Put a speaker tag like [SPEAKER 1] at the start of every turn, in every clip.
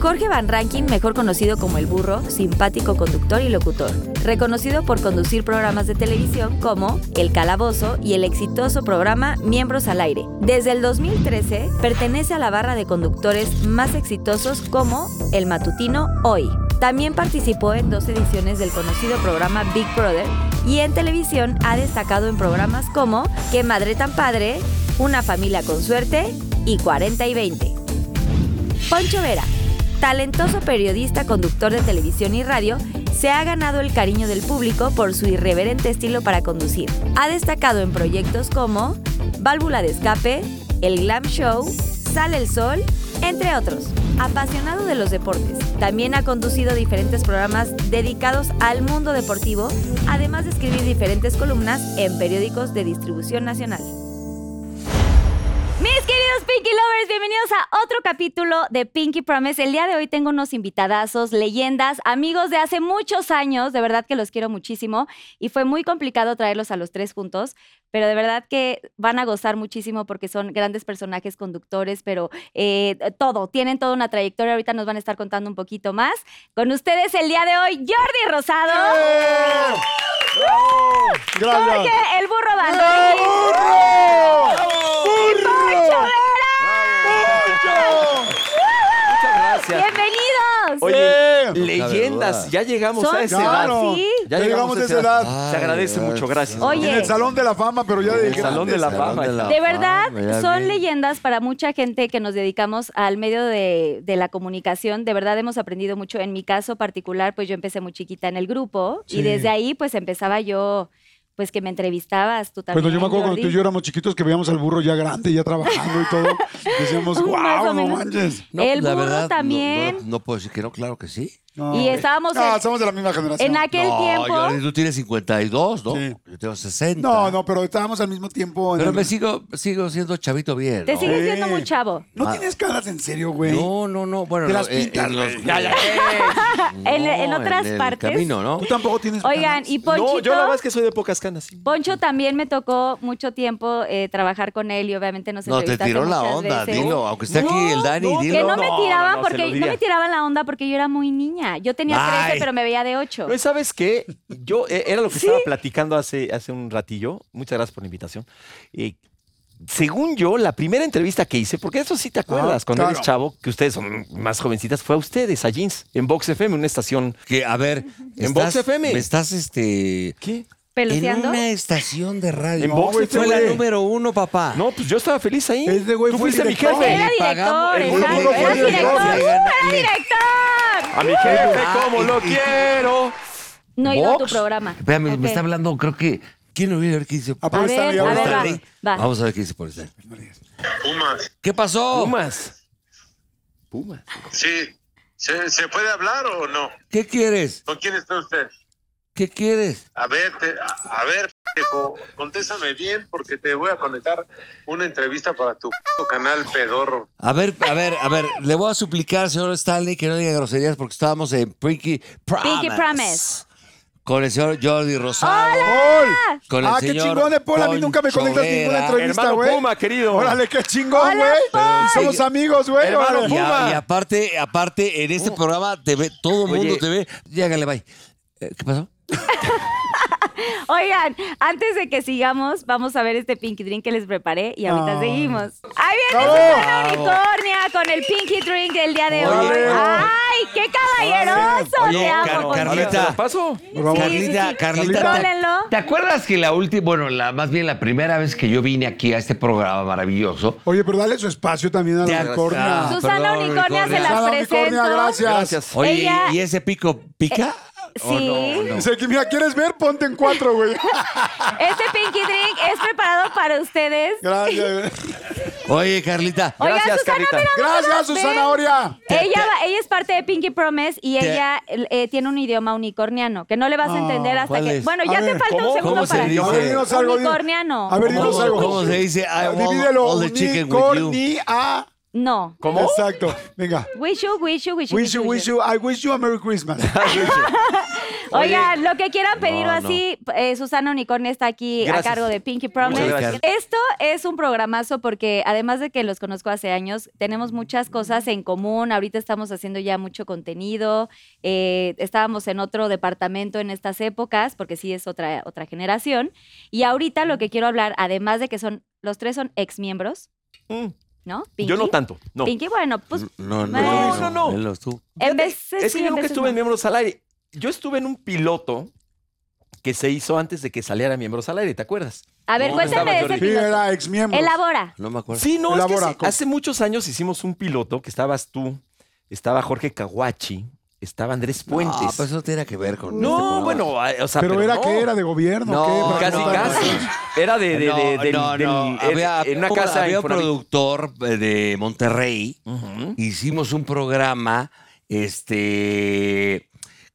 [SPEAKER 1] Jorge Van Ranking, mejor conocido como El Burro, simpático conductor y locutor, reconocido por conducir programas de televisión como El Calabozo y el exitoso programa Miembros al Aire. Desde el 2013 pertenece a la barra de conductores más exitosos como El Matutino Hoy. También participó en dos ediciones del conocido programa Big Brother y en televisión ha destacado en programas como Qué Madre tan Padre, Una Familia con Suerte y 40 y 20. Poncho Vera, talentoso periodista, conductor de televisión y radio, se ha ganado el cariño del público por su irreverente estilo para conducir. Ha destacado en proyectos como Válvula de Escape, El Glam Show, Sale el Sol, entre otros. Apasionado de los deportes, también ha conducido diferentes programas dedicados al mundo deportivo, además de escribir diferentes columnas en periódicos de distribución nacional. Mis queridos Pinky Lovers, bienvenidos a otro capítulo de Pinky Promise. El día de hoy tengo unos invitadazos, leyendas, amigos de hace muchos años, de verdad que los quiero muchísimo y fue muy complicado traerlos a los tres juntos, pero de verdad que van a gozar muchísimo porque son grandes personajes conductores, pero eh, todo, tienen toda una trayectoria, ahorita nos van a estar contando un poquito más. Con ustedes el día de hoy, Jordi Rosado. Jorge, el burro Van ¡Bienvenidos!
[SPEAKER 2] Oye,
[SPEAKER 3] Sí.
[SPEAKER 2] leyendas, ya llegamos
[SPEAKER 1] Son-
[SPEAKER 2] a esa edad.
[SPEAKER 1] Claro.
[SPEAKER 2] Ya,
[SPEAKER 1] Sí.
[SPEAKER 3] Ya llegamos a esa edad.
[SPEAKER 2] Se agradece mucho, gracias.
[SPEAKER 1] Oye.
[SPEAKER 3] En el Salón de la Fama, pero ya de
[SPEAKER 2] el Salón de la Fama.
[SPEAKER 1] De verdad, son leyendas para mucha gente que nos dedicamos al medio de, de la comunicación. De verdad hemos aprendido mucho. En mi caso particular, pues yo empecé muy chiquita en el grupo y
[SPEAKER 3] Sí.
[SPEAKER 1] desde ahí pues empezaba yo, pues que me entrevistabas tú también.
[SPEAKER 3] Bueno, Pues, yo me acuerdo cuando tú y yo
[SPEAKER 1] Jordi.
[SPEAKER 3] éramos chiquitos que veíamos al burro ya grande, ya trabajando y todo. Decíamos,
[SPEAKER 1] Más o
[SPEAKER 3] wow, no
[SPEAKER 1] menos.
[SPEAKER 3] manches.
[SPEAKER 1] el
[SPEAKER 4] la
[SPEAKER 1] burro
[SPEAKER 4] verdad, no-
[SPEAKER 1] también.
[SPEAKER 4] No, no puedo decir que no, claro que sí.
[SPEAKER 3] No.
[SPEAKER 1] Y estábamos
[SPEAKER 3] Ah,
[SPEAKER 1] en-
[SPEAKER 3] estamos de la misma generación.
[SPEAKER 1] En aquel
[SPEAKER 4] no,
[SPEAKER 1] tiempo...
[SPEAKER 4] Jordi, tú tienes 52, ¿no?
[SPEAKER 3] Sí.
[SPEAKER 4] Yo tengo 60.
[SPEAKER 3] No, no, pero estábamos al mismo tiempo. en
[SPEAKER 4] Pero
[SPEAKER 3] el-
[SPEAKER 4] me sigo, sigo siendo chavito bien.
[SPEAKER 1] Te
[SPEAKER 4] ¿no?
[SPEAKER 1] sigues siendo
[SPEAKER 3] Sí.
[SPEAKER 1] muy chavo.
[SPEAKER 3] No tienes caras en serio, güey.
[SPEAKER 4] No, no, no. Bueno,
[SPEAKER 3] Te
[SPEAKER 4] no,
[SPEAKER 3] las
[SPEAKER 4] eh,
[SPEAKER 3] pintas,
[SPEAKER 4] en
[SPEAKER 3] güey.
[SPEAKER 4] los-
[SPEAKER 2] Ya, ya,
[SPEAKER 4] No,
[SPEAKER 1] En- en otras
[SPEAKER 4] el
[SPEAKER 1] partes.
[SPEAKER 4] camino, ¿no?
[SPEAKER 3] Tú tampoco tienes
[SPEAKER 1] Oigan,
[SPEAKER 3] caras.
[SPEAKER 1] y
[SPEAKER 2] No, yo la
[SPEAKER 1] Ponchito...
[SPEAKER 2] verdad es que soy de pocas canas.
[SPEAKER 1] Poncho también me tocó mucho tiempo eh, trabajar con él y obviamente nos
[SPEAKER 4] No, te
[SPEAKER 1] entrevistaste
[SPEAKER 4] tiró la
[SPEAKER 1] muchas
[SPEAKER 4] onda,
[SPEAKER 1] veces.
[SPEAKER 4] dilo. Aunque esté aquí el Dani,
[SPEAKER 2] no, que
[SPEAKER 1] Que
[SPEAKER 4] dilo.
[SPEAKER 1] no,
[SPEAKER 2] No,
[SPEAKER 1] me
[SPEAKER 2] no,
[SPEAKER 1] tiraban
[SPEAKER 2] no, se
[SPEAKER 1] porque
[SPEAKER 2] lo
[SPEAKER 1] no
[SPEAKER 2] diría.
[SPEAKER 1] me tiraban la onda porque yo era muy niña. Yo tenía 13,
[SPEAKER 4] Ay. Pues,
[SPEAKER 1] pero me veía de 8.
[SPEAKER 2] No, ¿y ¿sabes qué? Yo, eh, era lo que estaba platicando hace, hace un ratillo. Muchas gracias por la invitación. Eh, según yo, la primera entrevista que hice, porque eso sí te acuerdas, cuando
[SPEAKER 3] Ah, claro.
[SPEAKER 2] eres chavo, que ustedes son más jovencitas, fue a ustedes, a Jeans, en Box FM, una estación.
[SPEAKER 4] Que, a ver, estás,
[SPEAKER 2] Vox FM.
[SPEAKER 4] Me estás, este...
[SPEAKER 2] ¿Qué?
[SPEAKER 1] Peluceando.
[SPEAKER 4] En una estación de radio.
[SPEAKER 2] En Vox
[SPEAKER 4] güey, Fue la
[SPEAKER 2] FM.
[SPEAKER 4] número uno, papá.
[SPEAKER 2] No, pues yo estaba feliz ahí.
[SPEAKER 3] Este güey
[SPEAKER 2] Tú
[SPEAKER 3] fue
[SPEAKER 2] fuiste mi
[SPEAKER 3] director.
[SPEAKER 2] jefe.
[SPEAKER 1] Pues, Era director,
[SPEAKER 4] pagamos- el
[SPEAKER 1] exacto.
[SPEAKER 3] burro fue
[SPEAKER 1] Era
[SPEAKER 3] director.
[SPEAKER 1] director. ¡Uh, era
[SPEAKER 4] Le gané- le-
[SPEAKER 1] director!
[SPEAKER 2] A mi jefe,
[SPEAKER 4] Ah,
[SPEAKER 2] como
[SPEAKER 4] y-
[SPEAKER 2] lo
[SPEAKER 4] y-
[SPEAKER 2] quiero.
[SPEAKER 1] No he ido a tu
[SPEAKER 2] Vox.
[SPEAKER 1] programa.
[SPEAKER 4] Espérame,
[SPEAKER 1] Ok.
[SPEAKER 4] me está hablando, creo que... ¿Quién oye? A ver qué dice.
[SPEAKER 3] Ah,
[SPEAKER 1] A
[SPEAKER 3] Ahí está,
[SPEAKER 1] ver,
[SPEAKER 3] ya
[SPEAKER 1] a
[SPEAKER 3] está.
[SPEAKER 1] ver, va,
[SPEAKER 4] Stanley.
[SPEAKER 1] va.
[SPEAKER 4] Vamos a ver qué dice por estar.
[SPEAKER 5] Pumas.
[SPEAKER 4] ¿Qué pasó?
[SPEAKER 2] Pumas.
[SPEAKER 5] Sí. ¿Se, se puede hablar o no?
[SPEAKER 4] ¿Qué quieres?
[SPEAKER 5] ¿Con quién está usted?
[SPEAKER 4] ¿Qué quieres?
[SPEAKER 5] A ver, te- a, a ver, pendejo, contéstame bien porque te voy a conectar una entrevista para tu canal pedorro.
[SPEAKER 4] A ver, a ver, a ver, le voy a suplicar, señor Stanley, que no diga groserías porque estábamos en Pinky Promise.
[SPEAKER 1] Pinky Promise.
[SPEAKER 4] Con el señor Jordi Rosado.
[SPEAKER 3] ¡Gol!
[SPEAKER 4] Con el
[SPEAKER 3] ah, qué
[SPEAKER 4] señor
[SPEAKER 3] chingón de Paul. A mí nunca me
[SPEAKER 4] Poncho
[SPEAKER 3] conectas ninguna
[SPEAKER 4] Vera.
[SPEAKER 3] entrevista,
[SPEAKER 2] Hermano
[SPEAKER 3] güey.
[SPEAKER 2] Puma, querido.
[SPEAKER 3] Órale, qué chingón,
[SPEAKER 1] Hola,
[SPEAKER 3] güey.
[SPEAKER 1] Paul.
[SPEAKER 3] Somos amigos, güey.
[SPEAKER 2] Hermano
[SPEAKER 3] Órale.
[SPEAKER 4] Y, a-
[SPEAKER 2] Puma.
[SPEAKER 4] y aparte, aparte, en este programa te ve, todo el
[SPEAKER 2] Oye.
[SPEAKER 4] mundo te ve. Llégale, bye. Eh, ¿Qué pasó?
[SPEAKER 1] Oigan, antes de que sigamos, vamos a ver este Pinky Drink que les preparé y
[SPEAKER 4] Ah.
[SPEAKER 1] ahorita seguimos. ¡Ahí viene Susana Unicornia con el Pinky Drink del día de
[SPEAKER 4] Oye.
[SPEAKER 1] hoy! ¡Ay, qué caballeroso!
[SPEAKER 4] Oye,
[SPEAKER 1] ¡Te
[SPEAKER 4] Car-
[SPEAKER 1] amo, Poncho.
[SPEAKER 4] Carlita.
[SPEAKER 2] ¿Te lo paso?
[SPEAKER 3] Por favor.
[SPEAKER 4] Carlita, Carlita, Ah,
[SPEAKER 3] Carlita.
[SPEAKER 1] Cólenlo.
[SPEAKER 6] ¿Te acuerdas que la última, bueno, la, más bien la primera vez que yo vine aquí a este programa maravilloso?
[SPEAKER 3] Oye, pero dale su espacio también a
[SPEAKER 4] Te
[SPEAKER 3] la
[SPEAKER 4] agra-
[SPEAKER 3] unicornia.
[SPEAKER 4] Ah,
[SPEAKER 1] Susana
[SPEAKER 4] perdón,
[SPEAKER 1] Unicornia se
[SPEAKER 4] Unicornia.
[SPEAKER 1] las
[SPEAKER 3] Susana
[SPEAKER 1] presento.
[SPEAKER 3] unicornia, gracias.
[SPEAKER 2] Gracias.
[SPEAKER 4] Oye,
[SPEAKER 1] Ella-
[SPEAKER 4] ¿y ese pico pica? ¿O
[SPEAKER 1] sí.
[SPEAKER 4] Oh, no?
[SPEAKER 3] Dice que, mira, ¿quieres ver? Ponte en cuatro, güey.
[SPEAKER 1] Este Pinky Drink es preparado para ustedes.
[SPEAKER 3] Gracias, güey.
[SPEAKER 4] Oye, Carlita.
[SPEAKER 1] Oigan,
[SPEAKER 2] Gracias,
[SPEAKER 1] Susana,
[SPEAKER 2] Carlita.
[SPEAKER 1] mira, vamos a
[SPEAKER 3] Gracias,
[SPEAKER 1] ver.
[SPEAKER 3] Susana Oria.
[SPEAKER 1] Ella, va- ella es parte de Pinky Promise y
[SPEAKER 4] Te-
[SPEAKER 1] ella eh, tiene un idioma unicorniano que no le vas a entender hasta
[SPEAKER 4] ¿cuál
[SPEAKER 1] que.
[SPEAKER 4] es?
[SPEAKER 1] Bueno, ya
[SPEAKER 3] A
[SPEAKER 1] te
[SPEAKER 3] ver,
[SPEAKER 1] falta un
[SPEAKER 2] ¿cómo?
[SPEAKER 1] segundo
[SPEAKER 4] ¿Cómo se
[SPEAKER 1] para.
[SPEAKER 4] dice?
[SPEAKER 3] A ver, dinos algo. dinos-
[SPEAKER 1] Unicorniano.
[SPEAKER 3] A ver, dinos
[SPEAKER 4] ¿Cómo,
[SPEAKER 3] algo.
[SPEAKER 4] cómo se dice? I want
[SPEAKER 3] Divídelo.
[SPEAKER 4] all the chicken with you.
[SPEAKER 3] Unicornia.
[SPEAKER 1] No.
[SPEAKER 3] ¿Cómo? Exacto. Venga.
[SPEAKER 1] Wish you, wish you, wish you. Ah,
[SPEAKER 3] Wish you, wish you, I wish you a Merry Christmas.
[SPEAKER 1] Oigan, lo que quieran pedir o
[SPEAKER 4] No,
[SPEAKER 1] así, eh, Susana Unicornia está aquí
[SPEAKER 2] Gracias.
[SPEAKER 1] a cargo de Pinky
[SPEAKER 2] Muchas
[SPEAKER 1] Promise.
[SPEAKER 2] gracias.
[SPEAKER 1] Esto es un programazo porque además de que los conozco hace años, tenemos muchas cosas en común. Ahorita estamos haciendo ya mucho contenido. eh, estábamos en otro departamento en estas épocas, porque sí es otra, otra generación. Y ahorita lo que quiero hablar, además de que son, los tres son ex miembros,
[SPEAKER 2] Mm,
[SPEAKER 1] ¿no?
[SPEAKER 2] Yo no
[SPEAKER 1] Pinky.
[SPEAKER 2] tanto, no.
[SPEAKER 1] Pinky, bueno, pues
[SPEAKER 4] No, no,
[SPEAKER 1] Bueno.
[SPEAKER 4] no. no,
[SPEAKER 2] No, no.
[SPEAKER 4] velos tú.
[SPEAKER 1] en veces
[SPEAKER 2] Es
[SPEAKER 1] sí,
[SPEAKER 2] que yo
[SPEAKER 1] en
[SPEAKER 2] nunca
[SPEAKER 1] veces
[SPEAKER 2] estuve
[SPEAKER 1] no.
[SPEAKER 2] en Miembros al Aire. Yo estuve en un piloto que se hizo antes de que saliera Miembros al Aire, ¿te acuerdas?
[SPEAKER 1] A ver,
[SPEAKER 2] No,
[SPEAKER 1] cuéntame de
[SPEAKER 2] estaba
[SPEAKER 1] ese
[SPEAKER 2] Jordi.
[SPEAKER 3] Sí,
[SPEAKER 1] piloto.
[SPEAKER 3] era ex miembro.
[SPEAKER 1] Elabora.
[SPEAKER 4] No me acuerdo.
[SPEAKER 2] Sí, no, es que
[SPEAKER 3] Elabora,
[SPEAKER 2] sí,
[SPEAKER 3] ¿cómo?
[SPEAKER 2] hace muchos años hicimos un piloto que estabas tú, estaba Jorge Caguachi, estaba Andrés Puentes.
[SPEAKER 4] No, pues no tiene que ver con este
[SPEAKER 2] No,
[SPEAKER 4] programa.
[SPEAKER 2] bueno, a- o sea,
[SPEAKER 3] Pero era
[SPEAKER 2] no.
[SPEAKER 3] que era de gobierno.
[SPEAKER 4] No,
[SPEAKER 3] ¿qué? Para
[SPEAKER 2] Casi,
[SPEAKER 3] que no-
[SPEAKER 2] casi. Era de, de, de-
[SPEAKER 4] No,
[SPEAKER 2] del-
[SPEAKER 4] no,
[SPEAKER 2] del-
[SPEAKER 4] no.
[SPEAKER 2] en-
[SPEAKER 4] Había,
[SPEAKER 2] en una
[SPEAKER 4] un-
[SPEAKER 2] casa
[SPEAKER 4] había un
[SPEAKER 2] Infonavit.
[SPEAKER 4] productor eh, de Monterrey.
[SPEAKER 2] Ujú.
[SPEAKER 4] Hicimos un programa este,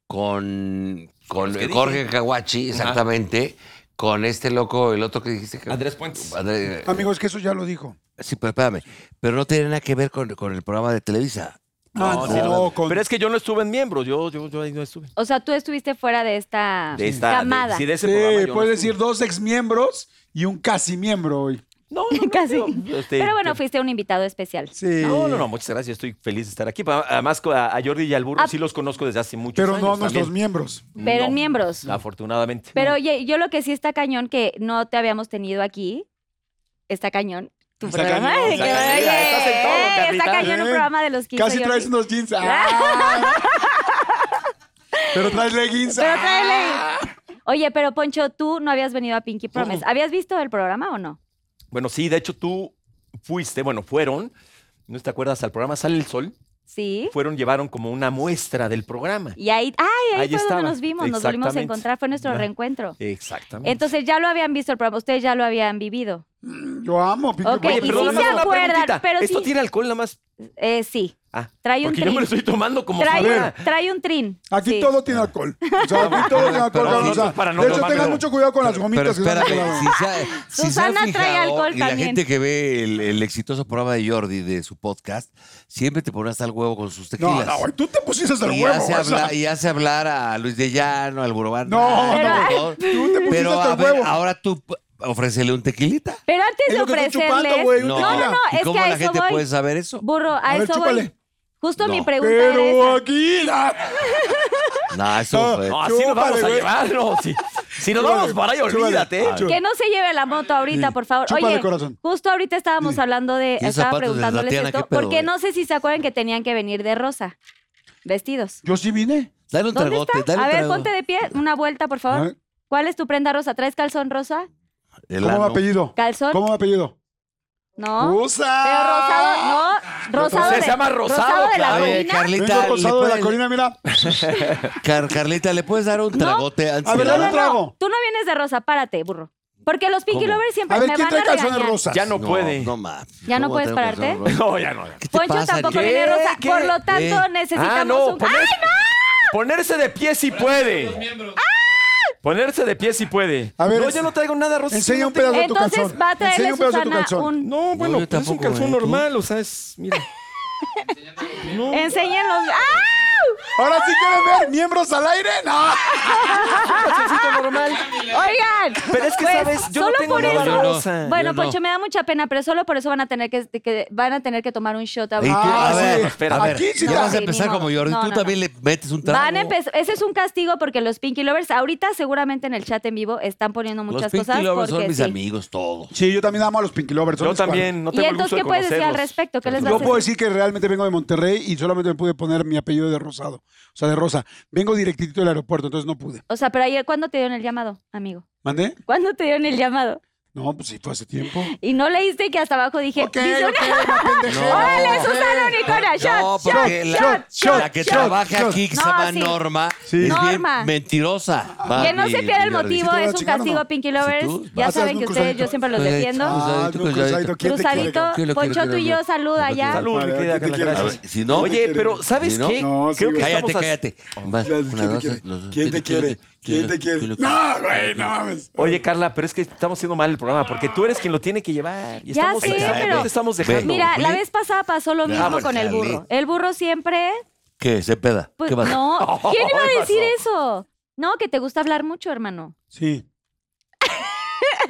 [SPEAKER 4] con, con
[SPEAKER 2] que
[SPEAKER 4] Jorge Caguachi,
[SPEAKER 2] Ajá.
[SPEAKER 4] exactamente. Con este loco, el otro que dijiste que.
[SPEAKER 2] Andrés Puentes.
[SPEAKER 4] André-
[SPEAKER 3] Amigos, que eso ya lo dijo.
[SPEAKER 4] sí, pero espérame. Pero no tiene nada que ver con, con el programa de Televisa.
[SPEAKER 3] Ah,
[SPEAKER 2] No,
[SPEAKER 3] No,
[SPEAKER 2] sí, no.
[SPEAKER 3] con-
[SPEAKER 2] Pero es que yo no estuve en miembros, yo, yo, yo ahí no estuve.
[SPEAKER 1] O sea, tú estuviste fuera de esta,
[SPEAKER 2] De esta, de-
[SPEAKER 1] Ah, camada.
[SPEAKER 2] sí, de ese
[SPEAKER 3] Sí,
[SPEAKER 2] programa yo no
[SPEAKER 3] puedes
[SPEAKER 2] estuve.
[SPEAKER 3] decir dos ex miembros y un casi miembro hoy.
[SPEAKER 2] No, no, no,
[SPEAKER 1] Casi.
[SPEAKER 2] digo, este,
[SPEAKER 1] Pero bueno,
[SPEAKER 2] yo-
[SPEAKER 1] fuiste un invitado especial.
[SPEAKER 3] Sí.
[SPEAKER 2] No, no, no, muchas gracias. yo Estoy feliz de estar aquí. Pa- Además, co- a a Jordi y al burro
[SPEAKER 1] Ah.
[SPEAKER 2] sí los conozco desde hace muchos
[SPEAKER 3] Pero
[SPEAKER 2] años.
[SPEAKER 3] no a nuestros
[SPEAKER 2] también.
[SPEAKER 3] miembros.
[SPEAKER 1] Pero
[SPEAKER 2] No,
[SPEAKER 1] en miembros.
[SPEAKER 2] Afortunadamente.
[SPEAKER 1] Pero oye, yo lo que sí está cañón que no te habíamos tenido aquí. Está cañón. Tu
[SPEAKER 3] Está
[SPEAKER 1] programa.
[SPEAKER 3] cañón,
[SPEAKER 1] de
[SPEAKER 3] está
[SPEAKER 1] que-
[SPEAKER 2] cañón, mira, estás en todo,
[SPEAKER 1] ¡Eh!
[SPEAKER 2] Carlita.
[SPEAKER 1] está cañón un
[SPEAKER 3] Eh,
[SPEAKER 1] programa de los 15.
[SPEAKER 3] Casi
[SPEAKER 1] Jordi.
[SPEAKER 3] traes unos jeans. Ah. pero traes leggings.
[SPEAKER 1] Pero
[SPEAKER 3] Ah.
[SPEAKER 1] tráele. Oye, pero Poncho, tú no habías venido a Pinky Promise. ¿Habías visto el programa o no?
[SPEAKER 2] Bueno, sí, de hecho tú fuiste, bueno, fueron, ¿no te acuerdas al programa Sale el Sol?
[SPEAKER 1] Sí.
[SPEAKER 2] Fueron, llevaron como una muestra del programa.
[SPEAKER 1] Y ahí, ay, ahí,
[SPEAKER 2] Ahí
[SPEAKER 1] fue
[SPEAKER 2] estaba.
[SPEAKER 1] donde nos vimos, nos volvimos a
[SPEAKER 2] Exactamente.
[SPEAKER 1] encontrar, fue nuestro
[SPEAKER 2] Ah.
[SPEAKER 1] reencuentro.
[SPEAKER 2] Exactamente.
[SPEAKER 1] Entonces ya lo habían visto el programa, ustedes ya lo habían vivido.
[SPEAKER 3] Yo amo, Pinky
[SPEAKER 1] Ok, y
[SPEAKER 3] Promise.
[SPEAKER 1] sí
[SPEAKER 2] nada más
[SPEAKER 1] se
[SPEAKER 2] una
[SPEAKER 1] acuerdan,
[SPEAKER 2] preguntita.
[SPEAKER 1] pero
[SPEAKER 2] ¿Esto
[SPEAKER 1] sí.
[SPEAKER 2] tiene alcohol nada más?
[SPEAKER 1] Eh, sí.
[SPEAKER 2] Ah,
[SPEAKER 1] Trae un
[SPEAKER 2] porque yo me
[SPEAKER 1] trin.
[SPEAKER 2] lo estoy tomando como
[SPEAKER 1] Trae,
[SPEAKER 2] fuera.
[SPEAKER 1] un- trae un trin.
[SPEAKER 3] Aquí
[SPEAKER 1] Sí.
[SPEAKER 3] todo tiene alcohol. O sea, aquí todo tiene alcohol.
[SPEAKER 4] Pero
[SPEAKER 3] cabrón.
[SPEAKER 4] no,
[SPEAKER 3] O sea,
[SPEAKER 2] para no
[SPEAKER 3] de hecho,
[SPEAKER 2] tomármelo.
[SPEAKER 3] tengan mucho cuidado con las
[SPEAKER 4] Pero
[SPEAKER 3] gomitas que
[SPEAKER 4] espérame,
[SPEAKER 3] se van a
[SPEAKER 4] si
[SPEAKER 3] colar.
[SPEAKER 4] se ha- si se ha
[SPEAKER 1] Susana trae
[SPEAKER 4] fijado,
[SPEAKER 1] alcohol
[SPEAKER 4] y la
[SPEAKER 1] también.
[SPEAKER 4] gente que ve el, el exitoso programa de Jordi de su podcast, siempre te pones al huevo con sus
[SPEAKER 3] No,
[SPEAKER 4] tequilas.
[SPEAKER 3] no, güey, tú te pusiste hasta el
[SPEAKER 4] y,
[SPEAKER 3] huevo.
[SPEAKER 4] hace
[SPEAKER 3] o sea.
[SPEAKER 4] habla- y hace hablar a Luis de Llano, al Burobán.
[SPEAKER 3] No,
[SPEAKER 4] pero,
[SPEAKER 3] tú te pusiste
[SPEAKER 4] pero
[SPEAKER 3] hasta
[SPEAKER 4] a
[SPEAKER 3] el
[SPEAKER 4] ver,
[SPEAKER 3] huevo.
[SPEAKER 4] ahora tú p- ofrécele un tequilita.
[SPEAKER 1] Pero antes
[SPEAKER 3] Es
[SPEAKER 1] de
[SPEAKER 3] lo que estoy chupando,
[SPEAKER 1] ofrecerles.
[SPEAKER 3] güey, un
[SPEAKER 1] no,
[SPEAKER 3] tequila.
[SPEAKER 1] no, no,
[SPEAKER 4] ¿Y
[SPEAKER 1] es
[SPEAKER 4] cómo
[SPEAKER 1] que a
[SPEAKER 4] la
[SPEAKER 1] eso
[SPEAKER 4] gente
[SPEAKER 1] voy.
[SPEAKER 4] puede saber eso?
[SPEAKER 1] Burro, a,
[SPEAKER 3] A ver,
[SPEAKER 1] eso voy.
[SPEAKER 3] chúpale.
[SPEAKER 1] Justo mi
[SPEAKER 4] No.
[SPEAKER 1] pregunta
[SPEAKER 3] Pero
[SPEAKER 1] era esa.
[SPEAKER 3] aquí. ah,
[SPEAKER 4] No, eso
[SPEAKER 3] No,
[SPEAKER 4] fue-
[SPEAKER 2] No, así Ah, nos
[SPEAKER 3] Chúpale,
[SPEAKER 2] vamos a
[SPEAKER 3] güey.
[SPEAKER 2] llevar, no. Si, si nos
[SPEAKER 3] Chúpale,
[SPEAKER 2] vamos para ahí,
[SPEAKER 3] chúpale.
[SPEAKER 2] olvídate.
[SPEAKER 3] Ah,
[SPEAKER 1] Que no se lleve la moto ahorita,
[SPEAKER 3] Sí.
[SPEAKER 1] por favor.
[SPEAKER 3] Chúpale,
[SPEAKER 1] Oye,
[SPEAKER 3] corazón.
[SPEAKER 1] justo ahorita estábamos
[SPEAKER 3] Sí.
[SPEAKER 1] hablando de,
[SPEAKER 4] Y esos
[SPEAKER 1] estaba
[SPEAKER 4] zapatos de
[SPEAKER 1] preguntándoles
[SPEAKER 4] Tatiana,
[SPEAKER 1] esto,
[SPEAKER 4] qué pedo,
[SPEAKER 1] porque
[SPEAKER 4] güey.
[SPEAKER 1] no sé si se acuerdan que tenían que venir de rosa, vestidos.
[SPEAKER 3] Yo sí vine.
[SPEAKER 4] Dale un
[SPEAKER 1] ¿Dónde
[SPEAKER 4] tragote,
[SPEAKER 1] está?
[SPEAKER 4] dale
[SPEAKER 1] A
[SPEAKER 4] un
[SPEAKER 1] ver,
[SPEAKER 4] trago.
[SPEAKER 1] ponte de pie, una vuelta, por
[SPEAKER 3] A
[SPEAKER 1] favor.
[SPEAKER 3] ver,
[SPEAKER 1] ¿Cuál es tu prenda rosa? ¿Traes calzón rosa?
[SPEAKER 4] El
[SPEAKER 3] ¿Cómo me
[SPEAKER 4] ano.
[SPEAKER 3] apellido?
[SPEAKER 1] ¿Calzón?
[SPEAKER 3] ¿Cómo me apellido?
[SPEAKER 1] No.
[SPEAKER 3] ¡Usa!
[SPEAKER 1] Pero rosado, no. Rosado
[SPEAKER 2] Se
[SPEAKER 1] de-
[SPEAKER 2] llama rosado,
[SPEAKER 1] de la
[SPEAKER 2] claro.
[SPEAKER 4] Oye,
[SPEAKER 1] colina.
[SPEAKER 4] Carlita,
[SPEAKER 3] Vengo
[SPEAKER 4] ¿le
[SPEAKER 3] rosado de la
[SPEAKER 4] puedes-
[SPEAKER 3] colina, mira.
[SPEAKER 4] Car- Carlita, ¿le puedes dar un tragote antes
[SPEAKER 3] A ver,
[SPEAKER 4] de
[SPEAKER 1] No,
[SPEAKER 3] dale
[SPEAKER 4] la-
[SPEAKER 1] no,
[SPEAKER 3] un trago.
[SPEAKER 1] no. Tú no vienes de rosa, párate, burro. Porque los Pinky
[SPEAKER 4] ¿Cómo?
[SPEAKER 1] Lovers siempre
[SPEAKER 3] A ver,
[SPEAKER 1] me
[SPEAKER 3] ¿quién
[SPEAKER 1] van a
[SPEAKER 3] trae calzones
[SPEAKER 1] regañar.
[SPEAKER 3] rosas?
[SPEAKER 2] Ya no, puede.
[SPEAKER 4] No, ma.
[SPEAKER 1] ¿Ya no
[SPEAKER 4] ¿Cómo
[SPEAKER 1] puedes
[SPEAKER 4] tengo que hacer
[SPEAKER 1] pararte?
[SPEAKER 4] un rosa?
[SPEAKER 2] Ah, No, ya no. ya.
[SPEAKER 4] ¿Qué te
[SPEAKER 1] Poncho
[SPEAKER 4] pasa,
[SPEAKER 1] tampoco
[SPEAKER 4] Ariel?
[SPEAKER 1] viene rosa.
[SPEAKER 2] ¿Qué?
[SPEAKER 1] Por lo tanto,
[SPEAKER 4] Ah,
[SPEAKER 1] necesitamos
[SPEAKER 2] no,
[SPEAKER 1] un.
[SPEAKER 2] poner-
[SPEAKER 1] ¡Ay, no!
[SPEAKER 2] Ponerse de pie si puede.
[SPEAKER 1] ¡Ah!
[SPEAKER 2] Ponerse de pie si puede.
[SPEAKER 3] A ver,
[SPEAKER 2] no,
[SPEAKER 3] es-
[SPEAKER 2] yo no traigo nada, Rosy.
[SPEAKER 3] Enseña
[SPEAKER 2] yo no
[SPEAKER 3] un pedazo de tu calzón.
[SPEAKER 1] Entonces va a traerle
[SPEAKER 3] Enseña un pedazo de tu
[SPEAKER 1] Susana
[SPEAKER 3] calzón.
[SPEAKER 1] un.
[SPEAKER 2] No, bueno,
[SPEAKER 4] yo
[SPEAKER 2] pues es un
[SPEAKER 4] tampoco,
[SPEAKER 2] calzón
[SPEAKER 4] ¿eh? ¿Tú?
[SPEAKER 2] normal, o sea, es. Mira. No.
[SPEAKER 1] Enséñenlos. ¡Ah!
[SPEAKER 3] Ahora sí quieren ver miembros al aire. No.
[SPEAKER 2] normal.
[SPEAKER 1] Oigan.
[SPEAKER 2] Pero es que,
[SPEAKER 1] pues,
[SPEAKER 2] ¿sabes? Yo no
[SPEAKER 1] solo
[SPEAKER 2] tengo
[SPEAKER 1] por
[SPEAKER 2] nada
[SPEAKER 1] eso.
[SPEAKER 2] rosa.
[SPEAKER 1] Bueno,
[SPEAKER 4] Yo no.
[SPEAKER 1] Poncho, me da mucha pena, pero solo por eso van a tener que, que- van a tener que tomar un shot.
[SPEAKER 4] Y tú,
[SPEAKER 1] ahorita.
[SPEAKER 3] Ah,
[SPEAKER 4] a
[SPEAKER 3] sí.
[SPEAKER 4] ver,
[SPEAKER 2] Espera.
[SPEAKER 4] a ver,
[SPEAKER 3] Aquí sí
[SPEAKER 4] ya
[SPEAKER 3] está.
[SPEAKER 4] vas a
[SPEAKER 1] Sí,
[SPEAKER 4] empezar
[SPEAKER 1] ni
[SPEAKER 4] como
[SPEAKER 1] modo.
[SPEAKER 4] Jordi.
[SPEAKER 1] No,
[SPEAKER 4] tú
[SPEAKER 1] no,
[SPEAKER 4] también le metes un trago.
[SPEAKER 1] Van a empezar. Ese es un castigo porque los Pinky Lovers ahorita seguramente en el chat en vivo están poniendo
[SPEAKER 4] Los
[SPEAKER 1] muchas
[SPEAKER 4] Pinky
[SPEAKER 1] cosas.
[SPEAKER 4] Lovers
[SPEAKER 1] porque
[SPEAKER 4] son mis
[SPEAKER 1] sí.
[SPEAKER 4] amigos todos.
[SPEAKER 3] Sí, yo también amo a los Pinky Lovers. son
[SPEAKER 2] Yo
[SPEAKER 3] mis cuates.
[SPEAKER 2] también, no
[SPEAKER 1] ¿Y
[SPEAKER 2] tengo el gusto
[SPEAKER 1] entonces
[SPEAKER 2] de
[SPEAKER 1] qué puedes decir al
[SPEAKER 2] conocerlos.
[SPEAKER 1] respecto? ¿Qué les vas a
[SPEAKER 3] Yo puedo
[SPEAKER 1] decir?
[SPEAKER 3] decir que realmente vengo de Monterrey y solamente me pude poner mi apellido de rosado. O sea, de rosa. Vengo directito del aeropuerto, entonces no pude.
[SPEAKER 1] O sea, pero ayer, ¿cuándo te dieron el llamado, amigo?
[SPEAKER 3] ¿Mandé?
[SPEAKER 1] ¿Cuándo te dieron el llamado?
[SPEAKER 3] No, pues sí, fue hace tiempo.
[SPEAKER 1] Y no leíste que hasta abajo dije.
[SPEAKER 3] Ok,
[SPEAKER 1] dice
[SPEAKER 3] ok,
[SPEAKER 1] una-
[SPEAKER 3] me pendejé.
[SPEAKER 1] ¡Órale, Susana Unicornia!
[SPEAKER 4] No,
[SPEAKER 1] ¡Shot,
[SPEAKER 4] porque
[SPEAKER 1] shot,
[SPEAKER 4] la,
[SPEAKER 1] shot, shot,
[SPEAKER 4] la que
[SPEAKER 1] shot!
[SPEAKER 4] trabaja aquí, que se
[SPEAKER 1] No,
[SPEAKER 4] llama
[SPEAKER 1] sí.
[SPEAKER 4] Norma,
[SPEAKER 3] Sí.
[SPEAKER 4] es
[SPEAKER 1] Norma.
[SPEAKER 4] bien mentirosa.
[SPEAKER 1] Que no
[SPEAKER 4] Mami,
[SPEAKER 1] se pierda el
[SPEAKER 4] Jordi.
[SPEAKER 1] motivo,
[SPEAKER 3] ¿Sí te
[SPEAKER 1] es
[SPEAKER 3] vas a
[SPEAKER 1] un
[SPEAKER 3] chingar o
[SPEAKER 1] castigo,
[SPEAKER 3] no?
[SPEAKER 1] Pinky Lovers.
[SPEAKER 4] Si tú
[SPEAKER 1] ya
[SPEAKER 3] vas a
[SPEAKER 1] saben
[SPEAKER 3] hacer
[SPEAKER 1] que
[SPEAKER 3] un
[SPEAKER 1] ustedes,
[SPEAKER 3] cruzadito.
[SPEAKER 1] yo siempre los
[SPEAKER 4] Cruzadito.
[SPEAKER 1] defiendo.
[SPEAKER 3] Ah,
[SPEAKER 4] Cruzadito,
[SPEAKER 3] no, cruzadito. ¿Quién
[SPEAKER 4] cruzadito.
[SPEAKER 3] te quiere?
[SPEAKER 1] Cruzadito,
[SPEAKER 4] quiero,
[SPEAKER 1] Poncho,
[SPEAKER 4] quiero,
[SPEAKER 1] tú y
[SPEAKER 4] quiero.
[SPEAKER 1] yo, salud allá.
[SPEAKER 2] Salud,
[SPEAKER 3] Vale,
[SPEAKER 2] mi
[SPEAKER 3] ¿a
[SPEAKER 2] querida
[SPEAKER 3] quién te
[SPEAKER 2] Carla,
[SPEAKER 4] A
[SPEAKER 3] quieres?
[SPEAKER 2] gracias.
[SPEAKER 4] ver, si no,
[SPEAKER 2] Oye,
[SPEAKER 3] quiere?
[SPEAKER 2] pero ¿sabes
[SPEAKER 4] Si no,
[SPEAKER 2] qué?
[SPEAKER 3] no, sí,
[SPEAKER 2] Creo que
[SPEAKER 3] güey.
[SPEAKER 4] cállate,
[SPEAKER 2] estamos a-
[SPEAKER 4] cállate. Vas,
[SPEAKER 3] ¿Quién
[SPEAKER 4] una,
[SPEAKER 3] te
[SPEAKER 4] dos,
[SPEAKER 3] quiere?
[SPEAKER 4] los-
[SPEAKER 3] ¿Quién te quiere? ¿Quién te quiere?
[SPEAKER 4] quiero.
[SPEAKER 3] No, güey, no mames.
[SPEAKER 2] Oye, Carla, pero es que estamos haciendo mal el programa porque tú eres quien lo tiene que llevar. Y
[SPEAKER 1] Ya
[SPEAKER 2] estamos
[SPEAKER 1] sé,
[SPEAKER 2] dejando,
[SPEAKER 1] pero-
[SPEAKER 2] no te estamos dejando.
[SPEAKER 1] Mira, la
[SPEAKER 4] ¿Ve?
[SPEAKER 1] vez pasada pasó lo mismo
[SPEAKER 4] "Ah, Claro,
[SPEAKER 1] con el
[SPEAKER 4] chale.
[SPEAKER 1] burro. El burro siempre.
[SPEAKER 4] ¿Qué? ¿Se peda?
[SPEAKER 1] Pues,
[SPEAKER 4] ¿Qué pasa?
[SPEAKER 1] no. ¿Quién iba
[SPEAKER 2] ¿Qué
[SPEAKER 1] a decir eso? No, que te gusta hablar mucho, hermano.
[SPEAKER 3] Sí.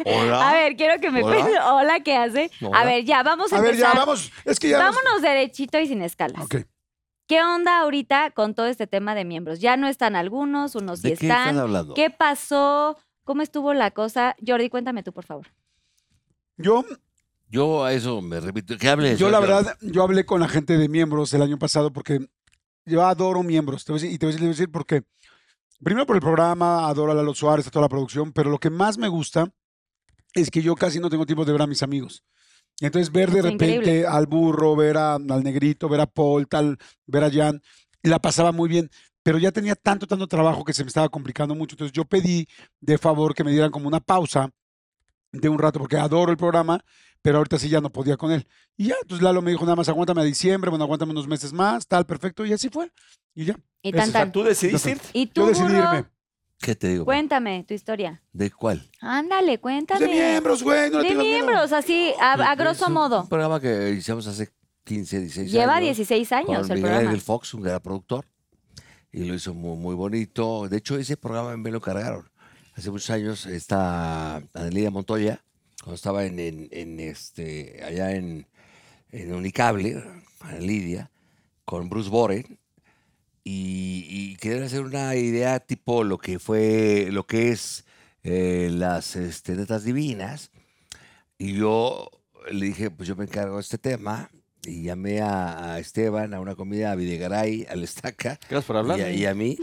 [SPEAKER 4] Hola.
[SPEAKER 1] A ver, quiero que me.
[SPEAKER 4] ¿Ah? Hola.
[SPEAKER 1] Hola, ¿qué hace? A
[SPEAKER 4] Hola.
[SPEAKER 1] ver, ya, vamos a
[SPEAKER 3] A ver, ya,
[SPEAKER 1] empezar.
[SPEAKER 3] vamos. Es que ya. nos-
[SPEAKER 1] Vámonos derechito y sin escalas.
[SPEAKER 3] Ok.
[SPEAKER 1] ¿Qué onda ahorita con todo este tema de miembros? Ya no están algunos, unos sí
[SPEAKER 4] ¿De qué estás
[SPEAKER 1] están.
[SPEAKER 4] hablando?
[SPEAKER 1] ¿Qué pasó? ¿Cómo estuvo la cosa? Jordi, cuéntame tú, por favor.
[SPEAKER 3] Yo,
[SPEAKER 4] Yo a eso me repito. ¿Qué hables?
[SPEAKER 3] yo la verdad, yo hablé con la gente de miembros el año pasado porque yo adoro miembros. Te voy a decir- y te voy a decir, te voy a decir por qué. Primero por el programa, adoro a Lalo Suárez, a toda la producción, pero lo que más me gusta es que yo casi no tengo tiempo de ver a mis amigos. Y entonces ver de
[SPEAKER 1] Es
[SPEAKER 3] repente
[SPEAKER 1] increíble.
[SPEAKER 3] al burro, ver a- al negrito, ver a Paul, tal, ver a Jan, la pasaba muy bien, pero ya tenía tanto, tanto trabajo que se me estaba complicando mucho. Entonces yo pedí de favor que me dieran como una pausa de un rato, porque adoro el programa, pero ahorita sí ya no podía con él. Y ya, entonces Lalo me dijo, nada más aguántame a diciembre, bueno, aguántame unos meses más, tal, perfecto, y así fue. Y ya,
[SPEAKER 1] Y
[SPEAKER 3] Eso
[SPEAKER 1] tan,
[SPEAKER 2] O sea,
[SPEAKER 1] tan.
[SPEAKER 2] tú decidiste irte.
[SPEAKER 1] Y tú,
[SPEAKER 3] yo decidí irme.
[SPEAKER 1] burro,
[SPEAKER 4] ¿Qué te digo?
[SPEAKER 1] cuéntame tu historia.
[SPEAKER 4] ¿De cuál?
[SPEAKER 1] Ándale,
[SPEAKER 3] Pues
[SPEAKER 1] cuéntame.
[SPEAKER 3] de miembros, güey, no le
[SPEAKER 1] De
[SPEAKER 3] tengas miedo.
[SPEAKER 1] miembros, así, a, a
[SPEAKER 4] Es
[SPEAKER 1] grosso
[SPEAKER 4] un-
[SPEAKER 1] modo.
[SPEAKER 4] Un programa que hicimos hace 15, 16
[SPEAKER 1] Lleva
[SPEAKER 4] años.
[SPEAKER 1] 16 años
[SPEAKER 4] con
[SPEAKER 1] el
[SPEAKER 4] Miguel
[SPEAKER 1] programa.
[SPEAKER 4] Ángel Fox, un gran productor, y lo hizo muy, muy bonito. De hecho, ese programa me lo cargaron. Hace muchos años está Adelina Montoya, cuando estaba en, en- en este, allá en, en Unicable, Lidia, con Bruce Boren, y, y querían hacer una idea tipo lo que fue, lo que es eh, las este, netas divinas, y yo le dije, pues yo me encargo de este tema. Y llamé a, a Esteban a una comida a Videgaray, al Estaca.
[SPEAKER 2] Gracias por hablar.
[SPEAKER 4] Y a, y a mí.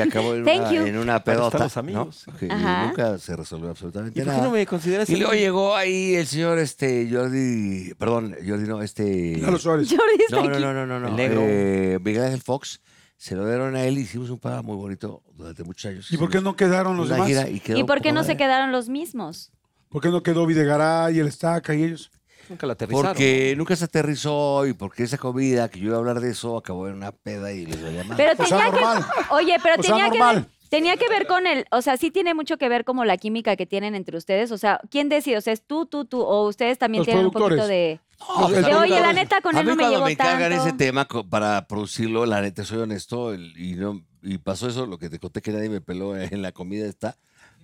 [SPEAKER 4] acabó en
[SPEAKER 1] Thank
[SPEAKER 4] una,
[SPEAKER 1] you.
[SPEAKER 4] en una
[SPEAKER 2] Para estar
[SPEAKER 4] pedota.
[SPEAKER 2] los
[SPEAKER 4] ¿no?
[SPEAKER 2] amigos.
[SPEAKER 4] Que
[SPEAKER 1] Ajá.
[SPEAKER 4] nunca se resolvió absolutamente
[SPEAKER 2] ¿Y por qué
[SPEAKER 4] nada.
[SPEAKER 2] no me consideras?
[SPEAKER 4] y luego llegó ahí el señor este Jordi, perdón, Jordi no, este...
[SPEAKER 3] Lalo Suárez.
[SPEAKER 1] Jordi está
[SPEAKER 4] No, no,
[SPEAKER 1] aquí.
[SPEAKER 4] no, no, no, no.
[SPEAKER 2] El negro.
[SPEAKER 4] Eh, Miguel Ángel Fox, se lo dieron a él, hicimos un programa muy bonito durante muchos años.
[SPEAKER 3] ¿Y por qué no quedaron los
[SPEAKER 4] Una
[SPEAKER 3] demás?
[SPEAKER 4] gira y, quedó
[SPEAKER 1] ¿Y por qué
[SPEAKER 4] poca
[SPEAKER 1] no se
[SPEAKER 4] madre.
[SPEAKER 1] quedaron los mismos?
[SPEAKER 3] ¿Por qué no quedó Videgaray, el Estaca y ellos?
[SPEAKER 2] Nunca la aterrizaron.
[SPEAKER 4] Porque nunca se aterrizó y porque esa comida, que yo iba a hablar de eso, acabó en una peda y les valía más.
[SPEAKER 1] Pero
[SPEAKER 3] O sea,
[SPEAKER 1] tenía que.
[SPEAKER 3] normal.
[SPEAKER 1] Oye, pero
[SPEAKER 3] O sea,
[SPEAKER 1] tenía que ver.
[SPEAKER 3] normal.
[SPEAKER 1] Tenía que ver con el, o sea, sí tiene mucho que ver como la química que tienen entre ustedes, o sea, ¿quién decide? O sea, es tú, tú, tú, o ustedes también
[SPEAKER 3] Los
[SPEAKER 1] tienen un
[SPEAKER 3] productores.
[SPEAKER 1] poquito de...
[SPEAKER 4] No,
[SPEAKER 3] Oye,
[SPEAKER 4] pues, a mí
[SPEAKER 1] oye, la
[SPEAKER 4] cuando-
[SPEAKER 1] neta, con
[SPEAKER 4] a
[SPEAKER 1] él
[SPEAKER 4] mí
[SPEAKER 1] no me
[SPEAKER 4] cuando
[SPEAKER 1] llevo
[SPEAKER 4] me encargan
[SPEAKER 1] tanto.
[SPEAKER 4] ese tema co- para producirlo, la neta, soy honesto el- y, no, y pasó eso, lo que te conté que nadie me peló en la comida está.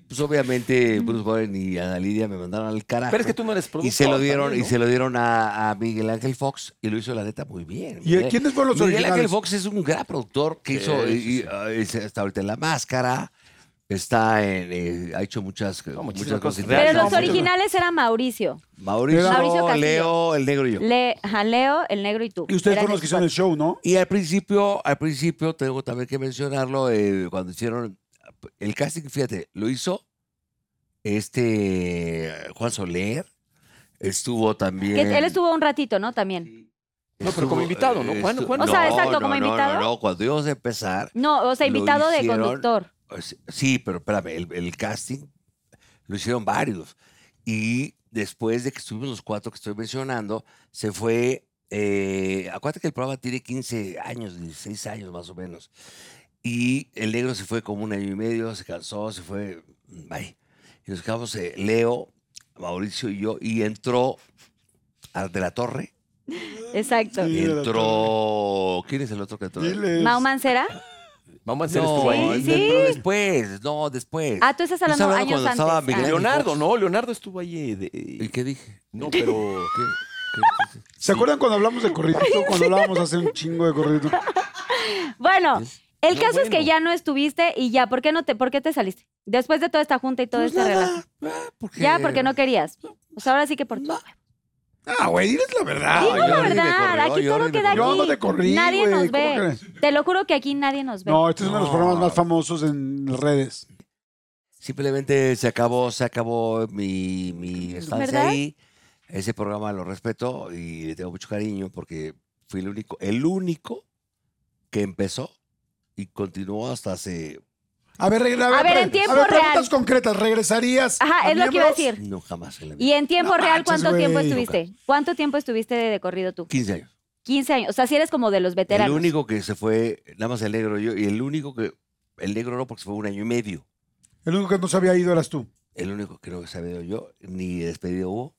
[SPEAKER 4] Pues obviamente
[SPEAKER 1] Mm.
[SPEAKER 4] Bruce Warren y Ana Lidia me mandaron al carajo.
[SPEAKER 2] Pero es que tú no eres
[SPEAKER 4] y
[SPEAKER 2] productor.
[SPEAKER 4] se lo dieron
[SPEAKER 2] también,
[SPEAKER 4] y
[SPEAKER 2] ¿no?
[SPEAKER 4] se lo dieron a, a Miguel Ángel Fox y lo hizo la neta muy bien.
[SPEAKER 3] ¿Y
[SPEAKER 4] Miguel-
[SPEAKER 3] quiénes fueron los
[SPEAKER 4] Miguel Ángel
[SPEAKER 3] originales?
[SPEAKER 4] Fox es un gran productor que hizo y- y, ah, es- está ahorita en la máscara, está en, eh, ha hecho muchas,
[SPEAKER 2] muchísimas cosas.
[SPEAKER 4] muchas cosas.
[SPEAKER 1] Pero
[SPEAKER 2] no,
[SPEAKER 1] los
[SPEAKER 2] mucho no.
[SPEAKER 1] originales eran Mauricio,
[SPEAKER 4] Mauricio,
[SPEAKER 1] Mauricio Castillo.
[SPEAKER 4] Leo, el negro y yo.
[SPEAKER 1] Le, ajá, Leo, el negro y tú.
[SPEAKER 3] Y ustedes
[SPEAKER 1] Eran
[SPEAKER 3] fueron los que
[SPEAKER 1] esos
[SPEAKER 3] hicieron el show, ¿no?
[SPEAKER 4] Y al principio, al principio, tengo también que mencionarlo, eh, cuando hicieron el casting, fíjate, lo hizo este Juan Soler, estuvo
[SPEAKER 1] cuatro.
[SPEAKER 4] también.
[SPEAKER 1] Que él estuvo un ratito, ¿no? También.
[SPEAKER 2] No, pero como invitado, ¿no? ¿Cuándo-
[SPEAKER 4] estuvo-
[SPEAKER 2] cuándo?
[SPEAKER 1] O sea,
[SPEAKER 4] no,
[SPEAKER 1] exacto,
[SPEAKER 4] no,
[SPEAKER 1] como
[SPEAKER 4] no,
[SPEAKER 1] invitado.
[SPEAKER 4] No, no, cuando íbamos a empezar,
[SPEAKER 1] No, o sea,
[SPEAKER 4] Lo
[SPEAKER 1] invitado de
[SPEAKER 4] hicieron-
[SPEAKER 1] conductor.
[SPEAKER 4] pues, sí, pero espérame, el, el casting lo hicieron varios. Y después de que estuvimos los cuatro que estoy mencionando, se fue. eh, acuérdate que el programa tiene 15 años, 16 años más o menos. Y el negro se fue como un año y medio, se cansó, se fue. Bye. Y nos quedamos eh, Leo, Mauricio y yo. Y entró al de la Torre.
[SPEAKER 1] Exacto.
[SPEAKER 3] Sí. De la
[SPEAKER 4] Entró. ¿Quién es el otro que entró?
[SPEAKER 3] Diles.
[SPEAKER 1] ¿Mau Mancera?
[SPEAKER 2] Vamos a hacer esto
[SPEAKER 4] No,
[SPEAKER 1] Sí,
[SPEAKER 4] él
[SPEAKER 1] sí.
[SPEAKER 4] entró después. No, después.
[SPEAKER 1] Ah, tú estás hablando
[SPEAKER 4] Estaba
[SPEAKER 1] años
[SPEAKER 4] cuando
[SPEAKER 1] antes.
[SPEAKER 4] estaba
[SPEAKER 1] Ah.
[SPEAKER 4] Miguel
[SPEAKER 2] Leonardo, ¿no? Leonardo estuvo ahí. eh, de-
[SPEAKER 4] ¿Y qué dije?
[SPEAKER 2] no, pero.
[SPEAKER 4] ¿Qué? ¿Qué? qué- qué-
[SPEAKER 3] ¿Se acuerdan cuando hablamos de corridito? Cuando hablábamos hace un chingo de corridito.
[SPEAKER 1] Bueno, el
[SPEAKER 2] No,
[SPEAKER 1] caso es que
[SPEAKER 2] bueno.
[SPEAKER 1] ya no estuviste y ya, ¿por qué no te, por qué te saliste? Después de toda esta junta y todo
[SPEAKER 4] Pues
[SPEAKER 1] este
[SPEAKER 4] nada,
[SPEAKER 1] relajo.
[SPEAKER 4] ah, porque-
[SPEAKER 1] Ya, porque no querías. O sea, ahora sí que por tu-
[SPEAKER 4] No.
[SPEAKER 3] Ah, güey, diles la verdad.
[SPEAKER 1] Digo
[SPEAKER 4] yo
[SPEAKER 1] la
[SPEAKER 4] ni me
[SPEAKER 1] verdad,
[SPEAKER 4] corrió,
[SPEAKER 1] aquí
[SPEAKER 4] yo
[SPEAKER 1] todo
[SPEAKER 4] ni me
[SPEAKER 1] queda aquí.
[SPEAKER 3] corrió. Yo no te corrí,
[SPEAKER 1] nadie
[SPEAKER 3] güey,
[SPEAKER 1] nos
[SPEAKER 3] ¿cómo
[SPEAKER 1] ve. Te lo juro que aquí nadie nos ve.
[SPEAKER 3] No, este es uno de los
[SPEAKER 4] No.
[SPEAKER 3] programas más famosos en las redes.
[SPEAKER 4] Simplemente se acabó, se acabó mi, mi estancia
[SPEAKER 1] ¿Verdad?
[SPEAKER 4] ahí. Ese programa lo respeto y le tengo mucho cariño porque fui el único, el único que empezó y continuó hasta hace
[SPEAKER 3] A ver, regla-
[SPEAKER 1] A ver,
[SPEAKER 3] pre-
[SPEAKER 1] en tiempo real.
[SPEAKER 3] preguntas concretas. ¿Regresarías?
[SPEAKER 1] Ajá, es lo que iba a
[SPEAKER 3] miembros?
[SPEAKER 1] decir.
[SPEAKER 4] no jamás en la vida.
[SPEAKER 1] Y en tiempo
[SPEAKER 3] No
[SPEAKER 1] real,
[SPEAKER 3] manches,
[SPEAKER 1] ¿cuánto tiempo
[SPEAKER 3] güey.
[SPEAKER 1] estuviste? ¿Cuánto tiempo estuviste de, de corrido tú?
[SPEAKER 4] 15 años.
[SPEAKER 1] 15 años. O sea, si eres como de los
[SPEAKER 4] El
[SPEAKER 1] veteranos.
[SPEAKER 4] único que se fue, nada más el negro y yo, y el único que, el negro no porque se fue un año y medio.
[SPEAKER 3] El único que no se había ido eras tú.
[SPEAKER 4] El único que no se había ido yo, ni despedido hubo.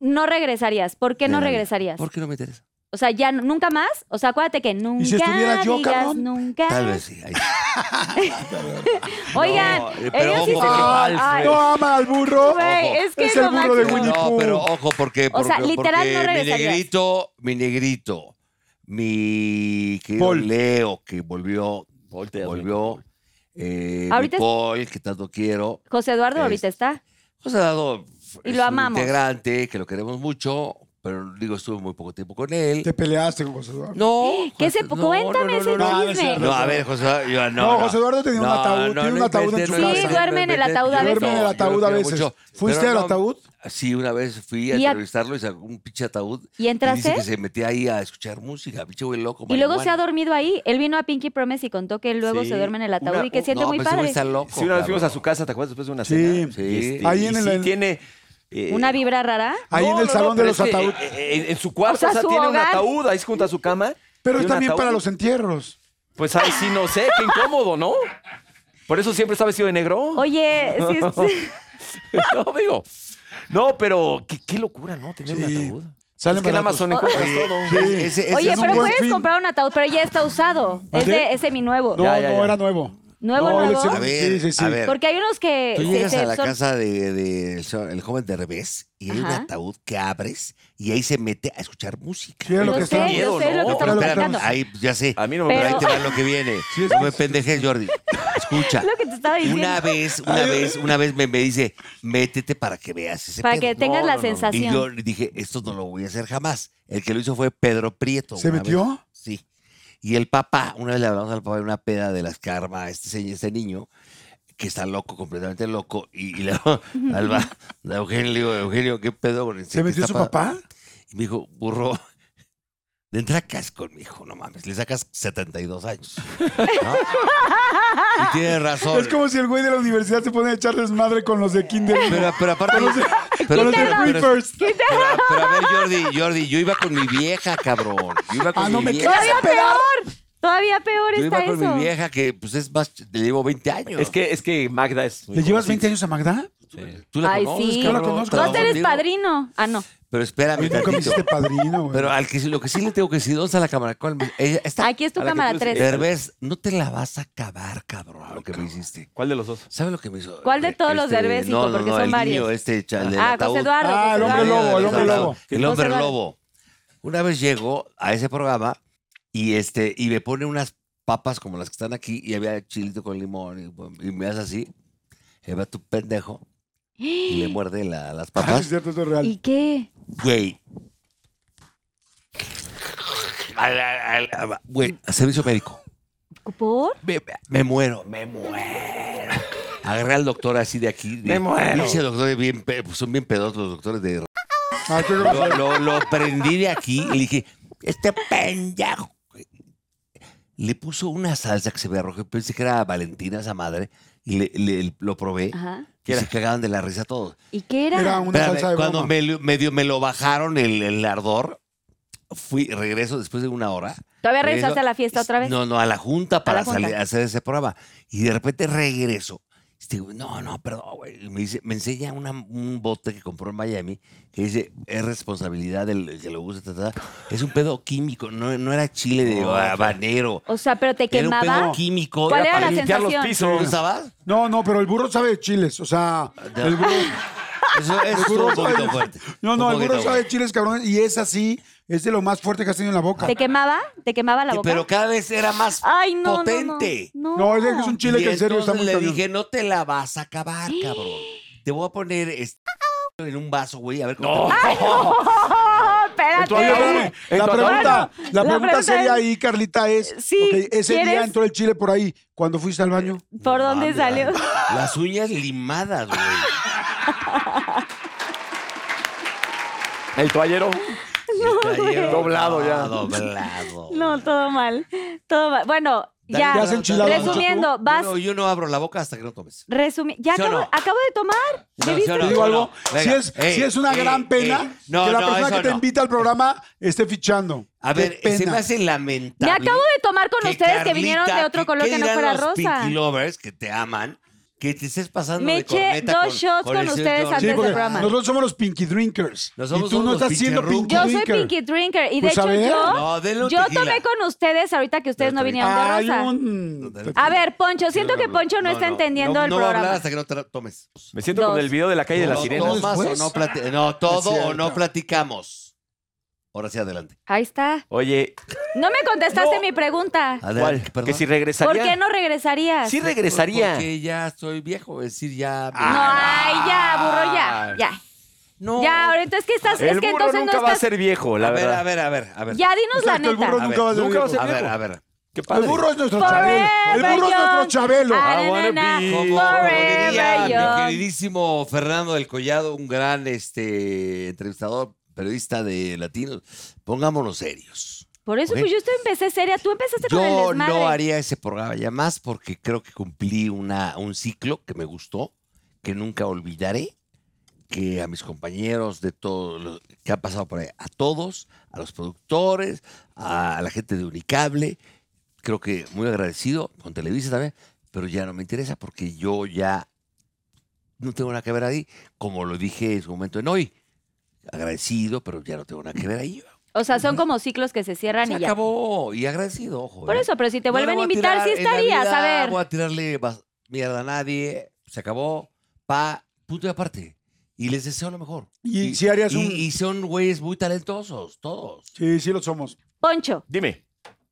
[SPEAKER 1] No regresarías. ¿Por qué
[SPEAKER 4] de
[SPEAKER 1] no
[SPEAKER 4] la vida.
[SPEAKER 1] regresarías?
[SPEAKER 4] ¿Por qué no me interesa?
[SPEAKER 1] O sea, ya n- nunca más. O sea, acuérdate que nunca
[SPEAKER 3] estuviera yo,
[SPEAKER 1] digas
[SPEAKER 3] cabrón?
[SPEAKER 1] nunca.
[SPEAKER 4] Tal vez sí. ahí sí.
[SPEAKER 1] Oigan,
[SPEAKER 4] No, eh,
[SPEAKER 1] ellos
[SPEAKER 4] pero
[SPEAKER 1] sí
[SPEAKER 4] ojo,
[SPEAKER 1] se-
[SPEAKER 4] que
[SPEAKER 3] Ay,
[SPEAKER 1] Ay,
[SPEAKER 3] no ama al burro.
[SPEAKER 1] güey, es que
[SPEAKER 3] Es el
[SPEAKER 1] no
[SPEAKER 3] burro de
[SPEAKER 1] manches.
[SPEAKER 3] Winnie
[SPEAKER 4] No,
[SPEAKER 3] Pooh.
[SPEAKER 4] pero ojo, porque,
[SPEAKER 1] O sea,
[SPEAKER 4] porque-
[SPEAKER 1] literal,
[SPEAKER 4] porque
[SPEAKER 1] no
[SPEAKER 4] mi
[SPEAKER 1] regresarías.
[SPEAKER 4] negrito, mi negrito, mi querido
[SPEAKER 3] Paul.
[SPEAKER 4] Leo, que volvió,
[SPEAKER 2] Voltea,
[SPEAKER 4] volvió, eh, mi
[SPEAKER 1] Ahorita es-
[SPEAKER 4] Paul, que tanto quiero,
[SPEAKER 1] José Eduardo ahorita está.
[SPEAKER 4] nos ha dado
[SPEAKER 1] Y
[SPEAKER 4] es
[SPEAKER 1] lo
[SPEAKER 4] un
[SPEAKER 1] amamos.
[SPEAKER 4] integrante, que lo queremos mucho, pero digo, estuve muy poco tiempo con él.
[SPEAKER 3] Te peleaste con José Eduardo.
[SPEAKER 4] No.
[SPEAKER 1] ¿Qué se- pues,
[SPEAKER 4] José- no,
[SPEAKER 1] cuéntame
[SPEAKER 4] no, no,
[SPEAKER 1] ese
[SPEAKER 4] no, no,
[SPEAKER 3] no,
[SPEAKER 1] chisme.
[SPEAKER 3] no,
[SPEAKER 4] No, a ver, José, Eduardo, yo no.
[SPEAKER 3] No, José Eduardo tenía un ataúd, tiene un ataúd en
[SPEAKER 4] inventes,
[SPEAKER 3] su
[SPEAKER 4] no,
[SPEAKER 3] casa.
[SPEAKER 4] no,
[SPEAKER 1] Sí, duerme en el
[SPEAKER 4] inventes,
[SPEAKER 1] ataúd a
[SPEAKER 4] no,
[SPEAKER 1] veces.
[SPEAKER 3] Duerme en el
[SPEAKER 4] yo
[SPEAKER 3] ataúd
[SPEAKER 4] lo
[SPEAKER 3] a
[SPEAKER 4] quiero
[SPEAKER 3] veces.
[SPEAKER 4] mucho,
[SPEAKER 3] ¿Fuiste
[SPEAKER 4] pero
[SPEAKER 3] al
[SPEAKER 4] no,
[SPEAKER 3] ataúd?
[SPEAKER 4] Sí, una vez fui a
[SPEAKER 1] Y a-
[SPEAKER 4] entrevistarlo y sacó un pinche ataúd.
[SPEAKER 1] ¿Y entraste?
[SPEAKER 4] dice que se metía ahí a escuchar música, pinche güey loco.
[SPEAKER 1] Y luego se ha
[SPEAKER 4] marihuana.
[SPEAKER 1] dormido ahí. Él vino a Pinky Promise y contó que luego
[SPEAKER 2] Sí,
[SPEAKER 1] se duerme en el ataúd
[SPEAKER 2] una-
[SPEAKER 1] y que
[SPEAKER 2] un-
[SPEAKER 1] siente
[SPEAKER 4] no,
[SPEAKER 1] muy
[SPEAKER 4] pues ese güey
[SPEAKER 1] padre.
[SPEAKER 4] está loco.
[SPEAKER 2] Sí, una vez fuimos a
[SPEAKER 4] cabrón.
[SPEAKER 2] su casa, ¿te acuerdas? Después de una
[SPEAKER 3] Sí.
[SPEAKER 2] cena.
[SPEAKER 4] Sí.
[SPEAKER 2] este, Y
[SPEAKER 3] Ahí
[SPEAKER 2] y
[SPEAKER 3] en el-
[SPEAKER 2] sí tiene. eh,
[SPEAKER 1] Una vibra rara.
[SPEAKER 4] Ah.
[SPEAKER 3] Ahí
[SPEAKER 2] No,
[SPEAKER 3] en el
[SPEAKER 2] no,
[SPEAKER 3] salón
[SPEAKER 2] no,
[SPEAKER 3] de
[SPEAKER 2] pero
[SPEAKER 3] los
[SPEAKER 2] es que,
[SPEAKER 3] ataúdes.
[SPEAKER 2] eh, eh, en, su cuarto,
[SPEAKER 1] O sea,
[SPEAKER 2] o sea,
[SPEAKER 1] su
[SPEAKER 2] tiene un
[SPEAKER 1] hogar.
[SPEAKER 2] ataúd, ahí junto a su cama.
[SPEAKER 3] Pero
[SPEAKER 2] tiene
[SPEAKER 3] es
[SPEAKER 2] un
[SPEAKER 3] también
[SPEAKER 2] ataúd.
[SPEAKER 3] para los entierros.
[SPEAKER 2] Pues ahí sí, no sé, qué incómodo, ¿no? Por eso siempre está vestido de negro.
[SPEAKER 1] Oye, sí, sí.
[SPEAKER 2] no, digo. No, pero qué, qué locura, ¿no? Tener
[SPEAKER 3] Sí.
[SPEAKER 2] un ataúd.
[SPEAKER 3] Salen
[SPEAKER 2] es que en
[SPEAKER 3] baratos.
[SPEAKER 2] Amazon encuentras todo.
[SPEAKER 3] Sí.
[SPEAKER 4] Ese- ese
[SPEAKER 1] Oye,
[SPEAKER 3] es un
[SPEAKER 1] pero
[SPEAKER 3] buen
[SPEAKER 1] puedes
[SPEAKER 3] fin.
[SPEAKER 1] comprar un ataúd, pero ya está usado.
[SPEAKER 4] ¿Ah,
[SPEAKER 1] Es
[SPEAKER 3] ¿Sí?
[SPEAKER 1] de, es de mi nuevo.
[SPEAKER 3] No,
[SPEAKER 2] Ya, ya,
[SPEAKER 3] no,
[SPEAKER 2] ya.
[SPEAKER 3] era nuevo.
[SPEAKER 1] ¿Nuevo,
[SPEAKER 3] No, él
[SPEAKER 1] nuevo?
[SPEAKER 3] es
[SPEAKER 4] A
[SPEAKER 3] Sí,
[SPEAKER 4] ver,
[SPEAKER 3] sí, sí.
[SPEAKER 4] a ver.
[SPEAKER 1] Porque hay unos que
[SPEAKER 4] Tú
[SPEAKER 1] Eh, se-
[SPEAKER 4] llegas
[SPEAKER 1] se-
[SPEAKER 4] a la
[SPEAKER 1] son-
[SPEAKER 4] casa del de, el so- el joven de revés y hay un
[SPEAKER 1] Ajá.
[SPEAKER 4] ataúd que abres y ahí se mete a escuchar música.
[SPEAKER 3] Sí, era lo
[SPEAKER 1] Lo
[SPEAKER 3] que
[SPEAKER 1] sé,
[SPEAKER 3] está.
[SPEAKER 1] yo
[SPEAKER 2] miedo,
[SPEAKER 1] sé
[SPEAKER 2] ¿no?
[SPEAKER 1] lo que
[SPEAKER 4] No,
[SPEAKER 1] estamos
[SPEAKER 3] Pero-
[SPEAKER 1] platicando.
[SPEAKER 4] ahí ya sé.
[SPEAKER 2] A mí no me
[SPEAKER 4] Pero
[SPEAKER 1] Pero-
[SPEAKER 4] ahí te va lo que viene. No me pendejes, Jordi. Escucha.
[SPEAKER 1] Lo que te estaba diciendo.
[SPEAKER 4] Una vez, una vez, una vez me, me dice, métete para que veas ese
[SPEAKER 1] Para
[SPEAKER 4] pedo".
[SPEAKER 1] que tengas
[SPEAKER 2] No,
[SPEAKER 1] la
[SPEAKER 2] no, no.
[SPEAKER 4] Y
[SPEAKER 1] sensación.
[SPEAKER 4] yo le dije, esto no lo voy a hacer jamás. El que lo hizo fue Pedro Prieto.
[SPEAKER 3] ¿Se
[SPEAKER 4] una
[SPEAKER 3] metió?
[SPEAKER 4] vez. Sí. Y el papá, una vez le hablamos al papá de una peda de las karma, este, se- este niño, que está loco, completamente loco, y, y le al va- a Eugenio le digo, Eugenio, ¿qué pedo? con el-
[SPEAKER 3] ¿Se
[SPEAKER 4] qué
[SPEAKER 3] metió
[SPEAKER 4] está
[SPEAKER 3] su
[SPEAKER 4] pa-?"
[SPEAKER 3] papá?
[SPEAKER 4] Y me dijo, burro, de entrada casco conmigo, no mames, le sacas 72 años. ¿no? y tiene razón.
[SPEAKER 3] Es como si el güey de la universidad se pone a echar desmadre con los de Kinder.
[SPEAKER 4] Pero, pero aparte.
[SPEAKER 3] Con los de
[SPEAKER 4] pero-
[SPEAKER 3] Reapers.
[SPEAKER 4] pero, pero a ver, Jordi, Jordi, yo iba con mi vieja, cabrón. Yo iba con
[SPEAKER 3] Ah,
[SPEAKER 4] mi
[SPEAKER 3] no me
[SPEAKER 4] vieja.
[SPEAKER 3] quieras
[SPEAKER 1] Todavía
[SPEAKER 3] pegar.
[SPEAKER 1] peor. Todavía peor
[SPEAKER 4] Yo
[SPEAKER 1] está
[SPEAKER 4] iba con
[SPEAKER 1] eso.
[SPEAKER 4] mi vieja, que pues es más, ch- le llevo 20 años.
[SPEAKER 2] Es que, es que Magda es. muy
[SPEAKER 3] ¿Le llevas
[SPEAKER 2] jovencita.
[SPEAKER 3] 20 años a Magda?
[SPEAKER 4] tú la
[SPEAKER 1] Ay,
[SPEAKER 4] conoces,
[SPEAKER 1] sí.
[SPEAKER 3] Yo la
[SPEAKER 4] cabrón,
[SPEAKER 3] conozco.
[SPEAKER 1] Tú
[SPEAKER 3] Pero
[SPEAKER 1] hasta
[SPEAKER 4] trabajó
[SPEAKER 1] eres
[SPEAKER 4] conmigo.
[SPEAKER 1] padrino. Ah, no.
[SPEAKER 4] Pero espérame,
[SPEAKER 3] Yo nunca me
[SPEAKER 4] tantito.
[SPEAKER 3] hiciste padrino, güey. Ah,
[SPEAKER 4] Pero al que sí- lo que sí le tengo que decir, ¿dónde está la cámara? ¿Cuál? me- Ella está.
[SPEAKER 1] Aquí es tu
[SPEAKER 2] a la que
[SPEAKER 1] cámara
[SPEAKER 2] tú-
[SPEAKER 1] 3.
[SPEAKER 4] Derbez, no te la vas a acabar, cabrón, lo que me hiciste.
[SPEAKER 2] ¿Cuál de los dos?
[SPEAKER 4] ¿Sabes lo que me hizo? este,
[SPEAKER 1] ¿Cuál de todos los Derbez, hijo?
[SPEAKER 4] No, no,
[SPEAKER 1] Porque
[SPEAKER 4] no,
[SPEAKER 1] son
[SPEAKER 4] el
[SPEAKER 1] varios.
[SPEAKER 4] niño este, chale,
[SPEAKER 1] Ah, José Eduardo.
[SPEAKER 3] Ah, el
[SPEAKER 1] José
[SPEAKER 3] hombre
[SPEAKER 1] Eduardo.
[SPEAKER 3] lobo, el hombre lobo.
[SPEAKER 4] El hombre
[SPEAKER 1] José Eduardo.
[SPEAKER 4] lobo. Una vez llego a ese programa y este y me pone unas papas como las que están aquí y había chilito con limón y, y me hace así. Y va tu pendejo y le muerde la- las
[SPEAKER 3] Ah, sí, es
[SPEAKER 4] papas.
[SPEAKER 3] cierto, esto es real.
[SPEAKER 1] ¿Y qué?
[SPEAKER 4] Güey. A la- a la- Güey, a servicio médico.
[SPEAKER 1] ¿Por?
[SPEAKER 4] Me, me muero, me muero. Agarré al doctor así de aquí. de-
[SPEAKER 2] Me muero.
[SPEAKER 4] Pinche doctor, bien, pe- son bien pedos los doctores de
[SPEAKER 3] Ah, qué grosero.
[SPEAKER 4] lo, lo, lo prendí de aquí y le dije, este pendejo. Le puso una salsa que se veía roja. Pensé que era Valentina esa madre. Y le, le- lo probé.
[SPEAKER 1] Ajá.
[SPEAKER 4] Y se cagaban de la risa todos.
[SPEAKER 1] ¿Y qué era?
[SPEAKER 3] Era una
[SPEAKER 4] Espérame,
[SPEAKER 3] salsa de
[SPEAKER 4] cuando
[SPEAKER 3] broma.
[SPEAKER 4] me, lo- medio me lo bajaron el, el ardor, fui, regreso después de una hora.
[SPEAKER 1] ¿Todavía
[SPEAKER 4] Regreso-
[SPEAKER 1] regresaste a la fiesta otra vez?
[SPEAKER 4] No, no, a la junta para
[SPEAKER 1] la junta.
[SPEAKER 4] salir- hacer ese programa. Y de repente regreso. Este, güey, no, no, perdón, güey. Y Me, dice- me enseña una- un bote que compró en Miami que dice, es responsabilidad del que lo usa. ta, ta, ta". Es un pedo químico, no, no era chile de habanero.
[SPEAKER 1] O sea, pero te
[SPEAKER 4] Era un pedo
[SPEAKER 1] quemaba.
[SPEAKER 4] químico.
[SPEAKER 1] ¿Cuál era la
[SPEAKER 2] limpiar los
[SPEAKER 1] sensación?
[SPEAKER 4] ¿Tú
[SPEAKER 2] pisos.
[SPEAKER 4] usabas?
[SPEAKER 3] No, no, pero el burro sabe de chiles. O sea,
[SPEAKER 4] Ya.
[SPEAKER 3] el burro.
[SPEAKER 4] Eso, eso
[SPEAKER 3] el burro
[SPEAKER 4] estuvo un
[SPEAKER 3] sabe-
[SPEAKER 4] poquito fuerte.
[SPEAKER 3] No, no,
[SPEAKER 4] Un
[SPEAKER 3] el burro
[SPEAKER 4] poquito
[SPEAKER 3] sabe de chiles, cabrón. Y es así, es de lo más fuerte que has tenido en la boca.
[SPEAKER 1] ¿Te quemaba? ¿Te quemaba la
[SPEAKER 4] fuerte.
[SPEAKER 1] boca?
[SPEAKER 4] Pero cada vez era más
[SPEAKER 1] Ay, no, no, no.
[SPEAKER 4] potente.
[SPEAKER 1] No,
[SPEAKER 3] No, es que es un chile
[SPEAKER 4] Y
[SPEAKER 3] que en serio está
[SPEAKER 4] entonces
[SPEAKER 3] muy
[SPEAKER 4] le
[SPEAKER 3] cañón.
[SPEAKER 4] dije, no te la vas a acabar, cabrón. Te voy a poner este en un vaso, güey, a ver cómo. te-
[SPEAKER 1] Ah, ¡Oh,
[SPEAKER 2] Entonces,
[SPEAKER 1] espérate!
[SPEAKER 2] güey.
[SPEAKER 3] La
[SPEAKER 2] Entonces,
[SPEAKER 3] pregunta, la
[SPEAKER 1] la
[SPEAKER 3] pregunta
[SPEAKER 1] pregunta
[SPEAKER 3] sería
[SPEAKER 1] es-
[SPEAKER 3] ahí, Carlita, es:
[SPEAKER 1] Sí,
[SPEAKER 3] ok, ese día
[SPEAKER 1] ¿quieres?
[SPEAKER 3] entró el chile por ahí. Cuando fuiste al baño,
[SPEAKER 1] ¿Por
[SPEAKER 4] No
[SPEAKER 1] dónde
[SPEAKER 4] mames,
[SPEAKER 1] salió?
[SPEAKER 4] Las uñas limadas, güey.
[SPEAKER 2] El toallero.
[SPEAKER 4] El caballero
[SPEAKER 2] Doblado ya.
[SPEAKER 4] Doblado.
[SPEAKER 1] No, todo mal. Todo mal. Bueno,
[SPEAKER 4] Dale,
[SPEAKER 1] ya.
[SPEAKER 3] ¿Te has
[SPEAKER 4] dale,
[SPEAKER 3] enchilado
[SPEAKER 4] dale.
[SPEAKER 3] mucho tú?
[SPEAKER 1] Resumiendo, vas-
[SPEAKER 4] Yo no, yo no abro la boca hasta que no tomes.
[SPEAKER 1] Resumi ya
[SPEAKER 4] ¿Sí o
[SPEAKER 1] acabo,
[SPEAKER 4] no?
[SPEAKER 1] acabo de tomar.
[SPEAKER 4] No,
[SPEAKER 1] ¿Me viste?
[SPEAKER 4] ¿sí o
[SPEAKER 3] te
[SPEAKER 4] no?
[SPEAKER 3] digo algo.
[SPEAKER 4] venga.
[SPEAKER 3] si, es,
[SPEAKER 4] Ey,
[SPEAKER 3] si es una
[SPEAKER 4] ey,
[SPEAKER 3] gran pena
[SPEAKER 4] ey. No,
[SPEAKER 3] que la
[SPEAKER 4] no,
[SPEAKER 3] persona
[SPEAKER 4] eso
[SPEAKER 3] que te
[SPEAKER 4] no.
[SPEAKER 3] invita al programa esté fichando.
[SPEAKER 4] A
[SPEAKER 3] Qué
[SPEAKER 4] ver, se
[SPEAKER 3] pena.
[SPEAKER 4] me hace
[SPEAKER 1] Me
[SPEAKER 4] lamentable.
[SPEAKER 1] acabo de tomar con
[SPEAKER 4] que
[SPEAKER 1] ustedes
[SPEAKER 4] Carlita,
[SPEAKER 1] que vinieron de otro
[SPEAKER 4] ¿qué-
[SPEAKER 1] color
[SPEAKER 4] qué
[SPEAKER 1] que no
[SPEAKER 4] dirán
[SPEAKER 1] fuera
[SPEAKER 4] los
[SPEAKER 1] rosa.
[SPEAKER 4] Pinky lovers que te aman, que te estés pasando
[SPEAKER 1] Me
[SPEAKER 4] de
[SPEAKER 1] eché
[SPEAKER 4] corneta
[SPEAKER 1] dos
[SPEAKER 4] con-
[SPEAKER 1] shots con
[SPEAKER 4] el
[SPEAKER 1] ustedes
[SPEAKER 4] señor.
[SPEAKER 1] antes
[SPEAKER 3] Sí,
[SPEAKER 1] del
[SPEAKER 3] porque
[SPEAKER 1] programa.
[SPEAKER 3] nosotros somos los pinky drinkers. y
[SPEAKER 4] Nosotros
[SPEAKER 3] tú
[SPEAKER 4] somos
[SPEAKER 3] no
[SPEAKER 4] los
[SPEAKER 3] estás
[SPEAKER 4] pinche
[SPEAKER 3] siendo
[SPEAKER 4] rucos.
[SPEAKER 3] pinky
[SPEAKER 1] Yo soy
[SPEAKER 3] drinker.
[SPEAKER 1] Pinky Drinker y de
[SPEAKER 3] Pues, a
[SPEAKER 1] hecho
[SPEAKER 3] ver.
[SPEAKER 1] yo,
[SPEAKER 4] No, denle un
[SPEAKER 1] yo
[SPEAKER 4] tequila.
[SPEAKER 1] tomé con ustedes ahorita que ustedes no
[SPEAKER 4] Denle un
[SPEAKER 1] vinieron de
[SPEAKER 3] Hay
[SPEAKER 1] rosa.
[SPEAKER 3] un-
[SPEAKER 1] A ver, Poncho, siento que Poncho no, está entendiendo
[SPEAKER 4] no,
[SPEAKER 1] el
[SPEAKER 4] no No
[SPEAKER 1] programa.
[SPEAKER 4] hablar hasta que no te la tomes.
[SPEAKER 2] Me siento
[SPEAKER 1] Dos.
[SPEAKER 2] con el video de la calle de
[SPEAKER 4] No
[SPEAKER 2] las sirenas.
[SPEAKER 4] tomas o
[SPEAKER 3] Después.
[SPEAKER 4] no plati- No, todo
[SPEAKER 3] Es
[SPEAKER 4] o no
[SPEAKER 3] cierto.
[SPEAKER 4] platicamos. Ahora sí, adelante.
[SPEAKER 1] Ahí está.
[SPEAKER 2] Oye,
[SPEAKER 1] No me contestaste
[SPEAKER 4] No. Ah,
[SPEAKER 1] mi pregunta.
[SPEAKER 2] ¿cuál?
[SPEAKER 4] Adelante, perdón.
[SPEAKER 2] Que si
[SPEAKER 1] ¿Por
[SPEAKER 2] regresaría.
[SPEAKER 1] qué no regresarías?
[SPEAKER 2] Sí regresaría.
[SPEAKER 4] Porque ya estoy viejo, es decir, ya...
[SPEAKER 1] No, ay, ya, burro, ya. Ya.
[SPEAKER 4] Ah. No.
[SPEAKER 1] Ya, ahorita es que estás.
[SPEAKER 2] el
[SPEAKER 1] es que
[SPEAKER 2] burro
[SPEAKER 1] entonces
[SPEAKER 2] nunca
[SPEAKER 1] no
[SPEAKER 2] va a
[SPEAKER 1] estás.
[SPEAKER 2] ser viejo, la
[SPEAKER 4] a ver,
[SPEAKER 2] verdad.
[SPEAKER 4] a ver, a ver, a ver.
[SPEAKER 1] Ya, dinos la
[SPEAKER 3] Exacto, el burro
[SPEAKER 1] neta.
[SPEAKER 4] A
[SPEAKER 3] nunca
[SPEAKER 4] ver,
[SPEAKER 3] va a ser
[SPEAKER 2] nunca va
[SPEAKER 3] viejo.
[SPEAKER 2] a ser
[SPEAKER 4] A ver,
[SPEAKER 2] viejo.
[SPEAKER 4] a ver.
[SPEAKER 2] Qué padre.
[SPEAKER 3] El burro es nuestro
[SPEAKER 1] Forever
[SPEAKER 3] chabelo. El burro es nuestro
[SPEAKER 1] young.
[SPEAKER 3] chabelo.
[SPEAKER 1] Ah,
[SPEAKER 2] I wanna
[SPEAKER 1] na, na,
[SPEAKER 2] be
[SPEAKER 1] na.
[SPEAKER 4] Como, como
[SPEAKER 1] Forever
[SPEAKER 4] diría mi
[SPEAKER 1] young.
[SPEAKER 4] queridísimo Fernando del Collado, un gran este, entrevistador, periodista de Latinos, pongámonos serios.
[SPEAKER 1] Por eso,
[SPEAKER 4] Ok.
[SPEAKER 1] pues yo estoy- empecé seria. Tú empezaste con Pues el
[SPEAKER 4] Yo
[SPEAKER 1] desmadre.
[SPEAKER 4] no haría ese programa ya más porque creo que cumplí una, un ciclo que me gustó, que nunca olvidaré, que a mis compañeros de todo lo que ha pasado por ahí, a todos, a los productores, a la gente de Unicable, creo que muy agradecido con Televisa también, pero ya no me interesa porque yo ya no tengo nada que ver ahí, como lo dije en su momento en hoy, agradecido, pero ya no tengo nada que ver ahí.
[SPEAKER 1] O sea, son como ciclos que se cierran
[SPEAKER 4] Se
[SPEAKER 1] y ya.
[SPEAKER 4] acabó y agradecido, ojo.
[SPEAKER 1] Por
[SPEAKER 4] ¿eh?
[SPEAKER 1] eso, pero si te
[SPEAKER 4] No le
[SPEAKER 1] vuelven a
[SPEAKER 4] voy
[SPEAKER 1] invitar,
[SPEAKER 4] tirar
[SPEAKER 1] sí
[SPEAKER 4] en la
[SPEAKER 1] estarías.
[SPEAKER 4] vida,
[SPEAKER 1] A ver.
[SPEAKER 4] voy a tirarle bas- mierda a nadie. Se acabó. Pa, punto y aparte. Y les deseo lo mejor.
[SPEAKER 3] Y si harías
[SPEAKER 4] y-
[SPEAKER 3] un-
[SPEAKER 4] y son güeyes muy talentosos, todos.
[SPEAKER 3] Sí, sí lo somos.
[SPEAKER 1] Poncho,
[SPEAKER 2] Dime.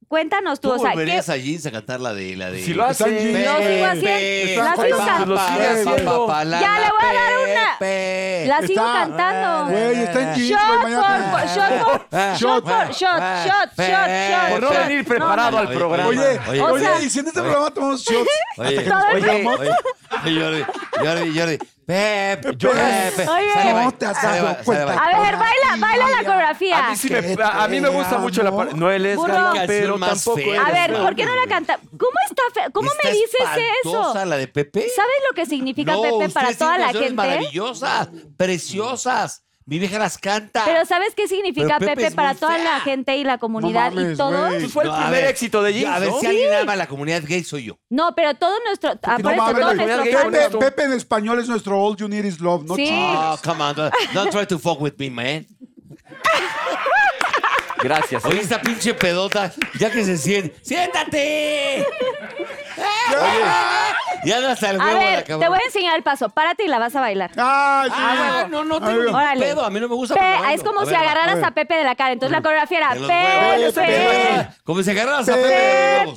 [SPEAKER 1] cuéntanos tú.
[SPEAKER 4] ¿Tú
[SPEAKER 1] o sea, ¿qué,
[SPEAKER 4] volverías a Jeans a cantar la de... La de
[SPEAKER 2] Si lo haces,
[SPEAKER 3] Están
[SPEAKER 2] Lo
[SPEAKER 3] Jeans.
[SPEAKER 1] sigo haciendo. La
[SPEAKER 3] sigo
[SPEAKER 2] cantando. Lo sigue haciendo.
[SPEAKER 1] Ya le voy a dar una. la sigo
[SPEAKER 3] Está-
[SPEAKER 1] cantando.
[SPEAKER 3] Güey, está en
[SPEAKER 1] Shot
[SPEAKER 3] jeans, güey,
[SPEAKER 1] por,
[SPEAKER 3] mañana-
[SPEAKER 4] Ah,
[SPEAKER 1] por- shot por, shot por, shot, shot, shot, shot.
[SPEAKER 2] Por no
[SPEAKER 1] shot.
[SPEAKER 2] venir preparado al programa.
[SPEAKER 3] Oye, oye,
[SPEAKER 1] o sea-
[SPEAKER 3] y si en este programa tomamos shots,
[SPEAKER 2] Oye,
[SPEAKER 4] Oye, oye, Jordi, Jordi, Jordi. Pepe,
[SPEAKER 3] Yo-
[SPEAKER 4] Pepe.
[SPEAKER 1] Oye.
[SPEAKER 4] sale, bye,
[SPEAKER 3] No te has
[SPEAKER 4] sale,
[SPEAKER 3] dado
[SPEAKER 4] bye, sale,
[SPEAKER 3] cuenta.
[SPEAKER 4] bye.
[SPEAKER 1] A ver, baila, baila la coreografía.
[SPEAKER 2] a, mí sí me, a- a mí me gusta mucho la parte. No él es
[SPEAKER 1] Burro.
[SPEAKER 2] galán,
[SPEAKER 4] Canción
[SPEAKER 2] pero
[SPEAKER 4] más
[SPEAKER 2] tampoco.
[SPEAKER 4] fea.
[SPEAKER 2] eres
[SPEAKER 1] A ver,
[SPEAKER 2] feo.
[SPEAKER 1] ¿por qué no la canta? ¿Cómo está fe- ¿Cómo
[SPEAKER 4] Está
[SPEAKER 1] me dices eso?
[SPEAKER 4] espantosa la ¿Eh? de Pepe?
[SPEAKER 1] ¿Sabes lo que significa Pepe
[SPEAKER 4] ustedes
[SPEAKER 1] para
[SPEAKER 4] tienen
[SPEAKER 1] toda la
[SPEAKER 4] canciones
[SPEAKER 1] gente?
[SPEAKER 4] maravillosas, preciosas. Mi vieja las canta.
[SPEAKER 1] Pero ¿sabes qué significa
[SPEAKER 4] Pero Pepe
[SPEAKER 1] Pepe,
[SPEAKER 4] es
[SPEAKER 1] para
[SPEAKER 4] muy
[SPEAKER 1] toda
[SPEAKER 4] fea.
[SPEAKER 1] la gente y la comunidad y
[SPEAKER 3] mames,
[SPEAKER 1] todos?
[SPEAKER 3] güey.
[SPEAKER 2] Pues fue el
[SPEAKER 4] No, a
[SPEAKER 2] primer
[SPEAKER 4] ver.
[SPEAKER 2] éxito de
[SPEAKER 4] Yo,
[SPEAKER 2] Jeans,
[SPEAKER 4] a ver
[SPEAKER 2] ¿no?
[SPEAKER 4] si alguien ama a la comunidad gay soy yo.
[SPEAKER 1] No, pero todo nuestro, ah, por
[SPEAKER 3] No
[SPEAKER 1] eso, todo
[SPEAKER 3] mames, la
[SPEAKER 1] nuestro
[SPEAKER 2] comunidad gay
[SPEAKER 1] fan-
[SPEAKER 3] Pepe,
[SPEAKER 2] esto.
[SPEAKER 3] Pepe en español es nuestro All You Need Is Love, ¿no?
[SPEAKER 1] Sí.
[SPEAKER 4] Oh, come on. Don't, don't try to fuck with me, man.
[SPEAKER 2] Gracias.
[SPEAKER 4] Oye, esta pinche pedota, ya que se siente. ¡Siéntate! ya no hasta el
[SPEAKER 1] A
[SPEAKER 4] huevo la
[SPEAKER 1] ver, te
[SPEAKER 4] cabrón.
[SPEAKER 1] voy a enseñar el paso. Párate y la vas a bailar.
[SPEAKER 3] Ah, sí.
[SPEAKER 4] Ah, no, no tengo
[SPEAKER 3] Ay,
[SPEAKER 4] ni
[SPEAKER 1] Órale.
[SPEAKER 4] pedo. A mí no me gusta.
[SPEAKER 1] Pe-
[SPEAKER 4] pero bailo.
[SPEAKER 1] es como
[SPEAKER 4] A
[SPEAKER 1] si
[SPEAKER 4] ver,
[SPEAKER 1] agarraras
[SPEAKER 3] ver.
[SPEAKER 1] a Pepe de la cara. Entonces la coreografía era
[SPEAKER 4] de los huevos. este,
[SPEAKER 1] Pepe,
[SPEAKER 4] Como si agarraras a
[SPEAKER 3] Pepe.
[SPEAKER 4] Pepe. de los huevos.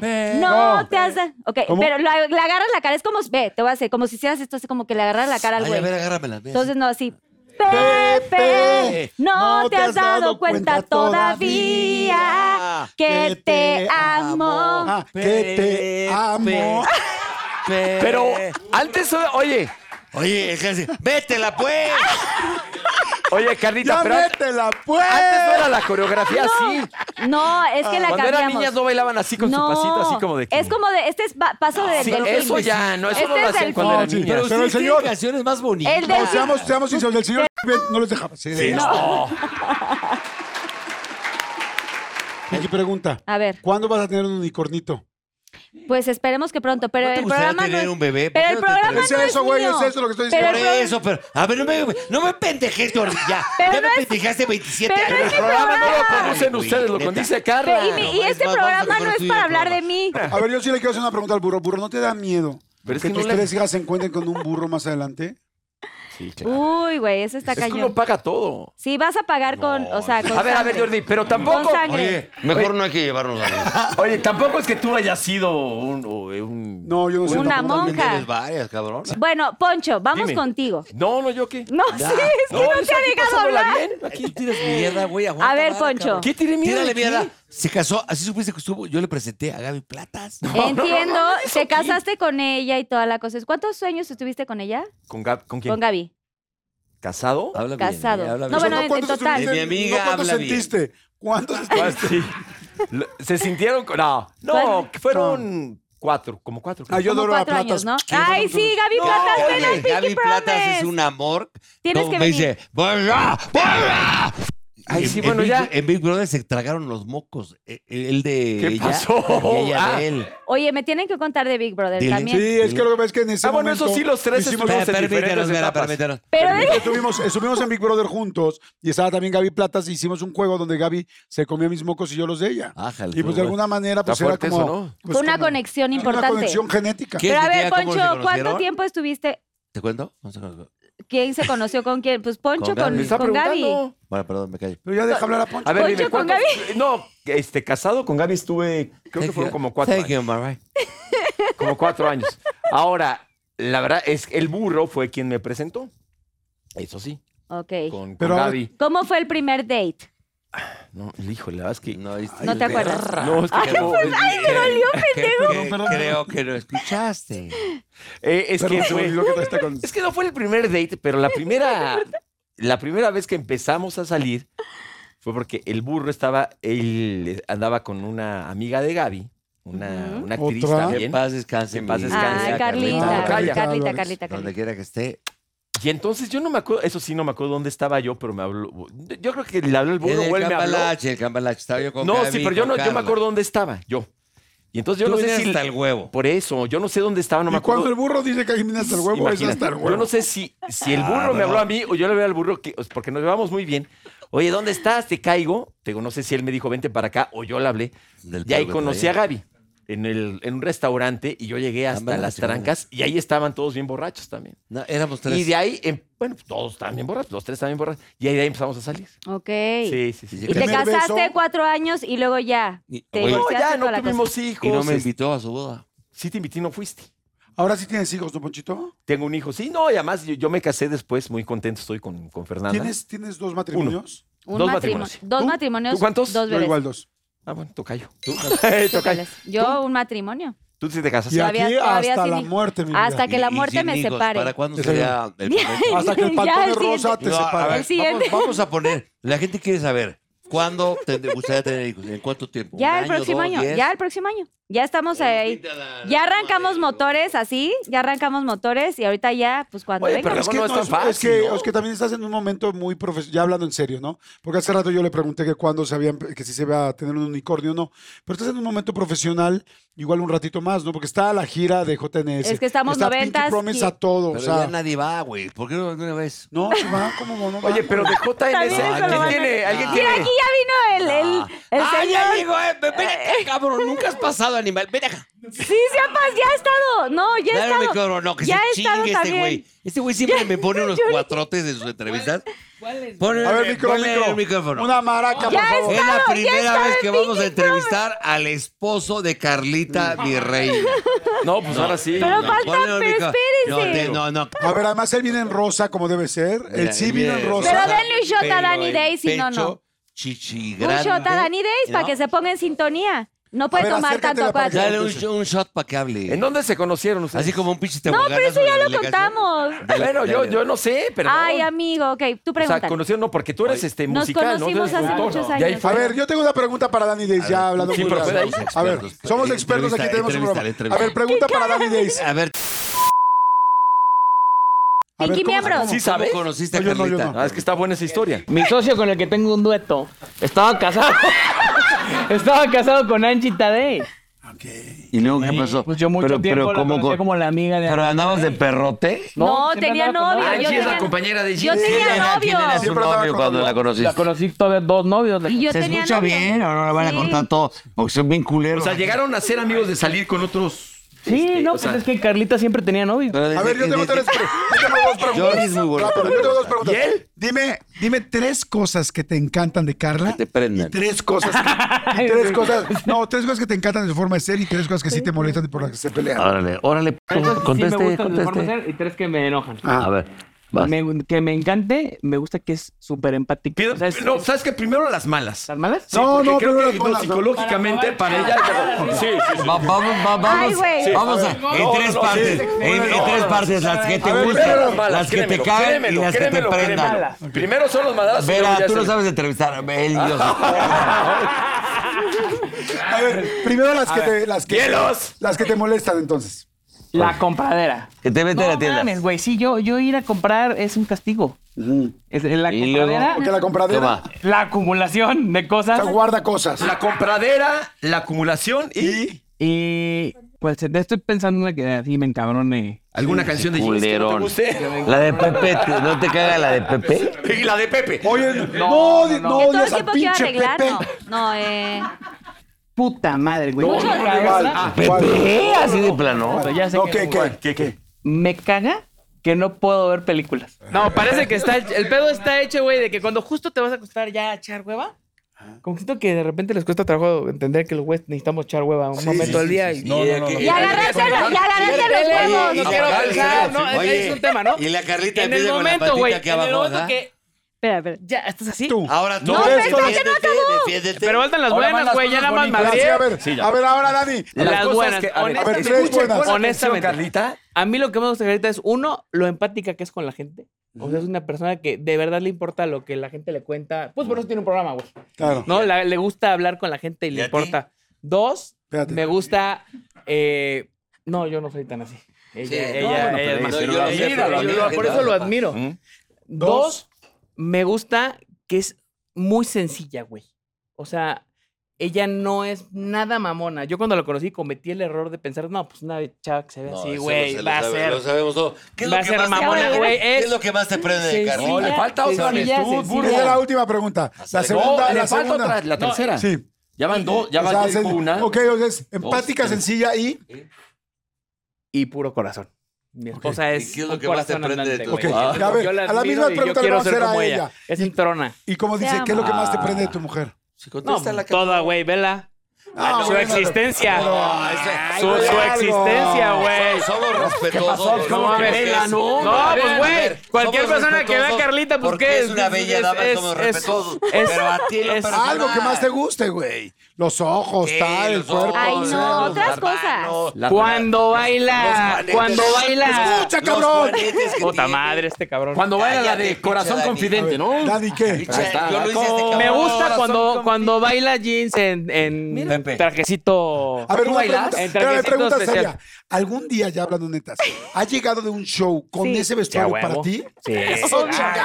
[SPEAKER 1] Pepe, no
[SPEAKER 3] No.
[SPEAKER 1] te has... Ok,
[SPEAKER 3] ¿Cómo?
[SPEAKER 1] pero la- le agarras la cara. Es como, ve, te voy a hacer, como si hicieras esto, así como que le agarras la cara al
[SPEAKER 4] Ay, a ver,
[SPEAKER 1] güey.
[SPEAKER 4] agárramela. ve así.
[SPEAKER 1] Entonces no, así. Pepe, no te has dado cuenta todavía que te amo.
[SPEAKER 3] Ah, que te amo.
[SPEAKER 4] Pepe.
[SPEAKER 2] Pero antes, oye,
[SPEAKER 4] Oye, es que así, ¡Vétela, pues!
[SPEAKER 2] oye, Carlita,
[SPEAKER 3] Ya
[SPEAKER 2] pero antes
[SPEAKER 3] métela, pues.
[SPEAKER 2] antes no era la coreografía así.
[SPEAKER 1] No, es que la
[SPEAKER 2] Cuando eran
[SPEAKER 1] cambiamos.
[SPEAKER 2] niñas no bailaban así con su pasito, así como de. que-
[SPEAKER 1] Es como de. Este es pa- paso de.
[SPEAKER 2] Sí,
[SPEAKER 1] del
[SPEAKER 2] eso
[SPEAKER 1] fin.
[SPEAKER 2] ya, no, eso
[SPEAKER 1] Este
[SPEAKER 2] no lo
[SPEAKER 1] es
[SPEAKER 2] hacían
[SPEAKER 1] el
[SPEAKER 2] cuando eran
[SPEAKER 3] fin.
[SPEAKER 2] niñas.
[SPEAKER 3] Pero
[SPEAKER 4] ustedes
[SPEAKER 3] el
[SPEAKER 4] tienen
[SPEAKER 3] señor-
[SPEAKER 4] canciones más bonitas.
[SPEAKER 1] El del-
[SPEAKER 3] Seamos, seamos sinceros, el señor no les dejaba. Sí,
[SPEAKER 2] No.
[SPEAKER 3] Aquí pregunta.
[SPEAKER 1] A ver,
[SPEAKER 3] ¿Cuándo vas a tener un unicornito?
[SPEAKER 1] pues esperemos que pronto, pero
[SPEAKER 4] ¿No te
[SPEAKER 1] el
[SPEAKER 4] gustaría
[SPEAKER 1] programa no
[SPEAKER 4] tener
[SPEAKER 1] es-
[SPEAKER 4] un bebé? ¿Por
[SPEAKER 1] pero el
[SPEAKER 4] qué no te
[SPEAKER 1] programa
[SPEAKER 4] atreves?
[SPEAKER 3] Es
[SPEAKER 1] no es
[SPEAKER 3] eso, güey,
[SPEAKER 1] mío.
[SPEAKER 3] es eso lo que estoy
[SPEAKER 1] Pero
[SPEAKER 3] diciendo.
[SPEAKER 4] Por
[SPEAKER 1] el pro-
[SPEAKER 4] eso, pero. A ver, no me, no me pendejes, Jordi, ya.
[SPEAKER 1] Pero
[SPEAKER 4] ya
[SPEAKER 1] no
[SPEAKER 4] me
[SPEAKER 1] es-
[SPEAKER 4] pendejaste 27
[SPEAKER 1] pero no
[SPEAKER 4] años.
[SPEAKER 1] es mi programa.
[SPEAKER 2] Producen
[SPEAKER 4] Güey,
[SPEAKER 2] ustedes lo
[SPEAKER 4] neta.
[SPEAKER 2] condice
[SPEAKER 1] Pero- y
[SPEAKER 2] Carla.
[SPEAKER 1] mi-
[SPEAKER 4] Claro,
[SPEAKER 1] y
[SPEAKER 4] es
[SPEAKER 1] este
[SPEAKER 4] más, vamos a
[SPEAKER 1] programa
[SPEAKER 4] hacer
[SPEAKER 1] no es
[SPEAKER 4] tuyo
[SPEAKER 1] para
[SPEAKER 4] el
[SPEAKER 1] hablar de
[SPEAKER 4] programa.
[SPEAKER 1] mí.
[SPEAKER 3] A ver, yo sí le quiero hacer una pregunta al burro. Burro, ¿no te da miedo
[SPEAKER 2] Pero es
[SPEAKER 3] que
[SPEAKER 2] que no
[SPEAKER 3] tus
[SPEAKER 2] le-
[SPEAKER 3] tres hijas se encuentren con un burro más adelante?
[SPEAKER 2] Sí, claro.
[SPEAKER 1] Uy, güey, eso está
[SPEAKER 2] Es que uno
[SPEAKER 1] cañón.
[SPEAKER 2] paga todo.
[SPEAKER 1] Sí, vas a pagar con, o sea, con
[SPEAKER 2] A ver, a ver,
[SPEAKER 1] sangre.
[SPEAKER 2] Jordi, pero
[SPEAKER 1] Con
[SPEAKER 2] tampoco.
[SPEAKER 1] sangre.
[SPEAKER 7] Oye, mejor no hay que llevarnos a los-
[SPEAKER 2] Oye, tampoco es que tú hayas sido un. o, eh, un-
[SPEAKER 3] No, yo no sé.
[SPEAKER 1] Una
[SPEAKER 3] tampoco.
[SPEAKER 1] monja.
[SPEAKER 4] Tienes varias, cabrón.
[SPEAKER 1] Bueno, Poncho, vamos
[SPEAKER 2] Dime.
[SPEAKER 1] contigo.
[SPEAKER 2] No, no, yo qué.
[SPEAKER 1] No, sí, es que no,
[SPEAKER 2] es
[SPEAKER 1] te ha
[SPEAKER 2] aquí
[SPEAKER 1] dejado
[SPEAKER 2] pasándola
[SPEAKER 1] hablar.
[SPEAKER 2] bien, Aquí
[SPEAKER 4] Tienes mierda, güey.
[SPEAKER 1] A ver, Poncho.
[SPEAKER 2] ¿Qué tiene miedo?
[SPEAKER 4] Tírale
[SPEAKER 2] de qué?
[SPEAKER 4] mierda. Se casó, así supiste que estuvo. Yo le presenté a Gaby Platas.
[SPEAKER 1] Entiendo, te casaste con ella y toda la cosa. ¿Cuántos años estuviste con ella?
[SPEAKER 2] ¿Con, Gab- ¿Con quién?
[SPEAKER 1] Con Gaby.
[SPEAKER 2] ¿Casado?
[SPEAKER 4] Habla bien,
[SPEAKER 1] Casado.
[SPEAKER 4] eh, habla
[SPEAKER 1] No,
[SPEAKER 4] bien.
[SPEAKER 1] bueno, en- en
[SPEAKER 3] ¿cuántos
[SPEAKER 1] total.
[SPEAKER 3] estuviste?
[SPEAKER 7] De mi amiga
[SPEAKER 3] No, ¿Cuántos
[SPEAKER 7] habla bien.
[SPEAKER 3] sentiste? ¿Cuántos
[SPEAKER 2] Ah,
[SPEAKER 3] estuviste?
[SPEAKER 2] sí. Lo- Se sintieron. con- No, no,
[SPEAKER 1] ¿Cuál?
[SPEAKER 2] fueron cuatro, como cuatro. creo.
[SPEAKER 3] Ah, yo
[SPEAKER 1] Como
[SPEAKER 3] adoro a
[SPEAKER 1] cuatro
[SPEAKER 3] Platas.
[SPEAKER 1] años, ¿no?
[SPEAKER 3] Yo
[SPEAKER 1] Ay,
[SPEAKER 3] adoro a
[SPEAKER 1] sí,
[SPEAKER 3] Platas.
[SPEAKER 1] Gaby
[SPEAKER 4] No,
[SPEAKER 1] Platas, ven al
[SPEAKER 4] oye, Gaby
[SPEAKER 1] Pinky
[SPEAKER 4] Platas es
[SPEAKER 1] Promise.
[SPEAKER 4] un amor.
[SPEAKER 1] Tienes
[SPEAKER 4] ¿Cómo
[SPEAKER 1] que
[SPEAKER 4] me
[SPEAKER 1] venir.
[SPEAKER 4] dice, ¡Borra! ¡Borra!
[SPEAKER 2] Ay, sí,
[SPEAKER 4] En-
[SPEAKER 2] bueno,
[SPEAKER 4] en Big-
[SPEAKER 2] ya.
[SPEAKER 4] En Big Brother se tragaron los mocos. E- El de
[SPEAKER 2] ¿Qué
[SPEAKER 4] ella
[SPEAKER 2] pasó?
[SPEAKER 4] y ella
[SPEAKER 2] Ah.
[SPEAKER 4] de él.
[SPEAKER 1] Oye, me tienen que contar de Big Brother
[SPEAKER 4] Dile.
[SPEAKER 1] también.
[SPEAKER 3] Sí, es que lo que ves que en ese
[SPEAKER 2] Ah, bueno, eso
[SPEAKER 3] momento
[SPEAKER 2] sí, los tres
[SPEAKER 3] hicimos
[SPEAKER 2] estuvimos-
[SPEAKER 3] los-
[SPEAKER 2] Estamos en diferentes
[SPEAKER 4] Vera,
[SPEAKER 2] etapas.
[SPEAKER 4] permítanos.
[SPEAKER 1] Pero de-
[SPEAKER 3] Estuvimos, estuvimos en Big Brother juntos y estaba también Gaby Platas y hicimos un juego donde Gaby se comía mis mocos y yo los de ella.
[SPEAKER 4] Ájale,
[SPEAKER 3] y pues de
[SPEAKER 4] fue-
[SPEAKER 3] alguna manera pues
[SPEAKER 2] Ah, Está
[SPEAKER 3] era
[SPEAKER 2] fuerte
[SPEAKER 3] como...
[SPEAKER 2] eso, ¿no?
[SPEAKER 3] pues,
[SPEAKER 1] Fue una
[SPEAKER 3] como-
[SPEAKER 1] conexión
[SPEAKER 3] Una
[SPEAKER 1] importante.
[SPEAKER 3] conexión genética.
[SPEAKER 4] ¿Qué?
[SPEAKER 1] Pero a
[SPEAKER 4] ¿Ese
[SPEAKER 1] ver,
[SPEAKER 4] día cómo se
[SPEAKER 1] Poncho, ¿cuánto
[SPEAKER 4] conocieron?
[SPEAKER 1] tiempo estuviste?
[SPEAKER 4] ¿Te cuento? No sé cómo-
[SPEAKER 1] ¿Quién se conoció con quién? Pues Poncho
[SPEAKER 4] Con
[SPEAKER 1] con,
[SPEAKER 4] Gaby.
[SPEAKER 2] Me está
[SPEAKER 1] con Gaby.
[SPEAKER 2] preguntando.
[SPEAKER 4] Bueno, perdón, me callo.
[SPEAKER 3] Pero ya deja hablar a Poncho.
[SPEAKER 2] A ver,
[SPEAKER 1] Poncho
[SPEAKER 2] dime,
[SPEAKER 1] con
[SPEAKER 2] ¿cuántos- No, este, casado con Gaby estuve, creo que
[SPEAKER 4] Thank
[SPEAKER 2] fueron
[SPEAKER 4] you.
[SPEAKER 2] como cuatro
[SPEAKER 4] Thank
[SPEAKER 2] años.
[SPEAKER 4] you, Mariah.
[SPEAKER 2] Como cuatro años. Ahora, la verdad es que el burro fue quien me presentó. Eso sí,
[SPEAKER 1] Ok.
[SPEAKER 2] con, con
[SPEAKER 3] Pero ahora-
[SPEAKER 2] Gaby.
[SPEAKER 1] ¿Cómo fue el primer date?
[SPEAKER 2] No, híjole, la verdad es que...
[SPEAKER 4] No, ¿viste?
[SPEAKER 1] No te acuerdas. pues,
[SPEAKER 2] No, es que... no, es-
[SPEAKER 4] me dolió,
[SPEAKER 3] Perdón, perdón,
[SPEAKER 4] Creo que no escuchaste.
[SPEAKER 2] eh, es
[SPEAKER 3] Perdón,
[SPEAKER 2] que
[SPEAKER 3] se me
[SPEAKER 2] fue-
[SPEAKER 3] olvidó que está con-
[SPEAKER 2] Es que no fue el primer date, pero la primera, la primera vez que empezamos a salir fue porque el burro estaba, él andaba con una amiga de Gaby, una,
[SPEAKER 1] Ujú.
[SPEAKER 2] una actriz
[SPEAKER 3] ¿Otra?
[SPEAKER 4] Que en
[SPEAKER 2] también.
[SPEAKER 4] paz descanse.
[SPEAKER 2] En paz
[SPEAKER 4] mi
[SPEAKER 1] Ay,
[SPEAKER 2] descanse.
[SPEAKER 4] querida
[SPEAKER 1] Ah, Carlita, Carlita,
[SPEAKER 3] Carlita. Carlita
[SPEAKER 1] Carlita,
[SPEAKER 3] Álvarez.
[SPEAKER 1] Carlita,
[SPEAKER 4] Donde
[SPEAKER 1] Carlita.
[SPEAKER 4] quiera que esté.
[SPEAKER 2] Y entonces yo no me acuerdo, eso sí no me acuerdo dónde estaba yo, pero me habló. Yo creo que le habló el
[SPEAKER 4] En
[SPEAKER 2] burro
[SPEAKER 4] el
[SPEAKER 2] o él me habló.
[SPEAKER 4] cambalache, el cambalache. Estaba yo Eh, con
[SPEAKER 2] No,
[SPEAKER 4] Gaby,
[SPEAKER 2] sí, pero yo
[SPEAKER 4] con
[SPEAKER 2] no, yo me
[SPEAKER 4] Carla.
[SPEAKER 2] acuerdo dónde estaba, yo. Y entonces yo
[SPEAKER 4] Tú
[SPEAKER 2] no sé
[SPEAKER 4] vienes
[SPEAKER 2] si.
[SPEAKER 4] hasta el huevo.
[SPEAKER 2] Por eso, yo no sé dónde estaba, no me
[SPEAKER 3] y cuando el
[SPEAKER 2] acuerdo.
[SPEAKER 3] burro dice que viene hasta el huevo, es
[SPEAKER 2] Imagínate,
[SPEAKER 3] hasta el huevo. Ah,
[SPEAKER 2] Yo no sé si, si el burro me habló a mí o yo le hablé al burro, que, porque nos llevamos muy bien. Oye, ¿dónde estás? Te caigo. Te digo, no sé si él me dijo, vente para acá o yo le hablé.
[SPEAKER 4] Del ¿eh?
[SPEAKER 2] Y ahí
[SPEAKER 4] pelo que
[SPEAKER 2] conocí
[SPEAKER 4] traía.
[SPEAKER 2] a Gaby en, el, en un restaurante y yo llegué hasta
[SPEAKER 4] Ándale,
[SPEAKER 2] las
[SPEAKER 4] sí, bueno.
[SPEAKER 2] trancas y ahí estaban todos bien borrachos también.
[SPEAKER 4] No, éramos tres.
[SPEAKER 2] Y de ahí, em- bueno, todos estaban bien borrachos, los tres estaban bien borrachos. Y ahí de ahí empezamos a salir.
[SPEAKER 1] Ok.
[SPEAKER 2] Sí, sí, sí.
[SPEAKER 1] Y te
[SPEAKER 3] Me casas-
[SPEAKER 1] casaste
[SPEAKER 3] besó.
[SPEAKER 1] cuatro años y luego ya.
[SPEAKER 4] Y-
[SPEAKER 1] Te
[SPEAKER 4] Oye,
[SPEAKER 2] No,
[SPEAKER 1] divorciaste
[SPEAKER 2] ya
[SPEAKER 1] toda
[SPEAKER 2] no
[SPEAKER 1] la cosa.
[SPEAKER 2] tuvimos
[SPEAKER 4] Y no
[SPEAKER 2] hijos. este,
[SPEAKER 4] me invitó a su boda.
[SPEAKER 2] Sí te invité, no fuiste.
[SPEAKER 3] Ahora sí tienes hijos, ¿no, Ponchito?
[SPEAKER 2] Tengo un hijo. Sí, no, y además yo, yo me casé después, muy contento estoy con, con Fernanda.
[SPEAKER 3] ¿Tienes, ¿Tienes dos matrimonios?
[SPEAKER 1] Un
[SPEAKER 2] Dos
[SPEAKER 1] matrimonio-
[SPEAKER 2] matrimonios.
[SPEAKER 1] Dos
[SPEAKER 2] ¿Tú?
[SPEAKER 1] matrimonios.
[SPEAKER 2] ¿Tú cuántos?
[SPEAKER 1] Dos
[SPEAKER 3] Yo
[SPEAKER 1] bebés.
[SPEAKER 3] igual dos.
[SPEAKER 2] Ah, bueno, tocayo. Tú, Eh, tocayo.
[SPEAKER 1] Totales. Yo un matrimonio.
[SPEAKER 2] Tú sí te casaste.
[SPEAKER 3] Y
[SPEAKER 1] Todavía-
[SPEAKER 3] aquí
[SPEAKER 1] todavía
[SPEAKER 3] hasta
[SPEAKER 1] sin
[SPEAKER 3] la
[SPEAKER 1] hijos.
[SPEAKER 3] muerte, mi vida.
[SPEAKER 1] Hasta que la
[SPEAKER 4] Y- y
[SPEAKER 1] muerte
[SPEAKER 4] sin
[SPEAKER 1] me
[SPEAKER 4] hijos,
[SPEAKER 1] separe.
[SPEAKER 4] ¿Para cuándo
[SPEAKER 3] Eso
[SPEAKER 4] sería el momento?
[SPEAKER 3] Hasta que el
[SPEAKER 1] Ya,
[SPEAKER 3] pantone
[SPEAKER 1] el
[SPEAKER 3] rosa
[SPEAKER 1] siguiente.
[SPEAKER 3] te
[SPEAKER 4] No, a
[SPEAKER 3] separa.
[SPEAKER 4] ver,
[SPEAKER 1] El siguiente.
[SPEAKER 4] Vamos, vamos a poner, la gente quiere saber, ¿cuándo te gustaría tener hijos? ¿En cuánto tiempo?
[SPEAKER 1] Ya
[SPEAKER 4] ¿Un
[SPEAKER 1] el próximo
[SPEAKER 4] dos,
[SPEAKER 1] año,
[SPEAKER 4] diez?
[SPEAKER 1] ya el próximo año. Ya estamos ahí. Ya arrancamos motores así, ya arrancamos motores y ahorita ya, pues cuando
[SPEAKER 2] Oye,
[SPEAKER 1] venga.
[SPEAKER 2] pero-
[SPEAKER 3] es que,
[SPEAKER 2] no es tan fácil,
[SPEAKER 3] es que,
[SPEAKER 2] ¿no?
[SPEAKER 3] es que también estás en un momento muy profesional, ya hablando en serio, ¿no? Porque hace rato yo le pregunté que cuándo se habían, que si se iba a tener un unicornio o no. Pero estás en un momento profesional, igual un ratito más, ¿no? Porque está la gira de JNS.
[SPEAKER 1] Es que estamos
[SPEAKER 3] está Pinky
[SPEAKER 1] noventas y-
[SPEAKER 3] Promise a todo,
[SPEAKER 4] Pero
[SPEAKER 3] o sea.
[SPEAKER 4] ya nadie va, güey. ¿Por qué no de una vez?
[SPEAKER 3] No, se va, ¿cómo no? va?
[SPEAKER 2] Oye, pero de JNS,
[SPEAKER 1] También eso lo
[SPEAKER 2] ¿alguien
[SPEAKER 1] van a-
[SPEAKER 2] tiene? ¿Alguien
[SPEAKER 1] Mira,
[SPEAKER 2] tiene?
[SPEAKER 1] aquí ya vino el, el, el
[SPEAKER 4] ¡Ah,
[SPEAKER 1] señor.
[SPEAKER 4] ya llegó! eh, ven acá, cabrón. Nunca has pasado, animal. Ven acá.
[SPEAKER 1] Sí, se ha pas- ya ha estado. No, ya ha
[SPEAKER 4] Dale
[SPEAKER 1] estado.
[SPEAKER 4] micrófono. No, que
[SPEAKER 1] ya ha
[SPEAKER 4] se
[SPEAKER 1] estado
[SPEAKER 4] chingue este
[SPEAKER 1] también.
[SPEAKER 4] güey. Este güey siempre me pone unos cuatrotes en sus entrevistas. Ponle-
[SPEAKER 3] a ver, micro,
[SPEAKER 4] ponle
[SPEAKER 3] micro.
[SPEAKER 4] eh, el micrófono.
[SPEAKER 3] Una maraca,
[SPEAKER 1] Ya
[SPEAKER 3] por favor.
[SPEAKER 4] Es
[SPEAKER 1] Claro,
[SPEAKER 4] la
[SPEAKER 1] ya
[SPEAKER 4] primera
[SPEAKER 1] estaba
[SPEAKER 4] vez
[SPEAKER 1] en
[SPEAKER 4] que vamos a
[SPEAKER 1] Pinky
[SPEAKER 4] entrevistar al esposo de Carlita, mi reina.
[SPEAKER 2] No, pues ahora sí.
[SPEAKER 1] Pero
[SPEAKER 4] No,
[SPEAKER 1] falta,
[SPEAKER 4] ponle un
[SPEAKER 1] pero
[SPEAKER 4] micro- No,
[SPEAKER 1] espérense.
[SPEAKER 4] te- no, no.
[SPEAKER 3] A ver, además él viene en rosa, como debe ser.
[SPEAKER 4] Mira,
[SPEAKER 3] Él sí vino en
[SPEAKER 4] bien.
[SPEAKER 3] rosa.
[SPEAKER 1] Pero denle un shot a
[SPEAKER 4] Pero
[SPEAKER 1] Danny
[SPEAKER 4] el
[SPEAKER 1] Day, si no,
[SPEAKER 4] pecho
[SPEAKER 1] no.
[SPEAKER 4] Chichi
[SPEAKER 1] Un
[SPEAKER 4] grande.
[SPEAKER 1] shot a Dani Days para
[SPEAKER 4] ¿no?
[SPEAKER 1] que se ponga en sintonía. No puede
[SPEAKER 3] A ver,
[SPEAKER 1] tomar
[SPEAKER 3] acércatela
[SPEAKER 1] tanto
[SPEAKER 3] para
[SPEAKER 1] cuatro.
[SPEAKER 4] Dale un, sh- un shot para que hable.
[SPEAKER 2] ¿En dónde se conocieron ustedes?
[SPEAKER 4] Así como un pinche
[SPEAKER 1] No, pero eso ya lo contamos.
[SPEAKER 2] Bueno, yo, yo no sé, pero.
[SPEAKER 1] Ay,
[SPEAKER 2] no.
[SPEAKER 1] amigo, ok, tú
[SPEAKER 2] O sea,
[SPEAKER 1] pregunta.
[SPEAKER 2] conocieron, no, porque tú eres este,
[SPEAKER 1] Nos
[SPEAKER 2] musical, ¿no? Tú
[SPEAKER 1] conocimos
[SPEAKER 2] eres
[SPEAKER 1] hace
[SPEAKER 2] productor.
[SPEAKER 1] muchos
[SPEAKER 2] Y ahí
[SPEAKER 1] años.
[SPEAKER 2] fue-
[SPEAKER 3] A ver, yo tengo una pregunta para Dani Days, ya hablando
[SPEAKER 2] sí,
[SPEAKER 3] muy
[SPEAKER 2] pero
[SPEAKER 3] rápido.
[SPEAKER 2] fue
[SPEAKER 4] ahí.
[SPEAKER 3] A ver,
[SPEAKER 4] Expertos.
[SPEAKER 3] somos
[SPEAKER 4] Eh,
[SPEAKER 3] expertos, aquí
[SPEAKER 4] entrevista,
[SPEAKER 3] tenemos un
[SPEAKER 4] entrevista,
[SPEAKER 3] programa.
[SPEAKER 4] entrevista.
[SPEAKER 3] A ver, pregunta para Dani Days.
[SPEAKER 4] A ver,
[SPEAKER 3] A ver,
[SPEAKER 1] Pinky
[SPEAKER 3] ¿cómo-
[SPEAKER 1] miembros.
[SPEAKER 3] cómo-
[SPEAKER 2] Sí,
[SPEAKER 4] ¿cómo
[SPEAKER 2] ¿sabes?
[SPEAKER 4] conociste a
[SPEAKER 3] No, yo no, yo
[SPEAKER 4] Carlita?
[SPEAKER 3] no.
[SPEAKER 2] Ah, es que está buena esa historia.
[SPEAKER 8] Mi socio con el que tengo un dueto estaba casado. Estaba casado con Angie Tadei.
[SPEAKER 4] ¿Y luego qué pasó?
[SPEAKER 8] Pues yo mucho tiempo la
[SPEAKER 4] ¿cómo
[SPEAKER 8] conocía
[SPEAKER 4] co-
[SPEAKER 8] como la amiga de
[SPEAKER 4] ¿Pero
[SPEAKER 8] Angie
[SPEAKER 4] andabas de
[SPEAKER 8] Tadei.
[SPEAKER 4] perrote?
[SPEAKER 8] No,
[SPEAKER 1] No,
[SPEAKER 8] siempre
[SPEAKER 1] tenía
[SPEAKER 8] andaba con
[SPEAKER 1] novio.
[SPEAKER 8] Angie.
[SPEAKER 1] yo
[SPEAKER 7] Angie es la
[SPEAKER 1] tenía-
[SPEAKER 7] compañera de Gigi.
[SPEAKER 1] yo tenía
[SPEAKER 7] Elena, ¿quién
[SPEAKER 1] novio.
[SPEAKER 7] era su
[SPEAKER 3] Siempre andaba
[SPEAKER 4] novio
[SPEAKER 3] con
[SPEAKER 4] cuando
[SPEAKER 3] novio.
[SPEAKER 4] la
[SPEAKER 8] La
[SPEAKER 4] conociste?
[SPEAKER 8] conocí todavía dos novios.
[SPEAKER 1] Y yo
[SPEAKER 4] ¿Se
[SPEAKER 1] tenía
[SPEAKER 4] escucha
[SPEAKER 1] novio.
[SPEAKER 4] bien? Ahora la van a
[SPEAKER 1] Sí.
[SPEAKER 4] cortar todo. Porque son bien
[SPEAKER 2] O
[SPEAKER 4] culeros.
[SPEAKER 2] sea, llegaron a ser amigos de salir con otros.
[SPEAKER 8] Sí,
[SPEAKER 2] este,
[SPEAKER 8] no,
[SPEAKER 2] o
[SPEAKER 8] pues
[SPEAKER 2] sea,
[SPEAKER 8] es que Carlita siempre tenía novio.
[SPEAKER 3] A ver, yo tengo tres pre- yo tengo dos preguntas.
[SPEAKER 4] Jordi es muy bueno.
[SPEAKER 3] Rápido, yo tengo dos preguntas.
[SPEAKER 2] ¿Y él?
[SPEAKER 9] Dime, dime tres cosas que te encantan de Carla.
[SPEAKER 4] Te prendan.
[SPEAKER 3] Tres cosas. que- y tres cosas.
[SPEAKER 9] No, tres cosas que te encantan de su forma de ser y tres cosas que sí te molestan por las que se pelean.
[SPEAKER 4] Órale, órale. p-
[SPEAKER 8] Tres cosas que sí me
[SPEAKER 4] Conteste,
[SPEAKER 8] gustan de su forma de
[SPEAKER 4] conteste.
[SPEAKER 8] ser y tres que me enojan.
[SPEAKER 4] A ver, vas.
[SPEAKER 8] Me- que me encante, me gusta que es súper empática.
[SPEAKER 2] pido-
[SPEAKER 8] O sea, es-
[SPEAKER 2] no,
[SPEAKER 8] es-
[SPEAKER 2] ¿sabes que Primero las malas.
[SPEAKER 8] ¿Las malas?
[SPEAKER 2] Sí,
[SPEAKER 3] No,
[SPEAKER 2] porque
[SPEAKER 3] no,
[SPEAKER 2] creo
[SPEAKER 3] primero
[SPEAKER 2] que
[SPEAKER 3] las malas, ¿no?
[SPEAKER 2] psicológicamente para ella. Sí, sí, sí.
[SPEAKER 4] Va- vamos, va-
[SPEAKER 1] Ay,
[SPEAKER 4] vamos,
[SPEAKER 1] güey.
[SPEAKER 4] vamos a, en tres partes, en, en tres partes, las que te
[SPEAKER 2] Primero
[SPEAKER 4] gustan, las que te
[SPEAKER 2] créemelo,
[SPEAKER 4] caen y
[SPEAKER 2] créemelo,
[SPEAKER 4] las que te
[SPEAKER 2] créemelo,
[SPEAKER 4] prendan.
[SPEAKER 2] créemelo. Primero son los madrazos. y luego
[SPEAKER 4] Vera,
[SPEAKER 2] ya
[SPEAKER 4] tú
[SPEAKER 2] se-
[SPEAKER 4] no sabes entrevistar. Él, yo sé.
[SPEAKER 3] A ver, primero las que te, las que,
[SPEAKER 2] ¡Hielos!
[SPEAKER 3] las que te molestan entonces.
[SPEAKER 8] La compradera.
[SPEAKER 4] Que te mete a la tienda.
[SPEAKER 8] mames, güey. Sí, yo, yo ir a comprar es un castigo. Es- es la
[SPEAKER 4] Y luego-
[SPEAKER 8] compradera,
[SPEAKER 3] Porque la compradera
[SPEAKER 4] Toma.
[SPEAKER 8] la acumulación de cosas.
[SPEAKER 3] o sea, guarda cosas.
[SPEAKER 2] La compradera, la acumulación y
[SPEAKER 8] Y pues te estoy pensando en una que así me encabrone.
[SPEAKER 2] alguna canción de Gigi que no te
[SPEAKER 4] Culerón.
[SPEAKER 2] guste.
[SPEAKER 4] La de Pepe, ¿te- ¿no te caga la de Pepe?
[SPEAKER 2] Y la de Pepe.
[SPEAKER 3] Oye,
[SPEAKER 8] no,
[SPEAKER 3] no, no, no
[SPEAKER 8] no, no.
[SPEAKER 1] Que todo el
[SPEAKER 3] odias al
[SPEAKER 1] tiempo quiero
[SPEAKER 3] pinche
[SPEAKER 1] arreglar,
[SPEAKER 3] Pepe.
[SPEAKER 1] no. No, eh.
[SPEAKER 8] Puta madre, güey.
[SPEAKER 1] Mucho
[SPEAKER 8] Me
[SPEAKER 1] de
[SPEAKER 8] caga
[SPEAKER 3] Igual.
[SPEAKER 8] esa-
[SPEAKER 4] Pepe, así de plano.
[SPEAKER 8] Pero Ah, ya sé
[SPEAKER 3] No,
[SPEAKER 8] que-
[SPEAKER 3] ¿qué, qué?
[SPEAKER 2] ¿Qué, qué?
[SPEAKER 8] Me caga que no puedo ver películas. No, parece que está. El pedo está hecho, güey, de que cuando justo te vas a acostar ya a echar hueva. Como siento que de repente les cuesta trabajo entender que los güeyes necesitamos echar hueva un momento al día. y-
[SPEAKER 9] No, no, no.
[SPEAKER 1] Y agarrarse los, y agarrarse los
[SPEAKER 8] Tele,
[SPEAKER 1] huevos.
[SPEAKER 8] no quiero
[SPEAKER 4] Oye,
[SPEAKER 8] pensar, no, es-
[SPEAKER 4] oye,
[SPEAKER 8] es un tema, ¿no?
[SPEAKER 4] Y la Carlita
[SPEAKER 8] En
[SPEAKER 4] empieza
[SPEAKER 8] el
[SPEAKER 4] con la
[SPEAKER 8] momento,
[SPEAKER 4] patita
[SPEAKER 8] güey,
[SPEAKER 4] aquí
[SPEAKER 8] en el
[SPEAKER 4] abajo,
[SPEAKER 8] momento
[SPEAKER 4] ¿verdad?
[SPEAKER 8] que
[SPEAKER 1] Espera, espera.
[SPEAKER 8] ya estás así.
[SPEAKER 3] Tú.
[SPEAKER 4] Ahora tú.
[SPEAKER 1] No, pero es que no
[SPEAKER 4] defiéndete,
[SPEAKER 1] acabó.
[SPEAKER 4] defiéndete.
[SPEAKER 8] Pero faltan las
[SPEAKER 2] Ahora van
[SPEAKER 8] buenas,
[SPEAKER 2] las
[SPEAKER 8] güey, ya
[SPEAKER 2] cosas
[SPEAKER 8] nada más
[SPEAKER 2] bonitas.
[SPEAKER 8] madre.
[SPEAKER 3] Así, a ver,
[SPEAKER 2] Sí, ya.
[SPEAKER 3] a ver, ahora Dani.
[SPEAKER 8] Las
[SPEAKER 2] cosas
[SPEAKER 8] buenas,
[SPEAKER 2] que- a ver,
[SPEAKER 3] A ver,
[SPEAKER 8] honestamente.
[SPEAKER 3] tres buenas.
[SPEAKER 2] Pon atención,
[SPEAKER 8] Honestamente.
[SPEAKER 2] Carlita.
[SPEAKER 8] A mí lo que me gusta, Carlita, es uno, lo empática que es con la gente. O sea, es una persona que de verdad le importa lo que la gente le cuenta. Pues por eso tiene un programa, güey.
[SPEAKER 3] Claro.
[SPEAKER 8] No, La- le gusta hablar con la gente y
[SPEAKER 4] ¿Y
[SPEAKER 8] le
[SPEAKER 4] a ti?
[SPEAKER 8] importa. Dos,
[SPEAKER 3] Espérate.
[SPEAKER 8] me gusta. eh, no, yo no soy tan así. Ella,
[SPEAKER 4] Sí,
[SPEAKER 8] ella,
[SPEAKER 4] no, bueno,
[SPEAKER 8] ella
[SPEAKER 4] pero
[SPEAKER 8] es más.
[SPEAKER 4] yo- yo
[SPEAKER 8] Yo lo
[SPEAKER 4] lo admiro,
[SPEAKER 8] admiro,
[SPEAKER 4] lo
[SPEAKER 8] yo lo-
[SPEAKER 4] admiro,
[SPEAKER 8] por
[SPEAKER 4] gente,
[SPEAKER 8] eso lo
[SPEAKER 4] papá.
[SPEAKER 8] admiro.
[SPEAKER 2] ¿Mm?
[SPEAKER 8] Dos, me gusta que es muy sencilla, güey. O sea, ella no es nada mamona. Yo cuando la conocí cometí el error de pensar, no, pues una chava que se ve
[SPEAKER 4] No,
[SPEAKER 8] así,
[SPEAKER 4] eso
[SPEAKER 8] güey,
[SPEAKER 4] lo-
[SPEAKER 8] va a
[SPEAKER 4] lo sabe-
[SPEAKER 8] ser.
[SPEAKER 4] Lo sabemos todo. ¿Qué es
[SPEAKER 8] va
[SPEAKER 4] lo
[SPEAKER 8] a
[SPEAKER 4] que
[SPEAKER 8] ser
[SPEAKER 4] más te
[SPEAKER 8] mamona,
[SPEAKER 4] prende?
[SPEAKER 8] güey,
[SPEAKER 4] ¿Qué
[SPEAKER 8] es-
[SPEAKER 4] es lo que más te prende de
[SPEAKER 8] sencilla,
[SPEAKER 4] Carlita?
[SPEAKER 2] No, le falta otra
[SPEAKER 8] sencilla,
[SPEAKER 2] virtud,
[SPEAKER 8] sencilla.
[SPEAKER 2] burro.
[SPEAKER 3] Esa es la última pregunta. La segunda,
[SPEAKER 2] No,
[SPEAKER 3] la
[SPEAKER 2] le falta
[SPEAKER 3] segunda.
[SPEAKER 2] otra, la tercera.
[SPEAKER 3] Sí.
[SPEAKER 2] Ya van dos, ya
[SPEAKER 3] O
[SPEAKER 2] van
[SPEAKER 3] sea,
[SPEAKER 2] dos
[SPEAKER 3] sen-
[SPEAKER 2] con una.
[SPEAKER 3] Ok, o sea, es empática,
[SPEAKER 2] Dos, tres.
[SPEAKER 3] sencilla y.
[SPEAKER 8] Y puro corazón. Mi esposa es.
[SPEAKER 4] ¿Y qué es lo
[SPEAKER 8] un
[SPEAKER 4] que más te
[SPEAKER 8] corazón
[SPEAKER 4] prende de
[SPEAKER 8] andante,
[SPEAKER 4] tu
[SPEAKER 8] güey.
[SPEAKER 3] Ok,
[SPEAKER 4] Ah.
[SPEAKER 3] ya a ver,
[SPEAKER 8] Yo
[SPEAKER 3] a la
[SPEAKER 8] admiro
[SPEAKER 3] misma
[SPEAKER 8] y yo
[SPEAKER 3] pregunta le
[SPEAKER 8] quiero
[SPEAKER 3] vamos a
[SPEAKER 8] ser
[SPEAKER 3] hacer
[SPEAKER 8] como
[SPEAKER 3] a ella.
[SPEAKER 8] Es entrona.
[SPEAKER 3] Y como dice,
[SPEAKER 1] amo.
[SPEAKER 3] ¿qué es lo que más te prende de tu mujer?
[SPEAKER 4] Si
[SPEAKER 8] No,
[SPEAKER 4] contesta la
[SPEAKER 8] toda, güey, vela.
[SPEAKER 3] Ah,
[SPEAKER 8] Su
[SPEAKER 3] bueno,
[SPEAKER 8] existencia.
[SPEAKER 4] Ah, ese-
[SPEAKER 8] Su,
[SPEAKER 3] Ay,
[SPEAKER 8] su
[SPEAKER 3] güey,
[SPEAKER 8] existencia,
[SPEAKER 3] algo.
[SPEAKER 8] güey.
[SPEAKER 4] Somos respetuosos.
[SPEAKER 8] No,
[SPEAKER 4] somos
[SPEAKER 8] mames.
[SPEAKER 4] respetuosos.
[SPEAKER 8] No,
[SPEAKER 4] A ver,
[SPEAKER 8] pues,
[SPEAKER 4] a ver,
[SPEAKER 8] güey, cualquier
[SPEAKER 4] somos
[SPEAKER 8] persona que vea a
[SPEAKER 4] respetuosos
[SPEAKER 8] Carlita, pues,
[SPEAKER 4] porque
[SPEAKER 8] ¿qué?
[SPEAKER 4] es una bella
[SPEAKER 8] Es-
[SPEAKER 4] dama,
[SPEAKER 8] es-
[SPEAKER 4] somos
[SPEAKER 8] es-
[SPEAKER 4] respetuosos.
[SPEAKER 8] es-
[SPEAKER 4] Pero a ti en lo
[SPEAKER 8] es-
[SPEAKER 4] personal,
[SPEAKER 3] Algo que más te guste, güey. Los ojos,
[SPEAKER 4] Sí,
[SPEAKER 3] tal, el
[SPEAKER 4] los ojos,
[SPEAKER 3] cuerpo.
[SPEAKER 1] Ah. Ay,
[SPEAKER 3] o
[SPEAKER 1] no,
[SPEAKER 3] sea, los-
[SPEAKER 1] otras cosas.
[SPEAKER 2] La-
[SPEAKER 8] Cuando baila.
[SPEAKER 4] juanetes.
[SPEAKER 8] Cuando baila.
[SPEAKER 3] ¡Escucha,
[SPEAKER 4] los
[SPEAKER 3] cabrón!
[SPEAKER 4] juanetes que
[SPEAKER 8] Puta
[SPEAKER 4] tiene.
[SPEAKER 8] madre, este cabrón.
[SPEAKER 2] Cuando vaya la
[SPEAKER 4] Cállate,
[SPEAKER 2] de
[SPEAKER 4] pinche
[SPEAKER 2] corazón
[SPEAKER 4] Dani.
[SPEAKER 2] confidente, ¿no?
[SPEAKER 3] Dani, ¿qué?
[SPEAKER 4] Pinche, yo lo hice este cabrón.
[SPEAKER 8] Me gusta
[SPEAKER 2] Corazón
[SPEAKER 8] cuando,
[SPEAKER 2] con-
[SPEAKER 8] cuando baila jeans en, en
[SPEAKER 4] Pepe.
[SPEAKER 8] trajecito.
[SPEAKER 3] A ver, una
[SPEAKER 2] bailas?
[SPEAKER 3] pregunta,
[SPEAKER 8] Entre
[SPEAKER 3] espérame,
[SPEAKER 8] requisitos
[SPEAKER 3] pregunta
[SPEAKER 8] especial.
[SPEAKER 3] seria. ¿Algún día, ya hablando netas, ha llegado de un show con
[SPEAKER 1] Sí.
[SPEAKER 3] ese
[SPEAKER 8] Ya,
[SPEAKER 3] vestuario
[SPEAKER 8] huevo.
[SPEAKER 3] para ti?
[SPEAKER 8] Sí.
[SPEAKER 3] ¡Eso, chingada!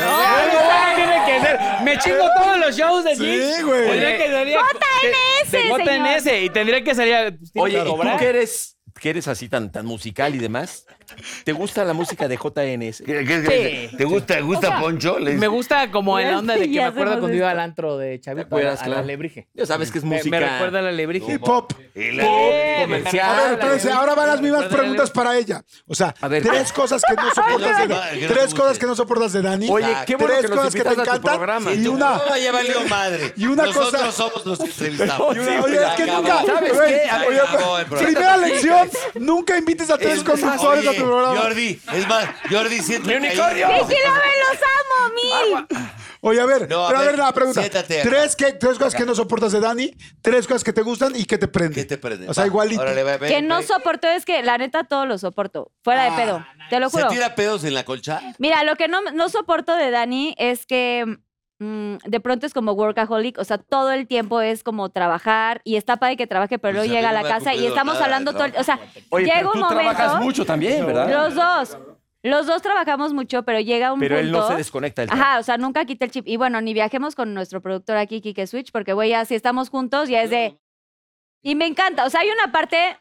[SPEAKER 8] Ah, tiene que ser. Me chingo todos los shows de jeans.
[SPEAKER 3] Sí, güey.
[SPEAKER 8] Tendría que salir. a-
[SPEAKER 1] JNS,
[SPEAKER 8] de- de
[SPEAKER 1] señor.
[SPEAKER 8] JNS, Y tendría que salir. a- pues, tiene
[SPEAKER 2] Oye,
[SPEAKER 8] que
[SPEAKER 2] ¿y tú
[SPEAKER 8] cobrar.
[SPEAKER 2] que eres, que eres así tan, tan musical y demás? ¿Te gusta la música de JNS?
[SPEAKER 4] ¿Qué- qué- qué-
[SPEAKER 8] Sí.
[SPEAKER 4] ¿Te gusta, te gusta Poncho? Le
[SPEAKER 8] Me gusta como en la onda de que me
[SPEAKER 1] Ya
[SPEAKER 8] acuerdo
[SPEAKER 1] hacemos
[SPEAKER 8] cuando iba al
[SPEAKER 1] esto.
[SPEAKER 8] antro de Chavito.
[SPEAKER 2] ¿Te acuerdas,
[SPEAKER 8] a- a
[SPEAKER 2] claro?
[SPEAKER 8] la lebrige.
[SPEAKER 2] Ya sabes que es
[SPEAKER 8] Me,
[SPEAKER 2] música.
[SPEAKER 8] me recuerda a la lebrige.
[SPEAKER 3] Hip hop.
[SPEAKER 4] Y la-
[SPEAKER 2] comercial.
[SPEAKER 8] Ah,
[SPEAKER 3] A ver, espérense, ahora van las mismas
[SPEAKER 8] Recuerda la
[SPEAKER 3] preguntas para ella. O sea,
[SPEAKER 2] A ver.
[SPEAKER 3] tres cosas que no soportas de
[SPEAKER 4] Ay,
[SPEAKER 3] Dani.
[SPEAKER 4] no,
[SPEAKER 3] Tres
[SPEAKER 4] no, no,
[SPEAKER 3] cosas
[SPEAKER 4] no.
[SPEAKER 3] que no soportas de Dani.
[SPEAKER 2] Oye, qué bueno
[SPEAKER 3] tres
[SPEAKER 2] que nos
[SPEAKER 3] cosas que te
[SPEAKER 2] invitas a tu
[SPEAKER 3] encantan.
[SPEAKER 2] programa.
[SPEAKER 3] Y
[SPEAKER 4] Tu
[SPEAKER 3] una.
[SPEAKER 4] programa ya valió madre.
[SPEAKER 3] Y una
[SPEAKER 4] Nosotros
[SPEAKER 3] cosa-
[SPEAKER 4] somos los que entrevistamos.
[SPEAKER 3] y una- Oye, es que
[SPEAKER 4] Se acabó.
[SPEAKER 3] nunca.
[SPEAKER 2] ¿Sabes
[SPEAKER 3] güey,
[SPEAKER 2] qué?
[SPEAKER 4] Se
[SPEAKER 3] oye,
[SPEAKER 4] acabó el programa.
[SPEAKER 3] primera lección: nunca invites a tres
[SPEAKER 4] Es-
[SPEAKER 3] conductores a
[SPEAKER 4] Oye,
[SPEAKER 3] tu programa.
[SPEAKER 4] Jordi, es más, Jordi, siéntate. ahí.
[SPEAKER 1] ¡Sí, sí, lo ven, los amo, mil!
[SPEAKER 3] Oye, a ver,
[SPEAKER 4] No, a
[SPEAKER 3] pero a
[SPEAKER 4] ver,
[SPEAKER 3] ver, la pregunta.
[SPEAKER 4] siéntate acá.
[SPEAKER 3] Tres, que, tres cosas que no soportas de Dani, tres cosas que te gustan y que te prenden.
[SPEAKER 4] ¿Qué te prende?
[SPEAKER 3] O sea,
[SPEAKER 4] Va,
[SPEAKER 3] igualito.
[SPEAKER 4] órale, va, ven,
[SPEAKER 1] Que no
[SPEAKER 4] ven.
[SPEAKER 1] soporto es que, la neta, todo lo soporto. Fuera de pedo. Te lo
[SPEAKER 4] Ah, ¿Se
[SPEAKER 1] juro.
[SPEAKER 4] tira pedos en la colcha?
[SPEAKER 1] Mira, lo que no, no soporto de Dani es que mm, de pronto es como workaholic, o sea, todo el tiempo es como trabajar y está padre que trabaje, pero
[SPEAKER 4] Pues
[SPEAKER 1] luego
[SPEAKER 4] a mí
[SPEAKER 1] llega a
[SPEAKER 4] no
[SPEAKER 1] la
[SPEAKER 4] me ha
[SPEAKER 1] casa y
[SPEAKER 4] cumplido
[SPEAKER 1] estamos
[SPEAKER 4] nada de
[SPEAKER 1] hablando todo el O sea,
[SPEAKER 2] Oye,
[SPEAKER 1] llega
[SPEAKER 2] pero
[SPEAKER 1] un
[SPEAKER 2] tú trabajas
[SPEAKER 1] momento.
[SPEAKER 2] mucho también, ¿verdad?
[SPEAKER 1] Los dos. Los dos trabajamos mucho, pero llega un
[SPEAKER 2] Pero
[SPEAKER 1] punto...
[SPEAKER 2] él no se desconecta del
[SPEAKER 1] Ajá, o sea, nunca quita el chip. Y bueno, ni viajemos con nuestro productor aquí, Kike Switch, porque, güey, ya si estamos juntos, ya es de... Y me encanta. O sea, hay una parte...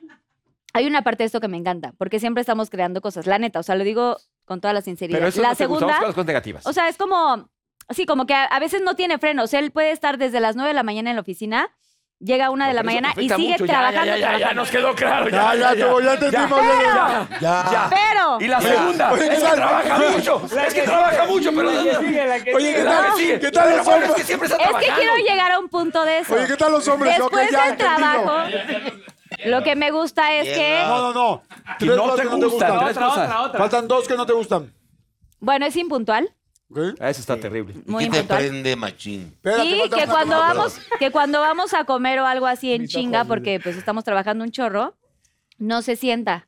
[SPEAKER 1] Hay una parte de esto que me encanta, porque siempre estamos creando cosas. La neta, o sea, lo digo con toda la sinceridad.
[SPEAKER 2] Pero eso
[SPEAKER 1] la
[SPEAKER 2] no te gusta, vamos con las cosas negativas.
[SPEAKER 1] O sea, es como... Sí, como que a, a veces no tiene frenos. Él puede estar desde las 9 de la mañana en la oficina, llega a 1 de la
[SPEAKER 2] Pero eso
[SPEAKER 1] mañana y
[SPEAKER 2] afecta
[SPEAKER 1] sigue
[SPEAKER 2] mucho. Ya,
[SPEAKER 1] trabajando.
[SPEAKER 2] Ya, ya, ya, ya
[SPEAKER 1] trabajando.
[SPEAKER 2] nos quedó claro.
[SPEAKER 1] Ya,
[SPEAKER 2] Ya,
[SPEAKER 1] ya,
[SPEAKER 2] ya,
[SPEAKER 1] tú, ya
[SPEAKER 2] te
[SPEAKER 1] entendimos, ya, ya, ya. Pero-
[SPEAKER 2] Y la
[SPEAKER 1] Ya.
[SPEAKER 2] segunda.
[SPEAKER 1] Oye, ¿qué
[SPEAKER 2] es que
[SPEAKER 1] tal?
[SPEAKER 2] trabaja
[SPEAKER 1] Oye,
[SPEAKER 2] mucho.
[SPEAKER 1] la
[SPEAKER 2] Es que
[SPEAKER 1] que
[SPEAKER 2] trabaja
[SPEAKER 1] sigue,
[SPEAKER 2] mucho, pero.
[SPEAKER 1] la que sigue, la que Oye, ¿qué sigue. tal?
[SPEAKER 2] La que sigue.
[SPEAKER 1] ¿Qué tal Eh, los
[SPEAKER 2] Pero bueno, es
[SPEAKER 1] hombres?
[SPEAKER 2] que siempre está
[SPEAKER 1] Es que
[SPEAKER 2] trabajando.
[SPEAKER 1] quiero llegar a un punto de eso.
[SPEAKER 3] Oye, ¿qué tal los hombres?
[SPEAKER 1] Después
[SPEAKER 3] Ok, pues ya
[SPEAKER 1] del
[SPEAKER 3] entendí.
[SPEAKER 1] trabajo, lo que me gusta es que...
[SPEAKER 3] No, no, no.
[SPEAKER 2] Y
[SPEAKER 3] Tres
[SPEAKER 2] no
[SPEAKER 3] cosas
[SPEAKER 2] te
[SPEAKER 3] que
[SPEAKER 2] gustan, tres Otra, cosas. otra, otra.
[SPEAKER 3] Faltan dos que no te gustan.
[SPEAKER 1] Bueno, es impuntual.
[SPEAKER 2] Ah, Eso está terrible.
[SPEAKER 1] Muy
[SPEAKER 4] y te
[SPEAKER 1] impuntual.
[SPEAKER 4] prende machín.
[SPEAKER 1] y que cuando vamos, que cuando vamos a comer o algo así en chinga, porque pues estamos trabajando un chorro, no se sienta.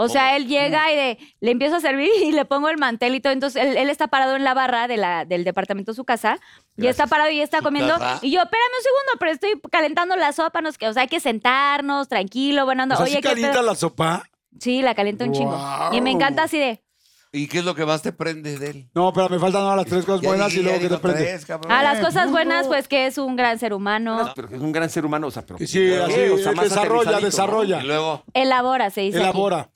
[SPEAKER 1] O sea, él llega y de- le empiezo a servir y le pongo el mantel y todo. Entonces, él, él está parado en la barra de la- del departamento de su casa. Y está parado y está comiendo.
[SPEAKER 10] casa.
[SPEAKER 1] Y yo, espérame un segundo, pero estoy calentando la sopa. Nos, o sea, hay que sentarnos, tranquilo, buena onda.
[SPEAKER 3] O sea,
[SPEAKER 1] Oye,
[SPEAKER 3] ¿sí
[SPEAKER 1] ¿qué
[SPEAKER 3] calienta
[SPEAKER 1] pedo?".
[SPEAKER 3] la sopa?
[SPEAKER 1] Sí, la calienta un chingo. Y me encanta así de,
[SPEAKER 4] ¿Y qué es lo que más te prende de él?
[SPEAKER 3] No, pero me faltan ahora las tres cosas
[SPEAKER 4] Ya
[SPEAKER 3] buenas
[SPEAKER 4] dije,
[SPEAKER 3] y luego
[SPEAKER 4] ya
[SPEAKER 3] que te
[SPEAKER 4] digo
[SPEAKER 3] prende.
[SPEAKER 4] tres, cabrón.
[SPEAKER 1] a las cosas buenas, pues que es un gran ser humano.
[SPEAKER 2] Pero es un gran ser humano. O sea, pero.
[SPEAKER 3] Sí,
[SPEAKER 2] ¿por
[SPEAKER 3] así,
[SPEAKER 2] qué? O sea, más
[SPEAKER 3] desarrolla,
[SPEAKER 2] aterrizadito, ¿no?
[SPEAKER 3] desarrolla.
[SPEAKER 2] Y luego.
[SPEAKER 1] Elabora, se dice. aquí.
[SPEAKER 3] Elabora.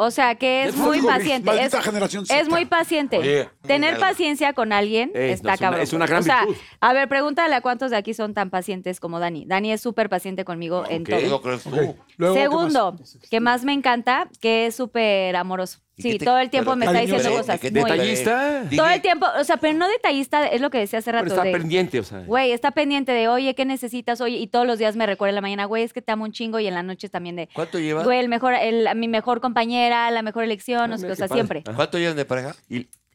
[SPEAKER 1] O sea, que es
[SPEAKER 3] Ya te
[SPEAKER 1] muy
[SPEAKER 3] digo,
[SPEAKER 1] paciente. Es,
[SPEAKER 3] maldita generación
[SPEAKER 1] es
[SPEAKER 3] Z.
[SPEAKER 1] muy paciente.
[SPEAKER 2] Oye,
[SPEAKER 1] Tener
[SPEAKER 2] míralo.
[SPEAKER 1] paciencia con alguien
[SPEAKER 2] Eh,
[SPEAKER 1] está
[SPEAKER 2] no, es una-
[SPEAKER 1] cabrón.
[SPEAKER 2] es una gran
[SPEAKER 1] o sea,
[SPEAKER 2] virtud.
[SPEAKER 1] a ver, pregúntale a cuántos de aquí son tan pacientes como Dani. Dani es súper paciente conmigo en
[SPEAKER 4] ¿Qué
[SPEAKER 1] todo.
[SPEAKER 4] lo crees tú?
[SPEAKER 2] Uh.
[SPEAKER 1] Segundo, que más me encanta, que es súper amoroso. Sí,
[SPEAKER 4] qué te-
[SPEAKER 1] todo el tiempo
[SPEAKER 4] pero
[SPEAKER 1] me está
[SPEAKER 4] cariñoso,
[SPEAKER 1] diciendo
[SPEAKER 4] ¿de
[SPEAKER 1] cosas.
[SPEAKER 4] qué
[SPEAKER 1] muy-
[SPEAKER 2] Detallista.
[SPEAKER 1] Todo el tiempo, o sea, pero no detallista, es lo que decía hace rato.
[SPEAKER 2] Pero está
[SPEAKER 1] de-
[SPEAKER 2] pendiente, o sea.
[SPEAKER 1] Güey, está pendiente de, oye, ¿qué necesitas? Oye, y todos los días me recuerda en la mañana, güey, es que te amo un chingo y en la noche también de,
[SPEAKER 4] ¿Cuánto llevas? Ah,
[SPEAKER 1] güey, el mejor, el- mi mejor compañera, la mejor elección, o sea, o
[SPEAKER 4] Mira qué
[SPEAKER 1] sea,
[SPEAKER 4] padre.
[SPEAKER 1] siempre.
[SPEAKER 4] Ajá. ¿Cuánto llevan de pareja?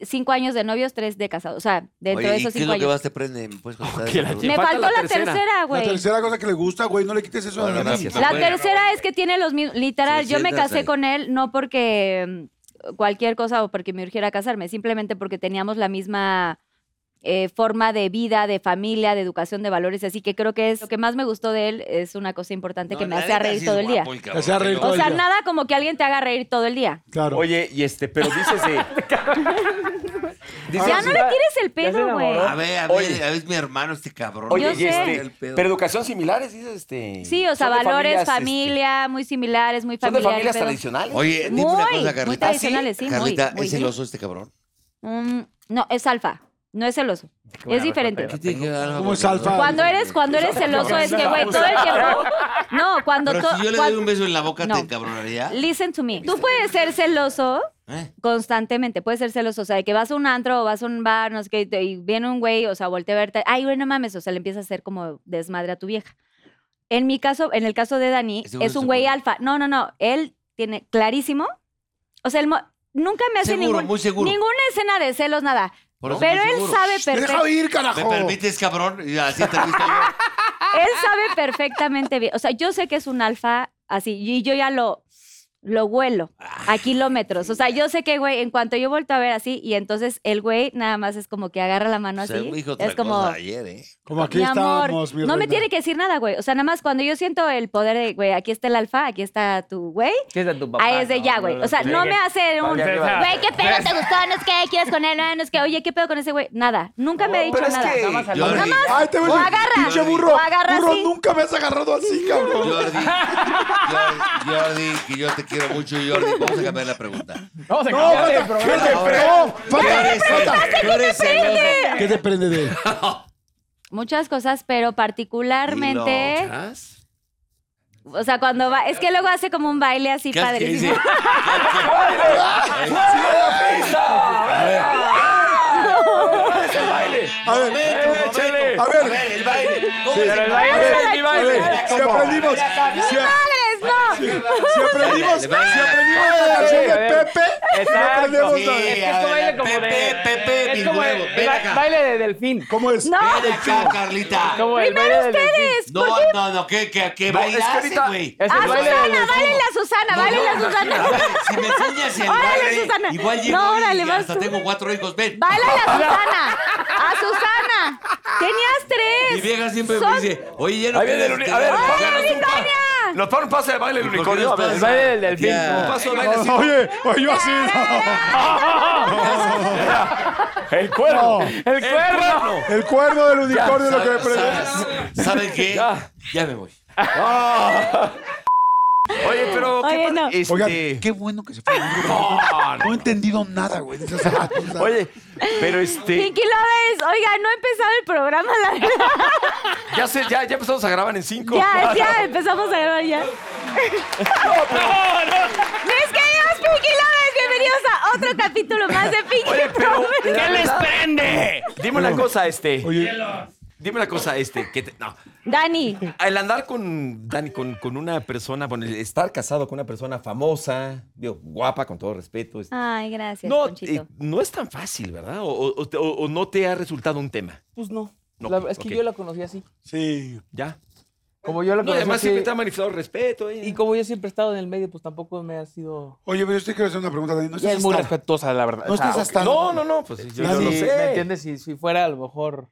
[SPEAKER 1] Cinco años de novios, tres de casados, o sea, dentro
[SPEAKER 4] Oye,
[SPEAKER 1] de
[SPEAKER 4] ¿y
[SPEAKER 1] esos
[SPEAKER 4] ¿Qué es
[SPEAKER 1] cinco
[SPEAKER 4] lo que
[SPEAKER 1] años.
[SPEAKER 4] más te prende? ¿Me puedes contestar?
[SPEAKER 2] que la
[SPEAKER 4] Perdón.
[SPEAKER 1] Me faltó la tercera,
[SPEAKER 3] La
[SPEAKER 1] güey.
[SPEAKER 3] tercera cosa que le gusta, güey, no le quites eso a la
[SPEAKER 4] gracias.
[SPEAKER 3] gracia.
[SPEAKER 1] La tercera es que tiene los mismos. Literal,
[SPEAKER 4] Sí,
[SPEAKER 1] yo me
[SPEAKER 4] siéntate.
[SPEAKER 1] casé con él no porque mm, cualquier cosa o porque me urgiera casarme, simplemente porque teníamos la misma eh, forma de vida, de familia, de educación, de valores. Así que creo que es lo que más me gustó de él es una cosa importante que me hacía reír todo el día.
[SPEAKER 3] Que sea reír todo
[SPEAKER 1] O
[SPEAKER 3] el
[SPEAKER 1] sea,
[SPEAKER 3] día.
[SPEAKER 1] nada como que alguien te haga reír todo el día.
[SPEAKER 3] Claro.
[SPEAKER 2] Oye, y este, pero dices de.
[SPEAKER 1] ya no le tires el pedo, güey.
[SPEAKER 4] A ver, a ver, a ver, es mi hermano este cabrón.
[SPEAKER 2] Oye,
[SPEAKER 1] Yo
[SPEAKER 2] y
[SPEAKER 1] sé.
[SPEAKER 2] este. Pero educación similares, dices este.
[SPEAKER 1] Sí, o sea,
[SPEAKER 2] son de
[SPEAKER 1] valores,
[SPEAKER 2] familias, este,
[SPEAKER 1] familia, muy similares, muy
[SPEAKER 2] Son de
[SPEAKER 1] familiares.
[SPEAKER 2] familias
[SPEAKER 1] pero-
[SPEAKER 2] tradicionales.
[SPEAKER 4] Oye, dime
[SPEAKER 1] Muy,
[SPEAKER 4] una
[SPEAKER 1] muy
[SPEAKER 4] cosa, Carlita. ¿Ah,
[SPEAKER 1] tradicionales, sí, muy,
[SPEAKER 4] Carlita,
[SPEAKER 1] muy,
[SPEAKER 4] ¿es
[SPEAKER 1] muy.
[SPEAKER 4] celoso este cabrón?
[SPEAKER 1] Mm, no, es alfa. No es celoso. Es diferente.
[SPEAKER 3] ¿Cómo es alfa?
[SPEAKER 1] Cuando eres, cuando eres celoso es que, güey, todo el tiempo. No, cuando
[SPEAKER 4] Pero
[SPEAKER 1] to-
[SPEAKER 4] si yo le doy
[SPEAKER 1] cuan-
[SPEAKER 4] un beso en la boca,
[SPEAKER 1] No.
[SPEAKER 4] ¿te encabronaría?
[SPEAKER 1] Listen to me. Tú puedes ser celoso constantemente, puedes ser celoso. O sea, de que vas a un antro o vas a un bar, no sé qué, y te- y viene un güey, o sea, voltea a verte. Ay, güey, no mames. O sea, le empieza a hacer como desmadre a tu vieja. En mi caso, en el caso de Dani,
[SPEAKER 4] Seguro
[SPEAKER 1] es un
[SPEAKER 4] se
[SPEAKER 1] güey alfa. No, no, no. Él tiene clarísimo. O sea, él mo- nunca me hace
[SPEAKER 4] Seguro,
[SPEAKER 1] ningún-
[SPEAKER 4] muy seguro.
[SPEAKER 1] ninguna escena de celos, nada.
[SPEAKER 4] Por eso
[SPEAKER 1] Pero
[SPEAKER 4] estoy
[SPEAKER 1] él
[SPEAKER 4] seguro.
[SPEAKER 1] sabe
[SPEAKER 4] Me
[SPEAKER 1] perfecto.
[SPEAKER 4] ¿Me permites, cabrón? Y así te visto yo.
[SPEAKER 1] Él sabe perfectamente bien. O sea, yo sé que es un alfa así. Y yo ya lo, lo huelo a kilómetros. O sea, yo sé que, güey, en cuanto yo vuelto a ver así, y entonces el güey nada más es como que agarra la mano
[SPEAKER 4] O
[SPEAKER 1] así.
[SPEAKER 4] sea, me dijo otra
[SPEAKER 1] es como.
[SPEAKER 4] cosa ayer, ¿eh?
[SPEAKER 3] Como aquí
[SPEAKER 1] Mi amor,
[SPEAKER 3] estamos, mi
[SPEAKER 1] no me
[SPEAKER 3] reina.
[SPEAKER 1] tiene que decir nada, güey. O sea, nada más cuando yo siento el poder de, güey, aquí está el alfa, aquí está tu güey.
[SPEAKER 8] ¿Qué es de tu papá?
[SPEAKER 1] Ahí Ah, es de ya, güey. O sea, no me hace un,
[SPEAKER 8] Para arriba.
[SPEAKER 1] güey, ¿qué pedo te gustó? No es que quieres con él, no es que, oye, ¿qué pedo con ese güey? Nada. Nunca me ha dicho
[SPEAKER 2] Pero es
[SPEAKER 1] nada.
[SPEAKER 2] que.
[SPEAKER 4] Jordi,
[SPEAKER 1] Nada más,
[SPEAKER 3] Ay, te voy
[SPEAKER 1] lo
[SPEAKER 3] a
[SPEAKER 1] agarra,
[SPEAKER 3] pinche
[SPEAKER 1] lo
[SPEAKER 3] burro.
[SPEAKER 1] agarra
[SPEAKER 3] burro,
[SPEAKER 1] así.
[SPEAKER 3] nunca me has agarrado así, cabrón.
[SPEAKER 4] Jordi, Jordi, Jordi, que yo te quiero mucho, Jordi. Vamos a cambiar la pregunta.
[SPEAKER 8] Vamos a
[SPEAKER 3] No,
[SPEAKER 8] cambiar el
[SPEAKER 3] falta,
[SPEAKER 8] programa.
[SPEAKER 3] ¿qué te pre- no, falta,
[SPEAKER 4] Eres-
[SPEAKER 3] falta.
[SPEAKER 4] eres
[SPEAKER 1] ¿eh?
[SPEAKER 4] celosa.
[SPEAKER 3] ¿Qué te prende de él?
[SPEAKER 1] Muchas cosas, pero particularmente,
[SPEAKER 4] ¿Sabes?
[SPEAKER 1] o sea, cuando va, es que luego hace como un baile así
[SPEAKER 4] ¿Qué haces? ¿Qué dice?
[SPEAKER 1] padrísimo.
[SPEAKER 3] A ver,
[SPEAKER 4] Échale.
[SPEAKER 3] a
[SPEAKER 4] A
[SPEAKER 3] ver.
[SPEAKER 4] ver, el baile. ¿Cómo
[SPEAKER 3] Sí.
[SPEAKER 4] se
[SPEAKER 8] Pero el
[SPEAKER 4] llama?
[SPEAKER 8] baile
[SPEAKER 3] ver,
[SPEAKER 8] es mi
[SPEAKER 3] a
[SPEAKER 8] baile.
[SPEAKER 3] ver, si aprendimos,
[SPEAKER 1] ¡Madres,
[SPEAKER 3] si, si aprendimos, si
[SPEAKER 4] Dale, dale.
[SPEAKER 3] aprendimos la canción de Pepe, no
[SPEAKER 8] Exacto.
[SPEAKER 3] aprendemos
[SPEAKER 8] Sí,
[SPEAKER 3] la de...
[SPEAKER 8] es que esto baile como
[SPEAKER 4] Pepe,
[SPEAKER 8] de...
[SPEAKER 4] Pepe,
[SPEAKER 8] es
[SPEAKER 4] mi
[SPEAKER 8] como
[SPEAKER 4] huevo,
[SPEAKER 8] el,
[SPEAKER 4] ven
[SPEAKER 8] el
[SPEAKER 4] acá.
[SPEAKER 8] baile de delfín.
[SPEAKER 3] ¿Cómo es?
[SPEAKER 1] ¡No! ¡No!
[SPEAKER 4] Ven acá, Carlita.
[SPEAKER 8] Como el
[SPEAKER 1] ¡Primero
[SPEAKER 8] baile del delfín.
[SPEAKER 1] ustedes!
[SPEAKER 4] No, no, no, ¿qué, qué, qué
[SPEAKER 2] No, es que
[SPEAKER 4] bailaste,
[SPEAKER 2] ahorita-
[SPEAKER 4] güey?
[SPEAKER 8] Es
[SPEAKER 1] ¡Ah,
[SPEAKER 8] el baile del
[SPEAKER 1] Susana!
[SPEAKER 8] delfín.
[SPEAKER 1] ¡Báilenla, Susana! ¡Báilenla, Susana!
[SPEAKER 4] Si me enseñas el
[SPEAKER 1] Órale,
[SPEAKER 4] baile,
[SPEAKER 1] Susana.
[SPEAKER 4] igual llego
[SPEAKER 1] No, órale,
[SPEAKER 4] y
[SPEAKER 1] vas
[SPEAKER 4] hasta
[SPEAKER 1] tú.
[SPEAKER 4] tengo cuatro hijos. Ven,
[SPEAKER 1] ¡Báilala, Susana! ¡A Susana! ¡Tenías
[SPEAKER 4] mi
[SPEAKER 1] tres!
[SPEAKER 4] vieja siempre
[SPEAKER 1] Son-
[SPEAKER 4] me dice, oye, ya no
[SPEAKER 2] Ahí viene el
[SPEAKER 4] quieres
[SPEAKER 2] uni- a ver,
[SPEAKER 4] tener-
[SPEAKER 2] pónganos
[SPEAKER 1] ¡Hola,
[SPEAKER 2] un pa-
[SPEAKER 1] Litonia!
[SPEAKER 2] Nos ponen un pase de baile del unicornio. A ver,
[SPEAKER 8] El baile del delfín.
[SPEAKER 2] Yeah.
[SPEAKER 8] como-
[SPEAKER 2] Un paso pues, de baile así.
[SPEAKER 11] Oye, oye, yo así.
[SPEAKER 2] El cuerno.
[SPEAKER 8] El cuerno.
[SPEAKER 11] El cuerno del unicornio es lo que me
[SPEAKER 2] ¿Sabe-
[SPEAKER 11] pregunto.
[SPEAKER 2] sabe- ¿Saben qué? Ya me voy. Oye, pero qué
[SPEAKER 1] Oye,
[SPEAKER 2] padre-
[SPEAKER 1] no.
[SPEAKER 2] este-
[SPEAKER 3] Oigan, qué bueno que se fue.
[SPEAKER 2] No,
[SPEAKER 3] No he entendido nada, güey. de esas cosas.
[SPEAKER 2] Oye, pero este.
[SPEAKER 1] Pinky Lovers, oiga, no he empezado el programa, la verdad.
[SPEAKER 2] Ya, se, ya, ya empezamos a grabar en cinco.
[SPEAKER 1] ya, ya, empezamos a grabar ya. Mis queridos Pinky Lovers, bienvenidos a otro capítulo más de Pinky
[SPEAKER 2] Oye, pero.
[SPEAKER 1] Promise.
[SPEAKER 2] la
[SPEAKER 8] ¿Qué les
[SPEAKER 2] verdad,
[SPEAKER 8] prende?
[SPEAKER 2] Dime una cosa, este.
[SPEAKER 3] Oye.
[SPEAKER 2] Dime una cosa, este. Que te- no.
[SPEAKER 1] Dani,
[SPEAKER 2] El andar con Dani, con, con una persona, bueno, el estar casado con una persona famosa, digo, guapa, con todo respeto. este,
[SPEAKER 1] ay, gracias,
[SPEAKER 2] no,
[SPEAKER 1] Ponchito.
[SPEAKER 2] eh, no es tan fácil, ¿verdad? O, o- o te- o- o no te ha resultado un tema.
[SPEAKER 8] Pues no.
[SPEAKER 2] No,
[SPEAKER 8] La- es que
[SPEAKER 2] ok.
[SPEAKER 8] yo la conocí así.
[SPEAKER 3] Sí.
[SPEAKER 2] Ya.
[SPEAKER 8] Como yo
[SPEAKER 2] No,
[SPEAKER 8] la
[SPEAKER 2] y
[SPEAKER 8] conocí
[SPEAKER 2] además
[SPEAKER 8] así.
[SPEAKER 2] siempre te ha manifestado respeto. ¿eh?
[SPEAKER 8] Y como yo siempre he estado en el medio, pues tampoco me ha sido.
[SPEAKER 3] Oye, pero yo te quiero hacer una pregunta, Dani. No
[SPEAKER 8] Ella
[SPEAKER 3] estás
[SPEAKER 8] es muy
[SPEAKER 3] hasta-
[SPEAKER 8] respetuosa, la verdad.
[SPEAKER 3] No
[SPEAKER 8] O sea,
[SPEAKER 3] estás hasta.
[SPEAKER 2] No, no, no, pues yo, yo
[SPEAKER 8] si-
[SPEAKER 2] lo
[SPEAKER 8] ¿Me
[SPEAKER 2] sé.
[SPEAKER 8] entiendes? Si, si fuera a lo mejor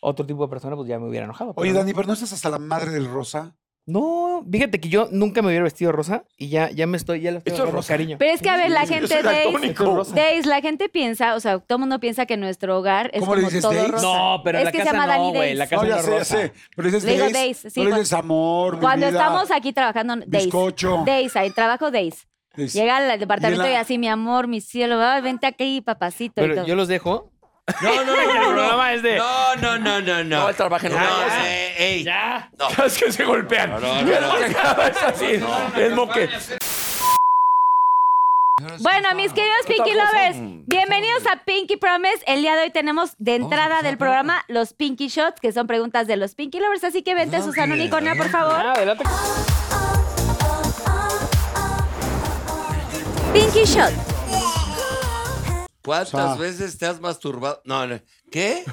[SPEAKER 8] otro tipo de persona, pues ya me hubiera enojado. pero
[SPEAKER 3] Oye,
[SPEAKER 8] no.
[SPEAKER 3] Dani, pero no estás hasta la madre del Rosa.
[SPEAKER 8] No, fíjate que yo nunca me hubiera vestido rosa y ya, ya me estoy, ya lo estoy
[SPEAKER 2] Esto es
[SPEAKER 8] agarrando
[SPEAKER 2] rosa.
[SPEAKER 8] cariño.
[SPEAKER 1] Pero es que, a ver, la
[SPEAKER 2] Yo soy
[SPEAKER 1] gente de
[SPEAKER 2] daltónico.
[SPEAKER 1] Days, la gente piensa, o sea, todo el mundo piensa que nuestro hogar es
[SPEAKER 3] ¿Cómo le
[SPEAKER 1] como
[SPEAKER 3] dices,
[SPEAKER 1] todo
[SPEAKER 3] Days?
[SPEAKER 1] rosa.
[SPEAKER 8] No, pero
[SPEAKER 1] es
[SPEAKER 8] la
[SPEAKER 1] que
[SPEAKER 8] casa
[SPEAKER 1] se llama
[SPEAKER 8] no,
[SPEAKER 1] Dani
[SPEAKER 8] güey,
[SPEAKER 1] Days.
[SPEAKER 8] la casa-
[SPEAKER 3] no,
[SPEAKER 8] Casi
[SPEAKER 3] ya
[SPEAKER 8] una
[SPEAKER 3] sé, ya
[SPEAKER 8] rosa.
[SPEAKER 3] sé. Pero dices
[SPEAKER 1] Le digo
[SPEAKER 3] Days.
[SPEAKER 1] Days, sí,
[SPEAKER 3] no le
[SPEAKER 1] cuando-
[SPEAKER 3] dices amor, mi
[SPEAKER 1] Cuando
[SPEAKER 3] vida,
[SPEAKER 1] estamos aquí trabajando, Days.
[SPEAKER 3] Bizcocho.
[SPEAKER 1] Days, ahí trabajo Days.
[SPEAKER 3] Days.
[SPEAKER 1] Llega al departamento
[SPEAKER 3] Y
[SPEAKER 1] y,
[SPEAKER 3] en la-
[SPEAKER 1] así, mi amor, mi cielo, ay, vente aquí, papacito. y
[SPEAKER 8] Pero
[SPEAKER 1] todo.
[SPEAKER 8] yo los dejo.
[SPEAKER 2] No, no, no,
[SPEAKER 8] El programa es de.
[SPEAKER 4] No, no, no, no, no.
[SPEAKER 2] No, él trabaja en
[SPEAKER 4] no,
[SPEAKER 2] la
[SPEAKER 4] no,
[SPEAKER 2] casa.
[SPEAKER 4] eh, ey.
[SPEAKER 8] Ya.
[SPEAKER 2] Es que se golpean.
[SPEAKER 4] no,
[SPEAKER 2] Pero es así, es moque.
[SPEAKER 1] Bueno, mis queridos Pinky Lovers, bienvenidos a Pinky Promise. El día de hoy tenemos de entrada del programa los Pinky Shots, que son preguntas de los Pinky Lovers. Así que vente, Susana Unicornia, por favor.
[SPEAKER 8] Ah, adelante.
[SPEAKER 4] pues,
[SPEAKER 1] Pinky Shot.
[SPEAKER 4] ¿Cuántas
[SPEAKER 3] O sea-
[SPEAKER 4] veces te has masturbado? No, no. ¿Qué?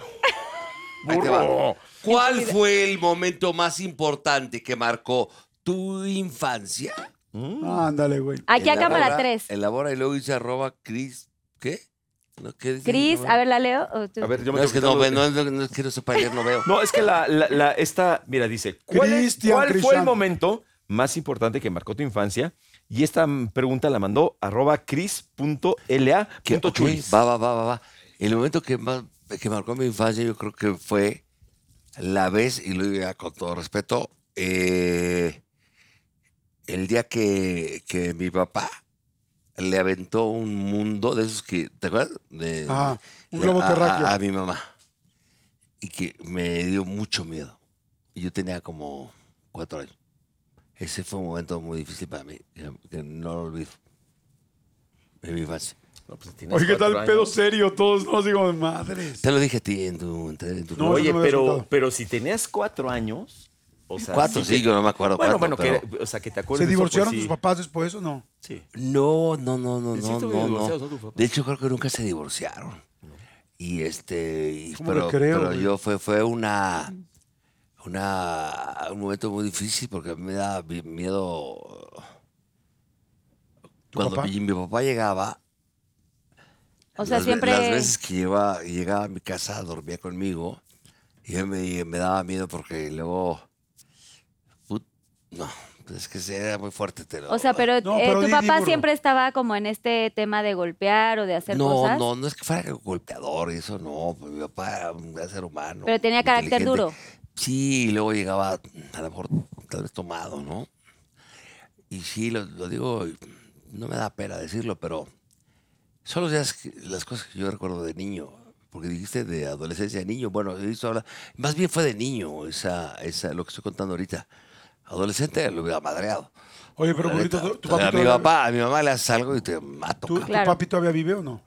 [SPEAKER 4] Ahí te va. ¿Cuál fue el momento más importante que marcó tu infancia?
[SPEAKER 3] "Ah, Ándale, güey.
[SPEAKER 1] Aquí a
[SPEAKER 4] Elabora-
[SPEAKER 1] cámara 3.
[SPEAKER 4] Elabora y luego dice arroba Cris. ¿Qué? No, ¿qué dice?
[SPEAKER 1] Cris,
[SPEAKER 4] No,
[SPEAKER 1] a ver, ¿la leo? o tú?
[SPEAKER 2] A ver, yo me
[SPEAKER 4] No, es que
[SPEAKER 2] tengo
[SPEAKER 4] no,
[SPEAKER 2] quitar
[SPEAKER 4] ve,
[SPEAKER 2] los-
[SPEAKER 4] no, no, no es que no sepa leer, no veo.
[SPEAKER 2] No, es que la, la- la- esta, mira, dice, ¿cuál, es-
[SPEAKER 3] Cristian,
[SPEAKER 2] cuál fue
[SPEAKER 3] Cristian.
[SPEAKER 2] el momento más importante que marcó tu infancia? Y esta mm, pregunta la mandó arroba
[SPEAKER 4] Que- ok,
[SPEAKER 2] cris.la.chulis.
[SPEAKER 4] Va, va, va, va, va. El momento que más que marcó mi infancia, yo creo que fue la vez, y lo digo ya con todo respeto, eh, el día que, que mi papá le aventó un mundo de esos que, ¿te acuerdas? De-
[SPEAKER 2] Ah,
[SPEAKER 3] Ajá, Ah, un
[SPEAKER 4] de-
[SPEAKER 3] globo
[SPEAKER 4] a- a-
[SPEAKER 3] terráqueo.
[SPEAKER 4] A, mi mamá. Y que me dio mucho miedo. Y Yo tenía como cuatro años. Ese fue un momento muy difícil para mí, que, que no lo olvido. En mi infancia.
[SPEAKER 2] pues,
[SPEAKER 3] Oye, ¿qué tal pedo serio? Todos nos digo, madres.
[SPEAKER 4] Te lo dije a ti en tu... en tu- en tu-
[SPEAKER 3] No,
[SPEAKER 2] Oye,
[SPEAKER 3] yo no me había
[SPEAKER 2] pero,
[SPEAKER 3] soltado.
[SPEAKER 2] pero si tenías cuatro años, o sea,
[SPEAKER 4] cuatro, sí, yo no me acuerdo.
[SPEAKER 2] Bueno,
[SPEAKER 4] cuatro,
[SPEAKER 2] bueno,
[SPEAKER 4] pero-
[SPEAKER 2] que, o sea, que te acuerdes.
[SPEAKER 3] ¿Se
[SPEAKER 2] de eso, pues,
[SPEAKER 3] divorciaron
[SPEAKER 2] sí.
[SPEAKER 3] tus papás después o no?
[SPEAKER 2] Sí.
[SPEAKER 4] No, no, no, no,
[SPEAKER 2] Sí,
[SPEAKER 4] no,
[SPEAKER 2] estuvieron
[SPEAKER 4] no,
[SPEAKER 2] divorciados,
[SPEAKER 4] no.
[SPEAKER 2] ¿no, tu papá?
[SPEAKER 4] De hecho, creo que nunca se divorciaron. Y este... y-
[SPEAKER 3] ¿Cómo
[SPEAKER 4] pero
[SPEAKER 3] le creo,
[SPEAKER 4] pero
[SPEAKER 3] güey?
[SPEAKER 4] yo fue, fue una... Una, un momento muy difícil porque a mí me da mi- miedo
[SPEAKER 3] ¿Tu
[SPEAKER 4] cuando
[SPEAKER 3] papá?
[SPEAKER 4] mi, mi papá llegaba.
[SPEAKER 1] O sea,
[SPEAKER 4] las ve-
[SPEAKER 1] siempre.
[SPEAKER 4] Las veces que lleva- llegaba a mi casa, dormía conmigo y yo me, me daba miedo porque luego. put- no, pues es que era muy fuerte. Te lo-
[SPEAKER 1] O sea, pero,
[SPEAKER 3] No,
[SPEAKER 1] eh,
[SPEAKER 3] pero
[SPEAKER 1] tu
[SPEAKER 3] di,
[SPEAKER 1] papá
[SPEAKER 3] burro.
[SPEAKER 1] siempre estaba como en este tema de golpear o de hacer
[SPEAKER 4] no,
[SPEAKER 1] cosas.
[SPEAKER 4] no, no es que fuera golpeador y eso no. Pues mi papá era un gran ser humano.
[SPEAKER 1] Pero tenía carácter
[SPEAKER 4] inteligente.
[SPEAKER 1] duro.
[SPEAKER 4] Sí, y luego llegaba a lo mejor tal vez tomado, ¿no? Y sí, lo, lo digo, y no me da pena decirlo, pero son los días que- las cosas que yo recuerdo de niño. Porque dijiste de adolescencia a niño. Bueno, eso habla. Más bien fue de niño, esa, esa, lo que estoy contando ahorita. Adolescente lo hubiera madreado.
[SPEAKER 3] Oye, pero
[SPEAKER 4] La
[SPEAKER 3] bonito,
[SPEAKER 4] neta.
[SPEAKER 3] tu, tu papi
[SPEAKER 4] a mi
[SPEAKER 3] todavía-
[SPEAKER 4] papá, a mi mamá le haces algo y te mato.
[SPEAKER 3] ¿tú- tu
[SPEAKER 4] cabrón.
[SPEAKER 1] Claro.
[SPEAKER 3] papi todavía vive o no?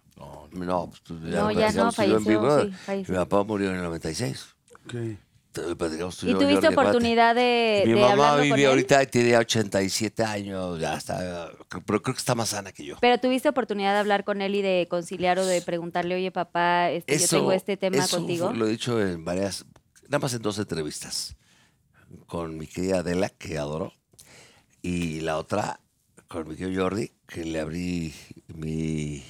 [SPEAKER 4] No, pues, tú- ya
[SPEAKER 1] No,
[SPEAKER 4] lo
[SPEAKER 1] ya no,
[SPEAKER 4] platicamos tú y yo en Big
[SPEAKER 1] falleció,
[SPEAKER 4] Brother.
[SPEAKER 1] sí, falleció.
[SPEAKER 4] Mi papá murió en el 96.
[SPEAKER 3] Ok.
[SPEAKER 4] Te lo platicamos tú
[SPEAKER 1] Y
[SPEAKER 4] yo pues, en
[SPEAKER 1] tuviste
[SPEAKER 4] el debate.
[SPEAKER 1] oportunidad de,
[SPEAKER 4] Mi
[SPEAKER 1] de
[SPEAKER 4] mamá
[SPEAKER 1] hablarlo con
[SPEAKER 4] vive
[SPEAKER 1] él.
[SPEAKER 4] ahorita, tiene 87 años, ya está, pero creo que está más sana que yo.
[SPEAKER 1] Pero tuviste oportunidad de hablar con él y de conciliar o de preguntarle, oye, papá, este, yo tengo este tema
[SPEAKER 4] Pues, eso
[SPEAKER 1] contigo.
[SPEAKER 4] Lo he dicho en varias, nada más en dos entrevistas, con mi querida Adela, que adoro, y la otra con mi querido Jordi, que le abrí mi,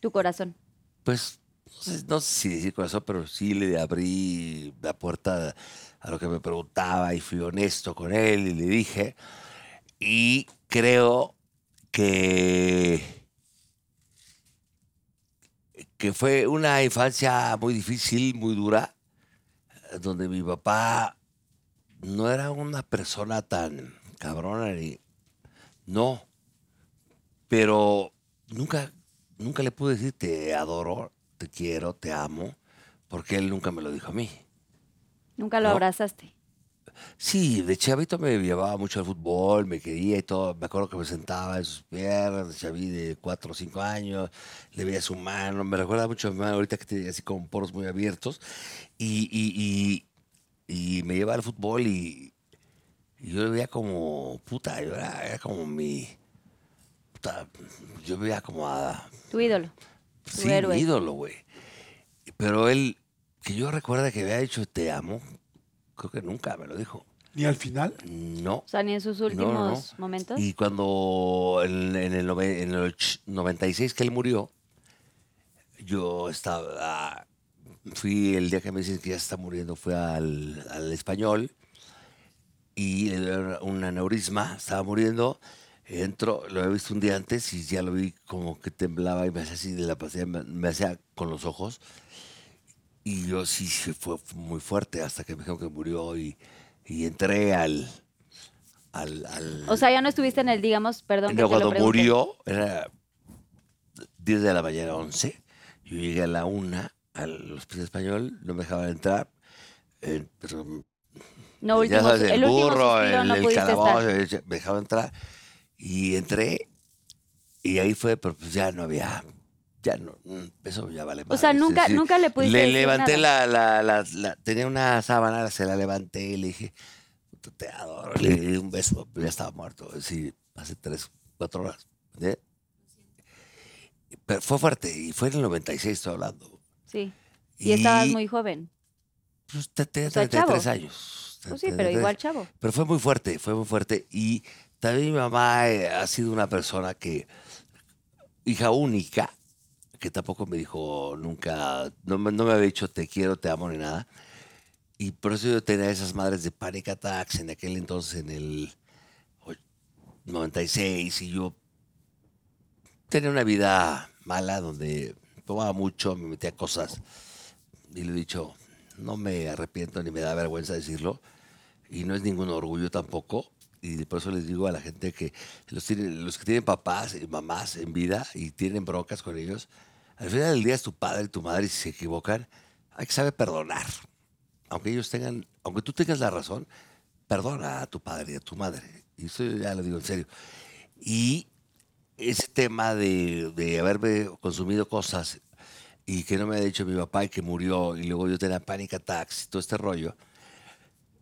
[SPEAKER 1] Tu corazón.
[SPEAKER 4] pues, sé, no sé si decir corazón, pero sí le abrí la puerta a lo que me preguntaba y fui honesto con él y le dije. Y creo que, que fue una infancia muy difícil, muy dura, donde mi papá no era una persona tan cabrona ni. No. Pero nunca, nunca le pude decir te adoro, te quiero, te amo, porque él nunca me lo dijo a mí.
[SPEAKER 1] Nunca lo
[SPEAKER 4] No.
[SPEAKER 1] abrazaste.
[SPEAKER 4] Sí, de chavito me llevaba mucho al fútbol, me quería y todo. Me acuerdo que me sentaba en sus piernas, de chaví de 4 o 5 años, le veía su mano. Me recuerda mucho a mi mano ahorita que tiene así como poros muy abiertos. Y, y- y- y me llevaba al fútbol y, y yo le veía como puta, yo era, era como mi. puta, yo veía como a.
[SPEAKER 1] Tu ídolo. Tu
[SPEAKER 4] Pues Sí,
[SPEAKER 1] héroe.
[SPEAKER 4] mi ídolo, güey. Pero él, que yo recuerda que había dicho te amo, creo que nunca me lo dijo.
[SPEAKER 3] ¿Ni al final?
[SPEAKER 4] No.
[SPEAKER 1] O sea, ni en sus últimos momentos.
[SPEAKER 4] Y cuando en, en el, nove- en el och- 96 que él murió, yo estaba. Fui el día que me dicen que ya está muriendo, fui al, al español y le dio un aneurisma, estaba muriendo. Entro, lo había visto un día antes y ya lo vi como que temblaba y me hacía así de la pastilla, me, me hacía con los ojos. Y yo sí, sí, fue muy fuerte hasta que me dijeron que murió y, y entré al, al, al-
[SPEAKER 1] O sea, ya no estuviste en el, digamos, perdón. que
[SPEAKER 4] no,
[SPEAKER 1] te lo
[SPEAKER 4] cuando
[SPEAKER 1] pregunte.
[SPEAKER 4] murió, era 10 de la mañana, 11. Yo llegué a la 1 al hospital español, no me dejaban entrar. eh, pero
[SPEAKER 1] No, último,
[SPEAKER 4] ya sabes,
[SPEAKER 1] el,
[SPEAKER 4] el,
[SPEAKER 1] último
[SPEAKER 4] burro,
[SPEAKER 1] suspiro
[SPEAKER 4] el,
[SPEAKER 1] no
[SPEAKER 4] el
[SPEAKER 1] pudiste
[SPEAKER 4] calabozo,
[SPEAKER 1] estar.
[SPEAKER 4] eh, me dejaban entrar. Y entré, y ahí fue, pero pues ya no había. Ya no, mm, eso ya vale
[SPEAKER 1] O sea,
[SPEAKER 4] madre,
[SPEAKER 1] nunca- nunca le pudiste
[SPEAKER 4] Le
[SPEAKER 1] decir
[SPEAKER 4] levanté
[SPEAKER 1] nada.
[SPEAKER 4] la, la, la- la- Tenía una sábana, se la levanté y le dije, "Puta, te adoro. Le di un beso, pero ya estaba muerto. Sí, hace tres, cuatro horas. ¿eh? Pero fue fuerte, y fue en el 96, estoy hablando.
[SPEAKER 1] Sí. Y, estabas
[SPEAKER 4] Y-
[SPEAKER 1] muy joven.
[SPEAKER 4] Pues, te- tenía
[SPEAKER 1] O sea,
[SPEAKER 4] 33
[SPEAKER 1] chavo.
[SPEAKER 4] años.
[SPEAKER 1] Pues sí, pero
[SPEAKER 4] 33.
[SPEAKER 1] igual chavo.
[SPEAKER 4] Pero fue muy fuerte, fue muy fuerte. Y también mi mamá eh, ha sido una persona que, hija única, que tampoco me dijo nunca, no, me- no me había dicho te quiero, te amo ni nada. Y por eso yo tenía esas madres de panic attacks en aquel entonces, en el och- 96, y yo tenía una vida mala donde tomaba mucho, me metía cosas. Y le he dicho, no me arrepiento ni me da vergüenza decirlo, y no es ningún orgullo tampoco. Y por eso les digo a la gente que los, tiene- los que tienen papás y mamás en vida y tienen broncas con ellos, al final del día es tu padre y tu madre y si se equivocan, hay que saber perdonar. Aunque ellos tengan, aunque tú tengas la razón, perdona a tu padre y a tu madre. Y eso yo ya lo digo en serio. Y ese tema de, de haberme consumido cosas y que no me ha dicho mi papá y que murió y luego yo tenía panic attacks y todo este rollo.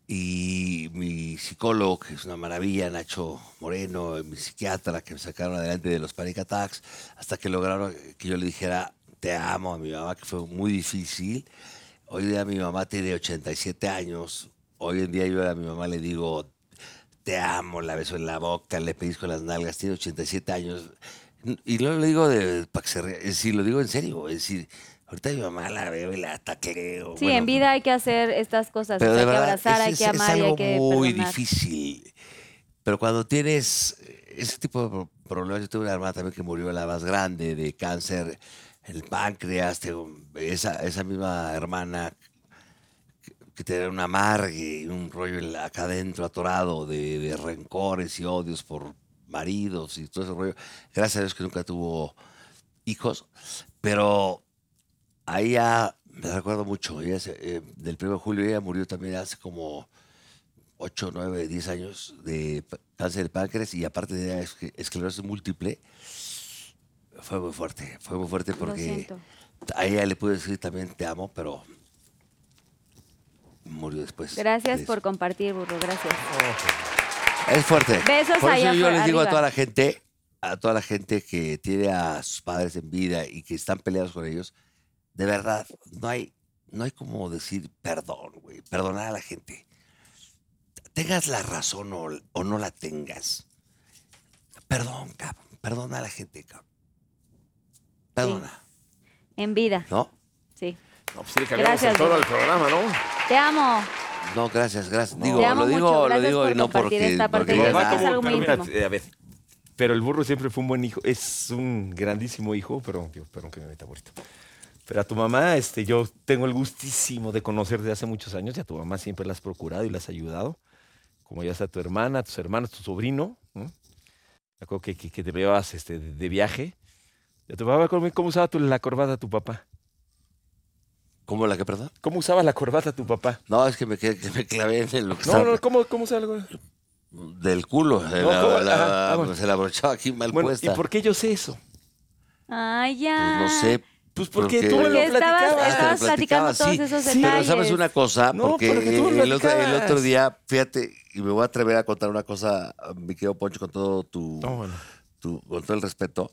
[SPEAKER 4] Y mi psicólogo, que es una maravilla, Nacho Moreno, y mi psiquiatra, que me sacaron adelante de los panic attacks, hasta que lograron que yo le dijera, te amo a mi mamá, que fue muy difícil. Hoy día mi mamá tiene 87 años. Hoy en día yo a mi mamá le digo, te amo, la beso en la boca, le pellizco las nalgas, tiene 87 años. Y no lo digo de, para que se ría, es decir, lo digo en serio, es decir, ahorita mi mamá la veo y la tacleo.
[SPEAKER 1] Sí,
[SPEAKER 4] bueno,
[SPEAKER 1] en vida hay que hacer estas cosas.
[SPEAKER 4] pero
[SPEAKER 1] hay
[SPEAKER 4] de
[SPEAKER 1] que
[SPEAKER 4] verdad,
[SPEAKER 1] abrazar,
[SPEAKER 4] es-
[SPEAKER 1] hay
[SPEAKER 4] es-
[SPEAKER 1] que amar
[SPEAKER 4] es
[SPEAKER 1] y hay
[SPEAKER 4] algo
[SPEAKER 1] que
[SPEAKER 4] muy
[SPEAKER 1] perdonar.
[SPEAKER 4] difícil. Pero cuando tienes eh, ese tipo de pro- problemas, yo tuve una hermana también que murió, la más grande, de cáncer, el páncreas, tengo esa, esa misma hermana que- que tenía un amargue, un rollo en la- acá adentro atorado de, de rencores y odios por maridos y todo ese rollo. Gracias a Dios que nunca tuvo hijos, pero a ella me recuerdo mucho. Ella se- eh, del 1 de julio ella murió también hace como 8, 9, 10 años de p- cáncer de páncreas y aparte de esque- esclerosis múltiple. Fue muy fuerte, fue muy fuerte porque
[SPEAKER 1] siento.
[SPEAKER 4] a ella le pude decir también te amo, pero murió después.
[SPEAKER 1] Gracias
[SPEAKER 4] de
[SPEAKER 1] por compartir, burro. Gracias.
[SPEAKER 4] es fuerte.
[SPEAKER 1] Besos
[SPEAKER 4] Por eso
[SPEAKER 1] allá
[SPEAKER 4] yo
[SPEAKER 1] afuera,
[SPEAKER 4] les digo a
[SPEAKER 1] arriba.
[SPEAKER 4] toda la gente, a toda la gente que tiene a sus padres en vida y que están peleados con ellos, de verdad, no hay, no hay como decir perdón, güey. Perdonar a la gente. Tengas la razón o, o no la tengas. Perdón, cabrón. Perdona a la gente, cabrón. Perdona,
[SPEAKER 1] En vida.
[SPEAKER 4] ¿no?
[SPEAKER 2] No, pues sí, le cambiamos
[SPEAKER 1] Gracias,
[SPEAKER 2] el toro al
[SPEAKER 1] Diego.
[SPEAKER 2] programa, ¿no?
[SPEAKER 1] Te amo.
[SPEAKER 4] No, gracias, gracias.
[SPEAKER 1] No.
[SPEAKER 4] Digo,
[SPEAKER 1] Te amo
[SPEAKER 4] lo digo,
[SPEAKER 1] mucho,
[SPEAKER 4] lo
[SPEAKER 1] gracias
[SPEAKER 4] digo
[SPEAKER 1] por
[SPEAKER 4] y no
[SPEAKER 1] compartir
[SPEAKER 4] porque.
[SPEAKER 1] esta parte
[SPEAKER 4] porque
[SPEAKER 1] de
[SPEAKER 4] "Ah, diga
[SPEAKER 1] tu vida.
[SPEAKER 4] nada.
[SPEAKER 1] Es algo muy
[SPEAKER 2] Pero
[SPEAKER 1] íntimo.
[SPEAKER 2] eh, a ver, pero el burro siempre fue un buen hijo, es un grandísimo hijo, pero digo, perdón que me meta bonito. Pero a tu mamá, este, yo tengo el gustísimo de conocer desde hace muchos años y a tu mamá siempre la has procurado y la has ayudado, como ya está tu hermana, a tus hermanos, tu sobrino, ¿no? Me acuerdo que, que- que te veías este, de, de viaje. Y a tu papá, me acuerdo muy ¿cómo usaba tu- la corbata tu papá?
[SPEAKER 4] ¿Cómo la que, perdón?
[SPEAKER 2] ¿Cómo usaba la corbata tu papá?
[SPEAKER 4] No, es que me, que- que me clavé en lo que
[SPEAKER 2] No,
[SPEAKER 4] estaba
[SPEAKER 2] no, ¿cómo, cómo usaba la corbata?
[SPEAKER 4] del culo. eh,
[SPEAKER 2] No,
[SPEAKER 4] la-
[SPEAKER 2] ¿cómo?
[SPEAKER 4] la-
[SPEAKER 2] Ajá, ah, bueno.
[SPEAKER 4] Se la abrochaba aquí mal
[SPEAKER 2] Bueno, ¿y
[SPEAKER 4] puesta.
[SPEAKER 2] por qué yo sé eso?
[SPEAKER 1] Ay, ya.
[SPEAKER 4] No sé.
[SPEAKER 2] Pues
[SPEAKER 1] porque tú me lo Porque estabas- platicabas. estabas platicando todos esos
[SPEAKER 4] Pero
[SPEAKER 1] detalles.
[SPEAKER 4] sabes una cosa,
[SPEAKER 1] No,
[SPEAKER 4] porque
[SPEAKER 1] porque tú lo
[SPEAKER 4] el, otro, el
[SPEAKER 1] platicabas.
[SPEAKER 4] otro día, fíjate, y me voy a atrever a contar una cosa, mi querido Poncho, con todo tu, tu- con todo el respeto.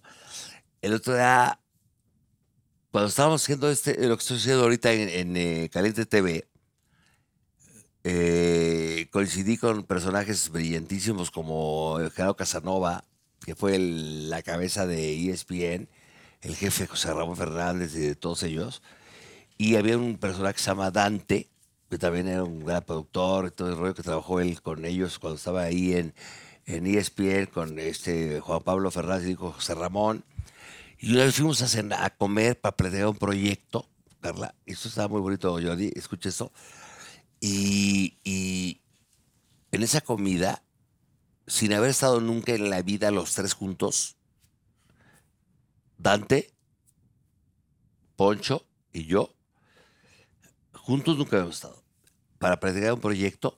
[SPEAKER 4] El otro día, cuando estábamos haciendo este, lo que estoy haciendo ahorita en, en, eh, Caliente TV, eh, coincidí con personajes brillantísimos como Gerardo Casanova, que fue el- la cabeza de E ESPN, el jefe José Ramón Fernández y de todos ellos. Y había un personaje que se llama Dante, que también era un gran productor y todo el rollo que trabajó él con ellos cuando estaba ahí en, en E ESPN con este Juan Pablo Fernández y dijo José Ramón. Y nos fuimos a, cenar- a comer para plantear un proyecto, Carla. Esto estaba muy bonito, Jordi, escucha esto. Y, y en esa comida, sin haber estado nunca en la vida los tres juntos, Dante, Poncho y yo, juntos nunca habíamos estado. Para practicar un proyecto,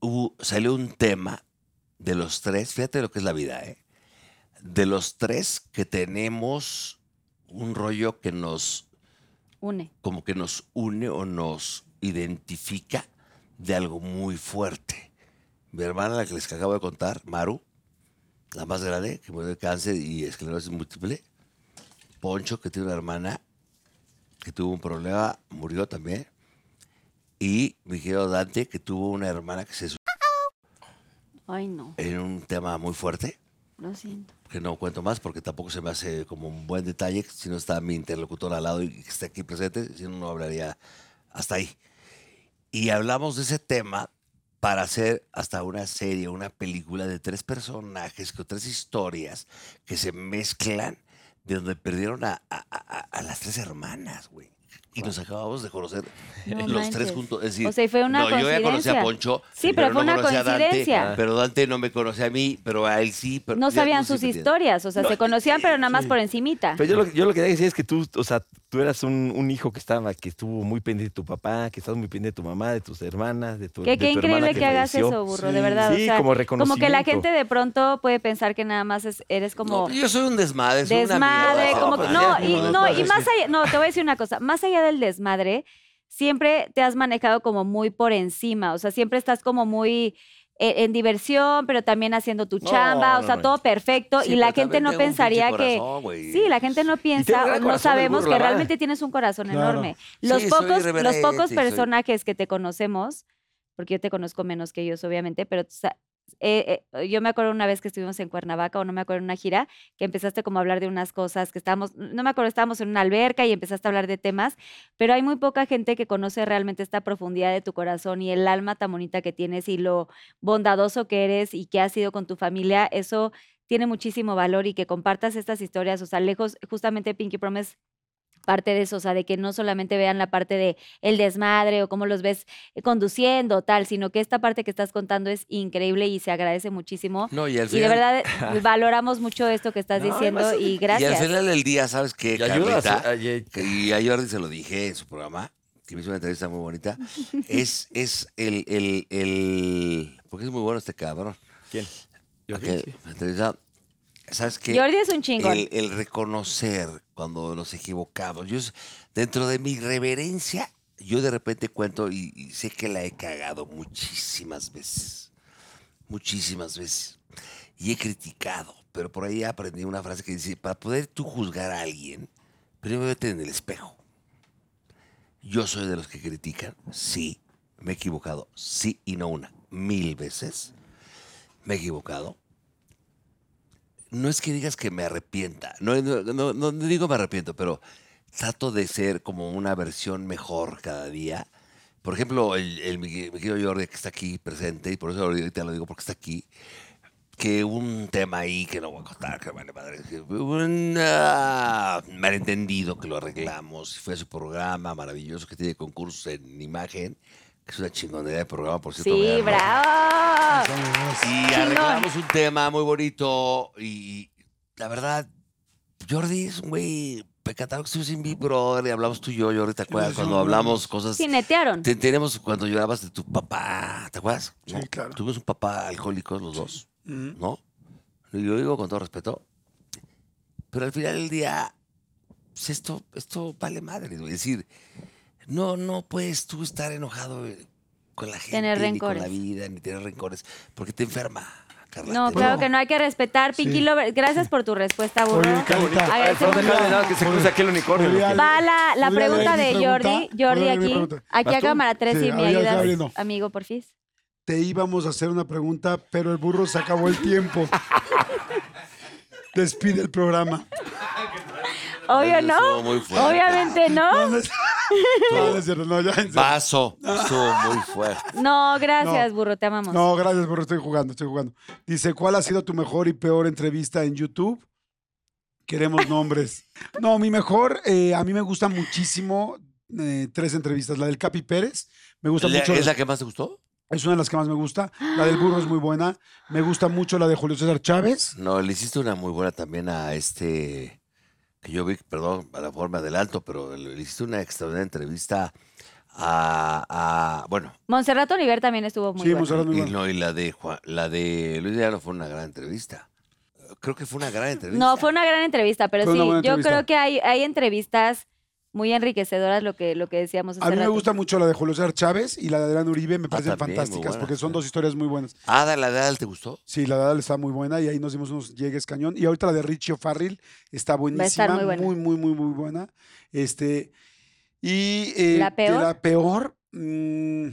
[SPEAKER 4] hubo- salió un tema de los tres, fíjate lo que es la vida, ¿eh? de los tres que tenemos un rollo que nos
[SPEAKER 1] Une.
[SPEAKER 4] como que nos une o nos identifica de algo muy fuerte. Mi hermana, la que les acabo de contar, Maru, la más grande, que murió de cáncer y esclerosis múltiple. Poncho, que tiene una hermana que tuvo un problema, murió también. Y mi querido Dante, que tuvo una hermana que se suicidó
[SPEAKER 1] Ay, no.
[SPEAKER 4] en un tema muy fuerte,
[SPEAKER 1] Lo siento.
[SPEAKER 4] que no cuento más porque tampoco se me hace como un buen detalle, si no está mi interlocutor al lado y que esté aquí presente, si no, no hablaría hasta ahí. Y hablamos de ese tema para hacer hasta una serie, una película de tres personajes, con tres historias que se mezclan, de donde perdieron a, a- a- a las tres hermanas, güey. Y nos acabamos de conocer
[SPEAKER 1] No
[SPEAKER 4] los tres
[SPEAKER 1] manches.
[SPEAKER 4] juntos. Es decir,
[SPEAKER 1] O sea, y fue una
[SPEAKER 4] no, yo ya conocí
[SPEAKER 1] coincidencia.
[SPEAKER 4] a Poncho.
[SPEAKER 1] Sí, pero fue una
[SPEAKER 4] conocía a Dante,
[SPEAKER 1] coincidencia.
[SPEAKER 4] pero Dante no me conocía a mí, pero a él sí. Pero
[SPEAKER 1] No
[SPEAKER 4] ya
[SPEAKER 1] sabían
[SPEAKER 4] tú sí
[SPEAKER 1] sus
[SPEAKER 4] me entiendes.
[SPEAKER 1] historias, o sea, se conocían, pero nada más
[SPEAKER 2] sí. Pues,
[SPEAKER 1] por encimita.
[SPEAKER 2] Pero yo lo, yo lo que quería decir es que tú, o sea, tú eras un, un hijo que estaba, que estuvo muy pendiente de tu papá, que estabas muy pendiente de tu mamá, de tus hermanas, de tu
[SPEAKER 1] Qué,
[SPEAKER 2] de
[SPEAKER 1] qué
[SPEAKER 2] tu hermana
[SPEAKER 1] increíble que, hagas
[SPEAKER 2] falleció.
[SPEAKER 1] eso, burro,
[SPEAKER 2] Sí.
[SPEAKER 1] de verdad.
[SPEAKER 2] Sí,
[SPEAKER 1] o sea,
[SPEAKER 2] como
[SPEAKER 1] Como que la
[SPEAKER 2] reconocimiento.
[SPEAKER 1] gente de pronto puede pensar que nada más es- eres como...
[SPEAKER 4] Yo soy un desmadre. soy una
[SPEAKER 1] desmadre,
[SPEAKER 4] mierda.
[SPEAKER 1] como
[SPEAKER 4] pero
[SPEAKER 1] que-
[SPEAKER 4] ya
[SPEAKER 1] no,
[SPEAKER 4] es
[SPEAKER 1] y,
[SPEAKER 4] un
[SPEAKER 1] no, y
[SPEAKER 4] desmadre.
[SPEAKER 1] más allá, no, te voy a decir una cosa, más allá del desmadre, siempre te has manejado como muy por encima, o sea, siempre estás como muy eh, en, diversión, pero también haciendo tu
[SPEAKER 12] No,
[SPEAKER 1] chamba, o
[SPEAKER 12] no,
[SPEAKER 1] sea,
[SPEAKER 12] no.
[SPEAKER 1] todo perfecto,
[SPEAKER 12] Sí,
[SPEAKER 1] y la
[SPEAKER 12] pero
[SPEAKER 1] gente
[SPEAKER 12] también
[SPEAKER 1] no
[SPEAKER 12] tengo un pinche
[SPEAKER 1] pensaría que...
[SPEAKER 12] corazón, güey.
[SPEAKER 1] Sí, la gente no
[SPEAKER 12] tengo
[SPEAKER 1] piensa,
[SPEAKER 12] un gran
[SPEAKER 1] o no
[SPEAKER 12] corazón, el
[SPEAKER 1] sabemos
[SPEAKER 12] burro,
[SPEAKER 1] que
[SPEAKER 12] la verdad.
[SPEAKER 1] realmente tienes un corazón
[SPEAKER 12] Claro.
[SPEAKER 1] enorme.
[SPEAKER 12] Sí,
[SPEAKER 1] Los
[SPEAKER 12] soy
[SPEAKER 1] picos, los
[SPEAKER 12] irreverente,
[SPEAKER 1] pocos
[SPEAKER 12] soy-
[SPEAKER 1] personajes que te conocemos, porque yo te conozco menos que ellos, obviamente, pero tú sa- eh, eh, yo me acuerdo una vez que estuvimos en Cuernavaca, o no me acuerdo en una gira, que empezaste como a hablar de unas cosas que estábamos, no me acuerdo, estábamos en una alberca y empezaste a hablar de temas, pero hay muy poca gente que conoce realmente esta profundidad de tu corazón y el alma tan bonita que tienes y lo bondadoso que eres y que has sido con tu familia, eso tiene muchísimo valor y que compartas estas historias, o sea, lejos, justamente Pinky Promise parte de eso, o sea, de que no solamente vean la parte de el desmadre o cómo los ves eh, conduciendo o tal, sino que esta parte que estás contando es increíble y se agradece muchísimo.
[SPEAKER 4] No, y al
[SPEAKER 1] de
[SPEAKER 4] final-
[SPEAKER 1] verdad eh, valoramos mucho esto que estás
[SPEAKER 4] No,
[SPEAKER 1] diciendo
[SPEAKER 4] además-
[SPEAKER 1] y
[SPEAKER 4] Y al
[SPEAKER 1] gracias.
[SPEAKER 4] final del día, ¿sabes qué,
[SPEAKER 2] Y ayudas,
[SPEAKER 4] Carlita?
[SPEAKER 2] eh, ayer-
[SPEAKER 4] Que- Y a Jordi se lo dije en su programa, que me hizo una entrevista muy bonita. Es, es el, el, el... Porque es muy bueno este cabrón.
[SPEAKER 2] ¿Quién?
[SPEAKER 4] Aquel- la entrevista, ¿Sabes qué?
[SPEAKER 1] Jordi es un chingón.
[SPEAKER 4] El, el reconocer cuando nos equivocamos. Yo, s- dentro de mi reverencia, yo de repente cuento y- y sé que la he cagado muchísimas veces muchísimas veces y he criticado, pero por ahí aprendí una frase que dice, para poder tú juzgar a alguien, primero vete en el espejo. Yo soy de los que critican, sí, me he equivocado, sí y no una, mil veces me he equivocado. No es que digas que me arrepienta, no, no, no- no digo me arrepiento, pero trato de ser como una versión mejor cada día. Por ejemplo, el, el mi mi querido Jordi que está aquí presente, y por eso ahorita lo digo porque está aquí, que hubo un tema ahí que no voy a contar, que vale madre, que hubo un ah, malentendido que lo arreglamos, fue su programa maravilloso que tiene concursos en imagen, que es una chingonería de programa, por cierto.
[SPEAKER 1] Sí,
[SPEAKER 4] véanlo.
[SPEAKER 1] bravo.
[SPEAKER 4] Y
[SPEAKER 1] Chingón.
[SPEAKER 4] arreglamos un tema muy bonito. Y la verdad, Jordi es un güey pecatado que estuvo sin mi brother. Y hablamos tú y yo, Jordi, ¿te acuerdas? Cuando hablamos cosas.
[SPEAKER 1] Sí, netearon.
[SPEAKER 4] Te tenemos cuando llorabas de tu papá, ¿te acuerdas? Sí, claro. Tuvimos un papá alcohólico los dos,
[SPEAKER 1] Ujú.
[SPEAKER 4] ¿no? Y Yo digo con todo respeto. Pero al final del día, pues esto, esto vale madre, güey. Es decir, no, no puedes tú estar enojado eh, con la gente,
[SPEAKER 1] Tener
[SPEAKER 4] ni con la
[SPEAKER 1] rencores.
[SPEAKER 4] vida, ni tener rencores, porque te enferma, Carla.
[SPEAKER 1] No,
[SPEAKER 4] te
[SPEAKER 1] claro
[SPEAKER 4] enferma.
[SPEAKER 1] que no hay que respetar. Pinky Lover, gracias por tu respuesta, burro. Agradecemos
[SPEAKER 2] No deja de nada que se cruce aquí el unicornio.
[SPEAKER 3] Julián,
[SPEAKER 2] loco.
[SPEAKER 1] Va la, la
[SPEAKER 3] Voy a
[SPEAKER 1] pregunta
[SPEAKER 3] leer
[SPEAKER 1] de
[SPEAKER 3] mi
[SPEAKER 1] Jordi.
[SPEAKER 3] pregunta.
[SPEAKER 1] Jordi,
[SPEAKER 3] Voy a leer mi
[SPEAKER 1] aquí.
[SPEAKER 3] pregunta.
[SPEAKER 1] Aquí
[SPEAKER 3] ¿Vas
[SPEAKER 1] a
[SPEAKER 3] tú?
[SPEAKER 1] cámara 3
[SPEAKER 3] Sí,
[SPEAKER 1] y me
[SPEAKER 3] ahí, ahí,
[SPEAKER 1] ayudas,
[SPEAKER 3] ahí, no.
[SPEAKER 1] amigo, porfis.
[SPEAKER 3] Te íbamos a hacer una pregunta, pero el burro se acabó el tiempo. Despide el programa.
[SPEAKER 1] Obvio
[SPEAKER 4] Eso
[SPEAKER 1] no.
[SPEAKER 4] estuvo muy fuerte.
[SPEAKER 1] Obviamente no.
[SPEAKER 3] No, no es cierto, no, ya, en serio.
[SPEAKER 4] Paso, estuvo muy fuerte.
[SPEAKER 1] No, gracias,
[SPEAKER 3] No.
[SPEAKER 1] burro, te amamos.
[SPEAKER 3] No, gracias, burro, estoy jugando, estoy jugando. Dice, ¿cuál ha sido tu mejor y peor entrevista en YouTube? Queremos nombres. No, mi mejor, eh, a mí me gusta muchísimo eh, tres entrevistas. La del Capi Pérez, me gusta
[SPEAKER 4] ¿Le-
[SPEAKER 3] mucho.
[SPEAKER 4] ¿Es la que más te gustó?
[SPEAKER 3] Es una de las que más me gusta. La del burro es muy buena. Me gusta mucho la de Julio César Chávez.
[SPEAKER 4] No, le hiciste una muy buena también a este, que yo vi, perdón, a la forma del alto, pero le le hiciste una extraordinaria entrevista a, a- bueno,
[SPEAKER 1] Montserrat Oliver también estuvo muy buena.
[SPEAKER 4] y, no, y la de Juan- la de Luis de Llano fue una gran entrevista. Creo que fue una gran entrevista.
[SPEAKER 1] No, fue una gran entrevista, pero
[SPEAKER 4] Fue
[SPEAKER 1] sí,
[SPEAKER 4] una
[SPEAKER 1] yo
[SPEAKER 4] buena entrevista.
[SPEAKER 1] creo que hay, hay entrevistas muy enriquecedoras, lo que, lo que decíamos hace
[SPEAKER 3] A mí me
[SPEAKER 1] rato.
[SPEAKER 3] gusta mucho la de Julio César Chávez y la de Adrián Uribe,
[SPEAKER 2] Ah,
[SPEAKER 3] me parecen
[SPEAKER 4] también, muy
[SPEAKER 3] fantásticas
[SPEAKER 4] buena,
[SPEAKER 3] porque son dos historias muy buenas.
[SPEAKER 4] Ada, la de Adal, ¿te gustó?
[SPEAKER 3] Sí, la verdad está muy buena y ahí nos dimos unos llegues cañón. Y ahorita la de Richie O'Farrill está buenísima.
[SPEAKER 1] a estar muy buena.
[SPEAKER 3] muy, muy, muy, muy buena. Este, y eh,
[SPEAKER 1] ¿La
[SPEAKER 3] de
[SPEAKER 1] peor?
[SPEAKER 3] La peor. mm,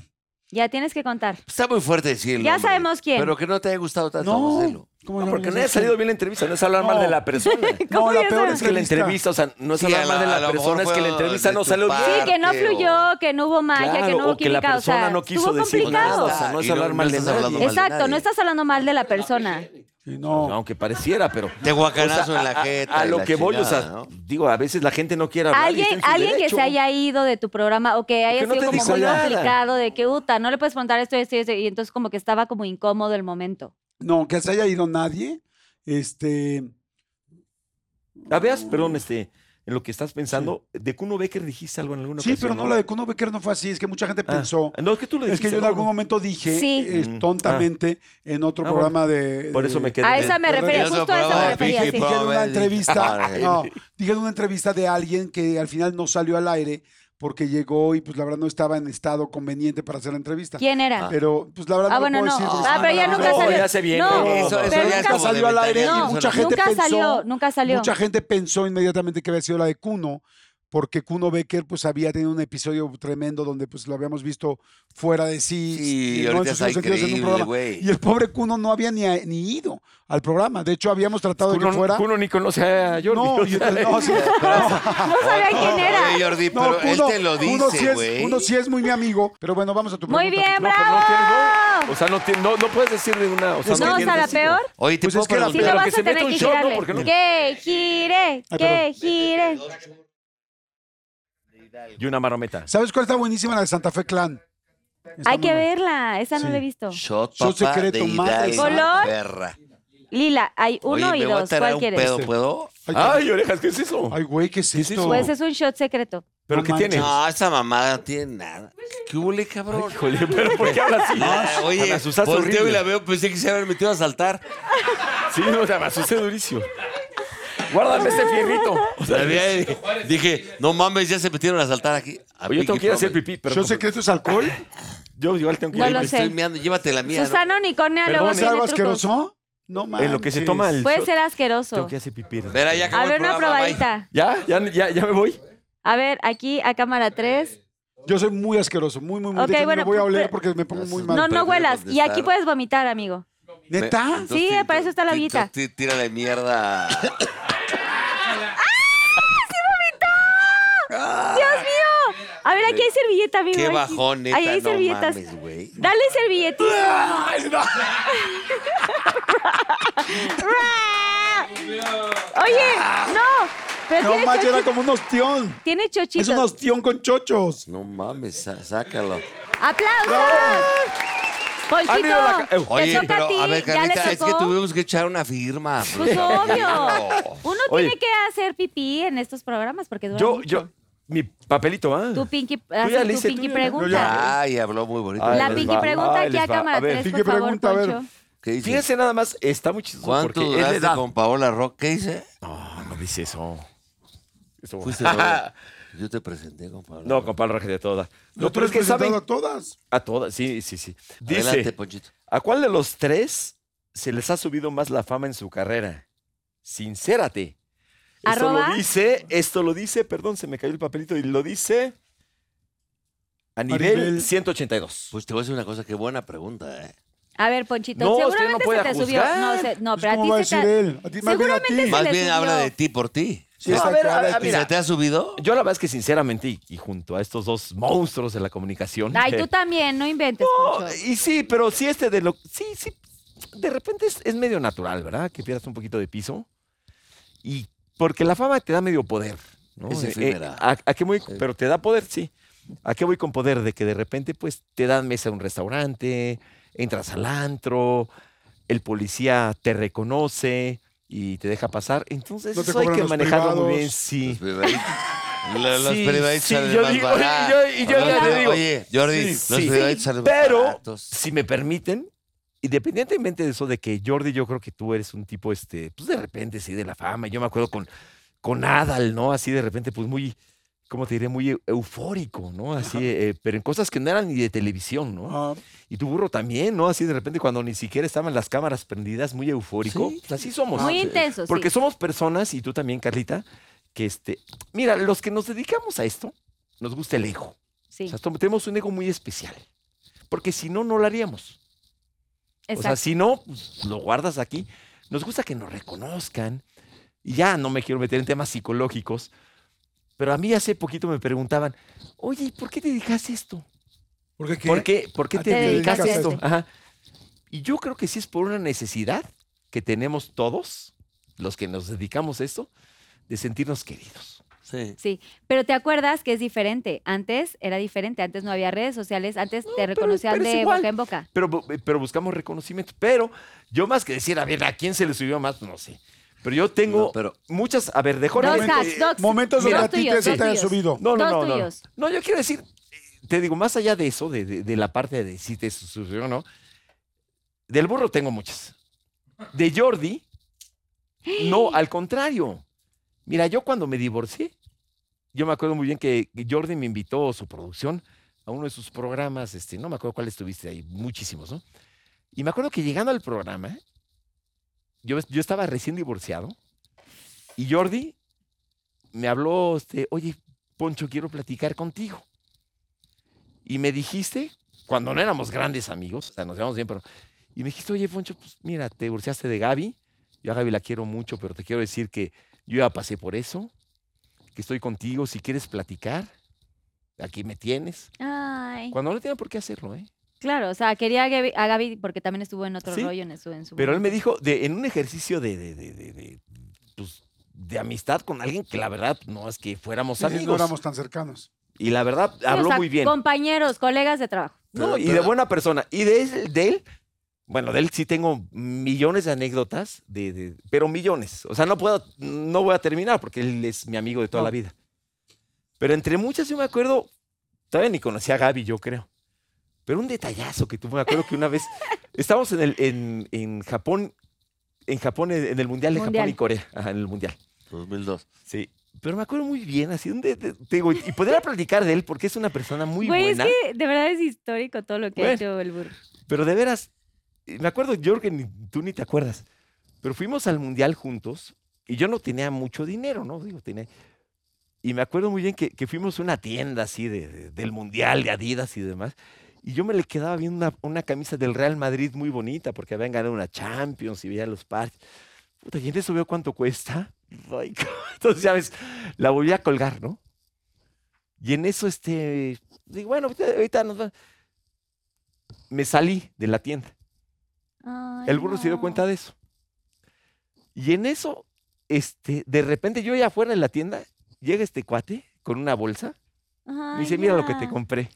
[SPEAKER 1] Ya tienes que contar.
[SPEAKER 4] Está muy fuerte decirlo.
[SPEAKER 1] Ya sabemos quién.
[SPEAKER 4] Pero que no te haya gustado tanto.
[SPEAKER 3] No,
[SPEAKER 4] vamos a hacerlo.
[SPEAKER 3] ¿cómo
[SPEAKER 2] No,
[SPEAKER 3] no?
[SPEAKER 2] porque
[SPEAKER 3] No
[SPEAKER 2] no haya
[SPEAKER 3] sé.
[SPEAKER 2] salido bien la entrevista, no es hablar mal de la persona.
[SPEAKER 3] No, la peor
[SPEAKER 2] Es que la entrevista, o sea, no es
[SPEAKER 4] Sí,
[SPEAKER 2] hablar
[SPEAKER 4] a
[SPEAKER 2] mal de
[SPEAKER 4] la- a
[SPEAKER 2] la
[SPEAKER 4] lo
[SPEAKER 2] persona,
[SPEAKER 4] mejor
[SPEAKER 2] es que la
[SPEAKER 4] fue
[SPEAKER 2] entrevista
[SPEAKER 4] de
[SPEAKER 2] no
[SPEAKER 4] tu
[SPEAKER 2] salió
[SPEAKER 1] Sí,
[SPEAKER 2] bien.
[SPEAKER 1] que no fluyó, que no hubo magia,
[SPEAKER 2] Ah, Claro,
[SPEAKER 1] que no hubo
[SPEAKER 2] o que la
[SPEAKER 1] química, o sea,
[SPEAKER 2] persona no quiso
[SPEAKER 1] estuvo
[SPEAKER 2] decir nada,
[SPEAKER 1] complicado.
[SPEAKER 2] o sea, no es
[SPEAKER 4] Y no-
[SPEAKER 2] hablar
[SPEAKER 4] no
[SPEAKER 2] mal de
[SPEAKER 4] estás hablando
[SPEAKER 2] nadie.
[SPEAKER 4] mal de
[SPEAKER 1] Exacto,
[SPEAKER 4] nadie.
[SPEAKER 1] no estás hablando mal de la persona.
[SPEAKER 2] Aunque pareciera, pero.
[SPEAKER 4] Te guacanazo en la
[SPEAKER 2] a- a-
[SPEAKER 4] jeta
[SPEAKER 2] A,
[SPEAKER 4] y
[SPEAKER 2] lo
[SPEAKER 4] la
[SPEAKER 2] que voy, o sea,
[SPEAKER 4] chingada, ¿no?
[SPEAKER 2] digo, a veces la gente no quiere hablar. y está
[SPEAKER 1] Alguien,
[SPEAKER 2] en su
[SPEAKER 1] alguien que
[SPEAKER 2] derecho.
[SPEAKER 1] se haya ido de tu programa o que haya
[SPEAKER 2] Que no
[SPEAKER 1] sido
[SPEAKER 2] te
[SPEAKER 1] como
[SPEAKER 2] dijo
[SPEAKER 1] muy
[SPEAKER 2] nada.
[SPEAKER 1] complicado, de que, uta, no le puedes preguntar esto, esto y esto, y entonces como que estaba como incómodo el momento.
[SPEAKER 2] Pues
[SPEAKER 3] No, que se haya ido nadie. Este.
[SPEAKER 2] Ah, veas, perdón, este, en lo que estás pensando, de Kuno Becker dijiste algo en alguna
[SPEAKER 3] Sí, pero no, la de Kuno Becker no fue así. Es que mucha gente
[SPEAKER 2] Ah,
[SPEAKER 3] pensó.
[SPEAKER 2] No, es que tú le
[SPEAKER 3] Es
[SPEAKER 2] dijiste.
[SPEAKER 3] que yo en
[SPEAKER 2] ¿no?
[SPEAKER 3] algún momento dije
[SPEAKER 1] Sí.
[SPEAKER 3] eh,
[SPEAKER 2] Mm, ah.
[SPEAKER 3] tontamente en otro
[SPEAKER 2] Ah,
[SPEAKER 3] programa de.
[SPEAKER 2] Por
[SPEAKER 3] de-
[SPEAKER 2] eso me quedé.
[SPEAKER 1] A esa me refería,
[SPEAKER 4] Eso
[SPEAKER 1] justo a esa
[SPEAKER 4] probaba
[SPEAKER 1] me
[SPEAKER 4] de
[SPEAKER 1] refería.
[SPEAKER 4] Pinky
[SPEAKER 1] sí.
[SPEAKER 3] dije en una
[SPEAKER 4] Promise.
[SPEAKER 3] entrevista,
[SPEAKER 4] Ay.
[SPEAKER 3] no, dije en una entrevista de alguien que al final no salió al aire porque llegó y pues la verdad no estaba en estado conveniente para hacer la entrevista.
[SPEAKER 1] ¿Quién era?
[SPEAKER 3] Pero pues la verdad
[SPEAKER 1] Ah,
[SPEAKER 3] no
[SPEAKER 1] bueno,
[SPEAKER 3] lo
[SPEAKER 1] no.
[SPEAKER 3] puedo decir.
[SPEAKER 1] Ah, pero ya
[SPEAKER 3] no,
[SPEAKER 1] nunca salió.
[SPEAKER 2] ya se viene.
[SPEAKER 1] No,
[SPEAKER 4] Eso- eso
[SPEAKER 1] pero
[SPEAKER 4] ya es
[SPEAKER 1] nunca
[SPEAKER 4] como
[SPEAKER 3] salió al aire
[SPEAKER 1] No,
[SPEAKER 3] y mucha gente
[SPEAKER 1] nunca
[SPEAKER 3] pensó,
[SPEAKER 1] salió, nunca salió.
[SPEAKER 3] Mucha gente pensó inmediatamente que había sido la de Kuno porque Kuno Becker pues había tenido un episodio tremendo donde pues lo habíamos visto fuera de sí,
[SPEAKER 4] Sí,
[SPEAKER 3] y no en
[SPEAKER 4] ahorita
[SPEAKER 3] sus
[SPEAKER 4] está
[SPEAKER 3] cinco sentidos en un
[SPEAKER 4] increíble,
[SPEAKER 3] programa.
[SPEAKER 4] güey.
[SPEAKER 3] y el pobre Kuno no había ni, a- ni ido al programa. De hecho habíamos tratado de que fuera.
[SPEAKER 2] Kuno, Kuno ni conoce a Jordi.
[SPEAKER 3] No,
[SPEAKER 2] o
[SPEAKER 3] yo-
[SPEAKER 2] sea,
[SPEAKER 3] no, sí,
[SPEAKER 1] No sabía quién era.
[SPEAKER 4] Oye, Jordi, pero él te lo
[SPEAKER 3] uno sí
[SPEAKER 4] dice,
[SPEAKER 3] es-
[SPEAKER 4] güey.
[SPEAKER 3] Uno sí es muy mi amigo, pero bueno, vamos a tu pregunta.
[SPEAKER 1] Muy bien,
[SPEAKER 2] No, pero no Pues tiene-
[SPEAKER 1] bravo.
[SPEAKER 2] no, o sea, no, tiene- no, no puedes decir de una. O sea,
[SPEAKER 1] No, o
[SPEAKER 2] quieres
[SPEAKER 1] sea, la
[SPEAKER 2] decirlo.
[SPEAKER 1] peor.
[SPEAKER 4] Oye, te
[SPEAKER 2] Pues
[SPEAKER 4] puedo
[SPEAKER 2] es que la
[SPEAKER 1] Sí,
[SPEAKER 4] preguntar.
[SPEAKER 1] lo vas
[SPEAKER 2] Pero que
[SPEAKER 1] a
[SPEAKER 2] se
[SPEAKER 1] tener
[SPEAKER 2] meta un
[SPEAKER 1] que
[SPEAKER 2] shot, ¿no?
[SPEAKER 1] girarle.
[SPEAKER 2] Porque no-
[SPEAKER 1] Que gire, que
[SPEAKER 3] perdón.
[SPEAKER 1] gire.
[SPEAKER 2] Y una marometa.
[SPEAKER 3] ¿Sabes cuál está buenísima? La de Santa Fe Clan. Está
[SPEAKER 1] Hay
[SPEAKER 3] muy
[SPEAKER 1] que
[SPEAKER 3] buena.
[SPEAKER 1] verla, esa no
[SPEAKER 3] Sí.
[SPEAKER 1] la he visto.
[SPEAKER 4] Shot,
[SPEAKER 3] Shot
[SPEAKER 4] papá,
[SPEAKER 3] secreto,
[SPEAKER 4] de
[SPEAKER 3] madre.
[SPEAKER 4] Hidalgo,
[SPEAKER 1] ¿Color?
[SPEAKER 4] perra.
[SPEAKER 1] Lila, hay uno
[SPEAKER 4] Oye,
[SPEAKER 1] y
[SPEAKER 4] me voy a
[SPEAKER 1] dos.
[SPEAKER 4] tirar
[SPEAKER 1] ¿Cuál
[SPEAKER 4] un
[SPEAKER 1] quieres?
[SPEAKER 4] pedo, ¿puedo?
[SPEAKER 2] Ay, orejas, ¿qué es eso?
[SPEAKER 3] Ay, güey, ¿qué es esto?
[SPEAKER 1] Pues es un shot secreto.
[SPEAKER 2] ¿Pero
[SPEAKER 3] No
[SPEAKER 2] qué
[SPEAKER 3] manches.
[SPEAKER 2] tiene?
[SPEAKER 4] No, esa mamada no tiene nada. ¿Qué huele, cabrón?
[SPEAKER 2] Híjole, pero ¿por qué hablas así?
[SPEAKER 4] Ah,
[SPEAKER 2] O sea,
[SPEAKER 4] oye,
[SPEAKER 2] me asustaste
[SPEAKER 4] volteo
[SPEAKER 2] horrible.
[SPEAKER 4] y la veo, pensé que se había metido a saltar.
[SPEAKER 2] Sí, no, o sea, me asusté durísimo. Guárdame este fierrito. O sea,
[SPEAKER 4] La vi- dije, no mames, ya se metieron a saltar aquí. A
[SPEAKER 2] oye, yo tengo
[SPEAKER 4] Pinky
[SPEAKER 2] que ir a hacer
[SPEAKER 4] Promise.
[SPEAKER 2] pipí, pero
[SPEAKER 3] Yo sé que esto es alcohol.
[SPEAKER 2] yo igual tengo que
[SPEAKER 1] No
[SPEAKER 2] ir.
[SPEAKER 1] lo
[SPEAKER 4] Estoy
[SPEAKER 1] sé.
[SPEAKER 4] meando, llévate la mía. ¿no?
[SPEAKER 1] Susana Nicornia
[SPEAKER 2] Perdón,
[SPEAKER 1] luego
[SPEAKER 3] ¿Puede ser
[SPEAKER 1] tiene
[SPEAKER 3] algo
[SPEAKER 1] trucos.
[SPEAKER 3] asqueroso? No mames.
[SPEAKER 2] En lo que se toma el
[SPEAKER 1] Puede
[SPEAKER 2] shot,
[SPEAKER 1] ser
[SPEAKER 2] Tengo
[SPEAKER 1] asqueroso.
[SPEAKER 2] que hacer pipí.
[SPEAKER 4] Verá, ya acabó
[SPEAKER 1] A
[SPEAKER 4] el
[SPEAKER 1] ver, una
[SPEAKER 4] programa, bye.
[SPEAKER 1] probadita.
[SPEAKER 2] ¿Ya? ¿Ya, ya, ya me voy?
[SPEAKER 1] A ver, aquí a cámara 3.
[SPEAKER 3] Yo soy muy asqueroso, muy, muy, muy.
[SPEAKER 1] Ok,
[SPEAKER 3] De hecho, ni
[SPEAKER 1] bueno,
[SPEAKER 3] lo voy a oler
[SPEAKER 1] pero-
[SPEAKER 3] porque me pongo muy mal.
[SPEAKER 1] No, no
[SPEAKER 4] prefiero
[SPEAKER 1] huelas. Y aquí
[SPEAKER 4] contestar.
[SPEAKER 1] puedes vomitar, amigo.
[SPEAKER 3] ¿Neta?
[SPEAKER 4] Entonces,
[SPEAKER 1] Sí,
[SPEAKER 4] tí-
[SPEAKER 1] para eso está la
[SPEAKER 4] tí-
[SPEAKER 1] guita.
[SPEAKER 4] tí- Tírale mierda.
[SPEAKER 1] aquí hay servilleta, amigo.
[SPEAKER 13] Qué
[SPEAKER 1] aquí.
[SPEAKER 13] bajón, neta,
[SPEAKER 1] Ahí hay
[SPEAKER 13] no
[SPEAKER 1] servilletas.
[SPEAKER 13] mames, güey.
[SPEAKER 1] Dale servilletita. Oye, no. Pero
[SPEAKER 3] No
[SPEAKER 1] tiene,
[SPEAKER 3] manches, era
[SPEAKER 1] chochi-
[SPEAKER 3] como un ostión.
[SPEAKER 1] tiene chochitos.
[SPEAKER 3] Es un ostión con chochos.
[SPEAKER 13] No mames, sa- sácalo.
[SPEAKER 1] ¡Aplausos!
[SPEAKER 13] Ah,
[SPEAKER 1] Ponchito,
[SPEAKER 13] mira la ca-
[SPEAKER 1] te
[SPEAKER 13] Oye,
[SPEAKER 1] toca
[SPEAKER 13] pero
[SPEAKER 1] a ti.
[SPEAKER 13] a ver,
[SPEAKER 1] ya le
[SPEAKER 13] Carlita, es
[SPEAKER 1] tocó.
[SPEAKER 13] que tuvimos que echar una firma.
[SPEAKER 1] Pues obvio.
[SPEAKER 13] No.
[SPEAKER 1] Uno
[SPEAKER 2] Oye.
[SPEAKER 1] tiene que hacer pipí en estos programas porque dura
[SPEAKER 2] Yo,
[SPEAKER 1] mucho.
[SPEAKER 2] yo, mi papelito, ¿ah?
[SPEAKER 1] Tu pinky,
[SPEAKER 2] ya
[SPEAKER 1] haces
[SPEAKER 2] le
[SPEAKER 1] tu
[SPEAKER 2] hice,
[SPEAKER 1] pinky
[SPEAKER 2] tú ya. Yo
[SPEAKER 1] pregunta.
[SPEAKER 2] ya.
[SPEAKER 13] Ay, habló muy bonito.
[SPEAKER 2] Ahí
[SPEAKER 1] La
[SPEAKER 2] les
[SPEAKER 1] pinky
[SPEAKER 2] va.
[SPEAKER 1] pregunta
[SPEAKER 2] Ahí
[SPEAKER 1] aquí
[SPEAKER 2] les
[SPEAKER 1] a
[SPEAKER 2] va.
[SPEAKER 1] cámara
[SPEAKER 2] A ver,
[SPEAKER 1] 3,
[SPEAKER 2] pinky
[SPEAKER 1] por favor,
[SPEAKER 2] pregunta, a ver.
[SPEAKER 1] Poncho.
[SPEAKER 13] ¿Qué dice?
[SPEAKER 2] Fíjense nada más, está muy chistoso.
[SPEAKER 13] ¿Cuánto
[SPEAKER 2] porque es de
[SPEAKER 13] duraste
[SPEAKER 2] edad. Ah,
[SPEAKER 13] con Paola Rock? ¿Qué hice?
[SPEAKER 2] No, no dice eso. Eso-
[SPEAKER 13] Fuiste novia. Yo te presenté con Paola.
[SPEAKER 2] No, con Pablo Rojas de todas. No, pero es que saben.
[SPEAKER 3] presentado a todas.
[SPEAKER 2] A todas, sí, sí, sí. Dice,
[SPEAKER 13] pues Adelante, Ponchito.
[SPEAKER 2] ¿a cuál de los tres se les ha subido más la fama en su carrera? Sincérate. Esto
[SPEAKER 1] Arroba.
[SPEAKER 2] lo dice, esto lo dice, perdón, se me cayó el papelito y lo dice a nivel
[SPEAKER 13] nivel-
[SPEAKER 2] 182.
[SPEAKER 13] Pues te voy a decir una cosa, qué buena pregunta, ¿eh?
[SPEAKER 1] A ver, Ponchito,
[SPEAKER 2] No, usted no
[SPEAKER 1] seguramente
[SPEAKER 2] puede
[SPEAKER 1] se te subió.
[SPEAKER 2] juzgar.
[SPEAKER 1] No, se- no
[SPEAKER 3] Pues,
[SPEAKER 1] pero a
[SPEAKER 3] ¿cómo
[SPEAKER 1] ti
[SPEAKER 3] va a
[SPEAKER 1] se
[SPEAKER 3] decir
[SPEAKER 1] te.
[SPEAKER 3] él? A ti- más bien a
[SPEAKER 1] seguramente
[SPEAKER 3] ti.
[SPEAKER 1] se
[SPEAKER 13] Más
[SPEAKER 1] le
[SPEAKER 13] bien
[SPEAKER 1] subió.
[SPEAKER 13] habla de ti por ti.
[SPEAKER 3] Sí, exacto.
[SPEAKER 13] ¿Y se te ha subido?
[SPEAKER 2] Ah, Yo la verdad es que sinceramente, y, y junto a estos dos monstruos de la comunicación.
[SPEAKER 1] Ay,
[SPEAKER 2] que-
[SPEAKER 1] tú también, no inventes,
[SPEAKER 2] No,
[SPEAKER 1] Poncho.
[SPEAKER 2] y sí, pero sí este de lo... Sí, sí, de repente es, es medio natural, ¿verdad? Que pierdas un poquito de piso. Y porque la fama te da medio poder, ¿no?
[SPEAKER 13] Es
[SPEAKER 2] Eh, eh,
[SPEAKER 13] efímera.
[SPEAKER 2] ¿a, a qué voy? Pero te da poder, sí. ¿A qué voy con poder? De que de repente pues te dan mesa a un restaurante, entras al antro, el policía te reconoce y te deja pasar. Entonces
[SPEAKER 3] No te
[SPEAKER 2] eso hay
[SPEAKER 3] cobran
[SPEAKER 2] que
[SPEAKER 3] los
[SPEAKER 2] manejarlo muy
[SPEAKER 3] privados.
[SPEAKER 2] bien, sí.
[SPEAKER 13] Los privaditos. Lo- Los
[SPEAKER 2] Sí,
[SPEAKER 13] privaditos
[SPEAKER 2] sí,
[SPEAKER 13] salen
[SPEAKER 2] yo
[SPEAKER 13] más
[SPEAKER 2] digo-
[SPEAKER 13] baratos.
[SPEAKER 2] y yo- y yo ya te digo,
[SPEAKER 13] Oye, Jordi,
[SPEAKER 2] sí,
[SPEAKER 13] los
[SPEAKER 2] sí,
[SPEAKER 13] privaditos salen más
[SPEAKER 2] pero
[SPEAKER 13] baratos.
[SPEAKER 2] si me permiten, independientemente de eso de que Jordi, yo creo que tú eres un tipo, este, pues de repente, sí, de la fama. Yo me acuerdo con, con Adal, ¿no? Así de repente, pues muy, ¿cómo te diré? Muy eu- eufórico, ¿no? Así, eh, pero en cosas que no eran ni de televisión, ¿no? Y tu burro también, ¿no? Así de repente, cuando ni siquiera estaban las cámaras prendidas, muy eufórico. Así somos.
[SPEAKER 1] Muy intenso, Ah, sí.
[SPEAKER 2] Porque somos personas, y tú también, Carlita, que este. Mira, los que nos dedicamos a esto, nos gusta el ego.
[SPEAKER 1] Sí,
[SPEAKER 2] O sea, tom- tenemos un ego muy especial. Porque si no, no lo haríamos. O sea,
[SPEAKER 1] exacto.
[SPEAKER 2] si no, pues, lo guardas aquí. Nos gusta que nos reconozcan. Y ya no me quiero meter en temas psicológicos. Pero a mí hace poquito me preguntaban, oye, ¿y ¿por qué te dedicas a esto?
[SPEAKER 3] Porque
[SPEAKER 2] ¿Por qué, por qué
[SPEAKER 3] ¿A
[SPEAKER 2] te,
[SPEAKER 3] qué te
[SPEAKER 2] dedicas a
[SPEAKER 3] dedicas
[SPEAKER 2] esto?
[SPEAKER 3] a esto?
[SPEAKER 2] Ajá. Y yo creo que sí es por una necesidad que tenemos todos, los que nos dedicamos a esto, de sentirnos queridos.
[SPEAKER 13] Sí.
[SPEAKER 1] Sí, pero te acuerdas que es diferente. Antes era diferente, antes no había redes sociales, antes te reconocían
[SPEAKER 2] pero es
[SPEAKER 1] de
[SPEAKER 2] igual.
[SPEAKER 1] boca en boca.
[SPEAKER 2] Pero, bu- eh, pero buscamos reconocimiento. Pero yo más que decir, a ver, ¿a quién se le subió más? No sé. Pero yo tengo
[SPEAKER 13] No, pero-
[SPEAKER 2] muchas... A ver, dejó...
[SPEAKER 1] Dos
[SPEAKER 2] eh,
[SPEAKER 1] hacks, dos.
[SPEAKER 3] Momentos donde
[SPEAKER 1] dos
[SPEAKER 3] a ti te
[SPEAKER 1] tuyos,
[SPEAKER 3] se
[SPEAKER 1] dos
[SPEAKER 3] te haya
[SPEAKER 1] tuyos.
[SPEAKER 3] subido.
[SPEAKER 2] No, no,
[SPEAKER 1] Dos
[SPEAKER 2] no, no, no.
[SPEAKER 1] tuyos.
[SPEAKER 2] No, yo quiero decir, eh, te digo, más allá de eso, de, de- de la parte de si te sucedió o no, del burro tengo muchas. De Jordi, no, al contrario. Mira, yo cuando me divorcié, yo me acuerdo muy bien que Jordi me invitó su producción a uno de sus programas, este, no me acuerdo cuál estuviste ahí, muchísimos, ¿no? Y me acuerdo que llegando al programa, yo, yo estaba recién divorciado y Jordi me habló, este, oye, Poncho, quiero platicar contigo. Y me dijiste, cuando no éramos grandes amigos, o sea, nos llevamos bien, pero... Y me dijiste, oye, Poncho, pues mira, te divorciaste de Gaby. Yo a Gaby la quiero mucho, pero te quiero decir que yo ya pasé por eso, que estoy contigo. Si quieres platicar, aquí me tienes.
[SPEAKER 1] Ay,
[SPEAKER 2] Cuando no tiene por qué hacerlo, ¿eh?
[SPEAKER 1] claro, o sea, quería a Gaby, a Gaby porque también estuvo en otro
[SPEAKER 2] Sí,
[SPEAKER 1] rollo en su, en su
[SPEAKER 2] Pero él
[SPEAKER 1] momento.
[SPEAKER 2] me dijo, de, en un ejercicio de, de, de, de, de, pues, de amistad con alguien que la verdad no es que fuéramos
[SPEAKER 3] Sí, sí, no
[SPEAKER 2] amigos.
[SPEAKER 3] éramos tan cercanos.
[SPEAKER 2] Y la verdad,
[SPEAKER 1] Sí, o
[SPEAKER 2] habló
[SPEAKER 1] sea,
[SPEAKER 2] muy bien.
[SPEAKER 1] Compañeros, colegas de trabajo.
[SPEAKER 2] No, y de buena persona. Y de, él- de él, bueno, de él sí tengo millones de anécdotas, de, de- pero millones. O sea, no puedo, no voy a terminar porque él es mi amigo de toda la vida. Pero entre muchas yo me acuerdo, todavía ni conocía a Gaby, yo creo. Pero un detallazo que tuvo, me acuerdo que una vez estábamos en, el, en, en Japón, en Japón, en en el Mundial de
[SPEAKER 1] Mundial.
[SPEAKER 2] Japón y Corea, ajá, en el Mundial.
[SPEAKER 13] 2002.
[SPEAKER 2] Sí. Pero me acuerdo muy bien, así, un de- de- te digo, y poder platicar de él porque es una persona muy
[SPEAKER 1] Güey,
[SPEAKER 2] buena.
[SPEAKER 1] es que de verdad es histórico todo lo que ha
[SPEAKER 2] Bueno.
[SPEAKER 1] hecho el burro.
[SPEAKER 2] Pero de veras, eh, me acuerdo, yo creo que ni- tú ni te acuerdas, pero fuimos al mundial juntos y yo no tenía mucho dinero, ¿no? Digo, tenía. Y me acuerdo muy bien que, que fuimos a una tienda así de, de- del mundial, de Adidas y demás. Y yo me le quedaba viendo una, una camisa del Real Madrid muy bonita porque habían ganado una Champions y veía los parches. Puta, y en eso veo cuánto cuesta. Ay, Entonces, ya ves, la volví a colgar, ¿no? Y en eso, este, digo, bueno, ahorita, ahorita nos va- Me salí de la tienda. el burro se dio cuenta de eso. Y en eso, este, de repente yo ya afuera de la tienda, llega este cuate con una bolsa. me dice, mira lo que te compré.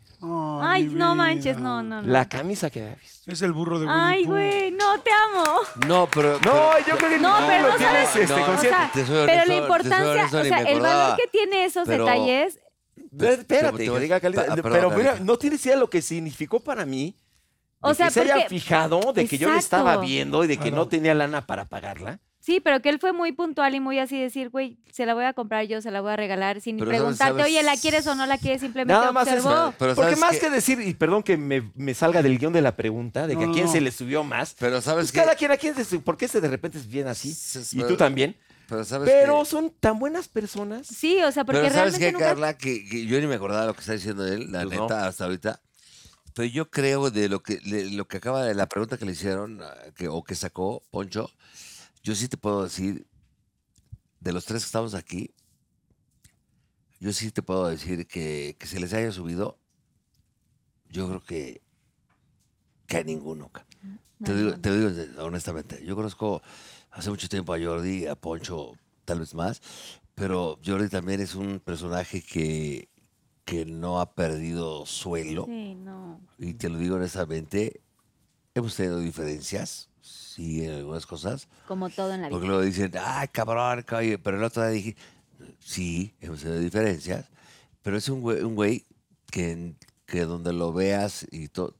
[SPEAKER 1] Ay, no manches, no, no, Ah, no.
[SPEAKER 2] La camisa que había visto.
[SPEAKER 3] Es el burro de
[SPEAKER 1] Ay, güey, no, te amo.
[SPEAKER 4] No, pero.
[SPEAKER 2] No, yo creo que
[SPEAKER 1] No,
[SPEAKER 2] tú
[SPEAKER 1] pero
[SPEAKER 2] lo
[SPEAKER 1] no
[SPEAKER 2] tienes
[SPEAKER 1] sabes-
[SPEAKER 2] este,
[SPEAKER 1] no,
[SPEAKER 2] consciente.
[SPEAKER 1] o sea, pero la importancia, o sea, el valor que tiene esos
[SPEAKER 2] Pero-
[SPEAKER 1] detalles.
[SPEAKER 2] Pero Espérate,
[SPEAKER 4] te voy a-
[SPEAKER 2] oiga, Cali-
[SPEAKER 4] Ah, perdón,
[SPEAKER 2] pero mira,
[SPEAKER 4] Carlita.
[SPEAKER 2] no tienes idea lo que significó para mí.
[SPEAKER 1] O
[SPEAKER 2] de
[SPEAKER 1] sea,
[SPEAKER 2] que se haya
[SPEAKER 1] porque-
[SPEAKER 2] fijado de que yo le estaba
[SPEAKER 1] Exacto.
[SPEAKER 2] viendo y de que no tenía lana para pagarla.
[SPEAKER 1] Sí, pero que él fue muy puntual y muy así decir, güey, se la voy a comprar yo, se la voy a regalar, sin
[SPEAKER 2] Pero sabes-
[SPEAKER 1] preguntarte,
[SPEAKER 2] sabes-
[SPEAKER 1] oye, ¿la quieres o no la quieres? Simplemente
[SPEAKER 2] Nada más
[SPEAKER 1] observó.
[SPEAKER 2] eso.
[SPEAKER 4] Pero
[SPEAKER 2] Porque
[SPEAKER 4] ¿sabes
[SPEAKER 2] más
[SPEAKER 4] qué?
[SPEAKER 2] que decir, y perdón que me, me salga del guión de la pregunta, de que
[SPEAKER 4] No,
[SPEAKER 2] a quién
[SPEAKER 4] no.
[SPEAKER 2] se le subió más.
[SPEAKER 4] Pero sabes
[SPEAKER 2] pues cada quien, a quién se su- ¿por qué se de repente es bien así? y
[SPEAKER 4] pero-
[SPEAKER 2] tú también.
[SPEAKER 4] Pero sabes
[SPEAKER 2] Pero
[SPEAKER 4] que-
[SPEAKER 2] son tan buenas personas.
[SPEAKER 1] Sí, o sea, porque
[SPEAKER 4] Pero ¿sabes
[SPEAKER 1] realmente
[SPEAKER 4] qué,
[SPEAKER 1] nunca...
[SPEAKER 4] Carla? Que, que yo ni me acordaba lo que está diciendo él, la
[SPEAKER 2] Pues no.
[SPEAKER 4] neta, hasta ahorita. Pero yo creo de lo que de lo que acaba de la pregunta que le hicieron ah, que, o que sacó Poncho, yo sí te puedo decir, de los tres que estamos aquí, yo sí te puedo decir que, que se les haya subido, yo creo que, que a ninguno. ca.
[SPEAKER 1] Mm,
[SPEAKER 4] Te, digo, te digo de- honestamente, yo conozco hace mucho tiempo a Jordi, a Poncho tal vez más, pero Jordi también es un personaje que, que no ha perdido suelo.
[SPEAKER 1] Sí, no.
[SPEAKER 4] Y te lo digo honestamente, hemos tenido diferencias, sí, en algunas cosas.
[SPEAKER 1] Como todo en la vida.
[SPEAKER 4] Porque luego dicen, ay, cabrón, oye", pero el otro día dije, sí, hemos tenido diferencias, pero es un güey, un güey que, en- que donde lo veas y todo...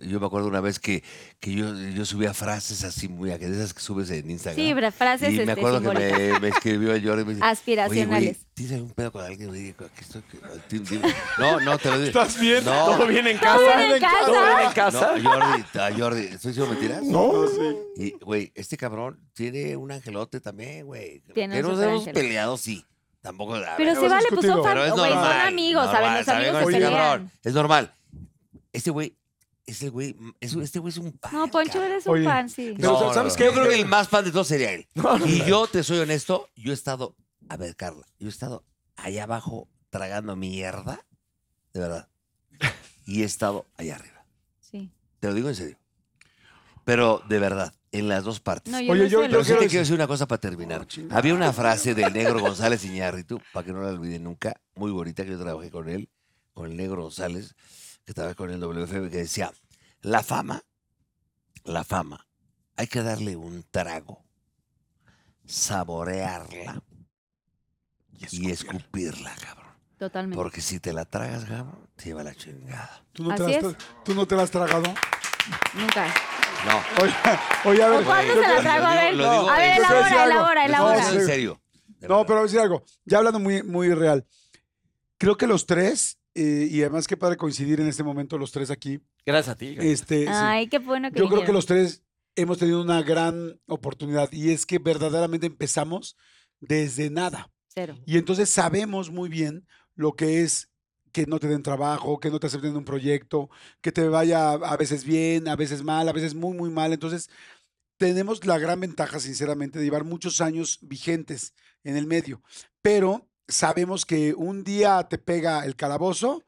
[SPEAKER 4] Yo me acuerdo una vez que, que yo, yo subía frases así muy... De esas que subes en Instagram.
[SPEAKER 1] Sí, bra- frases,
[SPEAKER 4] Y me
[SPEAKER 1] este,
[SPEAKER 4] acuerdo que me,
[SPEAKER 1] simbólicas.
[SPEAKER 4] me escribió Jordi y me dice...
[SPEAKER 1] Aspiracionales.
[SPEAKER 4] Oye, güey, ¿tienes algún pedo con alguien? Y dije, "Aquí estoy, que- ti- ti- No, no, te lo digo.
[SPEAKER 2] ¿Estás bien?
[SPEAKER 4] No.
[SPEAKER 2] ¿Todo bien en ¿Todo casa? bien en casa? ¿Todo bien en casa?
[SPEAKER 4] No, Jordi, a Jordi, ¿estoy diciendo mentiras?
[SPEAKER 2] No,
[SPEAKER 4] sí. Y, güey, este cabrón tiene un angelote también, güey.
[SPEAKER 1] Tiene
[SPEAKER 4] que
[SPEAKER 1] un
[SPEAKER 4] nos hemos
[SPEAKER 1] superángel.
[SPEAKER 4] peleado, sí. Tampoco. a
[SPEAKER 1] Pero se
[SPEAKER 4] hemos
[SPEAKER 1] vale, pues, son
[SPEAKER 4] discutido.
[SPEAKER 1] fan-
[SPEAKER 4] Pero es
[SPEAKER 1] güey, son
[SPEAKER 4] normal,
[SPEAKER 1] amigos,
[SPEAKER 4] normal,
[SPEAKER 1] ¿saben? Los
[SPEAKER 4] ¿saben?
[SPEAKER 1] amigos
[SPEAKER 4] Con
[SPEAKER 1] se
[SPEAKER 4] este
[SPEAKER 1] pelean.
[SPEAKER 4] cabrón, Es normal. Este güey, es el güey, es un- este güey es un pan.
[SPEAKER 1] No, Poncho, eres un
[SPEAKER 4] Oye,
[SPEAKER 1] fan, sí.
[SPEAKER 4] No, ¿sabes Yo creo que el más fan de todos sería él. Y yo te soy honesto, yo he estado, a ver, Carla, yo he estado allá abajo tragando mierda, de verdad. Y he estado allá arriba.
[SPEAKER 1] Sí.
[SPEAKER 4] Te lo digo en serio. Pero de verdad, en las dos partes.
[SPEAKER 1] No, yo Oye, no yo- suelo.
[SPEAKER 4] Pero sí
[SPEAKER 1] yo
[SPEAKER 4] te
[SPEAKER 1] quiero
[SPEAKER 4] quiero decir una cosa para terminar. Había una frase del negro González Iñárritu, para que no la olvide nunca, muy bonita, que yo trabajé con él, con el negro González, que trabajé con el WFM, que decía, la fama, la fama, hay que darle un trago, saborearla y escupirla, cabrón.
[SPEAKER 1] Totalmente.
[SPEAKER 4] Porque si te la tragas, cabrón, te lleva la chingada.
[SPEAKER 3] ¿Tú no, te
[SPEAKER 1] Así
[SPEAKER 3] la has
[SPEAKER 1] es.
[SPEAKER 3] tra- ¿Tú no te la has tragado?
[SPEAKER 1] Nunca.
[SPEAKER 4] No.
[SPEAKER 3] Oye, oye, a ver.
[SPEAKER 1] ¿O cuándo se la trago? A ver,
[SPEAKER 3] Lo digo-
[SPEAKER 1] a ver,
[SPEAKER 3] lo
[SPEAKER 1] elabora,
[SPEAKER 3] digo- Yo te voy a decir
[SPEAKER 1] elabora,
[SPEAKER 3] algo.
[SPEAKER 1] elabora.
[SPEAKER 3] No, No, pero voy a decir algo. Ya hablando muy, muy real. Creo que los tres, eh, y además qué padre coincidir en este momento los tres aquí.
[SPEAKER 2] Gracias a ti.
[SPEAKER 3] Este, sí.
[SPEAKER 1] Ay, qué bueno que
[SPEAKER 3] Yo creo que
[SPEAKER 1] vinieron.
[SPEAKER 3] los tres hemos tenido una gran oportunidad y es que verdaderamente empezamos desde nada.
[SPEAKER 1] Cero.
[SPEAKER 3] Y entonces sabemos muy bien lo que es que no te den trabajo, que no te acepten un proyecto, que te vaya a veces bien, a veces mal, a veces muy, muy mal. Entonces, tenemos la gran ventaja, sinceramente, de llevar muchos años vigentes en el medio. Pero sabemos que un día te pega el calabozo,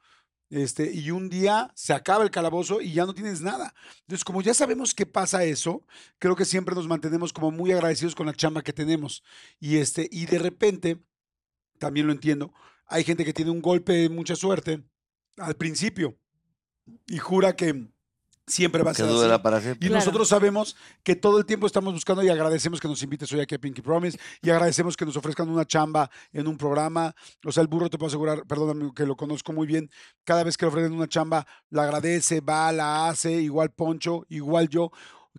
[SPEAKER 3] este, y un día se acaba el calabozo y ya no tienes nada. Entonces, como ya sabemos que pasa eso, creo que siempre nos mantenemos como muy agradecidos con la chamba que tenemos. Y, este, y de repente, también lo entiendo, hay gente que tiene un golpe de mucha suerte al principio y jura que siempre va a
[SPEAKER 4] Que
[SPEAKER 3] ser
[SPEAKER 4] durará
[SPEAKER 3] así.
[SPEAKER 4] para siempre.
[SPEAKER 3] Y
[SPEAKER 4] Claro.
[SPEAKER 3] nosotros sabemos que todo el tiempo estamos buscando y agradecemos que nos invites hoy aquí a Pinky Promise y agradecemos que nos ofrezcan una chamba en un programa. O sea, el burro te puedo asegurar, perdóname que lo conozco muy bien, cada vez que le ofrecen una chamba, la agradece, va, la hace, igual Poncho, igual yo.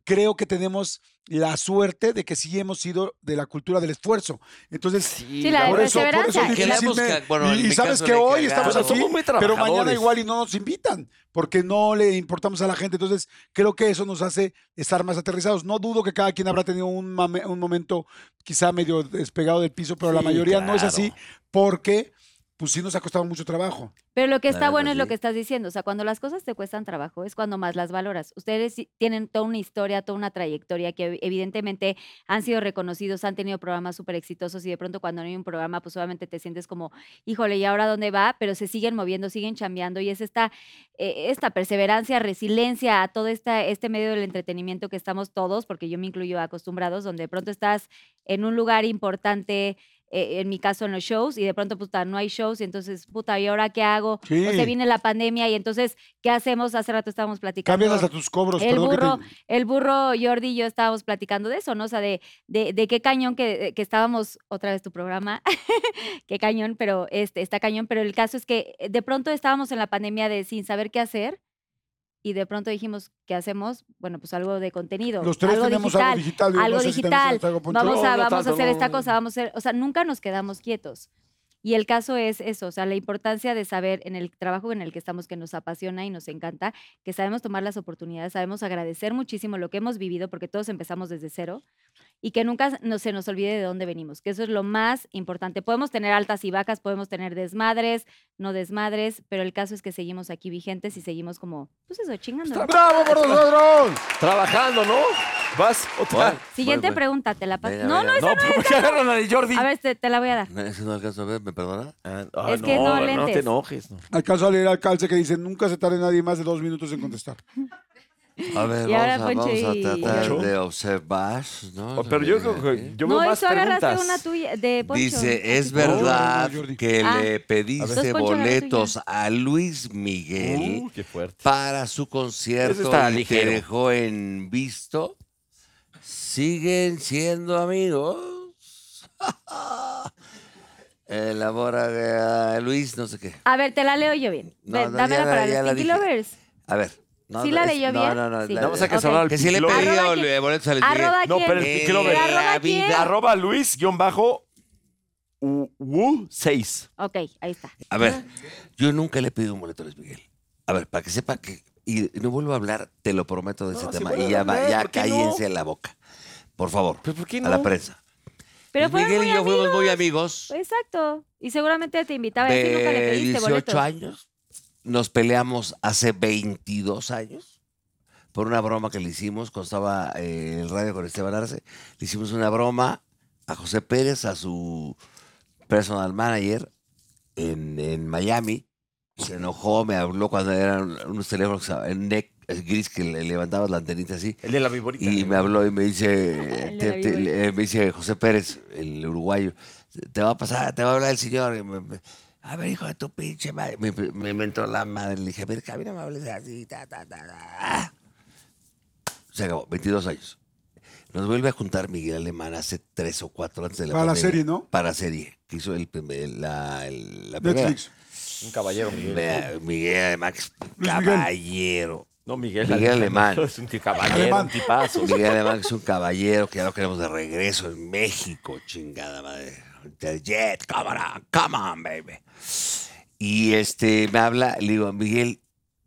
[SPEAKER 3] Creo que tenemos la suerte de que sí hemos sido de la cultura del esfuerzo. Entonces,
[SPEAKER 1] Sí, la
[SPEAKER 3] por, eso, por eso
[SPEAKER 1] perseverancia.
[SPEAKER 3] es difícil
[SPEAKER 1] Queremos
[SPEAKER 3] me-
[SPEAKER 1] que- bueno, en
[SPEAKER 3] y, y
[SPEAKER 1] mi
[SPEAKER 3] sabes
[SPEAKER 1] caso
[SPEAKER 3] que
[SPEAKER 1] le he
[SPEAKER 3] hoy
[SPEAKER 1] cagado.
[SPEAKER 3] estamos
[SPEAKER 1] O sea,
[SPEAKER 3] aquí,
[SPEAKER 1] somos muy
[SPEAKER 3] pero mañana
[SPEAKER 1] trabajadores.
[SPEAKER 3] igual y no nos invitan, porque no le importamos a la gente. Entonces, creo que eso nos hace estar más aterrizados. No dudo que cada quien habrá tenido un, mame- un momento quizá medio despegado del piso, pero la
[SPEAKER 2] Sí,
[SPEAKER 3] mayoría no es
[SPEAKER 2] claro.
[SPEAKER 3] así, porque pues sí nos ha costado mucho trabajo.
[SPEAKER 1] Pero lo que está bueno es lo que estás diciendo. O sea, cuando las cosas te cuestan trabajo es cuando más las valoras. Ustedes sí tienen toda una historia, toda una trayectoria que evidentemente han sido reconocidos, han tenido programas súper exitosos y de pronto cuando no hay un programa, pues obviamente te sientes como, híjole, ¿y ahora dónde va? Pero se siguen moviendo, siguen chambeando y es esta, eh, esta perseverancia, resiliencia a todo esta, este medio del entretenimiento que estamos todos, porque yo me incluyo acostumbrados, donde de pronto estás en un lugar importante, eh, en mi caso en los shows y de pronto puta no hay shows y entonces puta y ahora qué hago
[SPEAKER 3] Sí.
[SPEAKER 1] o se viene la pandemia y entonces qué hacemos hace rato estábamos platicando
[SPEAKER 3] Cambias hasta tus cobros,
[SPEAKER 1] el
[SPEAKER 3] perdón que te-
[SPEAKER 1] burro el burro Jordi y yo estábamos platicando de eso no o sea de de, de qué cañón que, que estábamos otra vez tu programa qué cañón pero este está cañón pero el caso es que eh, de pronto estábamos en la pandemia de sin saber qué hacer y de pronto dijimos, ¿qué hacemos? Bueno, pues algo de contenido.
[SPEAKER 3] Los tres
[SPEAKER 1] algo
[SPEAKER 3] tenemos
[SPEAKER 1] digital,
[SPEAKER 3] algo digital, yo no
[SPEAKER 1] algo
[SPEAKER 3] sé si también
[SPEAKER 1] digital.
[SPEAKER 3] sabes algo, Poncho.
[SPEAKER 1] vamos
[SPEAKER 3] No,
[SPEAKER 1] a,
[SPEAKER 3] no
[SPEAKER 1] vamos
[SPEAKER 3] tanto,
[SPEAKER 1] a hacer
[SPEAKER 3] no,
[SPEAKER 1] esta
[SPEAKER 3] no.
[SPEAKER 1] cosa, vamos a hacer. O sea, nunca nos quedamos quietos. Y el caso es eso, o sea, la importancia de saber en el trabajo en el que estamos, que nos apasiona y nos encanta, que sabemos tomar las oportunidades, sabemos agradecer muchísimo lo que hemos vivido, porque todos empezamos desde cero, y que nunca no se nos olvide de dónde venimos, que eso es lo más importante. Podemos tener altas y bajas, podemos tener desmadres, no desmadres, pero el caso es que seguimos aquí vigentes y seguimos como, pues eso, chingando.
[SPEAKER 3] ¡Bravo por nosotros!
[SPEAKER 10] Trabajando, ¿no? Vas otra.
[SPEAKER 1] Siguiente pregunta, te la paso.
[SPEAKER 4] Venga,
[SPEAKER 1] No,
[SPEAKER 4] venga.
[SPEAKER 1] no, esa no,
[SPEAKER 4] No,
[SPEAKER 1] es.
[SPEAKER 4] porque agarran la de Jordi.
[SPEAKER 1] A ver, te, te la voy a dar.
[SPEAKER 4] No, Ese no alcanzo a ver, ¿me perdona? Ah,
[SPEAKER 1] Es que no, no lentes. te
[SPEAKER 4] enojes.
[SPEAKER 3] Alcanzo a leer al calce que dice, nunca se tarde nadie más de dos minutos en contestar.
[SPEAKER 4] A ver,
[SPEAKER 1] Y ahora
[SPEAKER 4] vamos, a,
[SPEAKER 1] Poncho
[SPEAKER 4] vamos a
[SPEAKER 1] y-
[SPEAKER 4] tratar
[SPEAKER 1] Poncho.
[SPEAKER 4] de observar, ¿no? Eh,
[SPEAKER 10] Oh, pero yo creo que- yo veo
[SPEAKER 1] no,
[SPEAKER 10] más
[SPEAKER 1] eso agarraste
[SPEAKER 10] preguntas.
[SPEAKER 1] una tuya de Poncho.
[SPEAKER 4] Dice, ¿es verdad que
[SPEAKER 1] Ah.
[SPEAKER 4] le
[SPEAKER 1] Entonces,
[SPEAKER 4] pediste
[SPEAKER 1] Poncho, agarra
[SPEAKER 4] boletos a Luis Miguel
[SPEAKER 10] qué fuerte.
[SPEAKER 4] para su
[SPEAKER 10] Uh. Ese
[SPEAKER 4] concierto
[SPEAKER 10] está
[SPEAKER 4] y te
[SPEAKER 10] ligero.
[SPEAKER 4] dejó en visto? ¿Siguen siendo amigos? Elabora eh, Luis, no sé qué.
[SPEAKER 1] A ver, te la leo yo bien.
[SPEAKER 4] No,
[SPEAKER 1] Ven,
[SPEAKER 4] no,
[SPEAKER 1] dámela
[SPEAKER 4] ya la-
[SPEAKER 1] para
[SPEAKER 4] ya
[SPEAKER 1] los
[SPEAKER 4] la
[SPEAKER 1] Pinky
[SPEAKER 4] dije.
[SPEAKER 1] Lovers.
[SPEAKER 4] A ver. No,
[SPEAKER 1] ¿Sí
[SPEAKER 4] no,
[SPEAKER 1] la
[SPEAKER 4] es-
[SPEAKER 1] leyó
[SPEAKER 4] no,
[SPEAKER 1] bien?
[SPEAKER 4] No, no,
[SPEAKER 1] Sí.
[SPEAKER 4] la-
[SPEAKER 1] Vamos a
[SPEAKER 4] la-
[SPEAKER 1] casar al
[SPEAKER 4] Que si le
[SPEAKER 10] Pinky
[SPEAKER 4] pedí
[SPEAKER 10] Lover.
[SPEAKER 4] ole, boletos a Luis Miguel.
[SPEAKER 1] Arroba
[SPEAKER 10] No,
[SPEAKER 1] quién.
[SPEAKER 10] pero el Pinky Lover.
[SPEAKER 1] Arroba quién.
[SPEAKER 10] Arroba Luis, guión bajo, u- u 6.
[SPEAKER 1] Ok, ahí está.
[SPEAKER 4] A ver, yo nunca le he pedido un boleto a Luis Miguel. A ver, para que sepa que. Y no vuelvo a hablar, te lo prometo, de ese
[SPEAKER 10] No, sí
[SPEAKER 4] tema.
[SPEAKER 10] vuelve
[SPEAKER 4] Y
[SPEAKER 10] a
[SPEAKER 4] ya, va-
[SPEAKER 10] hablar,
[SPEAKER 4] ya
[SPEAKER 10] ¿por qué no?
[SPEAKER 4] cállense la boca. Por favor. A la
[SPEAKER 10] no?
[SPEAKER 4] prensa.
[SPEAKER 1] Pero
[SPEAKER 4] Luis
[SPEAKER 1] fueron
[SPEAKER 4] Miguel
[SPEAKER 1] muy
[SPEAKER 4] y yo
[SPEAKER 1] amigos.
[SPEAKER 4] fuimos muy amigos.
[SPEAKER 1] Pues Exacto. Y seguramente te invitaba y así nunca le
[SPEAKER 4] De
[SPEAKER 1] pediste
[SPEAKER 4] 18
[SPEAKER 1] boletos.
[SPEAKER 4] años. Nos peleamos hace 22 años por una broma que le hicimos. Costaba el radio con Esteban Arce. Le hicimos una broma a José Pérez, a su personal manager en, en Miami. Se enojó, me habló cuando eran unos teléfonos en neck es eh, gris que le levantabas la antenita así.
[SPEAKER 10] El de la viborita.
[SPEAKER 4] Y me habló y me dice,
[SPEAKER 10] El de
[SPEAKER 4] te-
[SPEAKER 10] la
[SPEAKER 4] te-
[SPEAKER 10] viborita.
[SPEAKER 4] eh, me dice José Pérez, el uruguayo, te va a pasar, te va a hablar el señor. Y me- me- a ver, hijo de tu pinche madre. Me, me inventó la madre. Le dije, a ver, cabrón, me hables así, ta, ta, ta, ta. Se acabó, 22 años. Nos vuelve a juntar Miguel Alemán hace tres o cuatro antes de la
[SPEAKER 3] Para la
[SPEAKER 4] pandemia.
[SPEAKER 3] serie, ¿no?
[SPEAKER 4] Para la serie, que hizo el, primer- la, el- la primera.
[SPEAKER 3] Netflix.
[SPEAKER 10] Un caballero, Miguel.
[SPEAKER 4] Me- Miguel Max
[SPEAKER 10] Luis Miguel.
[SPEAKER 4] caballero.
[SPEAKER 10] No, Miguel.
[SPEAKER 4] Miguel Alemán.
[SPEAKER 10] Es un caballero,
[SPEAKER 4] Alemán.
[SPEAKER 10] un tipazo.
[SPEAKER 4] Miguel Alemán que es un caballero que ya lo queremos de regreso en México, chingada madre. The Jet, cámara, come on, baby. Y este me habla, le digo, Miguel.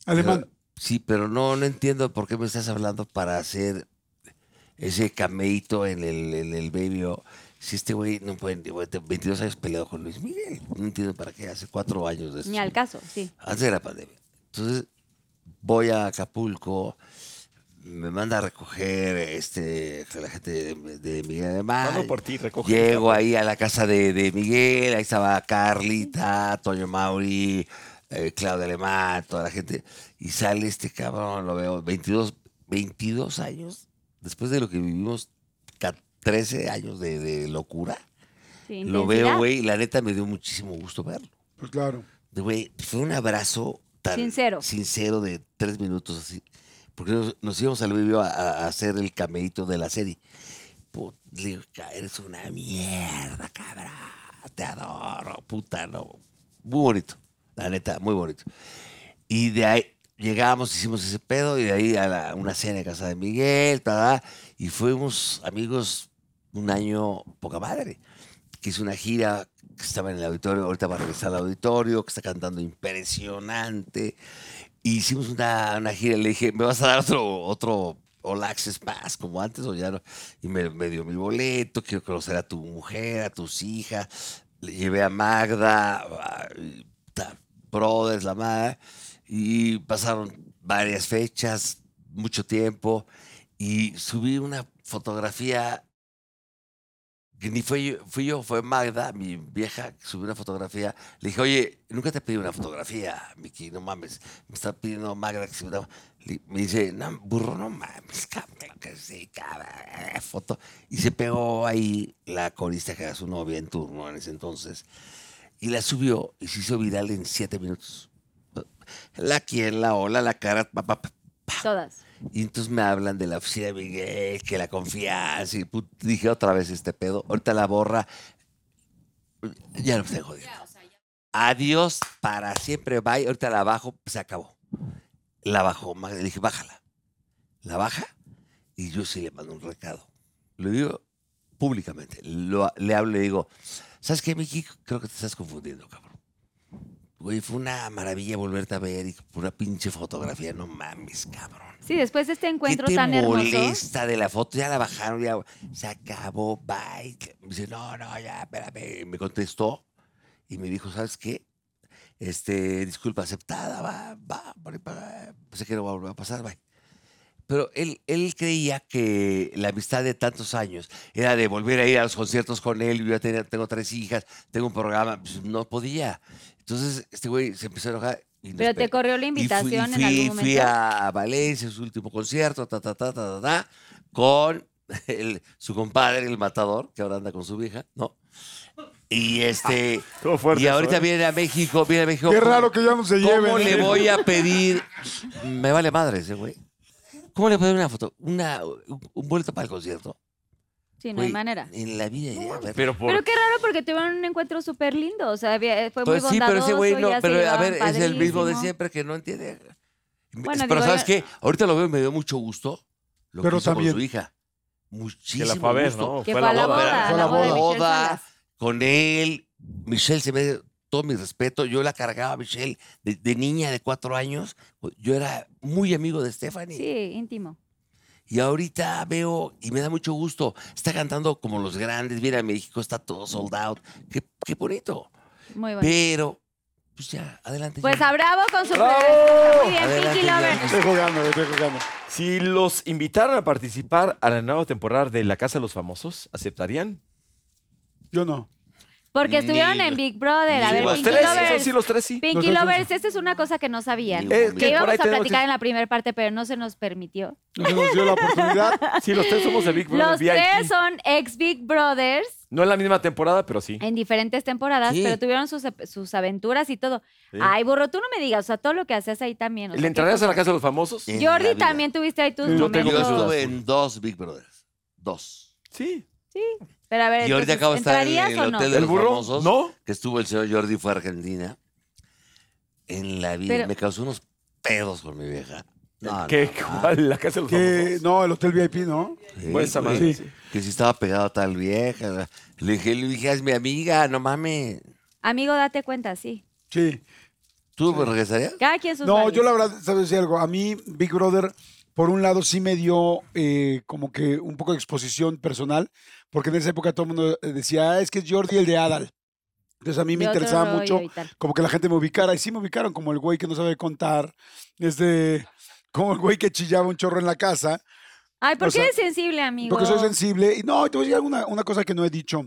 [SPEAKER 3] Alemán.
[SPEAKER 4] pero- sí, pero no, no entiendo por qué me estás hablando para hacer ese cameito en el, en el baby. O- Si este güey no puede, güey, te- 22 años peleado con Luis Miguel. No entiendo para qué, hace cuatro años de esto.
[SPEAKER 1] Ni al caso, sí.
[SPEAKER 4] Antes de la pandemia. Entonces, voy a Acapulco, me manda a recoger este, la gente de, de Miguel Alemán.
[SPEAKER 10] Mando por ti, recoge.
[SPEAKER 4] Llego ahí a la casa de, de Miguel, ahí estaba Carlita, Toño Mauri, eh, Claudia Alemán, toda la gente. Y sale este cabrón, lo veo, 22, 22 años, después de lo que vivimos, ca- 13 años de, de locura.
[SPEAKER 1] Sí,
[SPEAKER 4] Lo
[SPEAKER 1] intensidad.
[SPEAKER 4] veo, güey, y la neta me dio muchísimo gusto verlo.
[SPEAKER 3] Pues claro.
[SPEAKER 4] De, Güey, fue un abrazo tan
[SPEAKER 1] Sincero.
[SPEAKER 4] sincero de tres minutos así. Porque nos, nos íbamos al vivo a, a hacer el cameíto de la serie. Put- le digo, "Ca- eres una mierda, cabrón. Te adoro, puta, no. Muy bonito, la neta, muy bonito. Y de ahí llegamos, hicimos ese pedo, y de ahí a la- una cena en casa de Miguel, ta, ta, y fuimos amigos un año poca madre que hizo una gira que estaba en el auditorio, ahorita va a regresar al auditorio, que está cantando impresionante. Y hicimos una, una gira, le dije, ¿me vas a dar otro, otro All Access Pass como antes o ya no? Y me, me dio mi boleto, quiero conocer a tu mujer, a tus hijas. le llevé a Magda, a- ta- Brothers, la madre, y pasaron varias fechas, mucho tiempo, y subí una fotografía que ni fue yo- fui yo, fue Magda, mi vieja, que subió una fotografía. Le dije, oye, nunca te pedí una fotografía, Miki, no mames. Me está pidiendo Magda que subiera. Le- Me dice, no, burro, no mames, cabrón, claro que sí, cabrón, eh, foto. Y se pegó ahí la corista que era su novia en turno en ese entonces. Y la subió y se hizo viral en siete minutos. La quien, la ola, la cara, pa, pa, pa,
[SPEAKER 1] Todas.
[SPEAKER 4] y entonces me hablan de la oficina de Miguel, que la confianza. Y put- dije otra vez este pedo. Ahorita la borra. Ya no me estoy jodiendo. Adiós para siempre, bye. Ahorita la bajo, se acabó. La bajó. ma- Le dije, bájala. La baja y yo sí le mando un recado. Lo digo públicamente. Lo- le hablo y le digo, ¿sabes qué, Miki? Creo que te estás confundiendo, cabrón. Güey, fue una maravilla volverte a ver y una pinche fotografía. No mames, cabrón.
[SPEAKER 1] Sí, después de este encuentro
[SPEAKER 4] ¿Qué te
[SPEAKER 1] tan hermoso.
[SPEAKER 4] molesta de la foto? Ya la bajaron, ya se acabó, bye. Me dice, no, no, ya, espérame. Y Me contestó y me dijo, ¿sabes qué? Este, disculpa, aceptada, va, va, por ahí para- pensé que no va a volver a pasar, bye. Pero él, él creía que la amistad de tantos años era de volver a ir a los conciertos con él. Yo ya tenía- tengo tres hijas, tengo un programa, pues, no podía. Entonces, este güey se empezó a enojar. y nos
[SPEAKER 1] Pero te
[SPEAKER 4] pegó.
[SPEAKER 1] corrió la
[SPEAKER 4] Y fui-
[SPEAKER 1] invitación en
[SPEAKER 4] fui-
[SPEAKER 1] algún
[SPEAKER 4] Fui
[SPEAKER 1] momento.
[SPEAKER 4] a Valencia, su último concierto, ta, ta, ta, ta, ta, ta, con el- su compadre, el matador, que ahora anda con su vieja, ¿no? Y este. y
[SPEAKER 13] eso,
[SPEAKER 4] ahorita
[SPEAKER 13] ¿eh?
[SPEAKER 4] viene a México, viene a México.
[SPEAKER 13] Qué
[SPEAKER 4] ¿cómo-
[SPEAKER 13] raro que ya no se
[SPEAKER 4] ¿Cómo
[SPEAKER 13] lleven,
[SPEAKER 4] le
[SPEAKER 13] ¿eh?
[SPEAKER 4] voy a pedir? Me vale madre ese güey. ¿Cómo le voy a pedir una foto? Una, un, un boleto para el concierto.
[SPEAKER 1] Sí, no hay
[SPEAKER 4] Güey,
[SPEAKER 1] manera.
[SPEAKER 4] En la vida ya, a ver.
[SPEAKER 1] Pero qué raro porque tuvieron un encuentro súper lindo. O sea, había- fue
[SPEAKER 4] Pues
[SPEAKER 1] muy
[SPEAKER 4] sí, pero
[SPEAKER 1] bondadoso.
[SPEAKER 4] ese güey no,
[SPEAKER 1] ya se
[SPEAKER 4] pero a
[SPEAKER 1] llevaban
[SPEAKER 4] ver, es el mismo de
[SPEAKER 1] padrísimo.
[SPEAKER 4] siempre que no entiende.
[SPEAKER 1] Bueno,
[SPEAKER 4] pero
[SPEAKER 1] digo,
[SPEAKER 4] ¿sabes
[SPEAKER 1] yo-
[SPEAKER 4] qué? Ahorita lo veo y me dio mucho gusto lo
[SPEAKER 13] Pero
[SPEAKER 4] que hizo
[SPEAKER 13] también-
[SPEAKER 4] con su hija. Muchísimo
[SPEAKER 13] fue a ver,
[SPEAKER 4] gusto.
[SPEAKER 13] ¿no? Que Fue a fue la a la boda, boda,
[SPEAKER 4] Fue a
[SPEAKER 13] la
[SPEAKER 4] la
[SPEAKER 13] boda de
[SPEAKER 4] boda.
[SPEAKER 13] Michelle Salas.
[SPEAKER 4] Con él, Michelle se me todo mi respeto. Yo la cargaba a Michelle de, de niña de cuatro años. Yo era muy amigo de Stephanie.
[SPEAKER 1] Sí, íntimo.
[SPEAKER 4] Y ahorita veo y me da mucho gusto. Está cantando como los grandes. Viene a México, está todo sold out. Qué, qué bonito.
[SPEAKER 1] Muy bueno.
[SPEAKER 4] Pero, pues ya, adelante.
[SPEAKER 1] Pues a Bravo con su
[SPEAKER 2] ¡Bravo!
[SPEAKER 1] Muy bien,
[SPEAKER 2] Adelante,
[SPEAKER 1] Pinky Lover.
[SPEAKER 2] Estoy jugando, estoy jugando. Si los invitaran a participar a la nueva temporada de La Casa de los Famosos, ¿aceptarían?
[SPEAKER 3] Yo no.
[SPEAKER 1] Porque estuvieron
[SPEAKER 2] Ni-
[SPEAKER 1] en Big Brother. A
[SPEAKER 2] ni
[SPEAKER 1] ver,
[SPEAKER 2] los
[SPEAKER 1] Pinky
[SPEAKER 2] tres, esos
[SPEAKER 1] Lovers.
[SPEAKER 2] sí, los tres sí.
[SPEAKER 1] Pinky
[SPEAKER 2] Los tres,
[SPEAKER 1] Lovers, esta es una cosa que no sabían.
[SPEAKER 2] Es que
[SPEAKER 1] que
[SPEAKER 2] por
[SPEAKER 1] íbamos
[SPEAKER 2] ahí
[SPEAKER 1] a
[SPEAKER 2] tenemos-
[SPEAKER 1] platicar en la primera parte, pero no se nos permitió.
[SPEAKER 2] No se nos dio la oportunidad. Sí, los tres somos de Big Brother
[SPEAKER 1] Los
[SPEAKER 2] VIP.
[SPEAKER 1] tres son ex Big Brothers
[SPEAKER 2] No en la misma temporada, pero sí.
[SPEAKER 1] en diferentes temporadas,
[SPEAKER 2] Sí.
[SPEAKER 1] pero tuvieron sus, sus aventuras y todo.
[SPEAKER 2] Sí.
[SPEAKER 1] Ay, burro, tú no me digas, o sea, todo lo que hacías ahí también. o sea,
[SPEAKER 2] ¿Le
[SPEAKER 1] qué
[SPEAKER 2] entrarías a la
[SPEAKER 1] cosa.
[SPEAKER 2] Casa de los Famosos?
[SPEAKER 1] Jordi también tuviste ahí tus
[SPEAKER 4] Yo,
[SPEAKER 1] momentos.
[SPEAKER 4] estuve en dos Big Brothers. Dos.
[SPEAKER 2] Sí.
[SPEAKER 1] Sí. Pero a ver,
[SPEAKER 4] y ahorita
[SPEAKER 1] entonces,
[SPEAKER 4] acabo de estar en
[SPEAKER 1] ¿entrarías
[SPEAKER 4] el
[SPEAKER 1] o
[SPEAKER 4] Hotel
[SPEAKER 1] no?
[SPEAKER 4] de los Famosos. Que estuvo el señor Jordi, fue a Argentina. En la vida.
[SPEAKER 1] Pero-
[SPEAKER 4] Me causó unos pedos con mi vieja. No,
[SPEAKER 2] ¿Qué?
[SPEAKER 4] no.
[SPEAKER 2] ¿Cuál? ¿La Casa de los
[SPEAKER 3] Que, no, el Hotel VIP, ¿no?
[SPEAKER 4] Sí,
[SPEAKER 2] Pues, esa
[SPEAKER 4] güey.
[SPEAKER 2] madre,
[SPEAKER 4] Que si estaba pegado a tal vieja. Le dije, le dije, es mi amiga, no mames.
[SPEAKER 1] Amigo, date cuenta, sí.
[SPEAKER 3] Sí.
[SPEAKER 4] ¿Tú regresarías?
[SPEAKER 1] Cada quien sus
[SPEAKER 3] No,
[SPEAKER 1] vales.
[SPEAKER 3] yo la verdad, ¿sabes decir algo? A mí, Big Brother, por un lado sí me dio eh, como que un poco de exposición personal, porque en esa época todo el mundo eh, decía, "Ah, es que es Jordi el de Adal. Entonces a mí me
[SPEAKER 9] De otro
[SPEAKER 3] interesaba
[SPEAKER 9] rollo
[SPEAKER 3] mucho
[SPEAKER 9] y tal.
[SPEAKER 3] como que la gente me ubicara, y sí me ubicaron como el güey que no sabe contar, este, como el güey que chillaba un chorro en la casa.
[SPEAKER 1] Ay, ¿por
[SPEAKER 3] o
[SPEAKER 1] qué
[SPEAKER 3] sea,
[SPEAKER 1] eres sensible, amigo?
[SPEAKER 3] Porque soy sensible. Y no, te voy a decir una, una cosa que no he dicho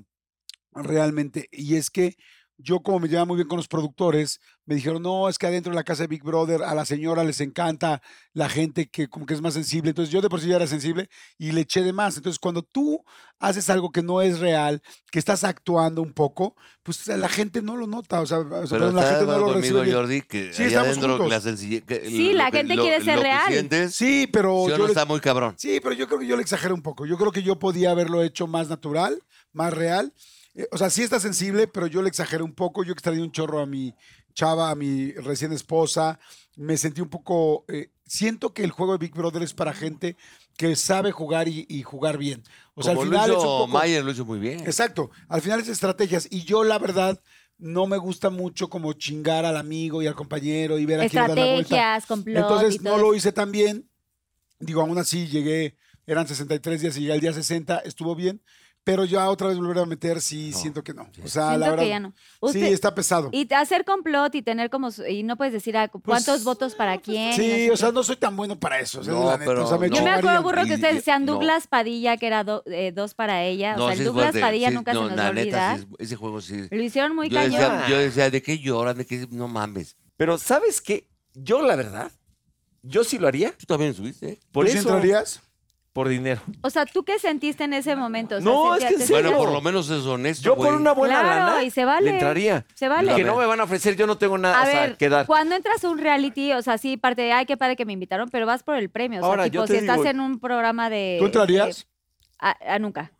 [SPEAKER 3] realmente. Y es que yo, como me llevaba muy bien con los productores, me dijeron, no, es que adentro de la casa de Big Brother a la señora les encanta la gente que como que es más sensible. Entonces yo de por sí ya era sensible y le eché de más. Entonces cuando tú haces algo que no es real, que estás actuando un poco, pues la gente no lo nota. O sea, o sea,
[SPEAKER 4] Pero
[SPEAKER 3] perdón, Pues, la
[SPEAKER 4] está
[SPEAKER 3] gente no
[SPEAKER 4] de
[SPEAKER 3] lo
[SPEAKER 4] acuerdo conmigo,
[SPEAKER 3] recibe. bien.
[SPEAKER 4] Jordi, que
[SPEAKER 3] Sí,
[SPEAKER 4] allá
[SPEAKER 3] estamos
[SPEAKER 4] adentro
[SPEAKER 3] juntos.
[SPEAKER 4] la sencillez- que
[SPEAKER 1] Sí,
[SPEAKER 4] lo
[SPEAKER 1] la
[SPEAKER 4] que-
[SPEAKER 1] gente
[SPEAKER 4] lo-
[SPEAKER 1] quiere ser
[SPEAKER 4] lo que
[SPEAKER 1] real.
[SPEAKER 4] sientes,
[SPEAKER 3] sí, pero
[SPEAKER 4] ¿sí o
[SPEAKER 3] yo
[SPEAKER 4] no
[SPEAKER 3] le-
[SPEAKER 4] está muy cabrón.
[SPEAKER 3] Sí, pero yo creo que yo le exagero un poco. Yo creo que yo podía haberlo hecho más natural, más real. Eh, o sea, sí está sensible, pero yo le exagero un poco. Yo extrañé un chorro a mi chava, a mi recién esposa. Me sentí un poco... eh, siento que el juego de Big Brother es para gente que sabe jugar y, y jugar bien. O sea,
[SPEAKER 4] Como
[SPEAKER 3] al
[SPEAKER 4] lo
[SPEAKER 3] final es un
[SPEAKER 4] hizo
[SPEAKER 3] poco-
[SPEAKER 4] Mayer, lo hizo muy bien.
[SPEAKER 3] Exacto. Al final es estrategias. Y yo, la verdad, no me gusta mucho como chingar al amigo y al compañero y ver a quién le da la vuelta.
[SPEAKER 1] Estrategias, complot y
[SPEAKER 3] Entonces,
[SPEAKER 1] todo
[SPEAKER 3] no lo
[SPEAKER 1] eso.
[SPEAKER 3] hice tan bien. Digo, aún así llegué, eran 63 días y llegué al día 60, estuvo bien. Pero ya otra vez volver a meter, sí, siento que no. O sea,
[SPEAKER 1] Siento
[SPEAKER 3] la verdad.
[SPEAKER 1] que ya no.
[SPEAKER 3] Sí,
[SPEAKER 1] Usted-
[SPEAKER 3] está pesado.
[SPEAKER 1] Y hacer complot y tener como... su- Y no puedes decir ah, cuántos votos para quién. y no
[SPEAKER 3] Pues Sí,
[SPEAKER 1] sé
[SPEAKER 3] o sea, no soy tan bueno para eso. o sea,
[SPEAKER 4] No,
[SPEAKER 3] la neta,
[SPEAKER 4] pero
[SPEAKER 3] o sea, me
[SPEAKER 4] no.
[SPEAKER 1] Yo me acuerdo,
[SPEAKER 3] chingarían.
[SPEAKER 1] burro, que ustedes decían
[SPEAKER 4] no.
[SPEAKER 1] Douglas Padilla, que era do- eh, dos para ella. o sea, el
[SPEAKER 4] sí es
[SPEAKER 1] Douglas
[SPEAKER 4] fuerte,
[SPEAKER 1] Padilla
[SPEAKER 4] sí,
[SPEAKER 1] nunca
[SPEAKER 4] no,
[SPEAKER 1] se nos va
[SPEAKER 4] la
[SPEAKER 1] a
[SPEAKER 4] neta,
[SPEAKER 1] olvidar.
[SPEAKER 4] sí es- ese juego sí.
[SPEAKER 1] Lo hicieron muy
[SPEAKER 4] yo
[SPEAKER 1] cañón.
[SPEAKER 4] decía, yo decía, ¿de qué lloran? ¿De qué? No mames.
[SPEAKER 2] Pero ¿sabes qué? Yo, la verdad, yo sí lo haría.
[SPEAKER 4] Tú también subiste. ¿eh?
[SPEAKER 2] Por
[SPEAKER 3] ¿Tú sí
[SPEAKER 2] eso,
[SPEAKER 3] entrarías?
[SPEAKER 2] Por dinero.
[SPEAKER 1] O sea, ¿tú qué sentiste en ese momento? O sea,
[SPEAKER 2] No, es
[SPEAKER 1] sentías-
[SPEAKER 2] que en
[SPEAKER 1] te-
[SPEAKER 2] serio.
[SPEAKER 4] Bueno, por lo menos es honesto.
[SPEAKER 2] Yo por
[SPEAKER 4] güey.
[SPEAKER 2] una buena
[SPEAKER 1] Claro,
[SPEAKER 2] lana
[SPEAKER 1] y se vale.
[SPEAKER 2] le entraría.
[SPEAKER 1] Se vale.
[SPEAKER 2] Que no me van a ofrecer, yo no tengo nada
[SPEAKER 1] A
[SPEAKER 2] o sea,
[SPEAKER 1] ver,
[SPEAKER 2] que dar.
[SPEAKER 1] cuando entras a un reality, o sea, sí, parte de, ay, qué padre que me invitaron, pero vas por el premio. O sea,
[SPEAKER 2] Ahora,
[SPEAKER 1] tipo,
[SPEAKER 2] yo
[SPEAKER 1] si
[SPEAKER 2] te
[SPEAKER 1] estás
[SPEAKER 2] digo-
[SPEAKER 1] en un programa de...
[SPEAKER 3] ¿Tú entrarías?
[SPEAKER 1] de- a, a Ah, nunca.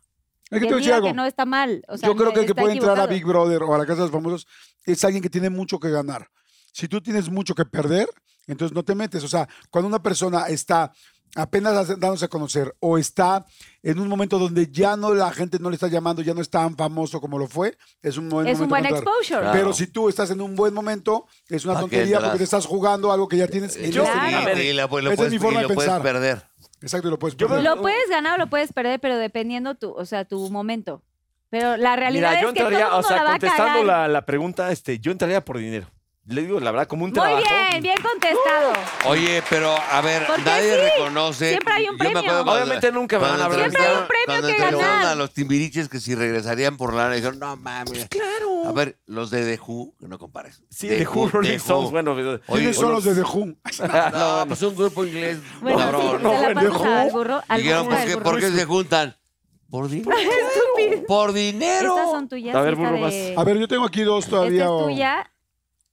[SPEAKER 3] Es que
[SPEAKER 1] Quien
[SPEAKER 3] te voy a decir
[SPEAKER 1] eh, diga
[SPEAKER 3] algo.
[SPEAKER 1] que no está mal. O sea,
[SPEAKER 3] Yo creo que el que
[SPEAKER 1] está
[SPEAKER 3] puede entrar a
[SPEAKER 1] equivocado.
[SPEAKER 3] Big Brother o a la Casa de los Famosos es alguien que tiene mucho que ganar. Si tú tienes mucho que perder, entonces no te metes. O sea, cuando una persona está apenas hace- dándose a conocer o está en un momento donde ya no la gente no le está llamando, ya no es tan famoso como lo fue, es un buen
[SPEAKER 1] Es
[SPEAKER 3] momento
[SPEAKER 1] un
[SPEAKER 3] para
[SPEAKER 1] buen
[SPEAKER 3] entrar.
[SPEAKER 1] exposure.
[SPEAKER 3] Pero
[SPEAKER 1] Claro.
[SPEAKER 3] si tú estás en un buen momento, es una
[SPEAKER 4] ¿Para qué
[SPEAKER 3] tontería porque
[SPEAKER 4] entras? Eh,
[SPEAKER 3] te estás jugando algo que ya tienes. en
[SPEAKER 4] Yo-
[SPEAKER 3] este
[SPEAKER 4] Sí,
[SPEAKER 3] momento.
[SPEAKER 4] y la- pues, lo
[SPEAKER 3] Esa
[SPEAKER 4] puedes-
[SPEAKER 3] es mi forma
[SPEAKER 4] y
[SPEAKER 3] de
[SPEAKER 4] lo puedes
[SPEAKER 3] pensar.
[SPEAKER 4] perder.
[SPEAKER 3] Exacto, y lo puedes perder.
[SPEAKER 1] Lo puedes ganar o lo puedes perder, pero dependiendo tu, o sea, tu momento. Pero la realidad
[SPEAKER 2] Mira, yo
[SPEAKER 1] es que todo
[SPEAKER 2] entraría, o
[SPEAKER 1] mundo la
[SPEAKER 2] sea,
[SPEAKER 1] va a
[SPEAKER 2] contestando
[SPEAKER 1] cagar.
[SPEAKER 2] la, la pregunta, este, yo entraría por dinero. Le digo, la verdad, como un
[SPEAKER 1] Muy
[SPEAKER 2] trabajo.
[SPEAKER 1] bien, bien contestado.
[SPEAKER 4] Oye, pero a ver,
[SPEAKER 1] Porque
[SPEAKER 4] nadie
[SPEAKER 1] sí,
[SPEAKER 4] reconoce.
[SPEAKER 1] siempre hay un
[SPEAKER 4] Yo me
[SPEAKER 1] premio.
[SPEAKER 4] acuerdo cuando-
[SPEAKER 2] Obviamente nunca me
[SPEAKER 4] cuando
[SPEAKER 2] van a hablar.
[SPEAKER 1] Siempre hay un
[SPEAKER 4] entrevistaron-
[SPEAKER 1] premio
[SPEAKER 4] cuando
[SPEAKER 1] que
[SPEAKER 4] entrevistaron
[SPEAKER 1] ganar.
[SPEAKER 4] a los timbiriches que si regresarían por lana, dijeron, no mames. Claro. A ver, los de The Who, que no compares.
[SPEAKER 2] Pues Sí, de Who,
[SPEAKER 4] The
[SPEAKER 2] Rolling
[SPEAKER 4] Who.
[SPEAKER 2] Stones, bueno. pero-
[SPEAKER 3] ¿Quiénes son los de The Who?
[SPEAKER 4] No, pues un grupo inglés.
[SPEAKER 1] Bueno,
[SPEAKER 4] cabrón.
[SPEAKER 1] sí, se la pasas al burro. Al
[SPEAKER 4] Dijeron,
[SPEAKER 1] burro,
[SPEAKER 4] ¿por
[SPEAKER 1] al
[SPEAKER 4] qué,
[SPEAKER 1] burro.
[SPEAKER 4] por qué se juntan? Por dinero. Por dinero.
[SPEAKER 1] Estas son tuyas.
[SPEAKER 3] A ver,
[SPEAKER 1] esta
[SPEAKER 3] burro,
[SPEAKER 1] de-
[SPEAKER 3] A ver, yo tengo aquí dos
[SPEAKER 1] Esta
[SPEAKER 3] todavía
[SPEAKER 1] Este
[SPEAKER 3] oh.
[SPEAKER 1] es
[SPEAKER 3] o-
[SPEAKER 1] tuya,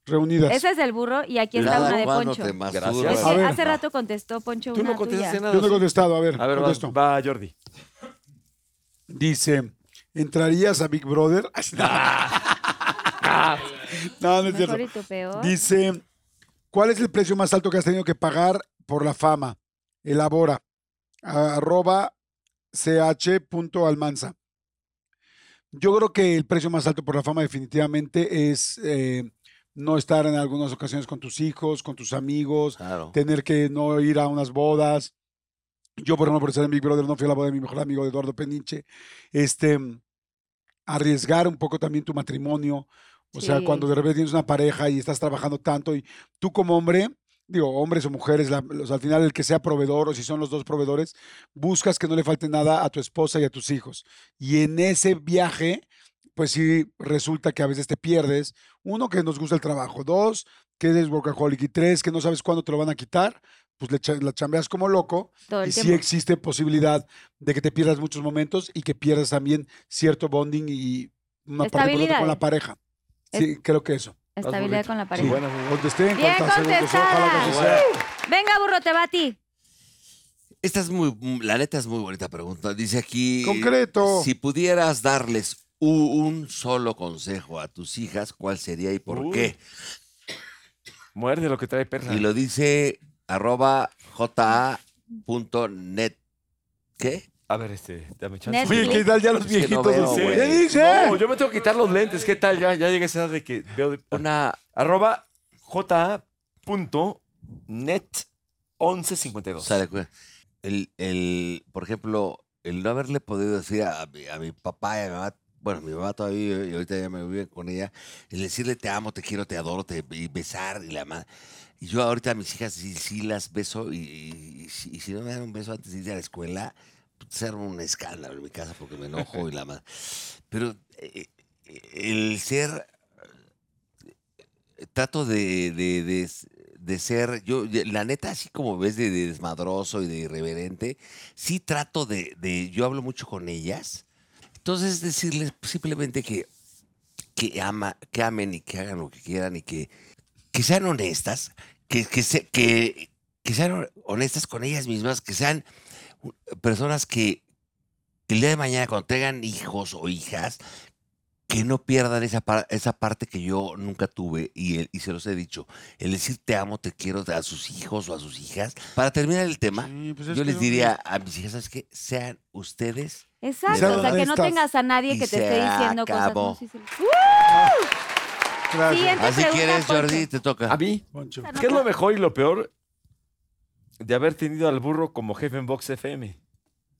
[SPEAKER 3] reunidas.
[SPEAKER 1] esa es del burro y aquí está
[SPEAKER 4] Cada
[SPEAKER 1] una de
[SPEAKER 4] cuando
[SPEAKER 1] Poncho.
[SPEAKER 4] te masturbas.
[SPEAKER 3] Gracias.
[SPEAKER 1] Es
[SPEAKER 3] A
[SPEAKER 1] que
[SPEAKER 3] ver.
[SPEAKER 1] hace rato contestó Poncho
[SPEAKER 2] Tú
[SPEAKER 1] una
[SPEAKER 2] no contestas
[SPEAKER 1] tuya.
[SPEAKER 2] nada.
[SPEAKER 3] Yo no he contestado, a ver,
[SPEAKER 2] A ver, va,
[SPEAKER 3] contesto.
[SPEAKER 2] va, Jordi.
[SPEAKER 3] Dice, ¿entrarías a Big Brother? no, no es
[SPEAKER 1] Mejor y
[SPEAKER 3] cierto.
[SPEAKER 1] tu peor.
[SPEAKER 3] Dice, ¿cuál es el precio más alto que has tenido que pagar por la fama? Elabora. a- Arroba ch.almanza. Yo creo que el precio más alto por la fama definitivamente es eh, no estar en algunas ocasiones con tus hijos, con tus amigos,
[SPEAKER 4] Claro.
[SPEAKER 3] tener que no ir a unas bodas. Yo, por ejemplo, por estar en Big Brother, no fui a la boda de mi mejor amigo Eduardo Peniche. Este, arriesgar un poco también tu matrimonio. O sea,
[SPEAKER 1] Sí.
[SPEAKER 3] cuando de repente tienes una pareja y estás trabajando tanto y tú como hombre, digo, hombres o mujeres, la- o sea, al final el que sea proveedor o si son los dos proveedores, buscas que no le falte nada a tu esposa y a tus hijos. Y en ese viaje, pues sí resulta que a veces te pierdes. Uno, que nos gusta el trabajo. Dos, que eres workaholic. Y tres, que no sabes cuándo te lo van a quitar. Pues le cha- la chambeas como loco.
[SPEAKER 1] Todo el
[SPEAKER 3] y sí
[SPEAKER 1] tiempo.
[SPEAKER 3] existe posibilidad de que te pierdas muchos momentos y que pierdas también cierto bonding y una particularidad con
[SPEAKER 1] Estabilidad.
[SPEAKER 3] la pareja. Sí, creo que eso.
[SPEAKER 1] Estabilidad con la
[SPEAKER 3] Sí.
[SPEAKER 1] pareja.
[SPEAKER 3] Contesté en
[SPEAKER 1] Bien
[SPEAKER 3] cuantos segundos. Ojalá que así
[SPEAKER 1] contestada.
[SPEAKER 3] sea.
[SPEAKER 1] Venga, burro, te va a ti.
[SPEAKER 4] Esta es muy, la neta es muy bonita pregunta. Dice aquí.
[SPEAKER 3] Concreto.
[SPEAKER 4] Si pudieras darles u- un solo consejo a tus hijas, ¿cuál sería y por
[SPEAKER 2] Uy.
[SPEAKER 4] qué?
[SPEAKER 2] Muerde lo que trae perra.
[SPEAKER 4] Y lo dice arroba ja.net. ¿Qué?
[SPEAKER 2] A ver, este, dame chance.
[SPEAKER 1] Netflix.
[SPEAKER 3] Oye, ¿qué tal ya los
[SPEAKER 4] Es que no
[SPEAKER 3] viejitos?
[SPEAKER 4] veo,
[SPEAKER 3] ¿En serio?
[SPEAKER 4] güey.
[SPEAKER 3] ¿Qué dice?
[SPEAKER 2] No, yo me tengo que quitar los lentes. ¿Qué tal? Ya, ya llegué a esa edad de que veo de...
[SPEAKER 4] Una.
[SPEAKER 2] Arroba ja.net 1152.
[SPEAKER 4] sale, güey. el, el, por ejemplo, el no haberle podido decir a mi, a mi papá y a mi mamá, bueno, mi mamá todavía vive y ahorita ya me vive con ella, el decirle te amo, te quiero, te adoro, te, y besar y la madre. Y yo ahorita a mis hijas sí, sí las beso y, y- y si, y si no me dan un beso antes de ir a la escuela, se arma un escándalo en mi casa porque me enojo y la madre. Pero eh, eh, el ser trato de, de- de- de ser, yo, de- la neta, así como ves, de, de desmadroso y de irreverente, sí trato de, de- yo hablo mucho con ellas. Entonces, decirles simplemente que, que, ama, que amen y que hagan lo que quieran y que, que sean honestas, que, que, se- que, que sean honestas con ellas mismas, que sean u- personas que, que el día de mañana cuando tengan hijos o hijas, que no pierdan esa, par- esa parte que yo nunca tuve y, el- y se los he dicho, el decir te amo, te quiero a sus hijos o a sus hijas. Para terminar el tema,
[SPEAKER 3] Sí, pues es
[SPEAKER 4] yo
[SPEAKER 3] que
[SPEAKER 4] les diría a mis hijas, ¿sabes qué? Sean ustedes.
[SPEAKER 1] Exacto, o sea, que no
[SPEAKER 3] Estás-
[SPEAKER 1] tengas a nadie
[SPEAKER 4] Y
[SPEAKER 1] que te
[SPEAKER 4] se
[SPEAKER 1] esté diciendo cosas.
[SPEAKER 4] acabó.
[SPEAKER 1] no, sí, sí.
[SPEAKER 3] Gracias.
[SPEAKER 1] Siguiente
[SPEAKER 4] Así
[SPEAKER 1] pregunta,
[SPEAKER 4] quieres,
[SPEAKER 1] Poncho.
[SPEAKER 4] Jordi, te toca.
[SPEAKER 2] A mí,
[SPEAKER 3] Poncho.
[SPEAKER 2] ¿qué es lo mejor y lo peor de haber tenido al burro como jefe en Vox FM?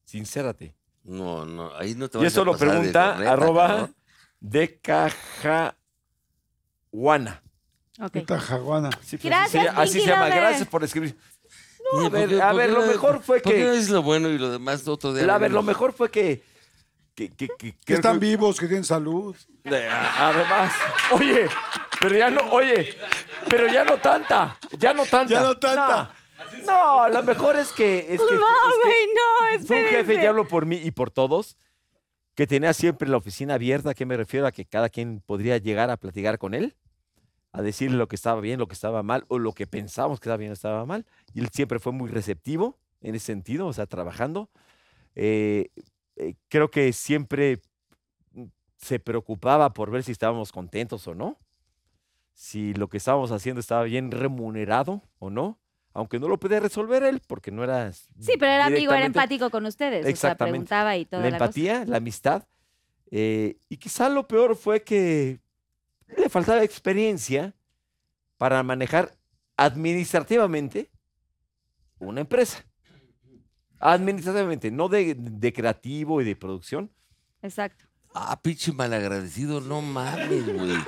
[SPEAKER 2] Sincérate.
[SPEAKER 4] No, no, ahí no te
[SPEAKER 2] Y
[SPEAKER 4] vas
[SPEAKER 2] eso
[SPEAKER 4] a
[SPEAKER 2] lo
[SPEAKER 4] pasar de
[SPEAKER 2] pregunta
[SPEAKER 4] corneta,
[SPEAKER 2] arroba
[SPEAKER 4] cabrón.
[SPEAKER 2] de Cajahuana.
[SPEAKER 1] Ok.
[SPEAKER 3] Puta jaguana.
[SPEAKER 2] Sí, pues,
[SPEAKER 1] Gracias,
[SPEAKER 2] sí, así se
[SPEAKER 1] Pinky
[SPEAKER 2] llama.
[SPEAKER 1] Lover.
[SPEAKER 2] Gracias por escribir. No,
[SPEAKER 4] Oye,
[SPEAKER 2] a
[SPEAKER 4] ¿por
[SPEAKER 2] ver,
[SPEAKER 4] qué-
[SPEAKER 2] a
[SPEAKER 4] por
[SPEAKER 2] ver,
[SPEAKER 4] qué
[SPEAKER 2] lo
[SPEAKER 4] no-
[SPEAKER 2] mejor fue
[SPEAKER 4] ¿por qué
[SPEAKER 2] que-
[SPEAKER 4] no es lo bueno y lo demás otro día.
[SPEAKER 2] A ver, lo
[SPEAKER 4] hablamos?
[SPEAKER 2] mejor fue que. que, que, que- que-
[SPEAKER 3] Que están vivos, que tienen salud.
[SPEAKER 2] Eh, Además, oye, pero ya no, oye, pero ya no tanta, ya no tanta.
[SPEAKER 3] Ya no tanta.
[SPEAKER 2] No, no, lo mejor es que. Es que-
[SPEAKER 1] No,
[SPEAKER 2] es que-
[SPEAKER 1] güey, no,
[SPEAKER 2] fue un jefe,
[SPEAKER 1] espérense.
[SPEAKER 2] ya hablo por mí y por todos, que tenía siempre la oficina abierta, que me refiero a que cada quien podría llegar a platicar con él, a decirle lo que estaba bien, lo que estaba mal, o lo que pensábamos que estaba bien o estaba mal. Y él siempre fue muy receptivo en ese sentido, o sea, trabajando. Eh, eh, creo que siempre mm, se preocupaba por ver si estábamos contentos o no, si lo que estábamos haciendo estaba bien remunerado o no, aunque no lo podía resolver él porque no era
[SPEAKER 1] Sí, pero era amigo, era
[SPEAKER 2] directamente-
[SPEAKER 1] empático con ustedes. O sea,
[SPEAKER 2] Exactamente.
[SPEAKER 1] preguntaba y toda
[SPEAKER 2] la
[SPEAKER 1] la,
[SPEAKER 2] empatía, la amistad. eh, y quizá lo peor fue que le faltaba experiencia para manejar administrativamente una empresa. Administrativamente, no de, de creativo y de producción.
[SPEAKER 1] cosa. Exacto.
[SPEAKER 4] Ah, pinche malagradecido, no mames, güey.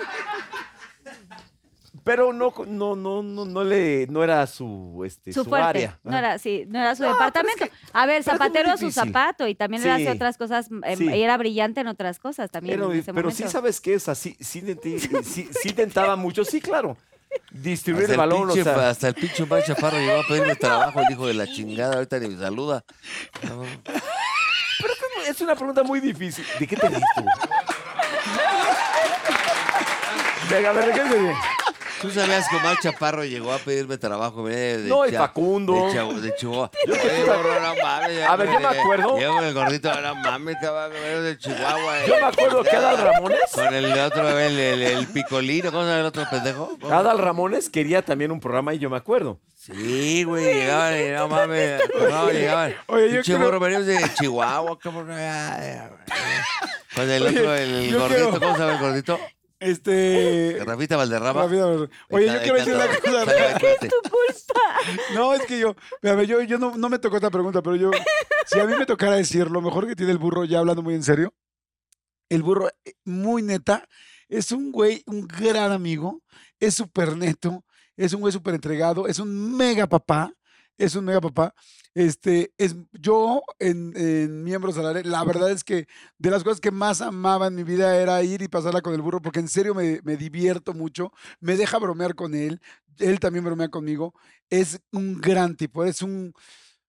[SPEAKER 2] Pero no, no, no, no, no le, no era su, este,
[SPEAKER 1] Su
[SPEAKER 2] su,
[SPEAKER 1] fuerte.
[SPEAKER 2] área.
[SPEAKER 1] No era, sí, no era su departamento. A ver,
[SPEAKER 2] pero es que muy
[SPEAKER 1] zapatero a su
[SPEAKER 2] difícil.
[SPEAKER 1] zapato y también él
[SPEAKER 2] Sí.
[SPEAKER 1] hacía otras cosas eh,
[SPEAKER 2] Sí.
[SPEAKER 1] y era brillante en otras cosas también.
[SPEAKER 2] Pero,
[SPEAKER 1] en ese
[SPEAKER 2] pero sí
[SPEAKER 1] momento.
[SPEAKER 2] sabes que es así, sí, intenti- sí, sí tentaba mucho, sí, claro. Distribuir
[SPEAKER 4] Hasta
[SPEAKER 2] el
[SPEAKER 4] el,
[SPEAKER 2] balón, o
[SPEAKER 4] pinche,
[SPEAKER 2] sea,
[SPEAKER 4] hasta el pinche más chaparro llegó a pedirme trabajo, el hijo de la chingada, ahorita ni me saluda.
[SPEAKER 2] Es una pregunta muy difícil. ¿De qué te diste? Venga, a ver, ¿de qué te
[SPEAKER 4] Tú sabías que Omar Chaparro llegó a pedirme trabajo. mire, de
[SPEAKER 2] No, el
[SPEAKER 4] Cha-
[SPEAKER 2] Facundo.
[SPEAKER 4] De, Chavo- de Chihuahua.
[SPEAKER 2] Yo que
[SPEAKER 4] Oye,
[SPEAKER 2] tú-
[SPEAKER 4] gorro, no mames, ya
[SPEAKER 2] A ver, yo me
[SPEAKER 4] de-
[SPEAKER 2] acuerdo.
[SPEAKER 4] Yo con el gordito, no mames, cabrón, eres de Chihuahua. eh.
[SPEAKER 2] Yo me acuerdo que Adal Ramones.
[SPEAKER 4] Con el de otro, el, el, el picolino, ¿cómo se llama el otro pendejo? ¿Cómo?
[SPEAKER 2] Adal Ramones quería también un programa y yo me acuerdo.
[SPEAKER 4] Sí, güey, llegaban, y no mames, no, llegaban.
[SPEAKER 2] Oye,
[SPEAKER 4] Oye,
[SPEAKER 2] yo
[SPEAKER 4] yo
[SPEAKER 2] creo-
[SPEAKER 4] venimos de Chihuahua, cabrón. ah, ah. Con el
[SPEAKER 3] Oye,
[SPEAKER 4] otro, el
[SPEAKER 3] yo
[SPEAKER 4] gordito,
[SPEAKER 3] quiero-
[SPEAKER 4] ¿cómo se llama el gordito?
[SPEAKER 3] Este.
[SPEAKER 4] Rafita Valderrama.
[SPEAKER 3] Rafita Valderrama. Oye, yo
[SPEAKER 4] Ahí
[SPEAKER 3] quiero decir
[SPEAKER 4] está,
[SPEAKER 3] una
[SPEAKER 4] ahí
[SPEAKER 3] cosa.
[SPEAKER 4] está, ahí está.
[SPEAKER 3] No, es que yo, mira, yo, yo no, no me tocó esta pregunta, pero yo, si a mí me tocara decir lo mejor que tiene el burro, ya hablando muy en serio, el burro, eh, muy neta, es un güey, un gran amigo, es súper neto, es un güey súper entregado, es un mega papá, es un mega papá. Este, es, yo en, en Miembros al Aire, la verdad es que de las cosas que más amaba en mi vida era ir y pasarla con el burro, porque en serio me, me divierto mucho, me deja bromear con él, él también bromea conmigo, es un gran tipo, es un...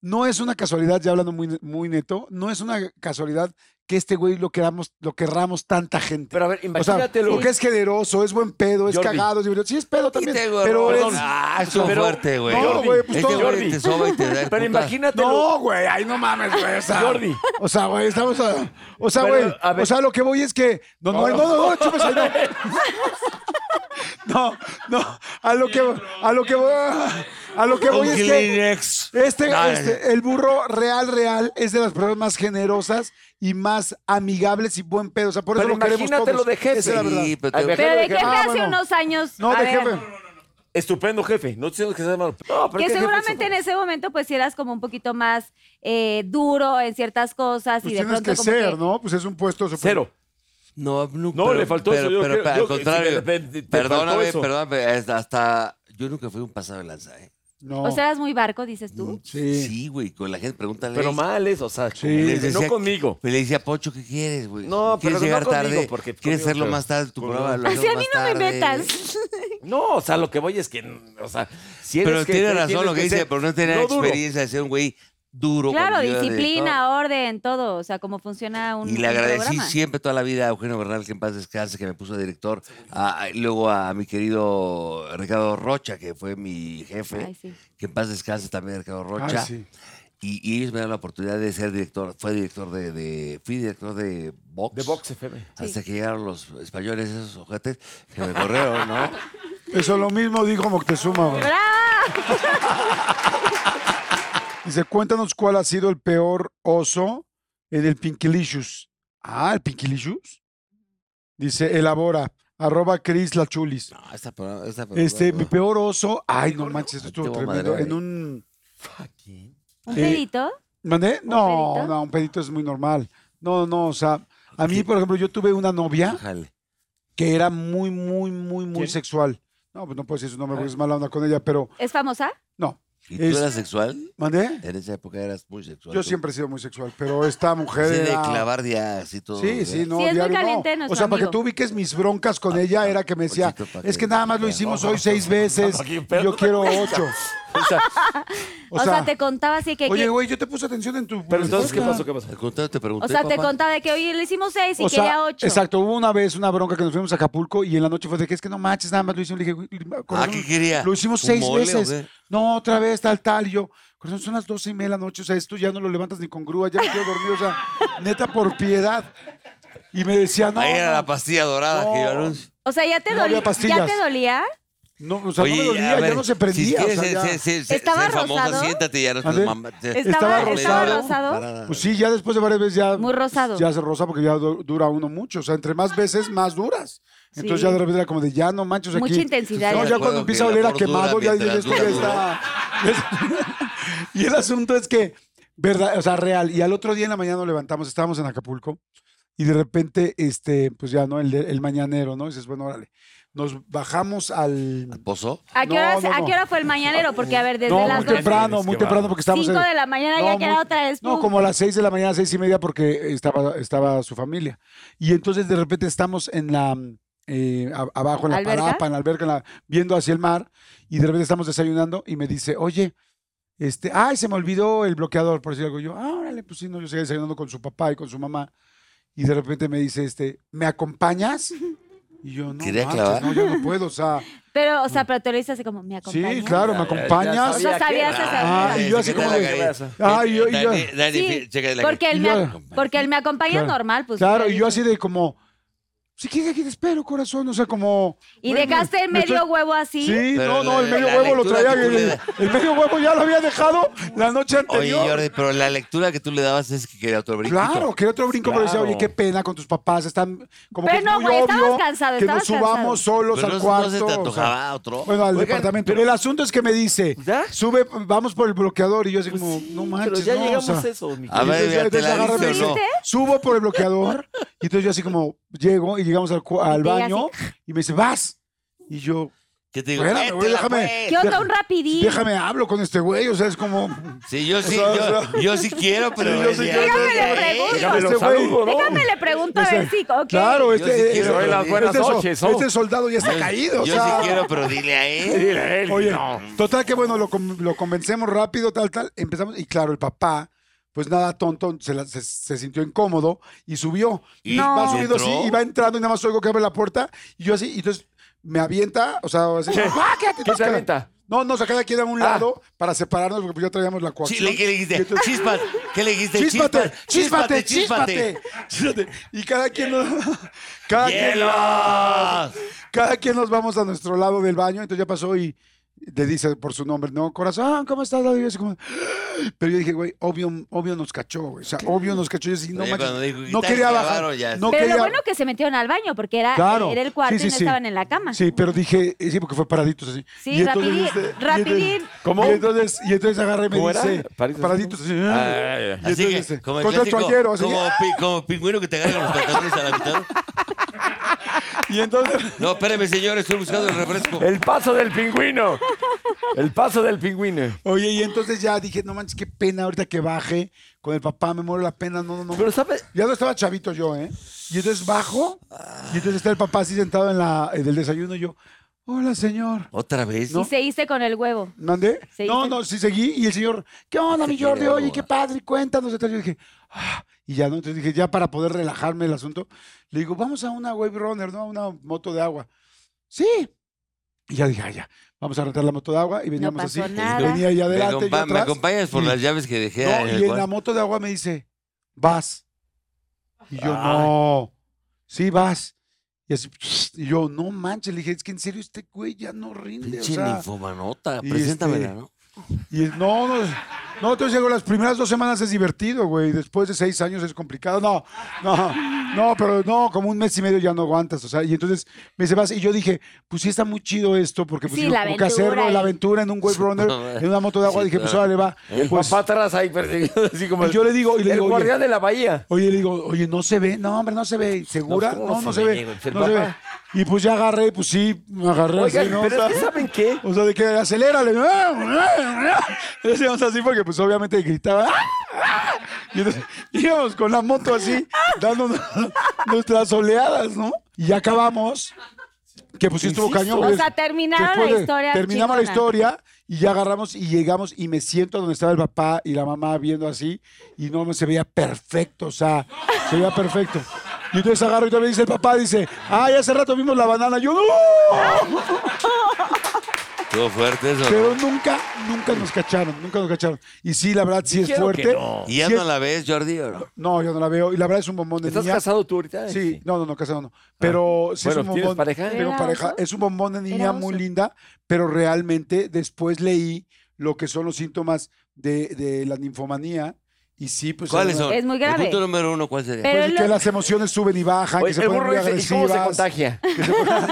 [SPEAKER 3] No es una casualidad, ya hablando muy, ne- muy neto, no es una casualidad que este güey lo queramos, lo querramos tanta gente.
[SPEAKER 2] Pero a ver,
[SPEAKER 3] O sea,
[SPEAKER 2] imagínatelo.
[SPEAKER 3] porque es generoso, es buen pedo, es
[SPEAKER 2] Jordi.
[SPEAKER 3] cagado, es divertido. Sí, es pedo también. Pero
[SPEAKER 4] Perdón.
[SPEAKER 3] es.
[SPEAKER 4] Ah, es un
[SPEAKER 2] Pero-
[SPEAKER 4] fuerte, güey.
[SPEAKER 3] No,
[SPEAKER 4] Jordi.
[SPEAKER 3] güey, pues
[SPEAKER 4] Este
[SPEAKER 3] todo.
[SPEAKER 4] güey te soba y te da el
[SPEAKER 2] Pero
[SPEAKER 4] putazo.
[SPEAKER 2] imagínatelo.
[SPEAKER 3] No, güey, ahí no mames, güey. O sea,
[SPEAKER 2] Jordi.
[SPEAKER 3] O sea, güey, estamos a. O sea,
[SPEAKER 2] Pero,
[SPEAKER 3] güey.
[SPEAKER 2] a ver.
[SPEAKER 3] O sea, lo que voy es que. No, no, no, no, no, chúpese, no. No, no. A lo que, a lo que voy. A lo que
[SPEAKER 4] Un
[SPEAKER 3] voy es que.
[SPEAKER 4] Kleenex.
[SPEAKER 3] Este,
[SPEAKER 4] No, no,
[SPEAKER 3] este, el burro real, real, es de las personas más generosas y más amigables y buen pedo. O sea, por eso
[SPEAKER 2] Pero
[SPEAKER 3] lo queremos
[SPEAKER 2] imagínatelo
[SPEAKER 3] todos.
[SPEAKER 2] de jefe. pues
[SPEAKER 3] Esa es la verdad.
[SPEAKER 4] Sí, pero
[SPEAKER 2] Ay,
[SPEAKER 4] te-
[SPEAKER 2] ve-
[SPEAKER 1] Pero de
[SPEAKER 2] Déjalo,
[SPEAKER 1] jefe
[SPEAKER 2] déjalo.
[SPEAKER 1] hace
[SPEAKER 3] Ah, bueno.
[SPEAKER 1] unos años.
[SPEAKER 3] No,
[SPEAKER 1] a
[SPEAKER 3] de
[SPEAKER 1] ver,
[SPEAKER 3] jefe.
[SPEAKER 2] Estupendo jefe. No te que seas malo. No, pero
[SPEAKER 1] Que
[SPEAKER 2] ¿qué jefe
[SPEAKER 1] seguramente en
[SPEAKER 2] es
[SPEAKER 1] ese momento pues sí eras como un poquito más eh, duro en ciertas cosas
[SPEAKER 3] Pues
[SPEAKER 1] y de
[SPEAKER 3] tienes
[SPEAKER 1] pronto
[SPEAKER 3] que
[SPEAKER 1] como
[SPEAKER 3] ser,
[SPEAKER 1] que-
[SPEAKER 3] ¿no? Pues es un puesto. súper-
[SPEAKER 2] Cero.
[SPEAKER 4] No, no,
[SPEAKER 2] No, le faltó eso, yo
[SPEAKER 4] Pero,
[SPEAKER 2] creo-
[SPEAKER 4] pero
[SPEAKER 2] yo-
[SPEAKER 4] al
[SPEAKER 2] sí,
[SPEAKER 4] contrario,
[SPEAKER 2] te- te- te faltó
[SPEAKER 4] perdóname,
[SPEAKER 2] eso.
[SPEAKER 4] perdóname, hasta- hasta yo nunca fui un pasado de lanza, ¿eh?
[SPEAKER 3] No.
[SPEAKER 1] O sea, eras muy barco, dices tú.
[SPEAKER 3] Sí.
[SPEAKER 4] Sí, güey, con la gente, pregúntale.
[SPEAKER 2] Pero mal es, o sea, como
[SPEAKER 3] Sí.
[SPEAKER 2] que
[SPEAKER 4] Les decía
[SPEAKER 2] no conmigo.
[SPEAKER 4] que- Le decía, Pocho, ¿qué quieres, güey?
[SPEAKER 2] No, pero
[SPEAKER 4] ¿Quieres
[SPEAKER 2] no
[SPEAKER 4] llegar
[SPEAKER 2] conmigo,
[SPEAKER 4] tarde?
[SPEAKER 2] porque
[SPEAKER 4] ¿Quieres
[SPEAKER 2] conmigo,
[SPEAKER 4] hacerlo
[SPEAKER 2] pero-
[SPEAKER 4] más tarde tu
[SPEAKER 2] conmigo.
[SPEAKER 4] programa? Lo
[SPEAKER 1] Así
[SPEAKER 4] hacemos
[SPEAKER 1] a mí
[SPEAKER 4] más
[SPEAKER 1] no me
[SPEAKER 4] tarde.
[SPEAKER 1] metas.
[SPEAKER 2] No, o sea, lo que voy es que, o sea, si eres
[SPEAKER 4] Pero
[SPEAKER 2] jefe,
[SPEAKER 4] tiene razón
[SPEAKER 2] tienes
[SPEAKER 4] lo que dice,
[SPEAKER 2] ser
[SPEAKER 4] pero no tiene
[SPEAKER 2] no duro.
[SPEAKER 4] experiencia de ser un güey duro.
[SPEAKER 1] Claro,
[SPEAKER 4] con vida de-
[SPEAKER 1] disciplina, orden, todo. O sea, cómo funciona un
[SPEAKER 4] Y le
[SPEAKER 1] un
[SPEAKER 4] agradecí
[SPEAKER 1] programa.
[SPEAKER 4] siempre toda la vida a Eugenio Bernal, que en paz descanse, que me puso director. a- a- luego a mi querido Ricardo Rocha, que fue mi jefe.
[SPEAKER 1] Ay, sí.
[SPEAKER 4] Que en paz descanse también Ricardo
[SPEAKER 3] Ay,
[SPEAKER 4] Rocha.
[SPEAKER 3] sí.
[SPEAKER 4] y, y ellos me dieron la oportunidad de ser director. Fue director de, de- fui director de Vox.
[SPEAKER 2] De Vox FM.
[SPEAKER 4] Hasta que llegaron los españoles, esos ojetes, que me corrieron, ¿no?
[SPEAKER 3] Eso lo mismo dijo Moctezuma, güey.
[SPEAKER 1] ¡Bravo!
[SPEAKER 3] Dice, cuéntanos cuál ha sido el peor oso en el Pinkilicious. Ah, el Pinkilicious. Dice, elabora, arroba Cris Lachulis.
[SPEAKER 4] No, Ah, esta pro- esta pro-
[SPEAKER 3] Este, mi
[SPEAKER 4] pro-
[SPEAKER 3] peor oso. Ay, no manches, esto estuvo
[SPEAKER 4] Te voy a
[SPEAKER 3] tremendo.
[SPEAKER 4] madrear,
[SPEAKER 3] En
[SPEAKER 4] eh.
[SPEAKER 3] un.
[SPEAKER 1] ¿Un
[SPEAKER 3] Eh,
[SPEAKER 1] pedito?
[SPEAKER 3] ¿Mandé? No, no, un pedito es muy normal. No, no, o sea, a mí, por ejemplo, yo tuve una novia que era muy, muy, muy, muy sexual. No, pues no puedo decir su
[SPEAKER 2] Ah.
[SPEAKER 3] nombre porque es mala onda con ella, pero
[SPEAKER 1] ¿Es famosa?
[SPEAKER 3] no.
[SPEAKER 4] ¿Y tú
[SPEAKER 3] Es-
[SPEAKER 4] eras sexual?
[SPEAKER 3] ¿Mandé?
[SPEAKER 4] En esa época eras muy sexual.
[SPEAKER 3] Yo
[SPEAKER 4] tú.
[SPEAKER 3] siempre he sido muy sexual, pero esta mujer
[SPEAKER 4] Sí, de
[SPEAKER 3] era-
[SPEAKER 4] clavar días y todo.
[SPEAKER 3] Sí, sí, no,
[SPEAKER 1] Sí, es muy
[SPEAKER 3] diario, no.
[SPEAKER 1] caliente nuestro
[SPEAKER 3] O sea, para
[SPEAKER 1] amigo.
[SPEAKER 3] que tú ubiques mis broncas con ella era que me decía,
[SPEAKER 4] Ah, pa'
[SPEAKER 3] es
[SPEAKER 4] que-
[SPEAKER 3] que nada más lo hicimos hoy seis veces, y yo quiero ocho.
[SPEAKER 2] O sea,
[SPEAKER 1] O, sea, te contaba así que.
[SPEAKER 3] oye,
[SPEAKER 1] que-
[SPEAKER 3] güey, yo te puse atención en tu...
[SPEAKER 2] Pero entonces, ¿qué
[SPEAKER 3] respuesta.
[SPEAKER 2] pasó? ¿Qué pasó?
[SPEAKER 4] Al contrario, te pregunté.
[SPEAKER 1] o sea, te
[SPEAKER 3] papá.
[SPEAKER 1] contaba de que, oye, le hicimos seis y
[SPEAKER 3] O sea,
[SPEAKER 1] quería ocho.
[SPEAKER 3] Exacto, hubo una vez una bronca que nos fuimos a Acapulco y en la noche fue de que es que no manches, nada más lo hicimos. Le dije, güey, corazón,
[SPEAKER 4] Ah, ¿qué quería?
[SPEAKER 3] Lo hicimos
[SPEAKER 4] ¿Un
[SPEAKER 3] seis
[SPEAKER 4] mole o
[SPEAKER 3] veces.
[SPEAKER 4] qué?
[SPEAKER 3] No, otra vez, tal, tal. Y yo, corazón, son las doce y media de la noche, o sea, esto ya no lo levantas ni con grúa, ya me quiero dormir, o sea, neta, por piedad. Y me decía, no,
[SPEAKER 4] Ahí era
[SPEAKER 3] no,
[SPEAKER 4] la pastilla dorada que yo anuncio.
[SPEAKER 1] O sea, ya te,
[SPEAKER 3] No había
[SPEAKER 1] dolía, ya
[SPEAKER 3] pastillas.
[SPEAKER 1] te dolía.
[SPEAKER 3] no, o sea, no me
[SPEAKER 4] Oye,
[SPEAKER 3] dolía,
[SPEAKER 4] a ver,
[SPEAKER 3] ya no se prendía.
[SPEAKER 4] Si
[SPEAKER 3] o
[SPEAKER 4] quieres eh,
[SPEAKER 3] sea, ya-
[SPEAKER 4] ser, ser- ser-
[SPEAKER 1] ¿Estaba
[SPEAKER 4] ser famosa,
[SPEAKER 1] rosado?
[SPEAKER 4] siéntate y ya no
[SPEAKER 3] A ver,
[SPEAKER 4] estás mamá. te-
[SPEAKER 1] Estaba-
[SPEAKER 4] te-
[SPEAKER 1] estaba
[SPEAKER 4] te-
[SPEAKER 1] rosado.
[SPEAKER 4] Parada.
[SPEAKER 3] Pues sí, ya después de varias veces ya.
[SPEAKER 1] Muy rosado.
[SPEAKER 3] Ya se rosa porque ya du- dura uno mucho. O sea, entre más veces, más duras. Entonces
[SPEAKER 1] Sí.
[SPEAKER 3] ya de repente era como de ya no manches Pues aquí.
[SPEAKER 1] Mucha intensidad. Yo
[SPEAKER 3] No, ya
[SPEAKER 4] recuerdo
[SPEAKER 3] cuando empieza a
[SPEAKER 4] que el
[SPEAKER 3] oler a
[SPEAKER 4] amor dura
[SPEAKER 3] quemado, ya
[SPEAKER 4] mientras
[SPEAKER 3] dices, esto ya
[SPEAKER 4] dura,
[SPEAKER 3] está. y el asunto es que, verdad, o sea, real. Y al otro día en la mañana nos levantamos, estábamos en Acapulco. Y de repente, este, pues ya, ¿no? El, de- el mañanero, ¿no? dices, bueno, órale. Nos bajamos al.
[SPEAKER 4] ¿Pozo?
[SPEAKER 1] ¿A qué,
[SPEAKER 3] No,
[SPEAKER 1] hora,
[SPEAKER 3] no,
[SPEAKER 1] a
[SPEAKER 3] no.
[SPEAKER 1] qué hora fue el mañanero? Porque, a ver, desde
[SPEAKER 3] No, muy
[SPEAKER 1] las dos.
[SPEAKER 3] temprano, muy temprano, porque estábamos
[SPEAKER 1] Cinco
[SPEAKER 3] en-
[SPEAKER 1] de la mañana ya
[SPEAKER 3] muy-
[SPEAKER 1] queda otra vez.
[SPEAKER 3] No,
[SPEAKER 1] ¡pum!
[SPEAKER 3] como a las seis de la mañana, seis y media, porque estaba, estaba su familia. Y entonces de repente estamos en la eh, a- abajo, en la
[SPEAKER 1] ¿Alberca?
[SPEAKER 3] parapa, en la alberca, en la- viendo hacia el mar, y de repente estamos desayunando y me dice, oye, este, ay, se me olvidó el bloqueador, por decir algo. Y yo, ah, órale, pues sí, no, yo seguía desayunando con su papá y con su mamá. Y de repente me dice, este, ¿me acompañas? Y yo, no,
[SPEAKER 4] ¿Quería
[SPEAKER 3] manches,
[SPEAKER 4] clavar?
[SPEAKER 3] no, yo no puedo, o sea,
[SPEAKER 1] Pero, o sea, pero tú le dices así como, ¿me acompañas?
[SPEAKER 3] sí, claro, ¿me acompañas?
[SPEAKER 1] O sea, sabías esa.
[SPEAKER 3] Ah, y yo así
[SPEAKER 4] ¿Qué tal
[SPEAKER 3] como
[SPEAKER 4] la
[SPEAKER 3] de-
[SPEAKER 4] cabeza?
[SPEAKER 3] Ah, y yo, y yo.
[SPEAKER 4] Dani, Dani,
[SPEAKER 1] Sí,
[SPEAKER 4] chécale la
[SPEAKER 1] porque,
[SPEAKER 4] cara.
[SPEAKER 1] él me, ac-
[SPEAKER 3] Yo-
[SPEAKER 1] porque él me acompaña
[SPEAKER 3] Claro.
[SPEAKER 1] normal, pues.
[SPEAKER 3] Claro,
[SPEAKER 1] hubiera
[SPEAKER 3] y yo
[SPEAKER 1] dicho.
[SPEAKER 3] así de como, si quieres aquí te espero, corazón, o sea, como...
[SPEAKER 1] Y
[SPEAKER 3] güey,
[SPEAKER 1] dejaste
[SPEAKER 3] me-
[SPEAKER 1] el
[SPEAKER 3] me
[SPEAKER 1] medio
[SPEAKER 3] estoy-
[SPEAKER 1] huevo así.
[SPEAKER 3] Sí, no,
[SPEAKER 4] Pero
[SPEAKER 3] no,
[SPEAKER 4] la-
[SPEAKER 3] el medio
[SPEAKER 4] la
[SPEAKER 3] huevo lo
[SPEAKER 4] lectura
[SPEAKER 3] traía,
[SPEAKER 4] que tú le
[SPEAKER 3] el,
[SPEAKER 4] das.
[SPEAKER 3] el medio huevo ya lo había dejado la noche
[SPEAKER 4] Oye,
[SPEAKER 3] anterior.
[SPEAKER 4] Jordi, pero la lectura que tú le dabas es que quería otro brinquito.
[SPEAKER 3] Claro, que era otro brinco, pero decía,
[SPEAKER 2] Claro.
[SPEAKER 3] oye, qué pena con tus papás, están como
[SPEAKER 1] Pero
[SPEAKER 3] que
[SPEAKER 1] no,
[SPEAKER 3] es muy
[SPEAKER 1] güey, estabas
[SPEAKER 3] obvio
[SPEAKER 1] cansado,
[SPEAKER 3] que nos
[SPEAKER 1] estabas cansado.
[SPEAKER 3] subamos solos
[SPEAKER 4] Pero
[SPEAKER 3] al
[SPEAKER 4] no-
[SPEAKER 3] cuarto.
[SPEAKER 4] no se te
[SPEAKER 3] o sea,
[SPEAKER 4] antojaba otro.
[SPEAKER 3] Bueno, al
[SPEAKER 2] Oigan,
[SPEAKER 3] departamento. el asunto es que me dice,
[SPEAKER 2] ¿Ya?
[SPEAKER 3] sube, vamos por el bloqueador, y yo así como, pues, no manches,
[SPEAKER 2] Pero ya
[SPEAKER 3] no, o
[SPEAKER 2] llegamos
[SPEAKER 3] sea,
[SPEAKER 2] a eso, mi
[SPEAKER 4] A
[SPEAKER 3] Y
[SPEAKER 4] ver,
[SPEAKER 3] entonces ya-
[SPEAKER 4] ya te
[SPEAKER 3] entonces
[SPEAKER 4] la
[SPEAKER 3] agarra, me
[SPEAKER 4] diste o no.
[SPEAKER 3] dice, Subo por el bloqueador. Y entonces yo así como llego y llegamos al, cu- al
[SPEAKER 1] Y te llega
[SPEAKER 3] baño y me dice, vas. Y yo,
[SPEAKER 4] ¿Qué te digo?
[SPEAKER 3] espérame, güey,
[SPEAKER 4] Échala,
[SPEAKER 3] déjame.
[SPEAKER 1] ¿Qué onda
[SPEAKER 3] deja-
[SPEAKER 1] un rapidín?
[SPEAKER 3] Déjame hablo con este güey. O sea, es como.
[SPEAKER 4] pues. Sí, yo sí,
[SPEAKER 3] O sea,
[SPEAKER 4] yo,
[SPEAKER 3] o sea-
[SPEAKER 4] yo sí quiero, pero...
[SPEAKER 3] Sí, yo sí
[SPEAKER 4] ya-
[SPEAKER 3] quiero,
[SPEAKER 4] ya-
[SPEAKER 1] Déjame le
[SPEAKER 4] ya-
[SPEAKER 1] pregunto.
[SPEAKER 3] déjame
[SPEAKER 2] Déjame
[SPEAKER 3] este
[SPEAKER 2] los
[SPEAKER 3] güey.
[SPEAKER 2] saludo, ¿no?
[SPEAKER 1] Déjame le pregunto a
[SPEAKER 3] O sea,
[SPEAKER 1] ver si. ok.
[SPEAKER 3] Claro,
[SPEAKER 4] Yo sí
[SPEAKER 3] este,
[SPEAKER 4] quiero,
[SPEAKER 3] este-
[SPEAKER 4] las
[SPEAKER 2] buenas
[SPEAKER 3] este so-
[SPEAKER 2] noches, ¿no?
[SPEAKER 3] este soldado ya está caído. o
[SPEAKER 4] Yo sí
[SPEAKER 3] sea,
[SPEAKER 4] quiero, pero dile a él.
[SPEAKER 2] Dile a él.
[SPEAKER 3] Oye,
[SPEAKER 2] no.
[SPEAKER 3] total que bueno, lo, con- lo convencemos rápido, tal, tal. Empezamos, y claro, el papá, pues nada, tonto, se, la- se- se sintió incómodo y subió. Y
[SPEAKER 4] No.
[SPEAKER 3] va subiendo así,
[SPEAKER 4] ¿Entró?
[SPEAKER 3] y va entrando, y nada más oigo que abre la puerta, y yo así, y entonces me avienta, o sea, así, ¡ah, quédate,
[SPEAKER 2] ¿Qué
[SPEAKER 3] tú,
[SPEAKER 2] te
[SPEAKER 3] cara!
[SPEAKER 2] avienta?
[SPEAKER 3] No, no, o sea, cada quien a un lado para separarnos, porque pues ya traíamos la
[SPEAKER 4] Ah. Sí,
[SPEAKER 3] coacción.
[SPEAKER 4] le- ¿Qué le dijiste?
[SPEAKER 3] Entonces-
[SPEAKER 4] Chispas. ¿Qué le dijiste?
[SPEAKER 3] Chíspate, chíspate,
[SPEAKER 4] Chispate,
[SPEAKER 3] chíspate. Chíspate. Y cada quien nos, cada quien,
[SPEAKER 4] ¡Hielos!
[SPEAKER 3] cada quien nos vamos a nuestro lado del baño. Entonces ya pasó y le dice por su nombre, no, corazón, ¿cómo estás? Y yo así como, Pero yo dije, güey, obvio, obvio nos cachó, güey. O sea, obvio nos cachó. Yo así, no
[SPEAKER 4] Oye,
[SPEAKER 3] manches,
[SPEAKER 4] cuando dijo,
[SPEAKER 3] no
[SPEAKER 4] "Quita el
[SPEAKER 3] quería
[SPEAKER 4] clavaro",
[SPEAKER 3] bajar.
[SPEAKER 4] ya
[SPEAKER 3] No
[SPEAKER 1] Pero
[SPEAKER 3] quería,
[SPEAKER 1] lo bueno que se metieron al baño porque era,
[SPEAKER 3] Claro.
[SPEAKER 1] era el cuarto
[SPEAKER 3] Sí, sí,
[SPEAKER 1] y no
[SPEAKER 3] sí.
[SPEAKER 1] estaban en la cama.
[SPEAKER 3] Sí, pero dije, eh, sí, porque fue paraditos así.
[SPEAKER 1] Sí,
[SPEAKER 3] Y entonces,
[SPEAKER 1] rapidín,
[SPEAKER 3] este, y entonces-
[SPEAKER 1] rapidín.
[SPEAKER 2] ¿Cómo?
[SPEAKER 3] Y entonces, y entonces agarra y me
[SPEAKER 2] ¿Cómo era?
[SPEAKER 3] dice,
[SPEAKER 2] ¿Paraditos?
[SPEAKER 3] paraditos así.
[SPEAKER 2] Ah, ya, ya.
[SPEAKER 3] Y
[SPEAKER 4] Así
[SPEAKER 3] entonces,
[SPEAKER 4] que, como el
[SPEAKER 3] contra el
[SPEAKER 4] clásico,
[SPEAKER 3] toallero, así,
[SPEAKER 4] como, pi- como pingüino que te agarra los pantalones a la mitad.
[SPEAKER 3] Y entonces...
[SPEAKER 4] No, espérame, señor, estoy buscando el refresco.
[SPEAKER 3] Eh,
[SPEAKER 2] El paso del pingüino. El paso del pingüino.
[SPEAKER 3] Oye, y entonces ya dije, no manches, qué pena ahorita que baje con el papá, me muero la pena, no, no, no.
[SPEAKER 2] Pero ¿sabes?
[SPEAKER 3] ya no estaba chavito yo, ¿eh? Y entonces bajo, y entonces está el papá así sentado en, la, en el desayuno, y yo, hola, señor.
[SPEAKER 4] ¿Otra vez?
[SPEAKER 1] Y se hice con el huevo.
[SPEAKER 3] ¿Mandé?
[SPEAKER 1] Sí,
[SPEAKER 3] no,
[SPEAKER 1] sí.
[SPEAKER 3] no, sí seguí, y el señor, ¿qué onda, mi Jordi?
[SPEAKER 4] quiere,
[SPEAKER 3] Oye,
[SPEAKER 4] boba.
[SPEAKER 3] qué padre, cuéntanos. Entonces yo dije, ah, y ya, ¿no? Entonces dije, ya para poder relajarme el asunto, le digo, vamos a una wave runner, ¿no? A una moto de agua. Sí. Y ya dije, ah, ya, vamos a rentar la moto de agua, y veníamos
[SPEAKER 1] pasó
[SPEAKER 3] así.
[SPEAKER 1] nada.
[SPEAKER 3] Venía ahí
[SPEAKER 4] me,
[SPEAKER 3] adelante, yo
[SPEAKER 4] acompa- me
[SPEAKER 3] atrás.
[SPEAKER 4] acompañas por
[SPEAKER 3] y-
[SPEAKER 4] las llaves que dejé
[SPEAKER 3] no,
[SPEAKER 4] en
[SPEAKER 3] y
[SPEAKER 4] el
[SPEAKER 3] en la
[SPEAKER 4] cuarto?
[SPEAKER 3] moto de agua me dice, vas. Y yo, no, sí, vas. Y así, y yo, no manches, le dije, es que en serio este güey ya no rinde. o
[SPEAKER 4] Pinche
[SPEAKER 3] sea,
[SPEAKER 4] ninfomanota,
[SPEAKER 3] y
[SPEAKER 4] preséntamela,
[SPEAKER 3] este-
[SPEAKER 4] ¿no?
[SPEAKER 3] y no, no, No, entonces digo, las primeras dos semanas es divertido, güey. Después de seis años es complicado. No, no, no, pero no, como un mes y medio ya no aguantas. O sea, y entonces me dice, vas, y yo dije, pues sí está muy chido esto, porque pues
[SPEAKER 4] Sí,
[SPEAKER 3] digo,
[SPEAKER 4] la
[SPEAKER 3] como que
[SPEAKER 4] aventura
[SPEAKER 3] hacerlo,
[SPEAKER 4] y-
[SPEAKER 3] la aventura en un wave runner, en una moto de agua,
[SPEAKER 4] Sí,
[SPEAKER 3] dije, pues
[SPEAKER 4] claro.
[SPEAKER 3] órale, va.
[SPEAKER 4] El
[SPEAKER 3] Pues,
[SPEAKER 4] papá atrás ahí perseguido, así como
[SPEAKER 3] y yo le digo, y le
[SPEAKER 4] el
[SPEAKER 3] digo,
[SPEAKER 4] guardián de
[SPEAKER 2] la bahía.
[SPEAKER 3] Oye, le digo, oye, no se ve, no, hombre, no se ve. ¿Segura?
[SPEAKER 4] No,
[SPEAKER 3] No,
[SPEAKER 4] ¿cómo
[SPEAKER 3] no,
[SPEAKER 4] se
[SPEAKER 3] se,
[SPEAKER 4] ve,
[SPEAKER 3] ve.
[SPEAKER 4] güey? Pues el
[SPEAKER 3] no se ve.
[SPEAKER 4] papá.
[SPEAKER 3] Y pues ya agarré, pues sí, me agarré
[SPEAKER 4] Oigan,
[SPEAKER 3] así, ¿no?
[SPEAKER 4] pero
[SPEAKER 3] O sea,
[SPEAKER 4] es que ¿saben
[SPEAKER 2] qué?
[SPEAKER 3] O sea, de que acelérale. Le Decíamos así porque pues obviamente gritaba. ah". Y entonces íbamos con la moto así, dando nuestras oleadas, ¿no? Y ya acabamos. Que pues sí estuvo
[SPEAKER 1] Insisto.
[SPEAKER 3] cañón.
[SPEAKER 1] O
[SPEAKER 3] güey.
[SPEAKER 1] sea, terminaron la
[SPEAKER 3] Después de-
[SPEAKER 1] historia
[SPEAKER 3] Terminamos la
[SPEAKER 1] chingona.
[SPEAKER 3] historia y ya agarramos y llegamos y me siento donde estaba el papá y la mamá viendo así y no me- se veía perfecto, o sea, se veía perfecto. Y entonces agarro y también dice el papá, dice, ay, hace rato vimos la banana. Yo, ¡no!
[SPEAKER 4] Estuvo fuerte eso.
[SPEAKER 3] Pero nunca, nunca nos cacharon, nunca nos cacharon. Y sí, la verdad, sí es
[SPEAKER 4] Dijeron que
[SPEAKER 3] fuerte.
[SPEAKER 4] no. ¿Y ya
[SPEAKER 3] Sí
[SPEAKER 4] no
[SPEAKER 3] es-
[SPEAKER 4] la ves, Jordi? o no?
[SPEAKER 3] No, yo no la veo. Y la verdad es un bombón de
[SPEAKER 4] ¿Estás
[SPEAKER 3] niña.
[SPEAKER 4] casado tú ahorita?
[SPEAKER 3] Sí, no, no, no, casado no. Pero sí
[SPEAKER 4] Ah. Bueno,
[SPEAKER 3] es un
[SPEAKER 4] ¿tienes
[SPEAKER 3] bombón.
[SPEAKER 4] pareja?
[SPEAKER 3] Tengo
[SPEAKER 4] ¿Era
[SPEAKER 3] pareja.
[SPEAKER 4] oso?
[SPEAKER 3] Es un bombón de niña
[SPEAKER 4] ¿Era
[SPEAKER 3] muy
[SPEAKER 4] oso?
[SPEAKER 3] linda, pero realmente después leí lo que son los síntomas de, de la ninfomanía. Y sí, pues.
[SPEAKER 4] ¿Cuáles
[SPEAKER 3] la-
[SPEAKER 4] son? El punto número uno, ¿cuál sería?
[SPEAKER 3] Pues, que las emociones suben y
[SPEAKER 2] Ah,
[SPEAKER 3] bajan,
[SPEAKER 4] Oye,
[SPEAKER 3] que se
[SPEAKER 4] el
[SPEAKER 3] ponen
[SPEAKER 4] burro
[SPEAKER 3] muy
[SPEAKER 4] dice, ¿y cómo
[SPEAKER 3] agresivas.
[SPEAKER 4] se contagia?
[SPEAKER 3] Que se ponen-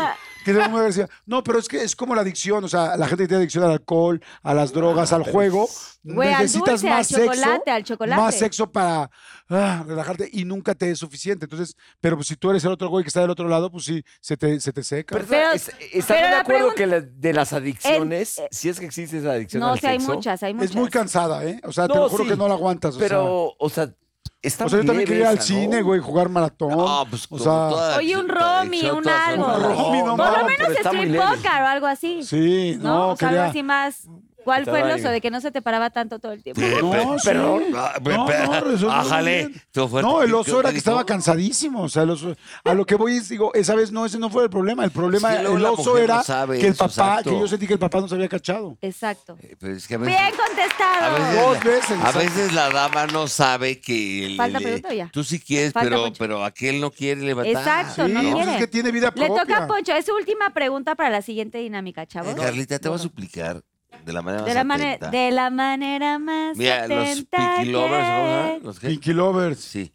[SPEAKER 3] que se ponen muy agresivas. No, pero es que es como la adicción, o sea, la gente que tiene adicción al alcohol, a las drogas, al juego,
[SPEAKER 1] Güey, al
[SPEAKER 3] necesitas
[SPEAKER 1] dulce, al
[SPEAKER 3] más sexo,
[SPEAKER 1] chocolate, al chocolate.
[SPEAKER 3] más sexo para ah, relajarte y nunca te es suficiente. Entonces, pero pues, si tú eres el otro güey que está del otro lado, pues sí, se te, se te seca.
[SPEAKER 2] Pero, ¿es- ¿Están de acuerdo que la- de las adicciones, si es que existe esa adicción al sexo?
[SPEAKER 3] Es muy cansada, ¿eh? O sea, te
[SPEAKER 2] No,
[SPEAKER 3] lo juro
[SPEAKER 2] sí,
[SPEAKER 3] que no la aguantas. o sea.
[SPEAKER 2] Pero, o sea, está
[SPEAKER 3] O sea, yo también
[SPEAKER 2] leve
[SPEAKER 3] quería ir al
[SPEAKER 2] esa, ¿no? Ah, pues
[SPEAKER 3] cine, güey, jugar maratón. o
[SPEAKER 4] Ah, pues, como
[SPEAKER 3] sea,
[SPEAKER 4] toda-
[SPEAKER 1] Oye, un romi, un algo.
[SPEAKER 3] Un romi, no
[SPEAKER 1] Por
[SPEAKER 3] mames,
[SPEAKER 1] lo menos
[SPEAKER 3] pero está muy
[SPEAKER 1] street
[SPEAKER 3] leve.
[SPEAKER 1] poker o algo así.
[SPEAKER 3] Sí,
[SPEAKER 1] ¿No?
[SPEAKER 3] no,
[SPEAKER 1] o sea, algo
[SPEAKER 3] quería-
[SPEAKER 1] así más. ¿Cuál
[SPEAKER 4] Está
[SPEAKER 1] fue el
[SPEAKER 4] bien.
[SPEAKER 1] oso de que no se te paraba tanto todo el tiempo?
[SPEAKER 2] Eh,
[SPEAKER 3] No, sí.
[SPEAKER 4] Perdón.
[SPEAKER 3] No, no, resolvió
[SPEAKER 4] Ájale.
[SPEAKER 3] muy bien.
[SPEAKER 4] Ah, Estuvo fuerte.
[SPEAKER 3] No, el
[SPEAKER 4] ¿Qué- qué
[SPEAKER 3] oso era
[SPEAKER 4] te
[SPEAKER 3] que
[SPEAKER 4] dijo?
[SPEAKER 3] estaba cansadísimo. O sea, el oso- a lo que voy es, digo, esa vez no, ese no fue el problema. El problema,
[SPEAKER 4] Es que luego
[SPEAKER 3] el
[SPEAKER 4] la
[SPEAKER 3] oso
[SPEAKER 4] mujer
[SPEAKER 3] era
[SPEAKER 4] no sabe
[SPEAKER 3] que el
[SPEAKER 4] eso,
[SPEAKER 3] papá,
[SPEAKER 4] exacto.
[SPEAKER 3] que yo sentí que el papá no se había cachado.
[SPEAKER 1] Exacto.
[SPEAKER 4] Pero es que a veces-
[SPEAKER 1] Bien contestado.
[SPEAKER 4] A veces,
[SPEAKER 3] Dos veces,
[SPEAKER 4] a
[SPEAKER 3] exacto.
[SPEAKER 4] veces la dama no sabe que. el-
[SPEAKER 1] Falta
[SPEAKER 4] el-
[SPEAKER 1] Pedrito ya.
[SPEAKER 4] Tú sí quieres,
[SPEAKER 1] Falta
[SPEAKER 4] pero,
[SPEAKER 1] Poncho.
[SPEAKER 4] pero aquel no quiere levantar.
[SPEAKER 1] Exacto, no
[SPEAKER 3] pues
[SPEAKER 1] quiere. Le toca a Poncho. Es su última pregunta para la siguiente dinámica, chavos.
[SPEAKER 4] Eh, Carlita, te voy a suplicar de la manera
[SPEAKER 1] De
[SPEAKER 4] más
[SPEAKER 1] la, mane-
[SPEAKER 4] atenta.
[SPEAKER 1] de la manera más
[SPEAKER 4] Mira, los
[SPEAKER 1] atenta
[SPEAKER 4] Pinky Lovers,
[SPEAKER 1] que-
[SPEAKER 4] ¿no? Los que-
[SPEAKER 3] Pinky Lovers.
[SPEAKER 4] Sí.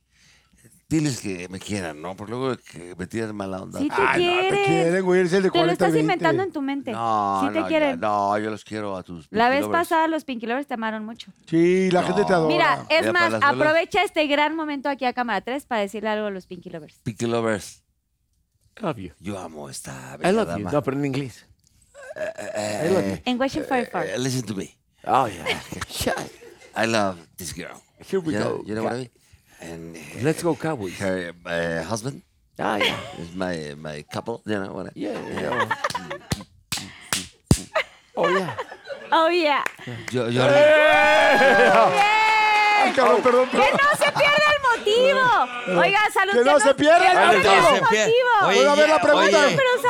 [SPEAKER 4] Diles que me quieran, ¿no? Por luego que me tiran mala onda.
[SPEAKER 1] Sí te quieren.
[SPEAKER 3] Ah, güey, es el de
[SPEAKER 1] Te lo estás
[SPEAKER 4] 40-20.
[SPEAKER 1] inventando en tu mente.
[SPEAKER 4] No,
[SPEAKER 1] sí te
[SPEAKER 4] no,
[SPEAKER 1] quieren.
[SPEAKER 4] ya, no, yo los quiero a tus.
[SPEAKER 1] La
[SPEAKER 4] Pinky
[SPEAKER 1] vez
[SPEAKER 4] Lovers.
[SPEAKER 1] pasada los Pinky Lovers te amaron mucho.
[SPEAKER 3] Sí, la
[SPEAKER 4] No.
[SPEAKER 3] gente te adora.
[SPEAKER 1] Mira, es
[SPEAKER 4] Mira, para
[SPEAKER 1] más,
[SPEAKER 4] las velas.
[SPEAKER 1] aprovecha este gran momento aquí a cámara 3 para decirle algo a los Pinky Lovers.
[SPEAKER 4] Pinky Lovers.
[SPEAKER 2] Love you.
[SPEAKER 4] Yo amo esta
[SPEAKER 2] I
[SPEAKER 4] bella
[SPEAKER 2] love you.
[SPEAKER 4] dama.
[SPEAKER 2] No, pero en inglés.
[SPEAKER 4] Eh,
[SPEAKER 2] I love you.
[SPEAKER 1] En Washington Fire
[SPEAKER 4] eh, listen to me.
[SPEAKER 2] Oh, yeah.
[SPEAKER 4] I love this girl.
[SPEAKER 2] Here we
[SPEAKER 4] you know-
[SPEAKER 2] go.
[SPEAKER 4] you know what I mean? And, Let's
[SPEAKER 2] go Cowboys.
[SPEAKER 4] Her uh, husband.
[SPEAKER 2] Ah, yeah.
[SPEAKER 4] Is my my couple. You know what I
[SPEAKER 2] Yeah, yeah. Oh, yeah.
[SPEAKER 1] Oh, yeah.
[SPEAKER 4] Yo, yo,
[SPEAKER 1] ¡Bien!
[SPEAKER 3] cabrón, perdón,
[SPEAKER 1] ¡Que no se pierda el motivo! Oiga, salud.
[SPEAKER 3] Que no se pierda el
[SPEAKER 4] Ándale,
[SPEAKER 3] motivo.
[SPEAKER 4] se pier- Oye,
[SPEAKER 3] Oye, a ver
[SPEAKER 4] ya,
[SPEAKER 3] la pregunta.
[SPEAKER 4] oye,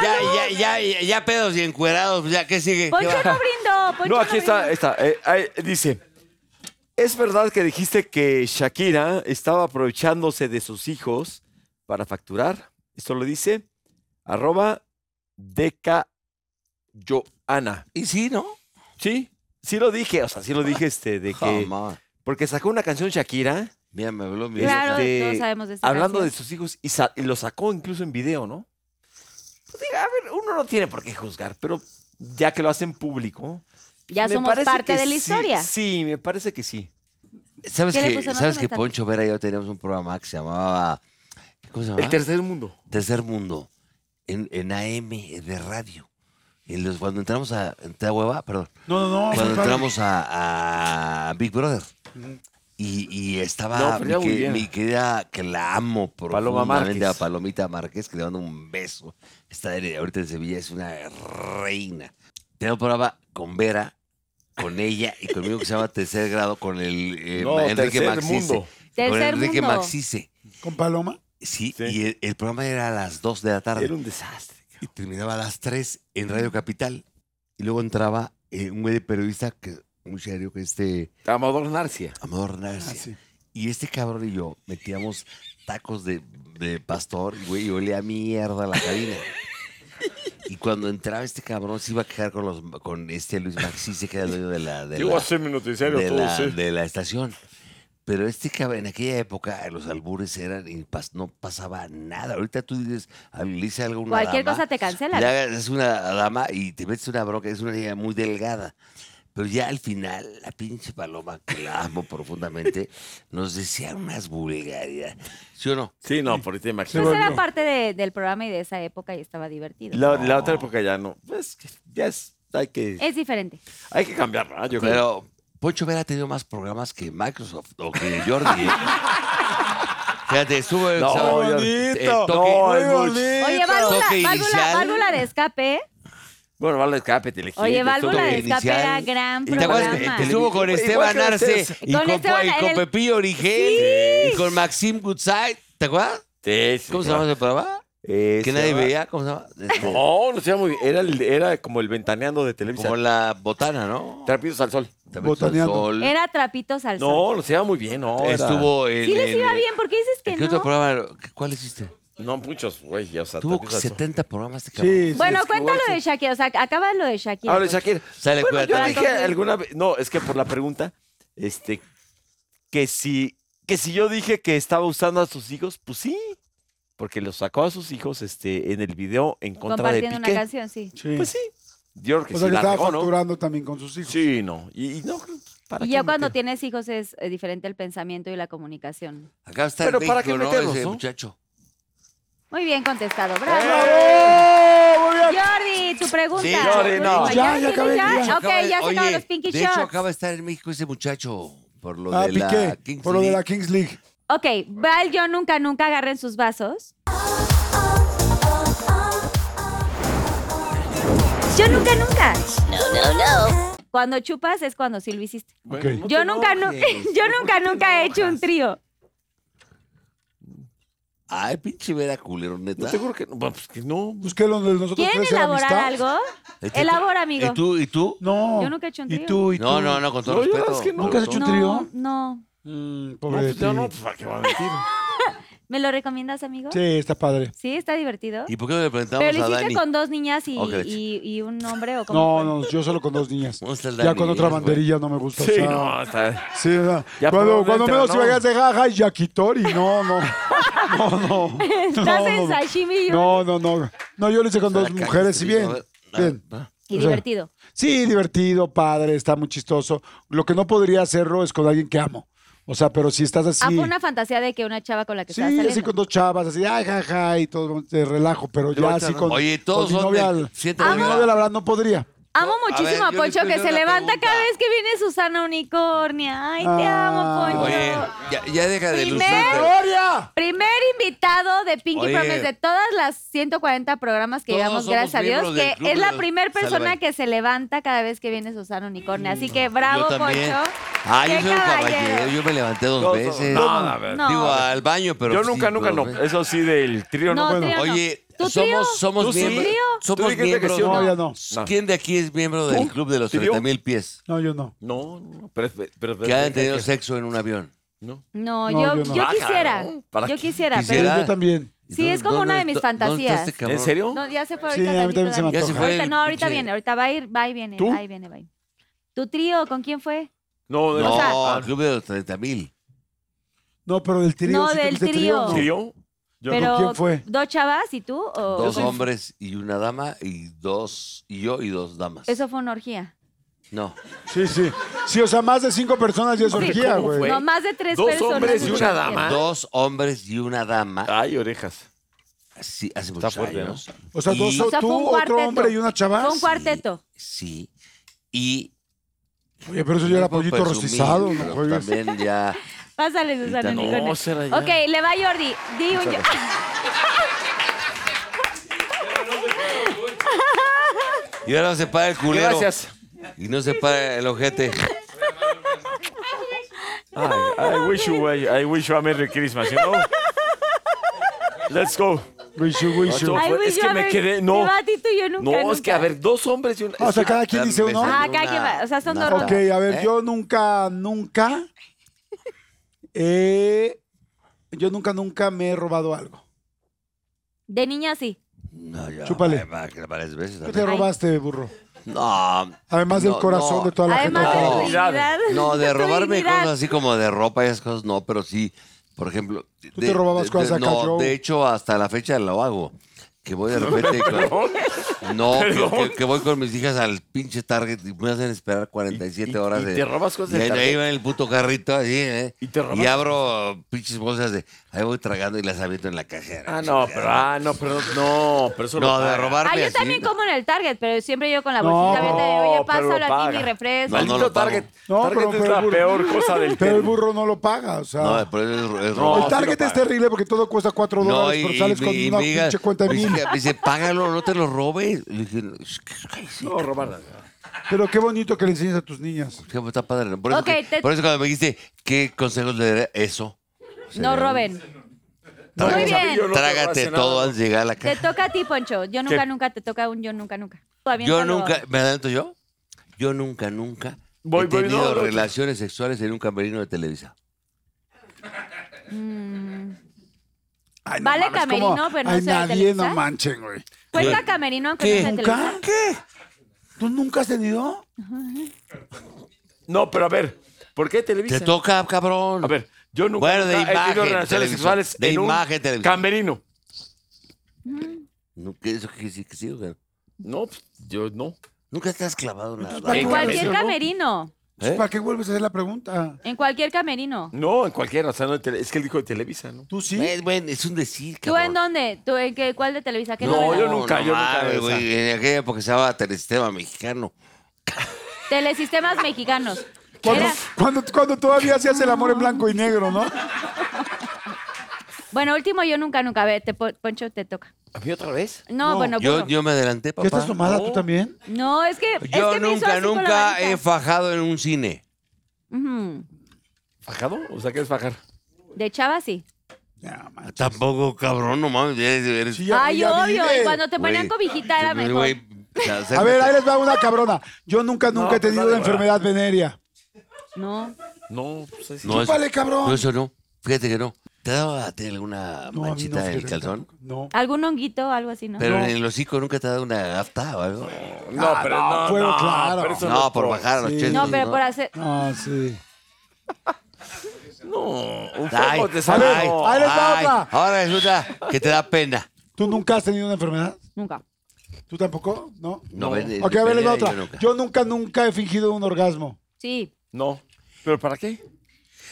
[SPEAKER 4] ya, ya, ya, ya, ya pedos y encuerados, ya, ¿qué sigue? ¿Qué
[SPEAKER 1] Poncho
[SPEAKER 4] va?
[SPEAKER 1] no brindó. Poncho
[SPEAKER 2] No, aquí
[SPEAKER 1] no
[SPEAKER 2] está,
[SPEAKER 1] brindó.
[SPEAKER 2] está. Eh, ahí dice, ¿es verdad que dijiste que Shakira estaba aprovechándose de sus hijos para facturar? Esto lo dice arroba Deca Joana.
[SPEAKER 4] ¿Y sí, no?
[SPEAKER 2] Sí, sí lo dije, o sea, sí lo dije este de que...
[SPEAKER 4] Jamás.
[SPEAKER 2] Porque sacó una canción Shakira.
[SPEAKER 4] Bien, me habló mi
[SPEAKER 1] Claro,
[SPEAKER 2] este,
[SPEAKER 1] todos sabemos de esa
[SPEAKER 2] Hablando
[SPEAKER 1] canción.
[SPEAKER 2] de sus hijos y, sa- y lo sacó incluso en video, ¿no? Pues diga, a ver, uno no tiene por qué juzgar, pero ya que lo hacen público,
[SPEAKER 1] Ya
[SPEAKER 2] me
[SPEAKER 1] somos
[SPEAKER 2] parece
[SPEAKER 1] parte
[SPEAKER 2] que
[SPEAKER 1] de la
[SPEAKER 2] sí,
[SPEAKER 1] historia.
[SPEAKER 2] Sí, me parece que sí.
[SPEAKER 4] ¿Sabes
[SPEAKER 1] ¿Qué le
[SPEAKER 4] que,
[SPEAKER 1] puso? No
[SPEAKER 4] ¿sabes
[SPEAKER 1] se
[SPEAKER 4] que
[SPEAKER 1] meta.
[SPEAKER 4] Poncho Vera y yo teníamos un programa que se llamaba... ¿Cómo se llamaba?
[SPEAKER 2] El tercer mundo.
[SPEAKER 4] Tercer Mundo. En, en AM, de radio. En los- cuando entramos a... En Tehueva, perdón.
[SPEAKER 3] No, no, no.
[SPEAKER 4] cuando
[SPEAKER 3] compadre.
[SPEAKER 4] entramos a, a Big Brother. Y, y
[SPEAKER 2] No, pero
[SPEAKER 4] estaba mi,
[SPEAKER 2] ya
[SPEAKER 4] que-
[SPEAKER 2] muy bien.
[SPEAKER 4] mi querida, que la amo
[SPEAKER 2] Paloma
[SPEAKER 4] profundamente,
[SPEAKER 2] Márquez.
[SPEAKER 4] a Palomita Márquez, que le mando un beso. Está en- ahorita en Sevilla, es una reina. Tenía un programa con Vera, con ella y conmigo que se llama Tercer Grado, con el eh,
[SPEAKER 2] No,
[SPEAKER 4] Enrique
[SPEAKER 2] Tercer
[SPEAKER 4] Maxice.
[SPEAKER 2] Mundo.
[SPEAKER 4] Con
[SPEAKER 1] Tercer
[SPEAKER 4] Enrique
[SPEAKER 1] Mundo.
[SPEAKER 4] Maxice.
[SPEAKER 3] ¿Con Paloma?
[SPEAKER 4] Sí, y el, el programa era a las 2 de la tarde.
[SPEAKER 2] Era un desastre.
[SPEAKER 4] Y terminaba a las 3 en Radio Capital. Y luego entraba eh, un güey de periodista que, muy serio, que este.
[SPEAKER 2] Amador Narcia.
[SPEAKER 4] Amador Narcia. Y este cabrón y yo metíamos tacos de, de pastor, y güey, y olía a mierda la cabina. Y cuando entraba este cabrón, se iba a quejar con, los, con este Luis Maxi, que era el dueño de la. De
[SPEAKER 14] Yo voy
[SPEAKER 4] la-
[SPEAKER 14] a hacer mi noticiero,
[SPEAKER 4] de
[SPEAKER 14] todos,
[SPEAKER 4] la,
[SPEAKER 14] ¿eh?
[SPEAKER 4] de la estación. Pero este cabrón, en aquella época, eh, los albures eran. y pas- no pasaba nada. Ahorita tú dices, ah, le hice algo a una
[SPEAKER 1] Cualquier
[SPEAKER 4] dama,
[SPEAKER 1] cosa te cancelan.
[SPEAKER 4] le hagas- es una dama y te metes una bronca, es una niña muy delgada. Pero ya al final, la pinche paloma, que la amo profundamente, nos decía unas vulgaridades. ¿Sí o no?
[SPEAKER 2] Sí, no, por ahí te
[SPEAKER 1] Pues
[SPEAKER 2] imaginas.
[SPEAKER 1] era parte de- del programa y de esa época y estaba divertido.
[SPEAKER 2] La, la otra época ya no. Pues que ya es, hay que,
[SPEAKER 1] Es diferente.
[SPEAKER 2] hay que cambiarla, yo creo.
[SPEAKER 4] Pero Poncho Vera ha tenido más programas que Microsoft o que Jordi. ¿eh? Fíjate, estuvo el
[SPEAKER 2] No,
[SPEAKER 4] sábado,
[SPEAKER 2] bonito.
[SPEAKER 4] eh,
[SPEAKER 2] No, es mucho.
[SPEAKER 1] Oye, válvula,
[SPEAKER 4] Toque
[SPEAKER 1] válvula,
[SPEAKER 4] inicial.
[SPEAKER 1] válvula de escape.
[SPEAKER 2] Bueno, válvula de escape, telejito.
[SPEAKER 1] Oye, válvula
[SPEAKER 2] todo.
[SPEAKER 1] de escape era gran
[SPEAKER 4] ¿Y te acuerdas que
[SPEAKER 1] programa.
[SPEAKER 4] estuvo con Esteban
[SPEAKER 2] Igual que
[SPEAKER 4] Arce
[SPEAKER 2] ustedes.
[SPEAKER 4] y
[SPEAKER 1] Con
[SPEAKER 4] con,
[SPEAKER 1] Esteban,
[SPEAKER 4] y con
[SPEAKER 1] el-
[SPEAKER 4] Pepillo Origel
[SPEAKER 2] Sí.
[SPEAKER 4] y con Maxim Goodside? ¿Te acuerdas?
[SPEAKER 2] Sí, sí,
[SPEAKER 4] ¿Cómo se
[SPEAKER 2] claro.
[SPEAKER 4] llama ese programa?
[SPEAKER 2] Eh,
[SPEAKER 4] Que
[SPEAKER 2] se
[SPEAKER 4] nadie
[SPEAKER 2] llama-
[SPEAKER 4] veía. ¿Cómo se llama? Este,
[SPEAKER 2] No, no se llama muy bien. Era, el- era como el ventaneando de televisión.
[SPEAKER 4] Como la botana, ¿no?
[SPEAKER 2] Trapitos al sol.
[SPEAKER 4] Trapitos al Botaneando. sol.
[SPEAKER 1] Era trapitos al sol.
[SPEAKER 2] No, no se llama muy bien, no. era-
[SPEAKER 4] Estuvo el,
[SPEAKER 1] Sí les
[SPEAKER 4] el-
[SPEAKER 1] iba bien, ¿por qué dices que
[SPEAKER 4] ¿Qué otro
[SPEAKER 1] no?
[SPEAKER 4] programa? ¿Cuál hiciste?
[SPEAKER 2] No, muchos, güey. ya, O sea,
[SPEAKER 4] Tuvo
[SPEAKER 2] Trapitos al Sol.
[SPEAKER 4] 70 programas este de
[SPEAKER 1] Bueno, cuéntalo de Shakira, o sea, acaba lo de Shakira.
[SPEAKER 4] Ah,
[SPEAKER 2] Ahora, Shakira.
[SPEAKER 4] Sale,
[SPEAKER 2] bueno, yo
[SPEAKER 4] cuídate.
[SPEAKER 2] dije alguna vez. No, es que por la pregunta, este, que si, que si yo dije que estaba usando a sus hijos, pues sí. Porque los sacó a sus hijos este, en el video en contra de
[SPEAKER 1] pues, Compartiendo una
[SPEAKER 2] Piqué.
[SPEAKER 1] canción, sí.
[SPEAKER 2] Pues sí. Yo creo que
[SPEAKER 3] O sea,
[SPEAKER 2] sí
[SPEAKER 3] que
[SPEAKER 2] la
[SPEAKER 3] estaba
[SPEAKER 2] regó, ¿no?
[SPEAKER 3] facturando también con sus hijos.
[SPEAKER 2] Sí, no. Y, y no, ¿para
[SPEAKER 1] Y
[SPEAKER 2] qué
[SPEAKER 4] Ah,
[SPEAKER 1] ya
[SPEAKER 2] meter?
[SPEAKER 1] cuando tienes hijos es eh, diferente el pensamiento y la comunicación.
[SPEAKER 4] Acá está
[SPEAKER 2] Pero
[SPEAKER 4] el
[SPEAKER 2] ¿para qué
[SPEAKER 4] México, ¿no?
[SPEAKER 2] meterlos,
[SPEAKER 4] Ese
[SPEAKER 2] no?
[SPEAKER 4] muchacho.
[SPEAKER 1] Muy bien contestado, bravo.
[SPEAKER 4] ¡Eh!
[SPEAKER 1] Jordi, tu pregunta.
[SPEAKER 4] Sí, Jordi, no.
[SPEAKER 1] Jordi,
[SPEAKER 4] Ya, ya
[SPEAKER 1] Jordi,
[SPEAKER 4] acabé, ya.
[SPEAKER 1] Ok, ya se acabaron
[SPEAKER 4] Oye,
[SPEAKER 1] los Pinky
[SPEAKER 4] De hecho,
[SPEAKER 1] Shots.
[SPEAKER 4] acaba de estar en México ese muchacho por lo
[SPEAKER 3] Ah,
[SPEAKER 4] de la
[SPEAKER 3] Piqué,
[SPEAKER 4] Kings
[SPEAKER 3] por lo de
[SPEAKER 4] League.
[SPEAKER 3] la Kings League.
[SPEAKER 1] Ok, Val, yo nunca, nunca agarren sus vasos. Yo nunca, nunca. Cuando chupas es cuando sí lo hiciste.
[SPEAKER 2] Bueno, no
[SPEAKER 1] Yo
[SPEAKER 2] te
[SPEAKER 1] nunca, nu-
[SPEAKER 2] enojes.
[SPEAKER 1] yo nunca, nunca he hecho un trío.
[SPEAKER 4] Ay, pinche vera culero, neta.
[SPEAKER 2] No, seguro que no. Pues que no.
[SPEAKER 3] Pues que los de nosotros
[SPEAKER 1] ¿Quieren
[SPEAKER 3] tres era
[SPEAKER 1] elaborar
[SPEAKER 3] amistad.
[SPEAKER 1] algo?
[SPEAKER 4] Este-
[SPEAKER 1] Elabora, amigo.
[SPEAKER 4] ¿Y tú? ¿Y tú?
[SPEAKER 3] No.
[SPEAKER 1] Yo nunca he hecho un
[SPEAKER 3] ¿Y
[SPEAKER 1] trío.
[SPEAKER 3] tú? ¿Y tú?
[SPEAKER 4] No, no, no, con todo
[SPEAKER 2] No, yo la
[SPEAKER 4] respeto.
[SPEAKER 2] verdad es que no.
[SPEAKER 3] ¿Nunca has hecho un
[SPEAKER 1] No,
[SPEAKER 3] trío?
[SPEAKER 1] no.
[SPEAKER 3] Mm,
[SPEAKER 2] No,
[SPEAKER 3] pobre de
[SPEAKER 2] pues, ya
[SPEAKER 3] ti.
[SPEAKER 2] no, pues, ¿para qué va a mentir?
[SPEAKER 1] ¿Me lo recomiendas, amigo?
[SPEAKER 3] Sí, está padre.
[SPEAKER 1] Sí, está divertido.
[SPEAKER 4] ¿Y por qué no le preguntamos
[SPEAKER 1] Pero lo
[SPEAKER 4] a
[SPEAKER 1] hiciste
[SPEAKER 4] Dani?
[SPEAKER 1] con dos niñas y,
[SPEAKER 4] Ok, la chica.
[SPEAKER 1] y- y un hombre o cómo
[SPEAKER 3] No, no, yo solo con dos niñas.
[SPEAKER 4] ¿Cómo está el
[SPEAKER 3] Ya
[SPEAKER 4] Dani?
[SPEAKER 3] con otra
[SPEAKER 4] Es, güey.
[SPEAKER 3] banderilla no me gusta. o
[SPEAKER 2] Sí,
[SPEAKER 3] sea,
[SPEAKER 2] no, está.
[SPEAKER 3] Sí, o sea,
[SPEAKER 2] Ya
[SPEAKER 3] cuando,
[SPEAKER 2] probé
[SPEAKER 3] cuando
[SPEAKER 2] el
[SPEAKER 3] menos
[SPEAKER 2] terno.
[SPEAKER 3] ibas de jaja y yakitori, no, no. No, no.
[SPEAKER 1] Estás
[SPEAKER 3] no,
[SPEAKER 1] en
[SPEAKER 3] no,
[SPEAKER 1] sashimi y,
[SPEAKER 3] No, no, no. No, yo lo hice con
[SPEAKER 4] Está
[SPEAKER 3] dos
[SPEAKER 4] la Ah,
[SPEAKER 3] mujeres y
[SPEAKER 4] cagada,
[SPEAKER 3] bien.
[SPEAKER 4] pues, a ver, a ver,
[SPEAKER 3] Bien.
[SPEAKER 4] va.
[SPEAKER 1] y
[SPEAKER 3] o sea,
[SPEAKER 1] divertido.
[SPEAKER 3] Sí, divertido, padre, está muy chistoso. Lo que no podría hacerlo es con alguien que amo. O sea, pero si estás así.
[SPEAKER 1] Ah, fue una fantasía de que una chava con la que
[SPEAKER 3] Sí,
[SPEAKER 1] estaba
[SPEAKER 3] así
[SPEAKER 1] saliendo.
[SPEAKER 3] con dos chavas, así, ay, jaja, y todo, de relajo, pero
[SPEAKER 4] Yo
[SPEAKER 3] ya así
[SPEAKER 4] ahorita
[SPEAKER 3] con.
[SPEAKER 4] no. Oye, todos
[SPEAKER 3] con mi
[SPEAKER 4] son
[SPEAKER 3] novia,
[SPEAKER 4] del-
[SPEAKER 3] al-
[SPEAKER 4] siete
[SPEAKER 3] con mi
[SPEAKER 4] de la-
[SPEAKER 3] novia, la verdad, no podría.
[SPEAKER 1] Amo
[SPEAKER 4] A ver,
[SPEAKER 1] muchísimo a,
[SPEAKER 4] yo les
[SPEAKER 1] Poncho
[SPEAKER 4] quiero
[SPEAKER 1] que
[SPEAKER 4] hacer
[SPEAKER 1] se
[SPEAKER 4] una
[SPEAKER 1] levanta
[SPEAKER 4] pregunta.
[SPEAKER 1] cada vez que viene Susana Unicornia. Ay, te amo,
[SPEAKER 3] Ah.
[SPEAKER 1] Poncho.
[SPEAKER 4] Oye, ya, ya deja de
[SPEAKER 1] Primer-
[SPEAKER 4] lucirte.
[SPEAKER 3] ¡Gloria!
[SPEAKER 1] Primer invitado de Pinky
[SPEAKER 4] Oye.
[SPEAKER 1] Promise de todas las 140 programas que
[SPEAKER 4] Todos
[SPEAKER 1] llevamos,
[SPEAKER 4] somos
[SPEAKER 1] gracias a Dios,
[SPEAKER 4] miembros del
[SPEAKER 1] que
[SPEAKER 4] Club
[SPEAKER 1] es
[SPEAKER 4] de
[SPEAKER 1] la
[SPEAKER 4] los
[SPEAKER 1] primera persona
[SPEAKER 4] Salvajes. Mm.
[SPEAKER 1] que se levanta cada vez que viene Susana Unicornia. Así que bravo,
[SPEAKER 4] Yo también.
[SPEAKER 1] Poncho.
[SPEAKER 4] Ay, Ah, yo
[SPEAKER 1] Qué
[SPEAKER 4] soy un
[SPEAKER 1] caballero.
[SPEAKER 4] caballero. Yo me levanté dos
[SPEAKER 2] No, no,
[SPEAKER 4] veces.
[SPEAKER 2] no, a ver.
[SPEAKER 1] No.
[SPEAKER 4] Digo, al baño, pero.
[SPEAKER 2] Yo
[SPEAKER 4] sí,
[SPEAKER 2] nunca, nunca
[SPEAKER 4] dos
[SPEAKER 2] no.
[SPEAKER 4] veces.
[SPEAKER 2] Eso sí, del trío, no.
[SPEAKER 1] No,
[SPEAKER 3] bueno.
[SPEAKER 1] trío no.
[SPEAKER 4] Oye,
[SPEAKER 1] ¿Tu trío?
[SPEAKER 4] somos, somos
[SPEAKER 2] ¿Tú sí?
[SPEAKER 4] miembros.
[SPEAKER 1] ¿Trío?
[SPEAKER 2] Tú
[SPEAKER 4] Somos
[SPEAKER 2] dijiste que
[SPEAKER 4] miembros.
[SPEAKER 2] sí o
[SPEAKER 3] No, ya no.
[SPEAKER 2] No.
[SPEAKER 4] ¿Quién de aquí es miembro del club de los
[SPEAKER 2] ¿Trío?
[SPEAKER 4] 30 mil pies?
[SPEAKER 3] No, yo no.
[SPEAKER 2] No, no, pero, pero, pero-
[SPEAKER 4] Que han tenido sexo en un avión.
[SPEAKER 2] No.
[SPEAKER 1] No,
[SPEAKER 3] No,
[SPEAKER 1] yo,
[SPEAKER 3] yo no.
[SPEAKER 1] yo
[SPEAKER 2] Ah,
[SPEAKER 1] quisiera.
[SPEAKER 2] cabrón, ¿para
[SPEAKER 1] Yo
[SPEAKER 2] qué?
[SPEAKER 1] quisiera,
[SPEAKER 3] Pero
[SPEAKER 4] Quisiera.
[SPEAKER 1] pero.
[SPEAKER 3] yo también.
[SPEAKER 1] Sí, es como
[SPEAKER 4] ¿Dónde
[SPEAKER 1] una de mis
[SPEAKER 4] está- dónde está
[SPEAKER 1] fantasías.
[SPEAKER 4] este cabrón?
[SPEAKER 2] ¿En serio?
[SPEAKER 1] No, ya se fue
[SPEAKER 3] Sí,
[SPEAKER 1] ahorita.
[SPEAKER 3] a mí también se
[SPEAKER 1] tantito,
[SPEAKER 3] me
[SPEAKER 4] antoja. Ya se fue
[SPEAKER 1] Ahorita,
[SPEAKER 4] el
[SPEAKER 1] no, ahorita
[SPEAKER 4] pinche-
[SPEAKER 1] viene, ahorita va a ir, va y viene,
[SPEAKER 2] ¿Tú?
[SPEAKER 1] va y viene, va y viene. ¿Tu trío con quién fue?
[SPEAKER 2] No, de
[SPEAKER 4] No,
[SPEAKER 1] O sea-
[SPEAKER 4] el club de los 30 mil.
[SPEAKER 3] No, pero del trío.
[SPEAKER 1] No,
[SPEAKER 3] ¿sí te
[SPEAKER 1] del
[SPEAKER 3] viste
[SPEAKER 1] trío.
[SPEAKER 3] no?
[SPEAKER 2] ¿Trío? Yo
[SPEAKER 1] pero,
[SPEAKER 3] no. ¿Quién fue?
[SPEAKER 1] ¿Dos chavas y tú? o-
[SPEAKER 4] Dos
[SPEAKER 1] o-
[SPEAKER 4] hombres y una dama y dos, y yo y dos damas.
[SPEAKER 1] Eso fue una orgía.
[SPEAKER 4] No.
[SPEAKER 3] Sí, sí. Sí, o sea, más de cinco personas ya es
[SPEAKER 1] Sí.
[SPEAKER 3] orgía,
[SPEAKER 2] ¿Cómo
[SPEAKER 3] güey.
[SPEAKER 1] No, más de tres
[SPEAKER 2] Dos
[SPEAKER 1] personas.
[SPEAKER 2] hombres y
[SPEAKER 1] es
[SPEAKER 2] una
[SPEAKER 1] orgía.
[SPEAKER 2] dama.
[SPEAKER 4] Dos hombres y una dama.
[SPEAKER 2] Ay, orejas.
[SPEAKER 4] Sí, hace muchos
[SPEAKER 2] Ah. fuerte, ¿no?
[SPEAKER 4] años.
[SPEAKER 3] O sea,
[SPEAKER 4] Y-
[SPEAKER 3] dos,
[SPEAKER 1] O sea,
[SPEAKER 3] tú,
[SPEAKER 1] fue un
[SPEAKER 3] otro
[SPEAKER 1] cuarteto.
[SPEAKER 3] hombre y una chava.
[SPEAKER 1] Fue un cuarteto.
[SPEAKER 4] Sí. Y.
[SPEAKER 3] Oye, pero eso ya era
[SPEAKER 4] Por
[SPEAKER 3] pollito
[SPEAKER 4] presumir,
[SPEAKER 3] rostizado,
[SPEAKER 4] pero
[SPEAKER 3] no juegues.
[SPEAKER 4] pues, También ya.
[SPEAKER 1] Pásale, Susana.
[SPEAKER 4] No,
[SPEAKER 1] Nicole.
[SPEAKER 2] será ya.
[SPEAKER 1] ok, le va Jordi. Di un...
[SPEAKER 4] Y ahora no se para el culero.
[SPEAKER 2] Gracias.
[SPEAKER 4] Y no se para el ojete.
[SPEAKER 2] I, I wish you, I, I wish you a Merry Christmas, you know? Let's go.
[SPEAKER 3] Wishu, wishu.
[SPEAKER 2] No,
[SPEAKER 1] Ay,
[SPEAKER 2] fue-
[SPEAKER 1] güey,
[SPEAKER 2] es
[SPEAKER 1] yo
[SPEAKER 2] que
[SPEAKER 1] a
[SPEAKER 2] me
[SPEAKER 1] ver,
[SPEAKER 2] quedé-
[SPEAKER 1] te
[SPEAKER 2] no.
[SPEAKER 1] va a ti, tú, yo nunca,
[SPEAKER 2] No, es que
[SPEAKER 1] nunca.
[SPEAKER 2] a ver, dos hombres y una.
[SPEAKER 3] O sea, cada quien
[SPEAKER 4] Me
[SPEAKER 3] dice uno.
[SPEAKER 4] salió
[SPEAKER 1] Ah, cada quien
[SPEAKER 4] una-
[SPEAKER 1] va- o sea, son
[SPEAKER 4] una
[SPEAKER 1] dos
[SPEAKER 3] Ok,
[SPEAKER 4] dama.
[SPEAKER 3] a ver,
[SPEAKER 4] ¿Eh?
[SPEAKER 3] yo nunca, nunca. eh, yo nunca, nunca me he robado algo.
[SPEAKER 1] De niña sí.
[SPEAKER 4] No, ya,
[SPEAKER 3] Chúpale.
[SPEAKER 4] va- va, que varias veces.
[SPEAKER 3] ¿Qué te
[SPEAKER 4] también.
[SPEAKER 3] robaste, burro?
[SPEAKER 4] No.
[SPEAKER 3] Además del
[SPEAKER 4] no,
[SPEAKER 3] corazón
[SPEAKER 4] no.
[SPEAKER 3] de toda la gente.
[SPEAKER 4] No,
[SPEAKER 3] dignidad.
[SPEAKER 4] No, de
[SPEAKER 3] Tu
[SPEAKER 4] robarme
[SPEAKER 3] dignidad.
[SPEAKER 4] cosas así como de ropa y esas cosas, no, pero sí, por ejemplo.
[SPEAKER 3] ¿Tú te robabas cosas acá,
[SPEAKER 4] No,
[SPEAKER 3] Joe?
[SPEAKER 4] de hecho, hasta la fecha lo hago. Que voy de repente. con- no,
[SPEAKER 10] Perdón.
[SPEAKER 4] que, que voy con mis hijas al pinche Target y me hacen esperar 47 horas.
[SPEAKER 10] y
[SPEAKER 4] de-
[SPEAKER 10] te robas cosas
[SPEAKER 4] Y
[SPEAKER 10] del
[SPEAKER 4] ahí,
[SPEAKER 10] Target.
[SPEAKER 4] ahí va el puto carrito así, ¿eh? Y,
[SPEAKER 10] robas-
[SPEAKER 4] abro pinches bolsas de. Ahí voy tragando y las aviento en la cajera.
[SPEAKER 10] Ah, no, pero, ah, no, pero no, pero eso
[SPEAKER 4] No,
[SPEAKER 10] lo
[SPEAKER 4] de
[SPEAKER 10] paga.
[SPEAKER 4] robarme
[SPEAKER 1] Ah, yo
[SPEAKER 4] así,
[SPEAKER 1] también
[SPEAKER 4] no.
[SPEAKER 1] como en el Target, pero siempre yo con la
[SPEAKER 4] No,
[SPEAKER 1] bolsita abierta de, oye,
[SPEAKER 4] pero
[SPEAKER 1] pásalo aquí
[SPEAKER 4] paga.
[SPEAKER 1] mi refresco.
[SPEAKER 4] No, no lo pago.
[SPEAKER 3] No,
[SPEAKER 10] Target es la
[SPEAKER 3] burro-
[SPEAKER 10] peor cosa del
[SPEAKER 3] Pero el
[SPEAKER 10] mundo.
[SPEAKER 3] burro no lo paga, o sea.
[SPEAKER 4] No, pero es, es
[SPEAKER 3] el
[SPEAKER 4] robar.
[SPEAKER 3] Target es terrible porque todo cuesta 4 dólares, pero sales con
[SPEAKER 4] mi-
[SPEAKER 3] una
[SPEAKER 4] mi hija
[SPEAKER 3] pinche cuenta de
[SPEAKER 4] me dice-
[SPEAKER 3] mil.
[SPEAKER 4] Me dice, págalo, no te lo robes. Le dije, "Es que- ay, sí,
[SPEAKER 10] No, robar.
[SPEAKER 3] Pero qué bonito que le enseñes a tus niñas.
[SPEAKER 4] qué- está padre. ¿no?". Por eso,
[SPEAKER 1] Ok,
[SPEAKER 4] que-
[SPEAKER 1] te-
[SPEAKER 4] por eso cuando me dijiste, ¿qué consejos le daré? Eso.
[SPEAKER 1] No roben.
[SPEAKER 4] Tra-
[SPEAKER 1] Muy bien.
[SPEAKER 4] Trágate todo antes de llegar a la
[SPEAKER 1] Te
[SPEAKER 4] casa.
[SPEAKER 1] toca a ti, Poncho. Yo nunca,
[SPEAKER 4] ¿Qué?
[SPEAKER 1] nunca, te toca un yo nunca, nunca. Tú
[SPEAKER 4] Yo
[SPEAKER 1] aviéntalo.
[SPEAKER 4] nunca, ¿me adelanto yo? Yo nunca, nunca
[SPEAKER 10] Voy,
[SPEAKER 4] he
[SPEAKER 10] voy,
[SPEAKER 4] tenido
[SPEAKER 10] no, no,
[SPEAKER 4] relaciones sexuales en un camerino de Televisa.
[SPEAKER 1] Mm. vale
[SPEAKER 3] mames,
[SPEAKER 1] camerino,
[SPEAKER 3] ¿cómo?
[SPEAKER 1] pero no
[SPEAKER 3] Ay,
[SPEAKER 1] se va a
[SPEAKER 3] nadie,
[SPEAKER 1] televisar.
[SPEAKER 3] no manchen, güey.
[SPEAKER 1] Cuenta camerino, aunque no sea de
[SPEAKER 3] ¿Nunca?
[SPEAKER 1] Televisa.
[SPEAKER 3] ¿Qué? ¿Tú nunca has tenido?
[SPEAKER 10] No, pero a ver, ¿por qué Televisa?
[SPEAKER 4] Te toca, cabrón.
[SPEAKER 10] A ver, yo nunca
[SPEAKER 4] Bueno, de
[SPEAKER 10] nunca he tenido
[SPEAKER 4] imagen,
[SPEAKER 10] relaciones
[SPEAKER 4] televisión.
[SPEAKER 10] sexuales
[SPEAKER 4] De
[SPEAKER 10] en un
[SPEAKER 4] imagen, televisión.
[SPEAKER 10] camerino.
[SPEAKER 4] No, ¿qué- ¿Eso que sí, que sí, o qué?
[SPEAKER 10] No, pues, yo no.
[SPEAKER 4] Nunca estás clavado nada.
[SPEAKER 10] ¿para
[SPEAKER 1] En
[SPEAKER 10] qué
[SPEAKER 1] cualquier
[SPEAKER 10] camerino, no?
[SPEAKER 1] camerino.
[SPEAKER 3] Pues, ¿Para qué vuelves a hacer la pregunta?
[SPEAKER 1] En cualquier camerino.
[SPEAKER 10] No, en cualquiera. O sea, no, en tele- es que él dijo de Televisa, ¿no?
[SPEAKER 3] ¿Tú sí?
[SPEAKER 4] Bueno, bueno, es un decir,
[SPEAKER 1] ¿Tú en
[SPEAKER 4] cabrón.
[SPEAKER 1] dónde? ¿Tú en qué, cuál de Televisa? ¿Qué
[SPEAKER 10] No,
[SPEAKER 1] novela?
[SPEAKER 10] yo nunca, yo nunca,
[SPEAKER 4] mames,
[SPEAKER 10] o sea.
[SPEAKER 4] güey, En aquella época se llamaba Telesistema Mexicano.
[SPEAKER 1] Telesistemas mexicanos.
[SPEAKER 3] Cuando,
[SPEAKER 1] Era-
[SPEAKER 3] cuando, cuando todavía hacías el amor en blanco y negro, ¿no?
[SPEAKER 1] Bueno, último yo nunca, nunca. A ver, te, po- Poncho, te toca.
[SPEAKER 10] ¿A mí otra vez?
[SPEAKER 1] No, bueno,
[SPEAKER 4] yo,
[SPEAKER 1] burro.
[SPEAKER 4] yo me adelanté, papá.
[SPEAKER 3] ¿Qué estás tomada tú también?
[SPEAKER 1] No, es que.
[SPEAKER 4] Yo
[SPEAKER 1] es que me hizo
[SPEAKER 4] nunca,
[SPEAKER 1] así con la
[SPEAKER 4] nunca
[SPEAKER 1] manita.
[SPEAKER 4] he fajado en un cine.
[SPEAKER 1] Ujú.
[SPEAKER 10] ¿Fajado? O sea, ¿qué es fajar?
[SPEAKER 1] De chava, sí.
[SPEAKER 4] Tampoco, cabrón, no mames. Eres, eres-
[SPEAKER 1] Ay, obvio. Y cuando te ponían
[SPEAKER 4] Güey,
[SPEAKER 1] cobijita era mejor.
[SPEAKER 4] güey, o sea,
[SPEAKER 3] A ver, ahí les va una cabrona. Yo nunca, nunca
[SPEAKER 10] No,
[SPEAKER 3] he tenido
[SPEAKER 10] pues,
[SPEAKER 3] la
[SPEAKER 10] dale, va.
[SPEAKER 3] enfermedad venérea.
[SPEAKER 1] No.
[SPEAKER 10] No, pues así.
[SPEAKER 4] no, eso-
[SPEAKER 3] chúpale, cabrón.
[SPEAKER 4] No, eso no. Fíjate que no. ¿Te daba a ti
[SPEAKER 3] No, a
[SPEAKER 4] alguna
[SPEAKER 3] mí
[SPEAKER 4] manchita
[SPEAKER 3] no,
[SPEAKER 4] en el
[SPEAKER 3] fíjate,
[SPEAKER 4] calzón?
[SPEAKER 3] No.
[SPEAKER 1] Algún honguito, algo así, ¿no?
[SPEAKER 4] Pero en el hocico nunca te ha dado una gafta o algo.
[SPEAKER 10] No, pero no, no,
[SPEAKER 3] bueno, claro.
[SPEAKER 10] pero eso
[SPEAKER 4] No,
[SPEAKER 10] no es
[SPEAKER 4] por
[SPEAKER 10] pro.
[SPEAKER 4] bajar a los
[SPEAKER 3] Sí.
[SPEAKER 4] chetos.
[SPEAKER 1] No, pero por hacer.
[SPEAKER 3] Ah, sí.
[SPEAKER 10] No, un
[SPEAKER 4] Ay,
[SPEAKER 10] poco de
[SPEAKER 4] ay,
[SPEAKER 10] sabor.
[SPEAKER 3] ver, ahí les va
[SPEAKER 4] ay,
[SPEAKER 3] otra.
[SPEAKER 4] Ahora resulta que te da pena.
[SPEAKER 3] ¿Tú nunca has tenido una enfermedad?
[SPEAKER 1] Nunca.
[SPEAKER 3] ¿Tú tampoco? No.
[SPEAKER 4] No, ven,
[SPEAKER 3] Ok, a ver, les va
[SPEAKER 4] yo
[SPEAKER 3] otra.
[SPEAKER 4] nunca.
[SPEAKER 3] Yo nunca, nunca he fingido un orgasmo.
[SPEAKER 1] Sí.
[SPEAKER 10] No. ¿Pero para qué?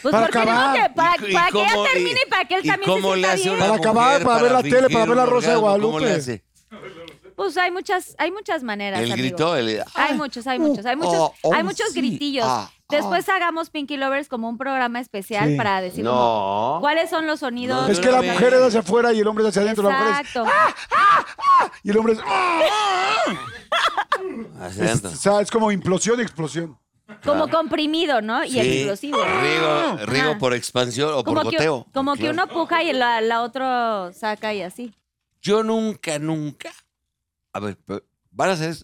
[SPEAKER 1] Pues
[SPEAKER 3] Para
[SPEAKER 1] porque
[SPEAKER 3] acabar.
[SPEAKER 1] digo que para,
[SPEAKER 4] ¿Y- y
[SPEAKER 1] para que
[SPEAKER 4] cómo-
[SPEAKER 1] ella termine y para que él
[SPEAKER 4] y
[SPEAKER 1] también
[SPEAKER 4] cómo
[SPEAKER 1] se
[SPEAKER 4] le
[SPEAKER 1] sienta
[SPEAKER 4] hace
[SPEAKER 1] bien.
[SPEAKER 4] una
[SPEAKER 3] Para acabar,
[SPEAKER 4] mujer
[SPEAKER 3] para ver la tele, para
[SPEAKER 4] fingir
[SPEAKER 3] ver la
[SPEAKER 4] un
[SPEAKER 3] Rosa de
[SPEAKER 4] orgasmo? ¿Cómo le
[SPEAKER 3] Guadalupe?
[SPEAKER 4] hace?
[SPEAKER 1] Pues hay muchas, hay muchas maneras.
[SPEAKER 4] El
[SPEAKER 1] amigo.
[SPEAKER 4] grito, el... ¡Ah!
[SPEAKER 1] Hay muchos, hay muchos, hay muchos,
[SPEAKER 4] oh, oh,
[SPEAKER 1] hay muchos
[SPEAKER 4] sí,
[SPEAKER 1] gritillos.
[SPEAKER 4] ah,
[SPEAKER 1] Después hagamos Pinky Lovers como un programa especial
[SPEAKER 3] Sí.
[SPEAKER 1] para decir como,
[SPEAKER 4] No.
[SPEAKER 1] cuáles son los sonidos.
[SPEAKER 4] No,
[SPEAKER 3] Es
[SPEAKER 4] yo
[SPEAKER 3] que
[SPEAKER 4] no
[SPEAKER 3] la
[SPEAKER 4] me-
[SPEAKER 3] mujer es hacia afuera y el hombre es hacia adentro. La mujer es-
[SPEAKER 1] Exacto.
[SPEAKER 3] y el hombre es... ¡Ah!
[SPEAKER 4] Hacia
[SPEAKER 3] Es,
[SPEAKER 4] adentro.
[SPEAKER 3] o sea, es como implosión y explosión.
[SPEAKER 1] Como comprimido, ¿no? Y
[SPEAKER 4] Ah. Sí.
[SPEAKER 1] explosivo.
[SPEAKER 4] Riego, riego
[SPEAKER 1] Ajá.
[SPEAKER 4] por expansión o por
[SPEAKER 1] Como que,
[SPEAKER 4] goteo.
[SPEAKER 1] como que uno puja y la, la otro saca y así.
[SPEAKER 4] Yo nunca, nunca. A ver, pero, ¿van a ser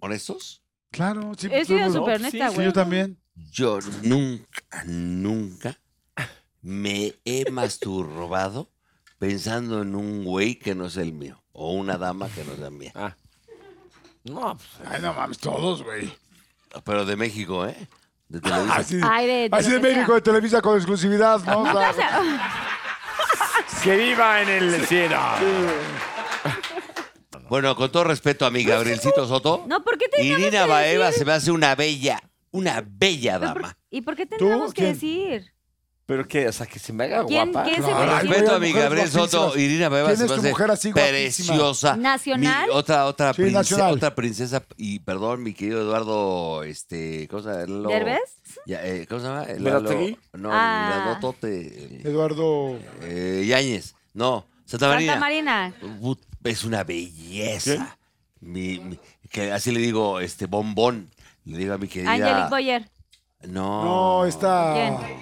[SPEAKER 4] honestos?
[SPEAKER 3] Claro. Sí,
[SPEAKER 1] He sido
[SPEAKER 3] pues,
[SPEAKER 1] súper
[SPEAKER 3] sí,
[SPEAKER 1] neta,
[SPEAKER 3] sí,
[SPEAKER 1] güey.
[SPEAKER 3] yo también.
[SPEAKER 4] Yo nunca, nunca me he masturbado pensando en un güey que no es el mío o una dama que no es la mía.
[SPEAKER 10] Ah. No, pues,
[SPEAKER 3] Ay, no mames, todos, güey.
[SPEAKER 4] Pero de México, ¿eh? De Televisa.
[SPEAKER 3] Así de,
[SPEAKER 1] Ay, de- de
[SPEAKER 3] así de
[SPEAKER 1] lo que
[SPEAKER 3] México,
[SPEAKER 1] sea.
[SPEAKER 3] de Televisa con exclusividad, ¿no? O sea,
[SPEAKER 10] que viva en el cielo.
[SPEAKER 4] Bueno, con todo respeto a mi Gabrielcito Soto.
[SPEAKER 1] No, ¿por qué teníamos
[SPEAKER 4] Irina
[SPEAKER 1] que
[SPEAKER 4] Baeva
[SPEAKER 1] decir?
[SPEAKER 4] se me hace una bella, una bella dama.
[SPEAKER 1] ¿Y por qué tenemos que
[SPEAKER 3] ¿Quién?
[SPEAKER 1] decir?
[SPEAKER 10] ¿Pero qué? O sea, que se me haga
[SPEAKER 1] ¿Quién-
[SPEAKER 10] guapa.
[SPEAKER 1] quién se-
[SPEAKER 3] claro,
[SPEAKER 4] Con
[SPEAKER 3] hay
[SPEAKER 4] respeto a mi
[SPEAKER 3] mujeres
[SPEAKER 4] Gabriel Soto,
[SPEAKER 3] guapísimas.
[SPEAKER 4] Irina Beba
[SPEAKER 3] ¿Quién
[SPEAKER 4] se
[SPEAKER 3] es
[SPEAKER 4] me
[SPEAKER 3] tu
[SPEAKER 4] hace
[SPEAKER 3] mujer así guapísima?
[SPEAKER 4] preciosa.
[SPEAKER 1] ¿Nacional?
[SPEAKER 4] Mi- otra, otra,
[SPEAKER 3] Sí,
[SPEAKER 4] princesa-
[SPEAKER 3] nacional.
[SPEAKER 4] otra princesa. Y perdón, mi querido Eduardo, este, ¿cómo se llama? Lalo-
[SPEAKER 1] ¿Derbez?
[SPEAKER 4] Ya, eh, ¿Cómo se llama? El Lalo-
[SPEAKER 10] ¿Verategui?
[SPEAKER 4] No,
[SPEAKER 1] Ah.
[SPEAKER 4] el Ladotote, el-
[SPEAKER 3] Eduardo...
[SPEAKER 4] eh, Yáñez. No, Santa Marina.
[SPEAKER 1] Santa Marina.
[SPEAKER 4] Ut- Es una belleza. Mi- mi- que así le digo, este, bombón. Le digo a mi querida.
[SPEAKER 1] Angelique Boyer.
[SPEAKER 4] No.
[SPEAKER 3] No, está...
[SPEAKER 1] ¿Quién?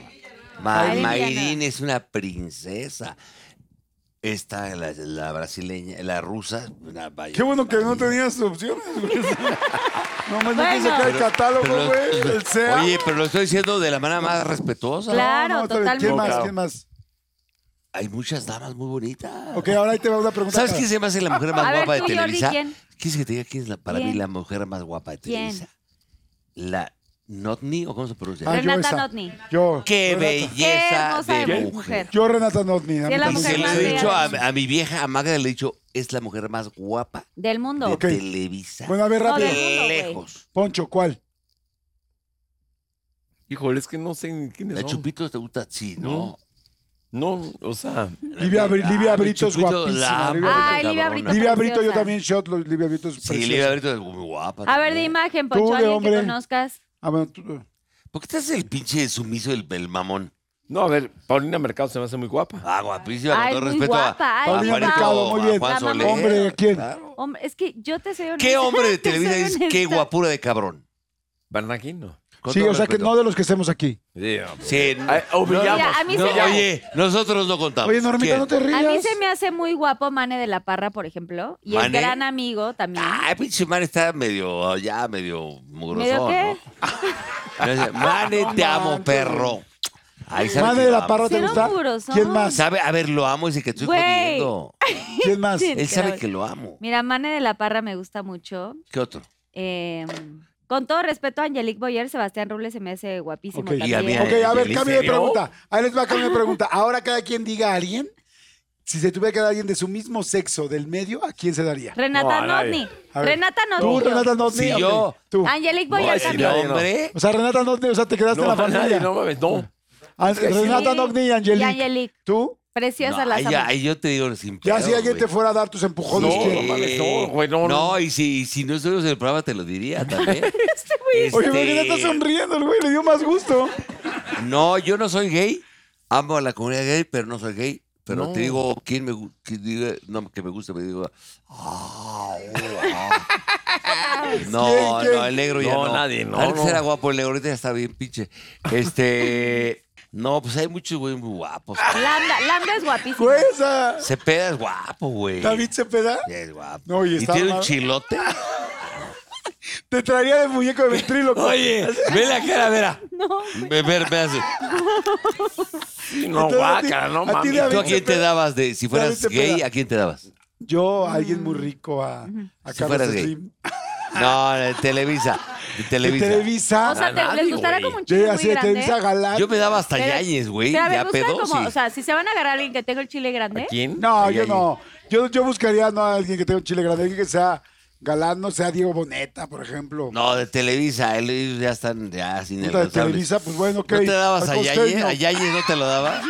[SPEAKER 4] Ma-
[SPEAKER 1] Ay,
[SPEAKER 4] Mayrin
[SPEAKER 1] Diana.
[SPEAKER 4] es una princesa. Esta, la, la brasileña, la rusa, una vaya-
[SPEAKER 3] Qué bueno que no tenías opciones, güey. No más no
[SPEAKER 1] Bueno.
[SPEAKER 3] que sacar el
[SPEAKER 4] Pero-
[SPEAKER 3] catálogo,
[SPEAKER 4] pero-
[SPEAKER 3] güey. El SEA.
[SPEAKER 4] Oye, pero lo estoy diciendo de la manera más respetuosa.
[SPEAKER 1] Claro,
[SPEAKER 3] está bien.
[SPEAKER 1] totalmente.
[SPEAKER 3] ¿Quién más? ¿Quién más?
[SPEAKER 4] hay muchas damas muy bonitas.
[SPEAKER 3] Ok, ahora ahí te va una pregunta.
[SPEAKER 4] ¿Sabes quién se me hace la mujer más
[SPEAKER 3] A ver,
[SPEAKER 4] guapa
[SPEAKER 3] tú,
[SPEAKER 4] de
[SPEAKER 3] Jordi,
[SPEAKER 4] Televisa?
[SPEAKER 3] ¿quién?
[SPEAKER 4] ¿Quieres que te diga quién es la- para mí
[SPEAKER 1] ¿Quién?
[SPEAKER 4] la mujer más guapa de
[SPEAKER 1] ¿Quién?
[SPEAKER 4] Televisa? La Notni, o cómo se pronuncia.
[SPEAKER 1] Ah, yo Renata esa. Notni.
[SPEAKER 3] Yo.
[SPEAKER 4] Qué
[SPEAKER 3] Renata.
[SPEAKER 4] belleza
[SPEAKER 1] Qué hermosa
[SPEAKER 4] de
[SPEAKER 1] mujer.
[SPEAKER 4] mujer.
[SPEAKER 3] Yo, Renata Notni. a
[SPEAKER 1] Sí,
[SPEAKER 3] mí
[SPEAKER 1] es la
[SPEAKER 3] también.
[SPEAKER 1] mujer
[SPEAKER 4] Se lo
[SPEAKER 1] más
[SPEAKER 4] he
[SPEAKER 1] bella
[SPEAKER 4] dicho a,
[SPEAKER 1] del-
[SPEAKER 4] a mi vieja, a Magda, le he dicho, es la mujer más guapa
[SPEAKER 1] del mundo.
[SPEAKER 4] de Televisa.
[SPEAKER 3] Bueno, a ver, rápido.
[SPEAKER 4] De lejos.
[SPEAKER 3] Poncho, ¿cuál?
[SPEAKER 2] Híjole, es que no sé ni quiénes
[SPEAKER 4] La
[SPEAKER 2] son.
[SPEAKER 4] Chupito te gusta, sí,
[SPEAKER 2] ¿no? No, o sea...
[SPEAKER 3] Livia, Bri-
[SPEAKER 4] Ah,
[SPEAKER 3] Livia Brito es guapísima.
[SPEAKER 1] Ay, Livia Brito,
[SPEAKER 3] Livia Brito, yo
[SPEAKER 1] preciosa.
[SPEAKER 3] también shot. lo- Livia Brito es
[SPEAKER 4] Sí,
[SPEAKER 3] preciosa.
[SPEAKER 4] Livia Brito es muy guapa.
[SPEAKER 1] A ver, de imagen, Poncho,
[SPEAKER 3] Tú, de
[SPEAKER 1] alguien
[SPEAKER 3] hombre.
[SPEAKER 1] que conozcas.
[SPEAKER 3] Ah, bueno, tú-
[SPEAKER 4] ¿Por qué te haces el pinche sumiso del, del mamón?
[SPEAKER 2] No, a ver, Paulina Mercado se me hace muy guapa.
[SPEAKER 4] Ah, guapísima,
[SPEAKER 1] Ay,
[SPEAKER 4] con todo
[SPEAKER 1] muy
[SPEAKER 4] respeto a-
[SPEAKER 1] guapa,
[SPEAKER 4] a,
[SPEAKER 1] ay, muy
[SPEAKER 4] Juanito,
[SPEAKER 1] guapa.
[SPEAKER 4] a
[SPEAKER 1] La
[SPEAKER 4] Juan
[SPEAKER 1] mamá.
[SPEAKER 4] Soler.
[SPEAKER 1] Hombre,
[SPEAKER 3] ¿quién?
[SPEAKER 1] Hombre, es que yo te soy honesta.
[SPEAKER 4] ¿Qué hombre de
[SPEAKER 1] te soy
[SPEAKER 4] Televisa dices qué
[SPEAKER 1] honesta.
[SPEAKER 4] guapura de cabrón?
[SPEAKER 2] Bernardín, no.
[SPEAKER 3] Sí, o sea que no de los que estemos aquí.
[SPEAKER 4] Sí,
[SPEAKER 2] obligamos.
[SPEAKER 1] Mira, a mí se me-
[SPEAKER 4] oye, nosotros no contamos.
[SPEAKER 3] Oye, Normita,
[SPEAKER 4] Ah, ¿Quién?
[SPEAKER 3] no te
[SPEAKER 1] A mí
[SPEAKER 3] rías.
[SPEAKER 1] se me hace muy guapo Mane de la Parra, por ejemplo. Y
[SPEAKER 4] ¿Mane?
[SPEAKER 1] es gran amigo también.
[SPEAKER 4] Ay, pinche man está medio, ya medio
[SPEAKER 1] ¿Medio
[SPEAKER 4] mugrosón,
[SPEAKER 1] qué?
[SPEAKER 4] ¿no? Dice, Mane, te amo, perro. Ay, ¿sabes
[SPEAKER 3] Madre
[SPEAKER 4] que
[SPEAKER 3] de la
[SPEAKER 4] lo amo?
[SPEAKER 3] parra, ¿te
[SPEAKER 1] Cero
[SPEAKER 3] gusta?
[SPEAKER 1] mugrosón.
[SPEAKER 3] ¿Quién más?
[SPEAKER 4] Sabe, a ver, lo amo, dice que estoy
[SPEAKER 1] Güey.
[SPEAKER 4] jodiendo.
[SPEAKER 3] ¿Quién más?
[SPEAKER 1] Sí,
[SPEAKER 4] Él
[SPEAKER 1] que
[SPEAKER 4] sabe
[SPEAKER 1] la-
[SPEAKER 4] que lo amo.
[SPEAKER 1] Mira, Mane de la Parra me gusta mucho.
[SPEAKER 4] ¿Qué otro?
[SPEAKER 1] Eh, con todo respeto a Angelique Boyer, Sebastián Ruble se me hace guapísimo
[SPEAKER 3] Ok,
[SPEAKER 1] también.
[SPEAKER 4] Y a mí-
[SPEAKER 3] Ok, a ver,
[SPEAKER 4] ¿En
[SPEAKER 3] cambio de
[SPEAKER 4] serio?
[SPEAKER 3] pregunta. Ahí les va a cambiar de pregunta. Ahora cada quien diga a alguien, si se tuviera que dar a alguien de su mismo sexo del medio, ¿a quién se daría?
[SPEAKER 1] Renata
[SPEAKER 2] No, a nadie.
[SPEAKER 1] Notni.
[SPEAKER 3] A ver.
[SPEAKER 1] Renata
[SPEAKER 3] Tú,
[SPEAKER 1] Notni.
[SPEAKER 3] Renata Notni.
[SPEAKER 4] Sí,
[SPEAKER 3] ok,
[SPEAKER 4] yo.
[SPEAKER 3] Tú.
[SPEAKER 1] Angelique
[SPEAKER 4] No,
[SPEAKER 1] Boyer
[SPEAKER 4] ese
[SPEAKER 1] también.
[SPEAKER 2] nadie, no.
[SPEAKER 4] hombre.
[SPEAKER 3] O sea, Renata Notni, o sea, te quedaste
[SPEAKER 2] No,
[SPEAKER 3] en la
[SPEAKER 2] a nadie,
[SPEAKER 3] familia.
[SPEAKER 2] no mames, no.
[SPEAKER 3] Ah,
[SPEAKER 2] Es que sí.
[SPEAKER 3] Renata Notni y Angelique.
[SPEAKER 1] Y Angelique.
[SPEAKER 3] ¿Tú?
[SPEAKER 1] Preciosa
[SPEAKER 4] No,
[SPEAKER 1] la
[SPEAKER 4] ahí ya- ahí yo te digo sin
[SPEAKER 3] Ya
[SPEAKER 4] pedos,
[SPEAKER 3] si alguien te
[SPEAKER 4] güey. este
[SPEAKER 3] fuera a dar tus empujones,
[SPEAKER 4] Sí.
[SPEAKER 3] ¿quién?
[SPEAKER 2] No mames, no, güey, no,
[SPEAKER 4] No,
[SPEAKER 2] no.
[SPEAKER 4] y si, y si no estuvimos en el programa te lo diría también.
[SPEAKER 3] Oye, ¿por qué
[SPEAKER 4] Este,
[SPEAKER 3] te está sonriendo el güey? Le dio más gusto.
[SPEAKER 4] No, yo no soy gay. Amo a la comunidad gay, pero no soy gay. Pero te digo, ¿quién me gu- que diga, no, que me gusta? Me digo, ah, ah. No,
[SPEAKER 3] ¿Quién, quién?
[SPEAKER 4] no, el negro ya
[SPEAKER 2] No,
[SPEAKER 4] no.
[SPEAKER 2] nadie, no,
[SPEAKER 4] Antes
[SPEAKER 2] no.
[SPEAKER 4] era guapo el negro, ahorita ya está bien pinche. Este, no, pues hay muchos güeyes muy guapos.
[SPEAKER 1] Lambda, Lambda es guapísimo.
[SPEAKER 3] Güey, esa...
[SPEAKER 4] Cepeda es guapo, güey.
[SPEAKER 3] David Cepeda
[SPEAKER 4] Sí, es guapo.
[SPEAKER 3] No, y
[SPEAKER 4] y,
[SPEAKER 3] está
[SPEAKER 4] tiene un
[SPEAKER 3] mal.
[SPEAKER 4] chilote.
[SPEAKER 3] te traería de muñeco de ventríloco.
[SPEAKER 4] Oye, ve la cara, verá.
[SPEAKER 1] No,
[SPEAKER 4] Ve, ve, ve así.
[SPEAKER 2] No,
[SPEAKER 3] Entonces, a ti-
[SPEAKER 2] guácala, no
[SPEAKER 3] a ti,
[SPEAKER 2] mames.
[SPEAKER 3] David,
[SPEAKER 4] ¿Tú a quién te
[SPEAKER 3] Cepeda.
[SPEAKER 4] dabas de, si
[SPEAKER 3] David
[SPEAKER 4] fueras
[SPEAKER 3] Cepeda.
[SPEAKER 4] gay, a quién te dabas?
[SPEAKER 3] Yo, a alguien muy rico, a, a
[SPEAKER 4] Si
[SPEAKER 3] Carlos
[SPEAKER 4] fueras gay.
[SPEAKER 3] Slim.
[SPEAKER 4] No, de Televisa. De
[SPEAKER 3] De
[SPEAKER 4] Televisa.
[SPEAKER 3] Televisa.
[SPEAKER 1] o sea, te-
[SPEAKER 2] nadie,
[SPEAKER 1] les gustará
[SPEAKER 2] güey.
[SPEAKER 1] como un
[SPEAKER 3] Sí,
[SPEAKER 1] chile muy
[SPEAKER 3] así de
[SPEAKER 1] grande.
[SPEAKER 3] Televisa Galán.
[SPEAKER 4] Yo me daba hasta
[SPEAKER 1] Pero-
[SPEAKER 4] Yañez, güey.
[SPEAKER 1] pero a ver,
[SPEAKER 4] Ya
[SPEAKER 1] busca
[SPEAKER 4] pedo,
[SPEAKER 1] como,
[SPEAKER 4] sí.
[SPEAKER 1] o sea, si se van a agarrar a alguien que tenga el chile grande,
[SPEAKER 2] ¿A quién?
[SPEAKER 3] No,
[SPEAKER 4] Ay,
[SPEAKER 3] yo
[SPEAKER 4] ay,
[SPEAKER 3] no. Yo, yo buscaría no, a alguien que tenga un chile grande, alguien que sea galán, no sea Diego Boneta, por ejemplo.
[SPEAKER 4] No, de Televisa. él- Ellos ya están ya sin el
[SPEAKER 3] Puta, de Televisa, pues bueno, ok.
[SPEAKER 4] ¿No te dabas
[SPEAKER 3] Al
[SPEAKER 4] a
[SPEAKER 3] costeño.
[SPEAKER 4] Yañez? ¿A Yañez no te lo daba?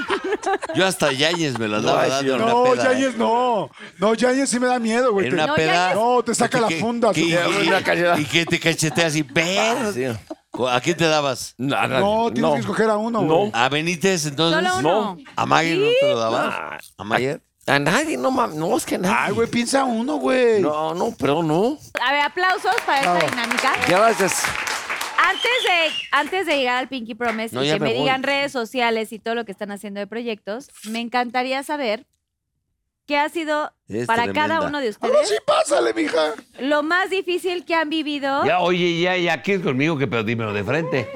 [SPEAKER 4] Yo hasta Yañez me lo
[SPEAKER 2] No,
[SPEAKER 4] daba
[SPEAKER 2] ay, sí,
[SPEAKER 4] dando en una
[SPEAKER 3] No,
[SPEAKER 4] peda. ¿eh?
[SPEAKER 3] Yañez no. No, Yañez sí me da miedo, güey.
[SPEAKER 4] En
[SPEAKER 3] Te-
[SPEAKER 4] una
[SPEAKER 1] No,
[SPEAKER 4] peda.
[SPEAKER 1] Yáñez-
[SPEAKER 3] No, te saca la
[SPEAKER 4] que-
[SPEAKER 3] funda,
[SPEAKER 4] que-
[SPEAKER 3] tú.
[SPEAKER 4] y-
[SPEAKER 2] Te abre una cachetada.
[SPEAKER 4] y que te cacheteas y
[SPEAKER 2] Sí.
[SPEAKER 4] ver. ¿A quién te dabas?
[SPEAKER 2] No,
[SPEAKER 3] No, tienes que escoger a uno,
[SPEAKER 2] No.
[SPEAKER 3] güey.
[SPEAKER 4] ¿A Benítez entonces?
[SPEAKER 1] Solo pues. uno.
[SPEAKER 4] ¿A Mayer no te lo
[SPEAKER 2] Ah.
[SPEAKER 4] dabas? ¿A Mayer?
[SPEAKER 2] A nadie, no mames, no, es que a nadie.
[SPEAKER 3] Ay, güey, piensa uno, güey.
[SPEAKER 2] No, no, pero no.
[SPEAKER 1] a ver, aplausos para esta
[SPEAKER 3] Bravo.
[SPEAKER 1] dinámica.
[SPEAKER 10] Ya gracias.
[SPEAKER 1] Antes de, antes de llegar al Pinky Promise
[SPEAKER 4] No,
[SPEAKER 1] y
[SPEAKER 4] ya
[SPEAKER 1] que
[SPEAKER 4] me
[SPEAKER 1] me
[SPEAKER 4] voy.
[SPEAKER 1] digan redes sociales y todo lo que están haciendo de proyectos, me encantaría saber qué ha sido
[SPEAKER 4] Es
[SPEAKER 1] para
[SPEAKER 4] tremenda.
[SPEAKER 1] cada uno de
[SPEAKER 3] Ahora
[SPEAKER 1] ustedes
[SPEAKER 3] sí, pásale, mija.
[SPEAKER 1] lo más difícil que han vivido.
[SPEAKER 7] Ya, oye, ya, ya, ¿quieres conmigo? Que pero dímelo de frente.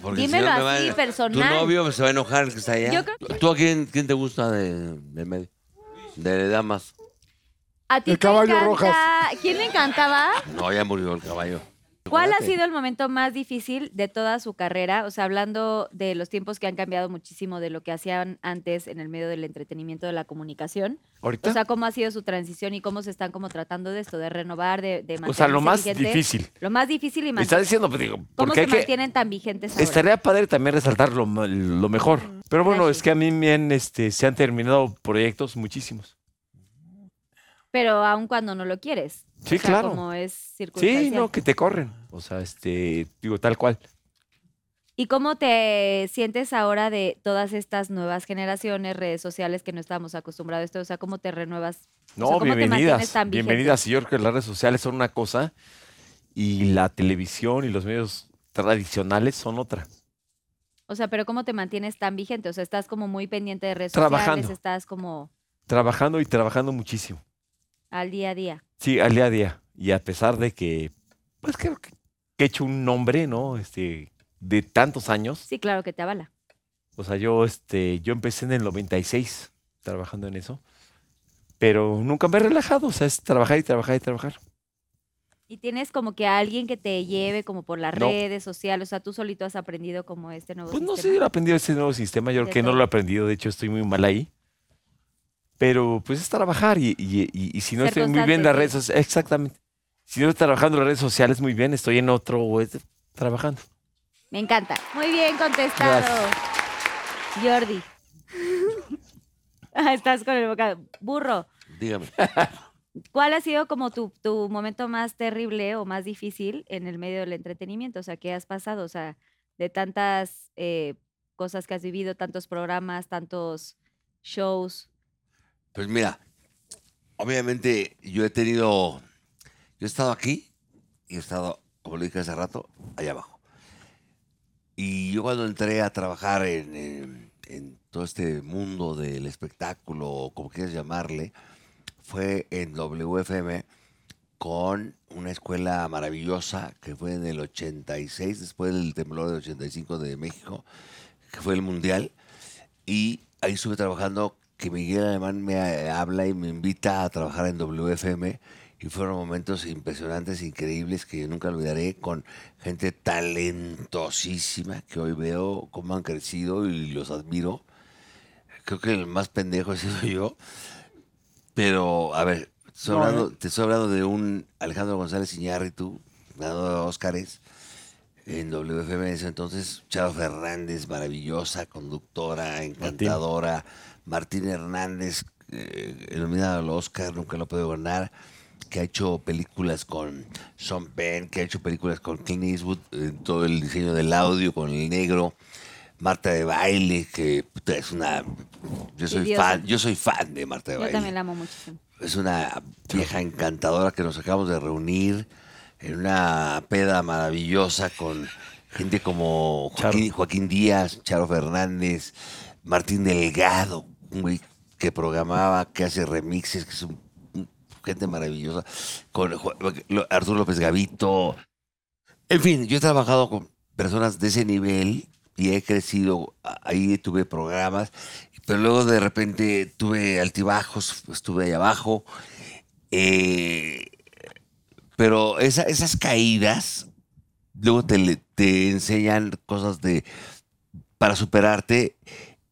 [SPEAKER 4] Porque
[SPEAKER 1] Dímelo
[SPEAKER 4] no me
[SPEAKER 1] así,
[SPEAKER 4] a-
[SPEAKER 1] personal.
[SPEAKER 4] Tu novio se va a enojar el que está allá.
[SPEAKER 1] Yo creo-
[SPEAKER 4] ¿Tú a quién, quién te gusta de, de medio? De damas.
[SPEAKER 1] A ti
[SPEAKER 3] El
[SPEAKER 1] te
[SPEAKER 3] caballo
[SPEAKER 1] encanta-
[SPEAKER 3] Rojas.
[SPEAKER 1] ¿Quién le encantaba?
[SPEAKER 4] No, ya murió el caballo.
[SPEAKER 1] ¿Cuál ha
[SPEAKER 4] Chocolate.
[SPEAKER 1] sido el momento más difícil de toda su carrera? O sea, hablando de los tiempos que han cambiado muchísimo de lo que hacían antes en el medio del entretenimiento, de la comunicación.
[SPEAKER 2] Ahorita.
[SPEAKER 1] O sea, ¿cómo ha sido su transición y cómo se están como tratando de esto, de renovar, de, de mantener
[SPEAKER 2] O sea, lo más difícil.
[SPEAKER 1] Lo más difícil y
[SPEAKER 2] Me
[SPEAKER 1] más.
[SPEAKER 2] está diciendo, pues digo,
[SPEAKER 1] ¿Cómo
[SPEAKER 2] porque
[SPEAKER 1] se
[SPEAKER 2] hay que.
[SPEAKER 1] mantienen tan vigentes ahora?
[SPEAKER 2] Estaría padre también resaltar lo, ma- lo mejor. Pero bueno,
[SPEAKER 1] Gracias.
[SPEAKER 2] es que a mí me han, este, se han terminado proyectos muchísimos.
[SPEAKER 1] Pero aun cuando no lo quieres. O
[SPEAKER 2] Sí,
[SPEAKER 1] sea,
[SPEAKER 2] claro.
[SPEAKER 1] Como es
[SPEAKER 2] Sí,
[SPEAKER 1] circunstancial.
[SPEAKER 2] no, que te corren. O sea, este, digo, tal cual.
[SPEAKER 1] ¿Y cómo te sientes ahora de todas estas nuevas generaciones, redes sociales que no estábamos acostumbrados a esto? O sea, ¿cómo te renuevas?
[SPEAKER 2] No,
[SPEAKER 1] O sea, ¿cómo te mantienes
[SPEAKER 2] bienvenidas.
[SPEAKER 1] tan vigente?
[SPEAKER 2] bienvenidas. Y yo creo que las redes sociales son una cosa y la televisión y los medios tradicionales son otra.
[SPEAKER 1] O sea, pero ¿cómo te mantienes tan vigente? O sea, estás como muy pendiente de redes
[SPEAKER 2] Trabajando.
[SPEAKER 1] sociales, estás como
[SPEAKER 2] Trabajando y trabajando muchísimo.
[SPEAKER 1] al día a día.
[SPEAKER 2] Sí, al día a día. Y a pesar de que, pues creo que que he hecho un nombre, ¿no? Este, de tantos años.
[SPEAKER 1] Sí, claro que te avala.
[SPEAKER 2] O sea, yo, este, yo empecé en el 96. trabajando en eso. Pero nunca me he relajado, o sea, es trabajar y trabajar y trabajar.
[SPEAKER 1] Y tienes como que a alguien que te lleve como por las
[SPEAKER 2] No.
[SPEAKER 1] redes sociales, o sea, tú solito has aprendido como este nuevo
[SPEAKER 2] Pues no sé,
[SPEAKER 1] sistema.
[SPEAKER 2] yo lo he aprendido este nuevo sistema, yo creo
[SPEAKER 1] De
[SPEAKER 2] que no
[SPEAKER 1] todo.
[SPEAKER 2] lo he aprendido, de hecho estoy muy mal ahí. Pero pues es trabajar y, y- y- y si no
[SPEAKER 1] Ser
[SPEAKER 2] estoy muy bien en las
[SPEAKER 1] constante,
[SPEAKER 2] redes sociales, exactamente. Si no estoy trabajando en las redes sociales muy bien, estoy en otro eh, trabajando.
[SPEAKER 1] Me encanta. Muy bien contestado. Jordi. Ah, Estás con el bocado. Burro,
[SPEAKER 4] Dígame.
[SPEAKER 1] ¿cuál ha sido como tu, tu momento más terrible o más difícil en el medio del entretenimiento? O sea, ¿qué has pasado? O sea, de tantas eh, cosas que has vivido, tantos programas, tantos shows.
[SPEAKER 4] Pues mira, obviamente yo he tenido, yo he estado aquí y he estado, como lo dije hace rato, allá abajo. Y yo cuando entré a trabajar en, en- en todo este mundo del espectáculo, o como quieras llamarle, fue en WFM con una escuela maravillosa que fue en el 86, después del temblor del 85 de México, que fue el Mundial. Y ahí estuve trabajando, que Miguel Alemán me eh, habla y me invita a trabajar en WFM. Y fueron momentos impresionantes, increíbles, que yo nunca olvidaré, con gente talentosísima que hoy veo cómo han crecido y los admiro. Creo que el más pendejo he sido yo. Pero, a ver, estoy
[SPEAKER 13] No,
[SPEAKER 4] hablando- te estoy hablando de un Alejandro González Iñárritu, ganador de Óscares, en WFM en ese entonces, Charo Fernández, maravillosa conductora, encantadora. Martín, Hernández, eh, nominado al Oscar, nunca lo puedo ganar. Que ha hecho películas con Sean Penn, que ha hecho películas con Clint Eastwood, eh, todo el diseño del audio con el negro. Marta de Baile, que puta, es una. Yo soy,
[SPEAKER 1] Idiosa.
[SPEAKER 4] fan, yo soy fan de Marta de
[SPEAKER 1] Yo
[SPEAKER 4] Baile
[SPEAKER 1] también la amo muchísimo.
[SPEAKER 4] es una vieja encantadora que nos acabamos de reunir en una peda maravillosa con gente como Joaquín, Joaquín Díaz, Charo Fernández, Martín Delgado, un güey que programaba, que hace remixes, que es un- un- gente maravillosa, con Ju- lo- Arturo López Gavito. En fin, yo he trabajado con personas de ese nivel y he crecido, a- ahí tuve programas, pero luego de repente tuve altibajos, pues, estuve ahí abajo. eh, pero esa- esas caídas luego te, le- te enseñan cosas de para superarte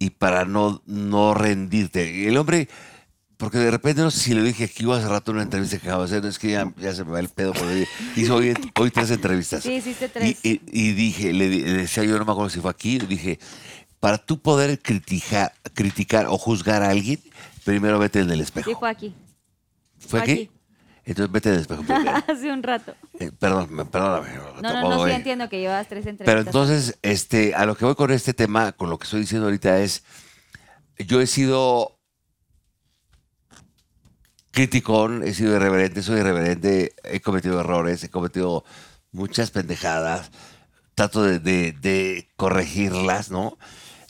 [SPEAKER 4] y para no, no rendirte. El hombre, porque de repente, no sé si lo dije aquí o hace rato en una entrevista que acabo de hacer, no, es que ya, ya se me va el pedo, pero hice hoy, hoy tres entrevistas.
[SPEAKER 1] Sí, hiciste tres.
[SPEAKER 4] Y, y- y dije, le, di- le decía yo, no me acuerdo si fue aquí, dije, para tú poder criticar, criticar o juzgar a alguien, primero vete en el espejo.
[SPEAKER 1] Dijo aquí.
[SPEAKER 4] ¿Fue aquí? Entonces vete en el espejo. primero.
[SPEAKER 1] Hace un rato.
[SPEAKER 4] Eh, perdón, me- perdóname. me
[SPEAKER 1] No, no,
[SPEAKER 4] tocó
[SPEAKER 1] no, sí
[SPEAKER 4] hoy.
[SPEAKER 1] entiendo que llevas tres entrevistas.
[SPEAKER 4] Pero entonces, este, a lo que voy con este tema, con lo que estoy diciendo ahorita es, yo he sido criticón, he sido irreverente, soy irreverente, he cometido errores, he cometido muchas pendejadas, trato de, de- de corregirlas, ¿no?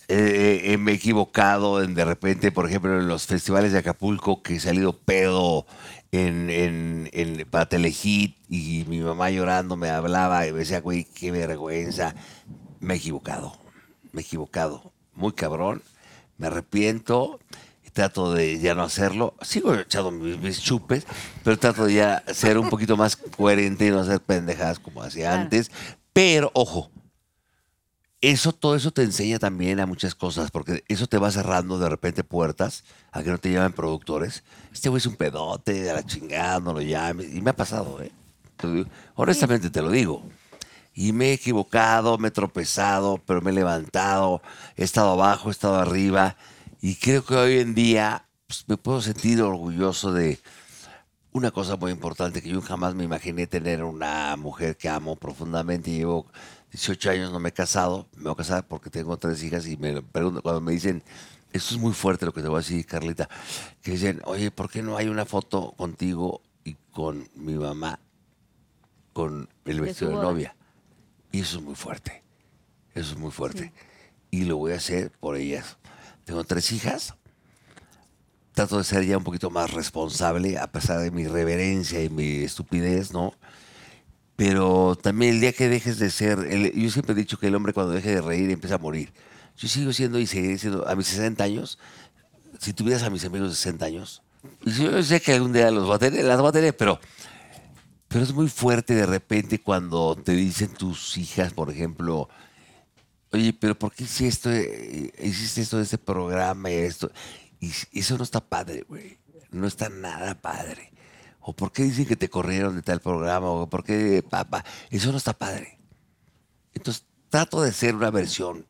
[SPEAKER 4] Eh, eh, me he equivocado en de repente, por ejemplo, en los festivales de Acapulco que he salido pedo en, en, en- para Telehit y mi mamá llorando me hablaba y me decía, güey, qué vergüenza. Me he equivocado, me he equivocado, muy cabrón, me arrepiento, trato de ya no hacerlo, sigo echando mis, mis chupes, pero trato de ya ser un poquito más coherente y no hacer pendejadas como hacía
[SPEAKER 13] Claro.
[SPEAKER 4] antes, pero ojo, eso, todo eso te enseña también a muchas cosas, porque eso te va cerrando de repente puertas a que no te llamen productores. Este güey es un pedote, a la chingada, no lo llames. Y me ha pasado, ¿eh? Te lo digo. Honestamente te lo digo. Y me he equivocado, me he tropezado, pero me he levantado, he estado abajo, he estado arriba. Y creo que hoy en día pues, me puedo sentir orgulloso de una cosa muy importante que yo jamás me imaginé tener una mujer que amo profundamente. Llevo 18 años, no me he casado. Me voy a casar porque tengo tres hijas y me lo pregunto cuando me dicen, esto es muy fuerte lo que te voy a decir, Carlita, que dicen, oye, ¿por qué no hay una foto contigo y con mi mamá con el
[SPEAKER 13] De
[SPEAKER 4] vestido
[SPEAKER 13] su
[SPEAKER 4] de
[SPEAKER 13] boda.
[SPEAKER 4] novia? Y eso es muy fuerte. Eso es muy fuerte. Y lo voy a hacer por ellas. Tengo tres hijas. Trato de ser ya un poquito más responsable, a pesar de mi reverencia y mi estupidez, ¿no? Pero también el día que dejes de ser, el- yo siempre he dicho que el hombre cuando deje de reír empieza a morir. Yo sigo siendo y seguiré siendo, a mis 60 años, si tuvieras a mis amigos de 60 años, y yo sé que algún día los voy a tener, las voy a tener, pero, pero es muy fuerte de repente cuando te dicen tus hijas, por ejemplo, oye, pero ¿por qué hiciste esto, eh, hiciste esto de este programa y esto? Y s- eso no está padre, güey. No está nada padre. O ¿por qué dicen que te corrieron de tal programa? O ¿por qué, papá? Eso no está padre. Entonces, trato de ser una versión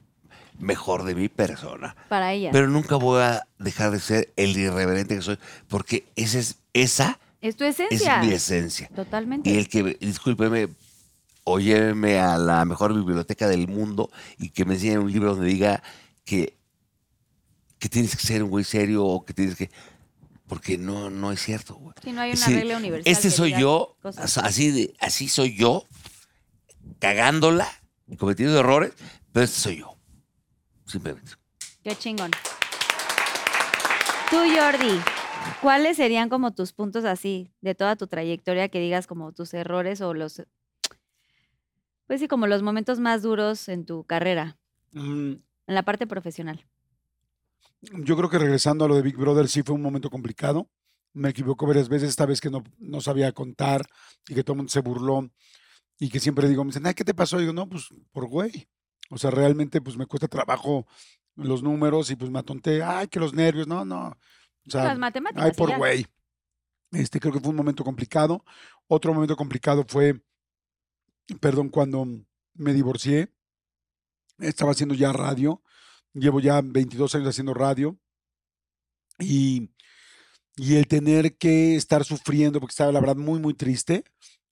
[SPEAKER 4] mejor de mi persona.
[SPEAKER 1] Para ella.
[SPEAKER 4] Pero nunca voy a dejar de ser el irreverente que soy, porque esa es, esa
[SPEAKER 1] es tu
[SPEAKER 4] es
[SPEAKER 1] esencia.
[SPEAKER 4] mi esencia.
[SPEAKER 1] Totalmente.
[SPEAKER 4] Y el que, discúlpeme, o lléveme a la mejor biblioteca del mundo y que me enseñen un libro donde diga que, que tienes que ser un güey serio o que tienes que... Porque no, no es cierto, güey.
[SPEAKER 1] Si no hay
[SPEAKER 4] Es
[SPEAKER 1] una
[SPEAKER 4] decir,
[SPEAKER 1] regla universal.
[SPEAKER 4] Este
[SPEAKER 1] que
[SPEAKER 4] soy
[SPEAKER 1] diga
[SPEAKER 4] yo,
[SPEAKER 1] cosas.
[SPEAKER 4] as- así, de- así soy yo, cagándola, cometiendo errores, pero este soy yo. Simplemente.
[SPEAKER 1] Qué chingón. Tú, Jordi, ¿cuáles serían como tus puntos así de toda tu trayectoria que digas como tus errores o los... Pues sí, como los momentos más duros en tu carrera,
[SPEAKER 3] Mm,
[SPEAKER 1] en la parte profesional.
[SPEAKER 3] Yo creo que regresando a lo de Big Brother sí fue un momento complicado. Me equivoco varias veces, esta vez que no, no sabía contar y que todo el mundo se burló y que siempre digo, me dicen, "Ay, ¿qué te pasó? Y digo, no, pues por güey. O sea, realmente pues me cuesta trabajo los números y pues me atonté, ay, que los nervios, no, no. O sea,
[SPEAKER 1] Las matemáticas
[SPEAKER 3] Ay,
[SPEAKER 1] y
[SPEAKER 3] por
[SPEAKER 1] ya.
[SPEAKER 3] güey. Este creo que fue un momento complicado. Otro momento complicado fue, perdón, cuando me divorcié. Estaba haciendo ya radio. Llevo ya 22 años haciendo radio. Y, y el tener que estar sufriendo, porque estaba la verdad muy, muy triste.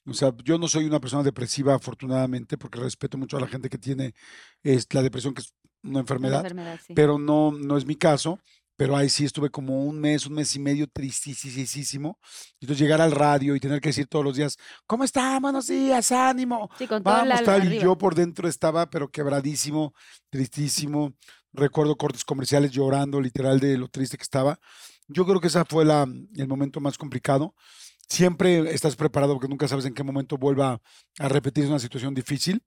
[SPEAKER 3] O sea, yo no soy una persona depresiva, afortunadamente, porque respeto mucho a la gente que tiene es, la depresión, que es una enfermedad.
[SPEAKER 1] enfermedad, sí.
[SPEAKER 3] Pero no, no es mi caso. Pero ahí sí estuve como un mes, un mes y medio tristísimo. Entonces llegar al radio y tener que decir todos los días, ¿cómo está? Buenos días, ánimo.
[SPEAKER 1] Sí, con todo el
[SPEAKER 3] Vamos,
[SPEAKER 1] alma
[SPEAKER 3] tal. Y
[SPEAKER 1] arriba.
[SPEAKER 3] yo por dentro estaba, pero quebradísimo, tristísimo. Recuerdo cortes comerciales llorando, literal, de lo triste que estaba. Yo creo que esa fue la, el momento más complicado. Siempre estás preparado porque nunca sabes en qué momento vuelva a repetirse una situación difícil.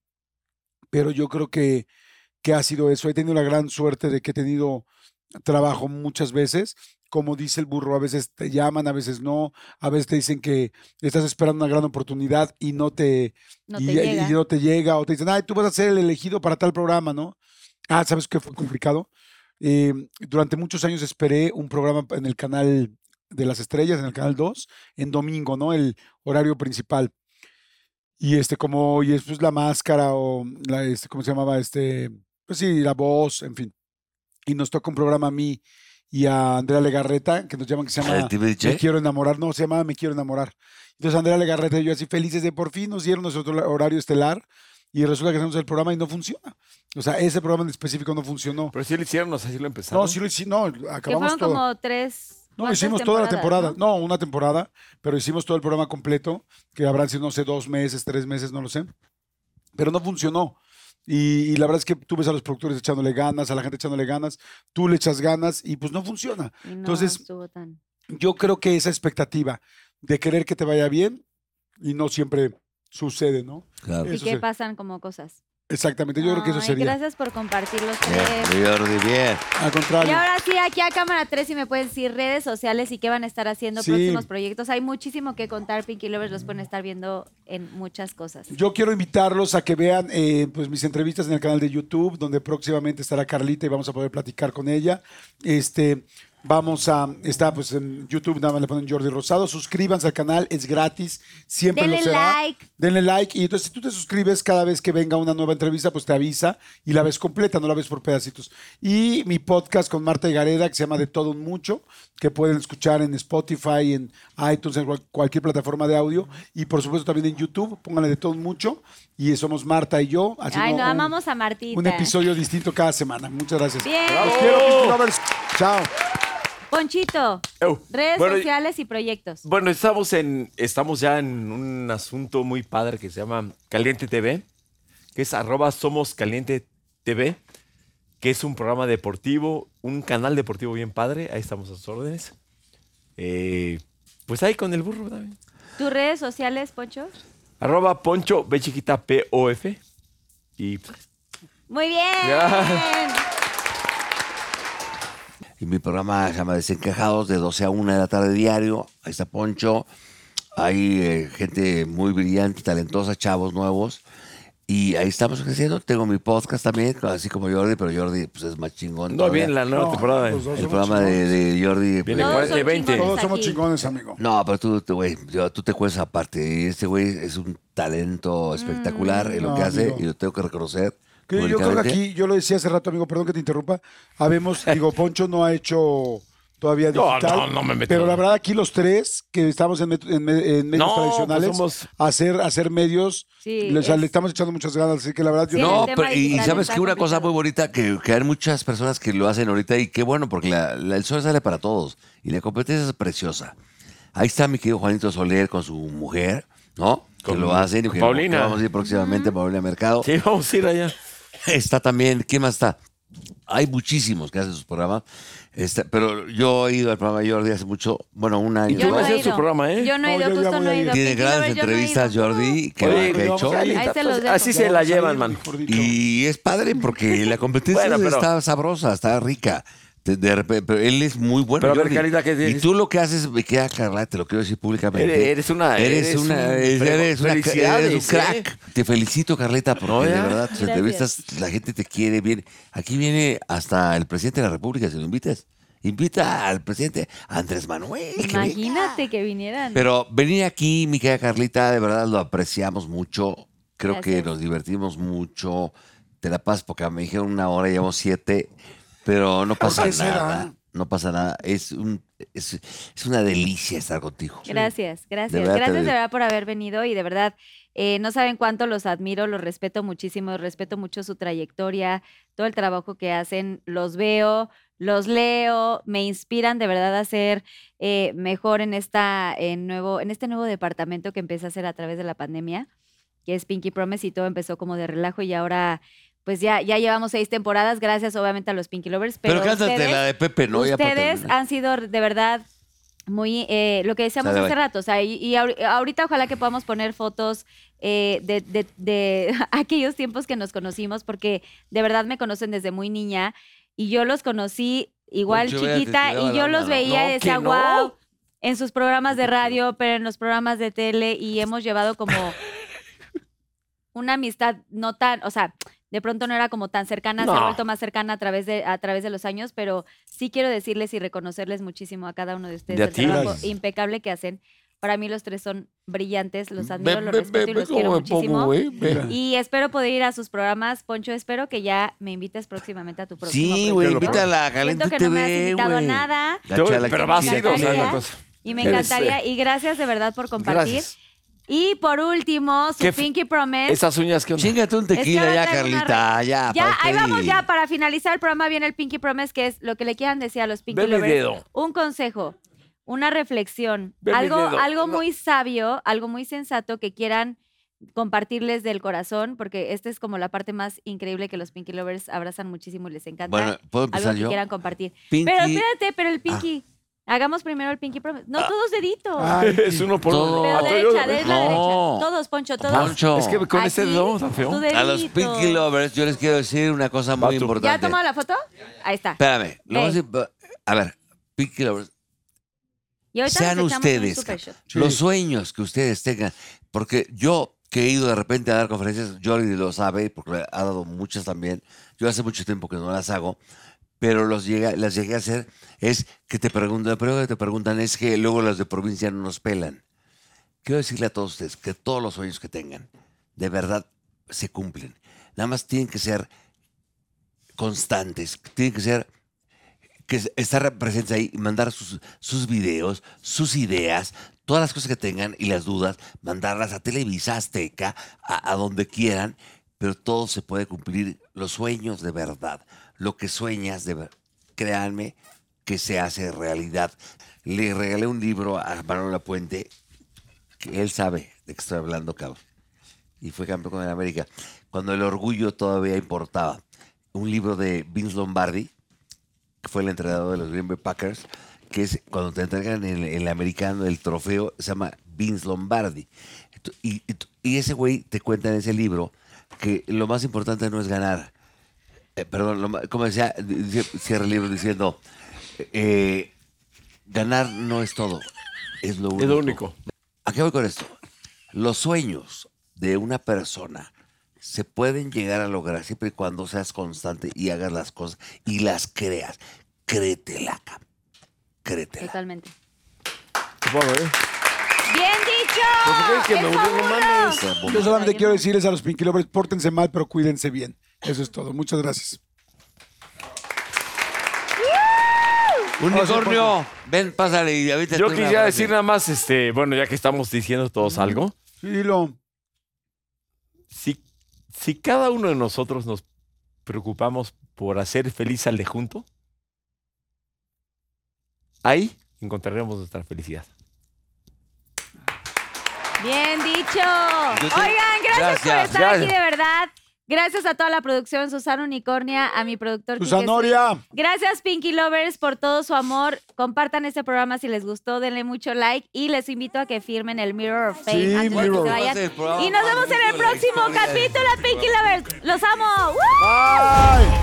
[SPEAKER 3] Pero yo creo que, que ha sido eso. He tenido la gran suerte de que he tenido trabajo muchas veces. Como dice el burro, a veces te llaman, a veces no, a veces te dicen que estás esperando una gran oportunidad y no te,
[SPEAKER 1] No
[SPEAKER 3] y,
[SPEAKER 1] te
[SPEAKER 3] y
[SPEAKER 1] llega.
[SPEAKER 3] no te llega, o te dicen, ay, tú vas a ser el elegido para tal programa, ¿no? Ah, ¿sabes qué fue complicado? Eh, durante muchos años esperé un programa en el canal de las estrellas, en el canal 2, en domingo, ¿no? El horario principal. Y este, como, y después la máscara, o la, este, ¿cómo se llamaba? Este, pues sí, la voz, en fin. Y nos toca un programa a mí y a Andrea Legarreta, que nos llaman que se
[SPEAKER 4] ¿La de
[SPEAKER 3] llama
[SPEAKER 4] TVJ?
[SPEAKER 3] Me Quiero Enamorar. No, se llamaba Me Quiero Enamorar. Entonces Andrea Legarreta y yo así felices de por fin nos dieron nuestro hor- horario estelar y resulta que hacemos el programa y no funciona. O sea, ese programa en específico no funcionó.
[SPEAKER 2] Pero sí lo hicieron, o sea, sí lo empezaron.
[SPEAKER 3] No, sí lo hicimos, no,
[SPEAKER 1] Que fueron
[SPEAKER 3] acabamos todo.
[SPEAKER 1] como tres...
[SPEAKER 3] No,
[SPEAKER 1] cuatro
[SPEAKER 3] hicimos toda la temporada.
[SPEAKER 1] temporadas,
[SPEAKER 3] ¿no? una temporada, pero hicimos todo el programa completo, que habrán sido, no sé, dos meses, tres meses, no lo sé. Pero no funcionó. Y, y la verdad es que tú ves a los productores echándole ganas, a la gente echándole ganas, tú le echas ganas y pues no funciona.
[SPEAKER 1] ¿no? Y no
[SPEAKER 3] Entonces,
[SPEAKER 1] estuvo tan-
[SPEAKER 3] yo creo que esa expectativa de querer que te vaya bien y no siempre sucede, ¿no?
[SPEAKER 1] ¿Y
[SPEAKER 3] Eso
[SPEAKER 1] qué
[SPEAKER 3] se-
[SPEAKER 1] pasan como cosas?
[SPEAKER 3] Exactamente, yo creo que eso
[SPEAKER 1] Ay,
[SPEAKER 3] sería.
[SPEAKER 1] Gracias por compartir los tres.
[SPEAKER 4] Jordi, bien.
[SPEAKER 3] Al
[SPEAKER 1] Y
[SPEAKER 3] contrario.
[SPEAKER 1] ahora sí, aquí a Cámara 3, si me pueden decir redes sociales y qué van a estar haciendo,
[SPEAKER 3] Sí.
[SPEAKER 1] próximos proyectos. Hay muchísimo que contar, Pinky Lovers los pueden estar viendo en muchas cosas.
[SPEAKER 3] Yo quiero invitarlos a que vean eh, pues mis entrevistas en el canal de YouTube, donde próximamente estará Carlita y vamos a poder platicar con ella. Este, vamos a, está pues en YouTube, nada más le ponen Jordi Rosado. Suscríbanse al canal, es gratis, siempre
[SPEAKER 1] Denle
[SPEAKER 3] lo será.
[SPEAKER 1] like.
[SPEAKER 3] Denle like. Y entonces, si tú te suscribes cada vez que venga una nueva entrevista, pues te avisa y la ves completa, no la ves por pedacitos. Y mi podcast con Marta Gareda, que se llama De Todo Un Mucho, que pueden escuchar en Spotify, en iTunes, en cual- cualquier plataforma de audio. Y por supuesto también en YouTube, pónganle De Todo Un Mucho. Y somos Marta y yo. haciendo
[SPEAKER 1] Ay, no,
[SPEAKER 3] un-
[SPEAKER 1] amamos a Martita.
[SPEAKER 3] un episodio distinto cada semana. Muchas gracias.
[SPEAKER 1] Bien.
[SPEAKER 3] Los quiero, Pinky Lovers. Chao.
[SPEAKER 1] Ponchito,
[SPEAKER 2] Eu.
[SPEAKER 1] redes
[SPEAKER 2] Bueno, y-
[SPEAKER 1] sociales y proyectos.
[SPEAKER 2] Bueno, estamos, en, estamos ya en un asunto muy padre que se llama Caliente TV, que es arroba Somos Caliente TV, que es un programa deportivo, un canal deportivo bien padre. Ahí estamos a sus órdenes. Eh, pues ahí con el burro también.
[SPEAKER 1] ¿Tus redes sociales, Poncho?
[SPEAKER 2] Arroba Poncho B chiquita P O F. Y pues,
[SPEAKER 1] Muy bien.
[SPEAKER 2] Ya.
[SPEAKER 4] Y mi programa se llama Desencajados, de 12 a 1 de la tarde diario. Ahí está Poncho. Hay eh, gente muy brillante, talentosa, chavos nuevos. Y ahí estamos creciendo. Tengo mi podcast también, así como Jordi, pero Jordi pues, es más chingón.
[SPEAKER 10] No,
[SPEAKER 4] todavía.
[SPEAKER 10] bien, la nueva No, temporada. los dos
[SPEAKER 4] El
[SPEAKER 10] somos
[SPEAKER 4] programa de,
[SPEAKER 10] chingones.
[SPEAKER 4] de Jordi. pues,
[SPEAKER 10] Viene Todos cuarenta y somos veinte. chingones
[SPEAKER 9] Todos somos chingones, amigo.
[SPEAKER 4] No, pero tú, tú, güey, yo- tú te cuentas aparte. Y este güey es un talento espectacular en lo
[SPEAKER 9] No,
[SPEAKER 4] que hace
[SPEAKER 9] amigo.
[SPEAKER 4] y lo tengo que reconocer.
[SPEAKER 3] Mm, Que yo creo que
[SPEAKER 4] públicamente.
[SPEAKER 3] aquí, yo lo decía hace rato, amigo, perdón que te interrumpa. Habemos, digo, Poncho no ha hecho todavía
[SPEAKER 2] No,
[SPEAKER 3] digital.
[SPEAKER 2] no, no me meto.
[SPEAKER 3] Pero la verdad, aquí los tres que estamos en, met- en me- en medios
[SPEAKER 2] No, pues
[SPEAKER 3] tradicionales,
[SPEAKER 2] somos-
[SPEAKER 3] hacer, hacer medios,
[SPEAKER 1] Sí,
[SPEAKER 3] le, o sea,
[SPEAKER 1] es-
[SPEAKER 3] le estamos echando muchas ganas. Así que la verdad, yo
[SPEAKER 4] no,
[SPEAKER 1] tema
[SPEAKER 4] pero- y
[SPEAKER 1] digital
[SPEAKER 4] sabes
[SPEAKER 1] está
[SPEAKER 4] que una cosa muy bonita que, que hay muchas personas que lo hacen ahorita y qué bueno, porque la- la- el sol sale para todos y la competencia es preciosa. Ahí está mi querido Juanito Soler con su mujer, ¿no?
[SPEAKER 10] Con-
[SPEAKER 4] que lo hacen y
[SPEAKER 10] con
[SPEAKER 4] que
[SPEAKER 10] Paulina.
[SPEAKER 4] que vamos a ir próximamente a Paulina Mercado.
[SPEAKER 10] Sí, vamos a ir allá.
[SPEAKER 4] Está también, ¿quién más está? Hay muchísimos que hacen sus programas, Está- pero yo he ido al programa de Jordi hace mucho, bueno, un año.
[SPEAKER 1] Yo no
[SPEAKER 4] dos.
[SPEAKER 1] he ido. Yo no he ido, justo no he ido.
[SPEAKER 4] Tiene
[SPEAKER 1] Pinky Lovers,
[SPEAKER 4] grandes
[SPEAKER 1] yo no he ido.
[SPEAKER 4] entrevistas, Jordi, que
[SPEAKER 10] Oye, pues,
[SPEAKER 4] que ha
[SPEAKER 10] vamos
[SPEAKER 4] hecho.
[SPEAKER 10] a ir.
[SPEAKER 1] Ahí se los dejo.
[SPEAKER 10] Así se la llevan, man.
[SPEAKER 4] Y es padre porque la competencia
[SPEAKER 10] Bueno, pero-
[SPEAKER 4] está sabrosa, está rica. De, de repente- pero él es muy bueno.
[SPEAKER 10] Pero a ver,
[SPEAKER 4] Jordi.
[SPEAKER 10] Carita, ¿qué
[SPEAKER 4] y
[SPEAKER 10] tienes?
[SPEAKER 4] tú lo que haces, me queda Carla, te lo quiero decir públicamente.
[SPEAKER 10] Eres- eres una-
[SPEAKER 4] Eres,
[SPEAKER 10] eres
[SPEAKER 4] una.
[SPEAKER 10] un-
[SPEAKER 4] eres- eres una-
[SPEAKER 10] Felicidades,
[SPEAKER 4] eres un crack.
[SPEAKER 10] ¿eh?
[SPEAKER 4] Te felicito, Carleta, porque
[SPEAKER 10] Oye.
[SPEAKER 4] de verdad tus
[SPEAKER 10] Gracias.
[SPEAKER 4] entrevistas, la gente te quiere bien. Aquí viene hasta el presidente de la República, si lo invitas. Invita al presidente Andrés Manuel. que venga.
[SPEAKER 1] Imagínate que vinieran.
[SPEAKER 4] Pero venir aquí, mi querida Carlita, de verdad lo apreciamos mucho. Creo que
[SPEAKER 1] Gracias.
[SPEAKER 4] nos divertimos mucho. Te la pasas porque me dijeron una hora, llevamos siete, pero no
[SPEAKER 10] Pues,
[SPEAKER 4] pasa
[SPEAKER 1] qué
[SPEAKER 4] nada.
[SPEAKER 1] será?
[SPEAKER 4] No pasa nada. Es, un, es, es una delicia estar contigo.
[SPEAKER 1] Gracias, gracias.
[SPEAKER 4] De verdad te
[SPEAKER 1] gracias de
[SPEAKER 4] digo.
[SPEAKER 1] verdad por haber venido y de verdad, eh, no saben cuánto los admiro, los respeto muchísimo, respeto mucho su trayectoria, todo el trabajo que hacen, los veo, los leo, me inspiran de verdad a ser eh, mejor en, esta, en, nuevo, en este nuevo departamento que empecé a hacer a través de la pandemia, que es Pinky Promise y todo empezó como de relajo y ahora... Pues ya, ya llevamos seis temporadas, gracias obviamente a los Pinky Lovers. Pero,
[SPEAKER 4] Pero, cántate
[SPEAKER 1] ustedes-
[SPEAKER 4] la de Pepe, ¿no? Ya para
[SPEAKER 1] Ustedes
[SPEAKER 4] terminar.
[SPEAKER 1] han sido de verdad muy, eh, lo que decíamos
[SPEAKER 4] Sale,
[SPEAKER 1] hace
[SPEAKER 4] bye.
[SPEAKER 1] rato, o sea, y, y ahori- ahorita ojalá que podamos poner fotos eh, de, de- de aquellos tiempos que nos conocimos, porque de verdad me conocen desde muy niña y yo los conocí igual
[SPEAKER 15] Poncho, vea, te
[SPEAKER 1] chiquita
[SPEAKER 15] tiraba
[SPEAKER 1] y
[SPEAKER 15] la
[SPEAKER 1] yo
[SPEAKER 15] onda,
[SPEAKER 1] los
[SPEAKER 15] ¿no?
[SPEAKER 1] veía
[SPEAKER 15] No,
[SPEAKER 1] y decía,
[SPEAKER 15] que no.
[SPEAKER 1] wow, en sus programas de radio, pero en los programas de tele y hemos llevado como una amistad no tan, o sea, de pronto no era como tan cercana, se ha
[SPEAKER 15] No.
[SPEAKER 1] vuelto más cercana a través de a través de los años, pero sí quiero decirles y reconocerles muchísimo a cada uno de ustedes
[SPEAKER 15] De a
[SPEAKER 1] el
[SPEAKER 15] ti.
[SPEAKER 1] trabajo
[SPEAKER 15] Gracias.
[SPEAKER 1] impecable que hacen. Para mí los tres son brillantes, los admiro,
[SPEAKER 15] Ve-
[SPEAKER 1] los
[SPEAKER 15] ve-
[SPEAKER 1] respeto
[SPEAKER 15] ve- ve
[SPEAKER 1] y los
[SPEAKER 15] cómo
[SPEAKER 1] quiero
[SPEAKER 15] me
[SPEAKER 1] muchísimo.
[SPEAKER 15] pongo, güey, ve.
[SPEAKER 1] y espero poder ir a sus programas, Poncho, espero que ya me invites próximamente a tu próximo
[SPEAKER 4] Sí,
[SPEAKER 1] programa.
[SPEAKER 4] güey, invítala a
[SPEAKER 1] Siento
[SPEAKER 4] Caliente
[SPEAKER 1] que
[SPEAKER 4] TV,
[SPEAKER 1] no me has invitado a
[SPEAKER 4] güey.
[SPEAKER 1] nada.
[SPEAKER 4] La Yo- chala
[SPEAKER 10] pero
[SPEAKER 4] que
[SPEAKER 10] vas
[SPEAKER 4] tiene.
[SPEAKER 10] a ir, o sea, la cosa.
[SPEAKER 1] Y me
[SPEAKER 10] Eres,
[SPEAKER 1] encantaría.
[SPEAKER 10] eh,
[SPEAKER 1] Y gracias de verdad por compartir.
[SPEAKER 10] Gracias.
[SPEAKER 1] Y por último, su
[SPEAKER 10] ¿Qué f-
[SPEAKER 1] Pinky Promise.
[SPEAKER 10] Esas uñas que Chingate
[SPEAKER 4] un tequila
[SPEAKER 1] ahora
[SPEAKER 4] ya,
[SPEAKER 1] traigo una
[SPEAKER 4] Carlita,
[SPEAKER 1] re-
[SPEAKER 4] ya,
[SPEAKER 1] Ya,
[SPEAKER 4] aparte
[SPEAKER 1] ahí vamos
[SPEAKER 4] y-
[SPEAKER 1] ya. Para finalizar el programa viene el Pinky Promise, que es lo que le quieran decir a los Pinky
[SPEAKER 4] Ve mi
[SPEAKER 1] Lovers.
[SPEAKER 4] dedo.
[SPEAKER 1] Un consejo, una reflexión,
[SPEAKER 15] Ve mi
[SPEAKER 1] algo,
[SPEAKER 15] dedo.
[SPEAKER 1] algo
[SPEAKER 15] No.
[SPEAKER 1] muy sabio, algo muy sensato que quieran compartirles del corazón, porque esta es como la parte más increíble que los Pinky Lovers abrazan muchísimo y les encanta.
[SPEAKER 4] Bueno, ¿puedo empezar
[SPEAKER 1] algo que
[SPEAKER 4] yo?
[SPEAKER 1] quieran compartir.
[SPEAKER 4] Pinky- Ah.
[SPEAKER 1] Pero espérate, pero el Pinky. Hagamos primero el Pinky Promise. No, todos deditos.
[SPEAKER 10] Es uno por uno.
[SPEAKER 1] Pero
[SPEAKER 10] Ah, tú-
[SPEAKER 1] derecha, de la
[SPEAKER 4] No.
[SPEAKER 1] derecha. Todos, Poncho, todos.
[SPEAKER 4] Poncho.
[SPEAKER 10] Es que con
[SPEAKER 1] Aquí,
[SPEAKER 10] ese dedo, tan feo.
[SPEAKER 1] tu
[SPEAKER 4] A los
[SPEAKER 1] dedito.
[SPEAKER 4] Pinky Lovers, yo les quiero decir una cosa
[SPEAKER 1] ¿Ya
[SPEAKER 4] muy
[SPEAKER 1] ha
[SPEAKER 4] importante.
[SPEAKER 1] tomado la foto? Ahí está.
[SPEAKER 4] Espérame, lo
[SPEAKER 1] Ey.
[SPEAKER 4] más imp- a ver, Pinky Lovers,
[SPEAKER 1] Y ahorita
[SPEAKER 4] sean
[SPEAKER 1] nos echamos un
[SPEAKER 4] ustedes,
[SPEAKER 1] super
[SPEAKER 4] cabrón.
[SPEAKER 1] shot.
[SPEAKER 4] los sueños que ustedes tengan, porque yo que he ido de repente a dar conferencias, Jordi lo sabe, porque ha dado muchas también, yo hace mucho tiempo que no las hago, pero los llegué- las llegué a hacer, es que te preguntan, la pregunta que te preguntan es que luego las de provincia no nos pelan. Quiero decirle a todos ustedes que todos los sueños que tengan, de verdad, se cumplen. Nada más tienen que ser constantes, tienen que ser que es- estar presentes ahí y mandar sus, sus videos, sus ideas, todas las cosas que tengan y las dudas, mandarlas a Televisa Azteca, a, a donde quieran, pero todo se puede cumplir, los sueños de verdad, lo que sueñas de ver- créanme que se hace realidad. Le regalé un libro a Manuel Puente, que él sabe de qué estoy hablando, cabrón, y fue campeón en América, cuando el orgullo todavía importaba. Un libro de Vince Lombardi, que fue el entrenador de los Green Bay Packers, que es cuando te entregan el, el americano, el trofeo, se llama Vince Lombardi. Ent- Y, y t- y ese güey te cuenta en ese libro que lo más importante no es ganar. Eh, perdón, lo ma- como decía, dice- cierra el libro diciendo, eh, ganar no es todo, es lo único.
[SPEAKER 2] Es lo único.
[SPEAKER 4] ¿A qué voy con esto? Los sueños de una persona se pueden llegar a lograr siempre y cuando seas constante y hagas las cosas y las creas. Créetela, cam. créetela.
[SPEAKER 1] Totalmente.
[SPEAKER 16] Bueno, ¿eh?
[SPEAKER 1] ¡Bien dicho! ¡Eso uno!
[SPEAKER 3] Yo solamente quiero decirles a los Pinky Lovers, pórtense mal, pero cuídense bien. Eso es todo. Muchas gracias.
[SPEAKER 4] Unicornio, ven, pásale y ahorita
[SPEAKER 2] Yo
[SPEAKER 4] tú una
[SPEAKER 2] quisiera
[SPEAKER 4] frase.
[SPEAKER 2] decir nada más, este, bueno, ya que estamos diciendo todos algo,
[SPEAKER 3] Sí, dilo.
[SPEAKER 2] si, si cada uno de nosotros nos preocupamos por hacer feliz al de junto, ahí encontraremos nuestra felicidad.
[SPEAKER 1] Bien dicho.
[SPEAKER 2] Yo te-
[SPEAKER 1] Oigan, gracias, por
[SPEAKER 2] Gracias,
[SPEAKER 1] estar
[SPEAKER 2] gracias.
[SPEAKER 1] aquí de verdad. Gracias a toda la producción, Susana Unicornia, a mi productor. Quique
[SPEAKER 3] Susanoria.
[SPEAKER 1] Smith. Gracias, Pinky Lovers, por todo su amor. Compartan este programa si les gustó, denle mucho like y les invito a que firmen el Mirror of Fame.
[SPEAKER 3] Sí,
[SPEAKER 1] antes de que
[SPEAKER 3] Mirror.
[SPEAKER 1] se vayan.
[SPEAKER 3] Este programa
[SPEAKER 1] Y nos
[SPEAKER 3] más
[SPEAKER 1] vemos en el
[SPEAKER 3] bonito de la
[SPEAKER 1] próximo
[SPEAKER 3] historia de
[SPEAKER 1] capítulo, Pinky Lovers. Los amo. ¡Woo!
[SPEAKER 3] Bye.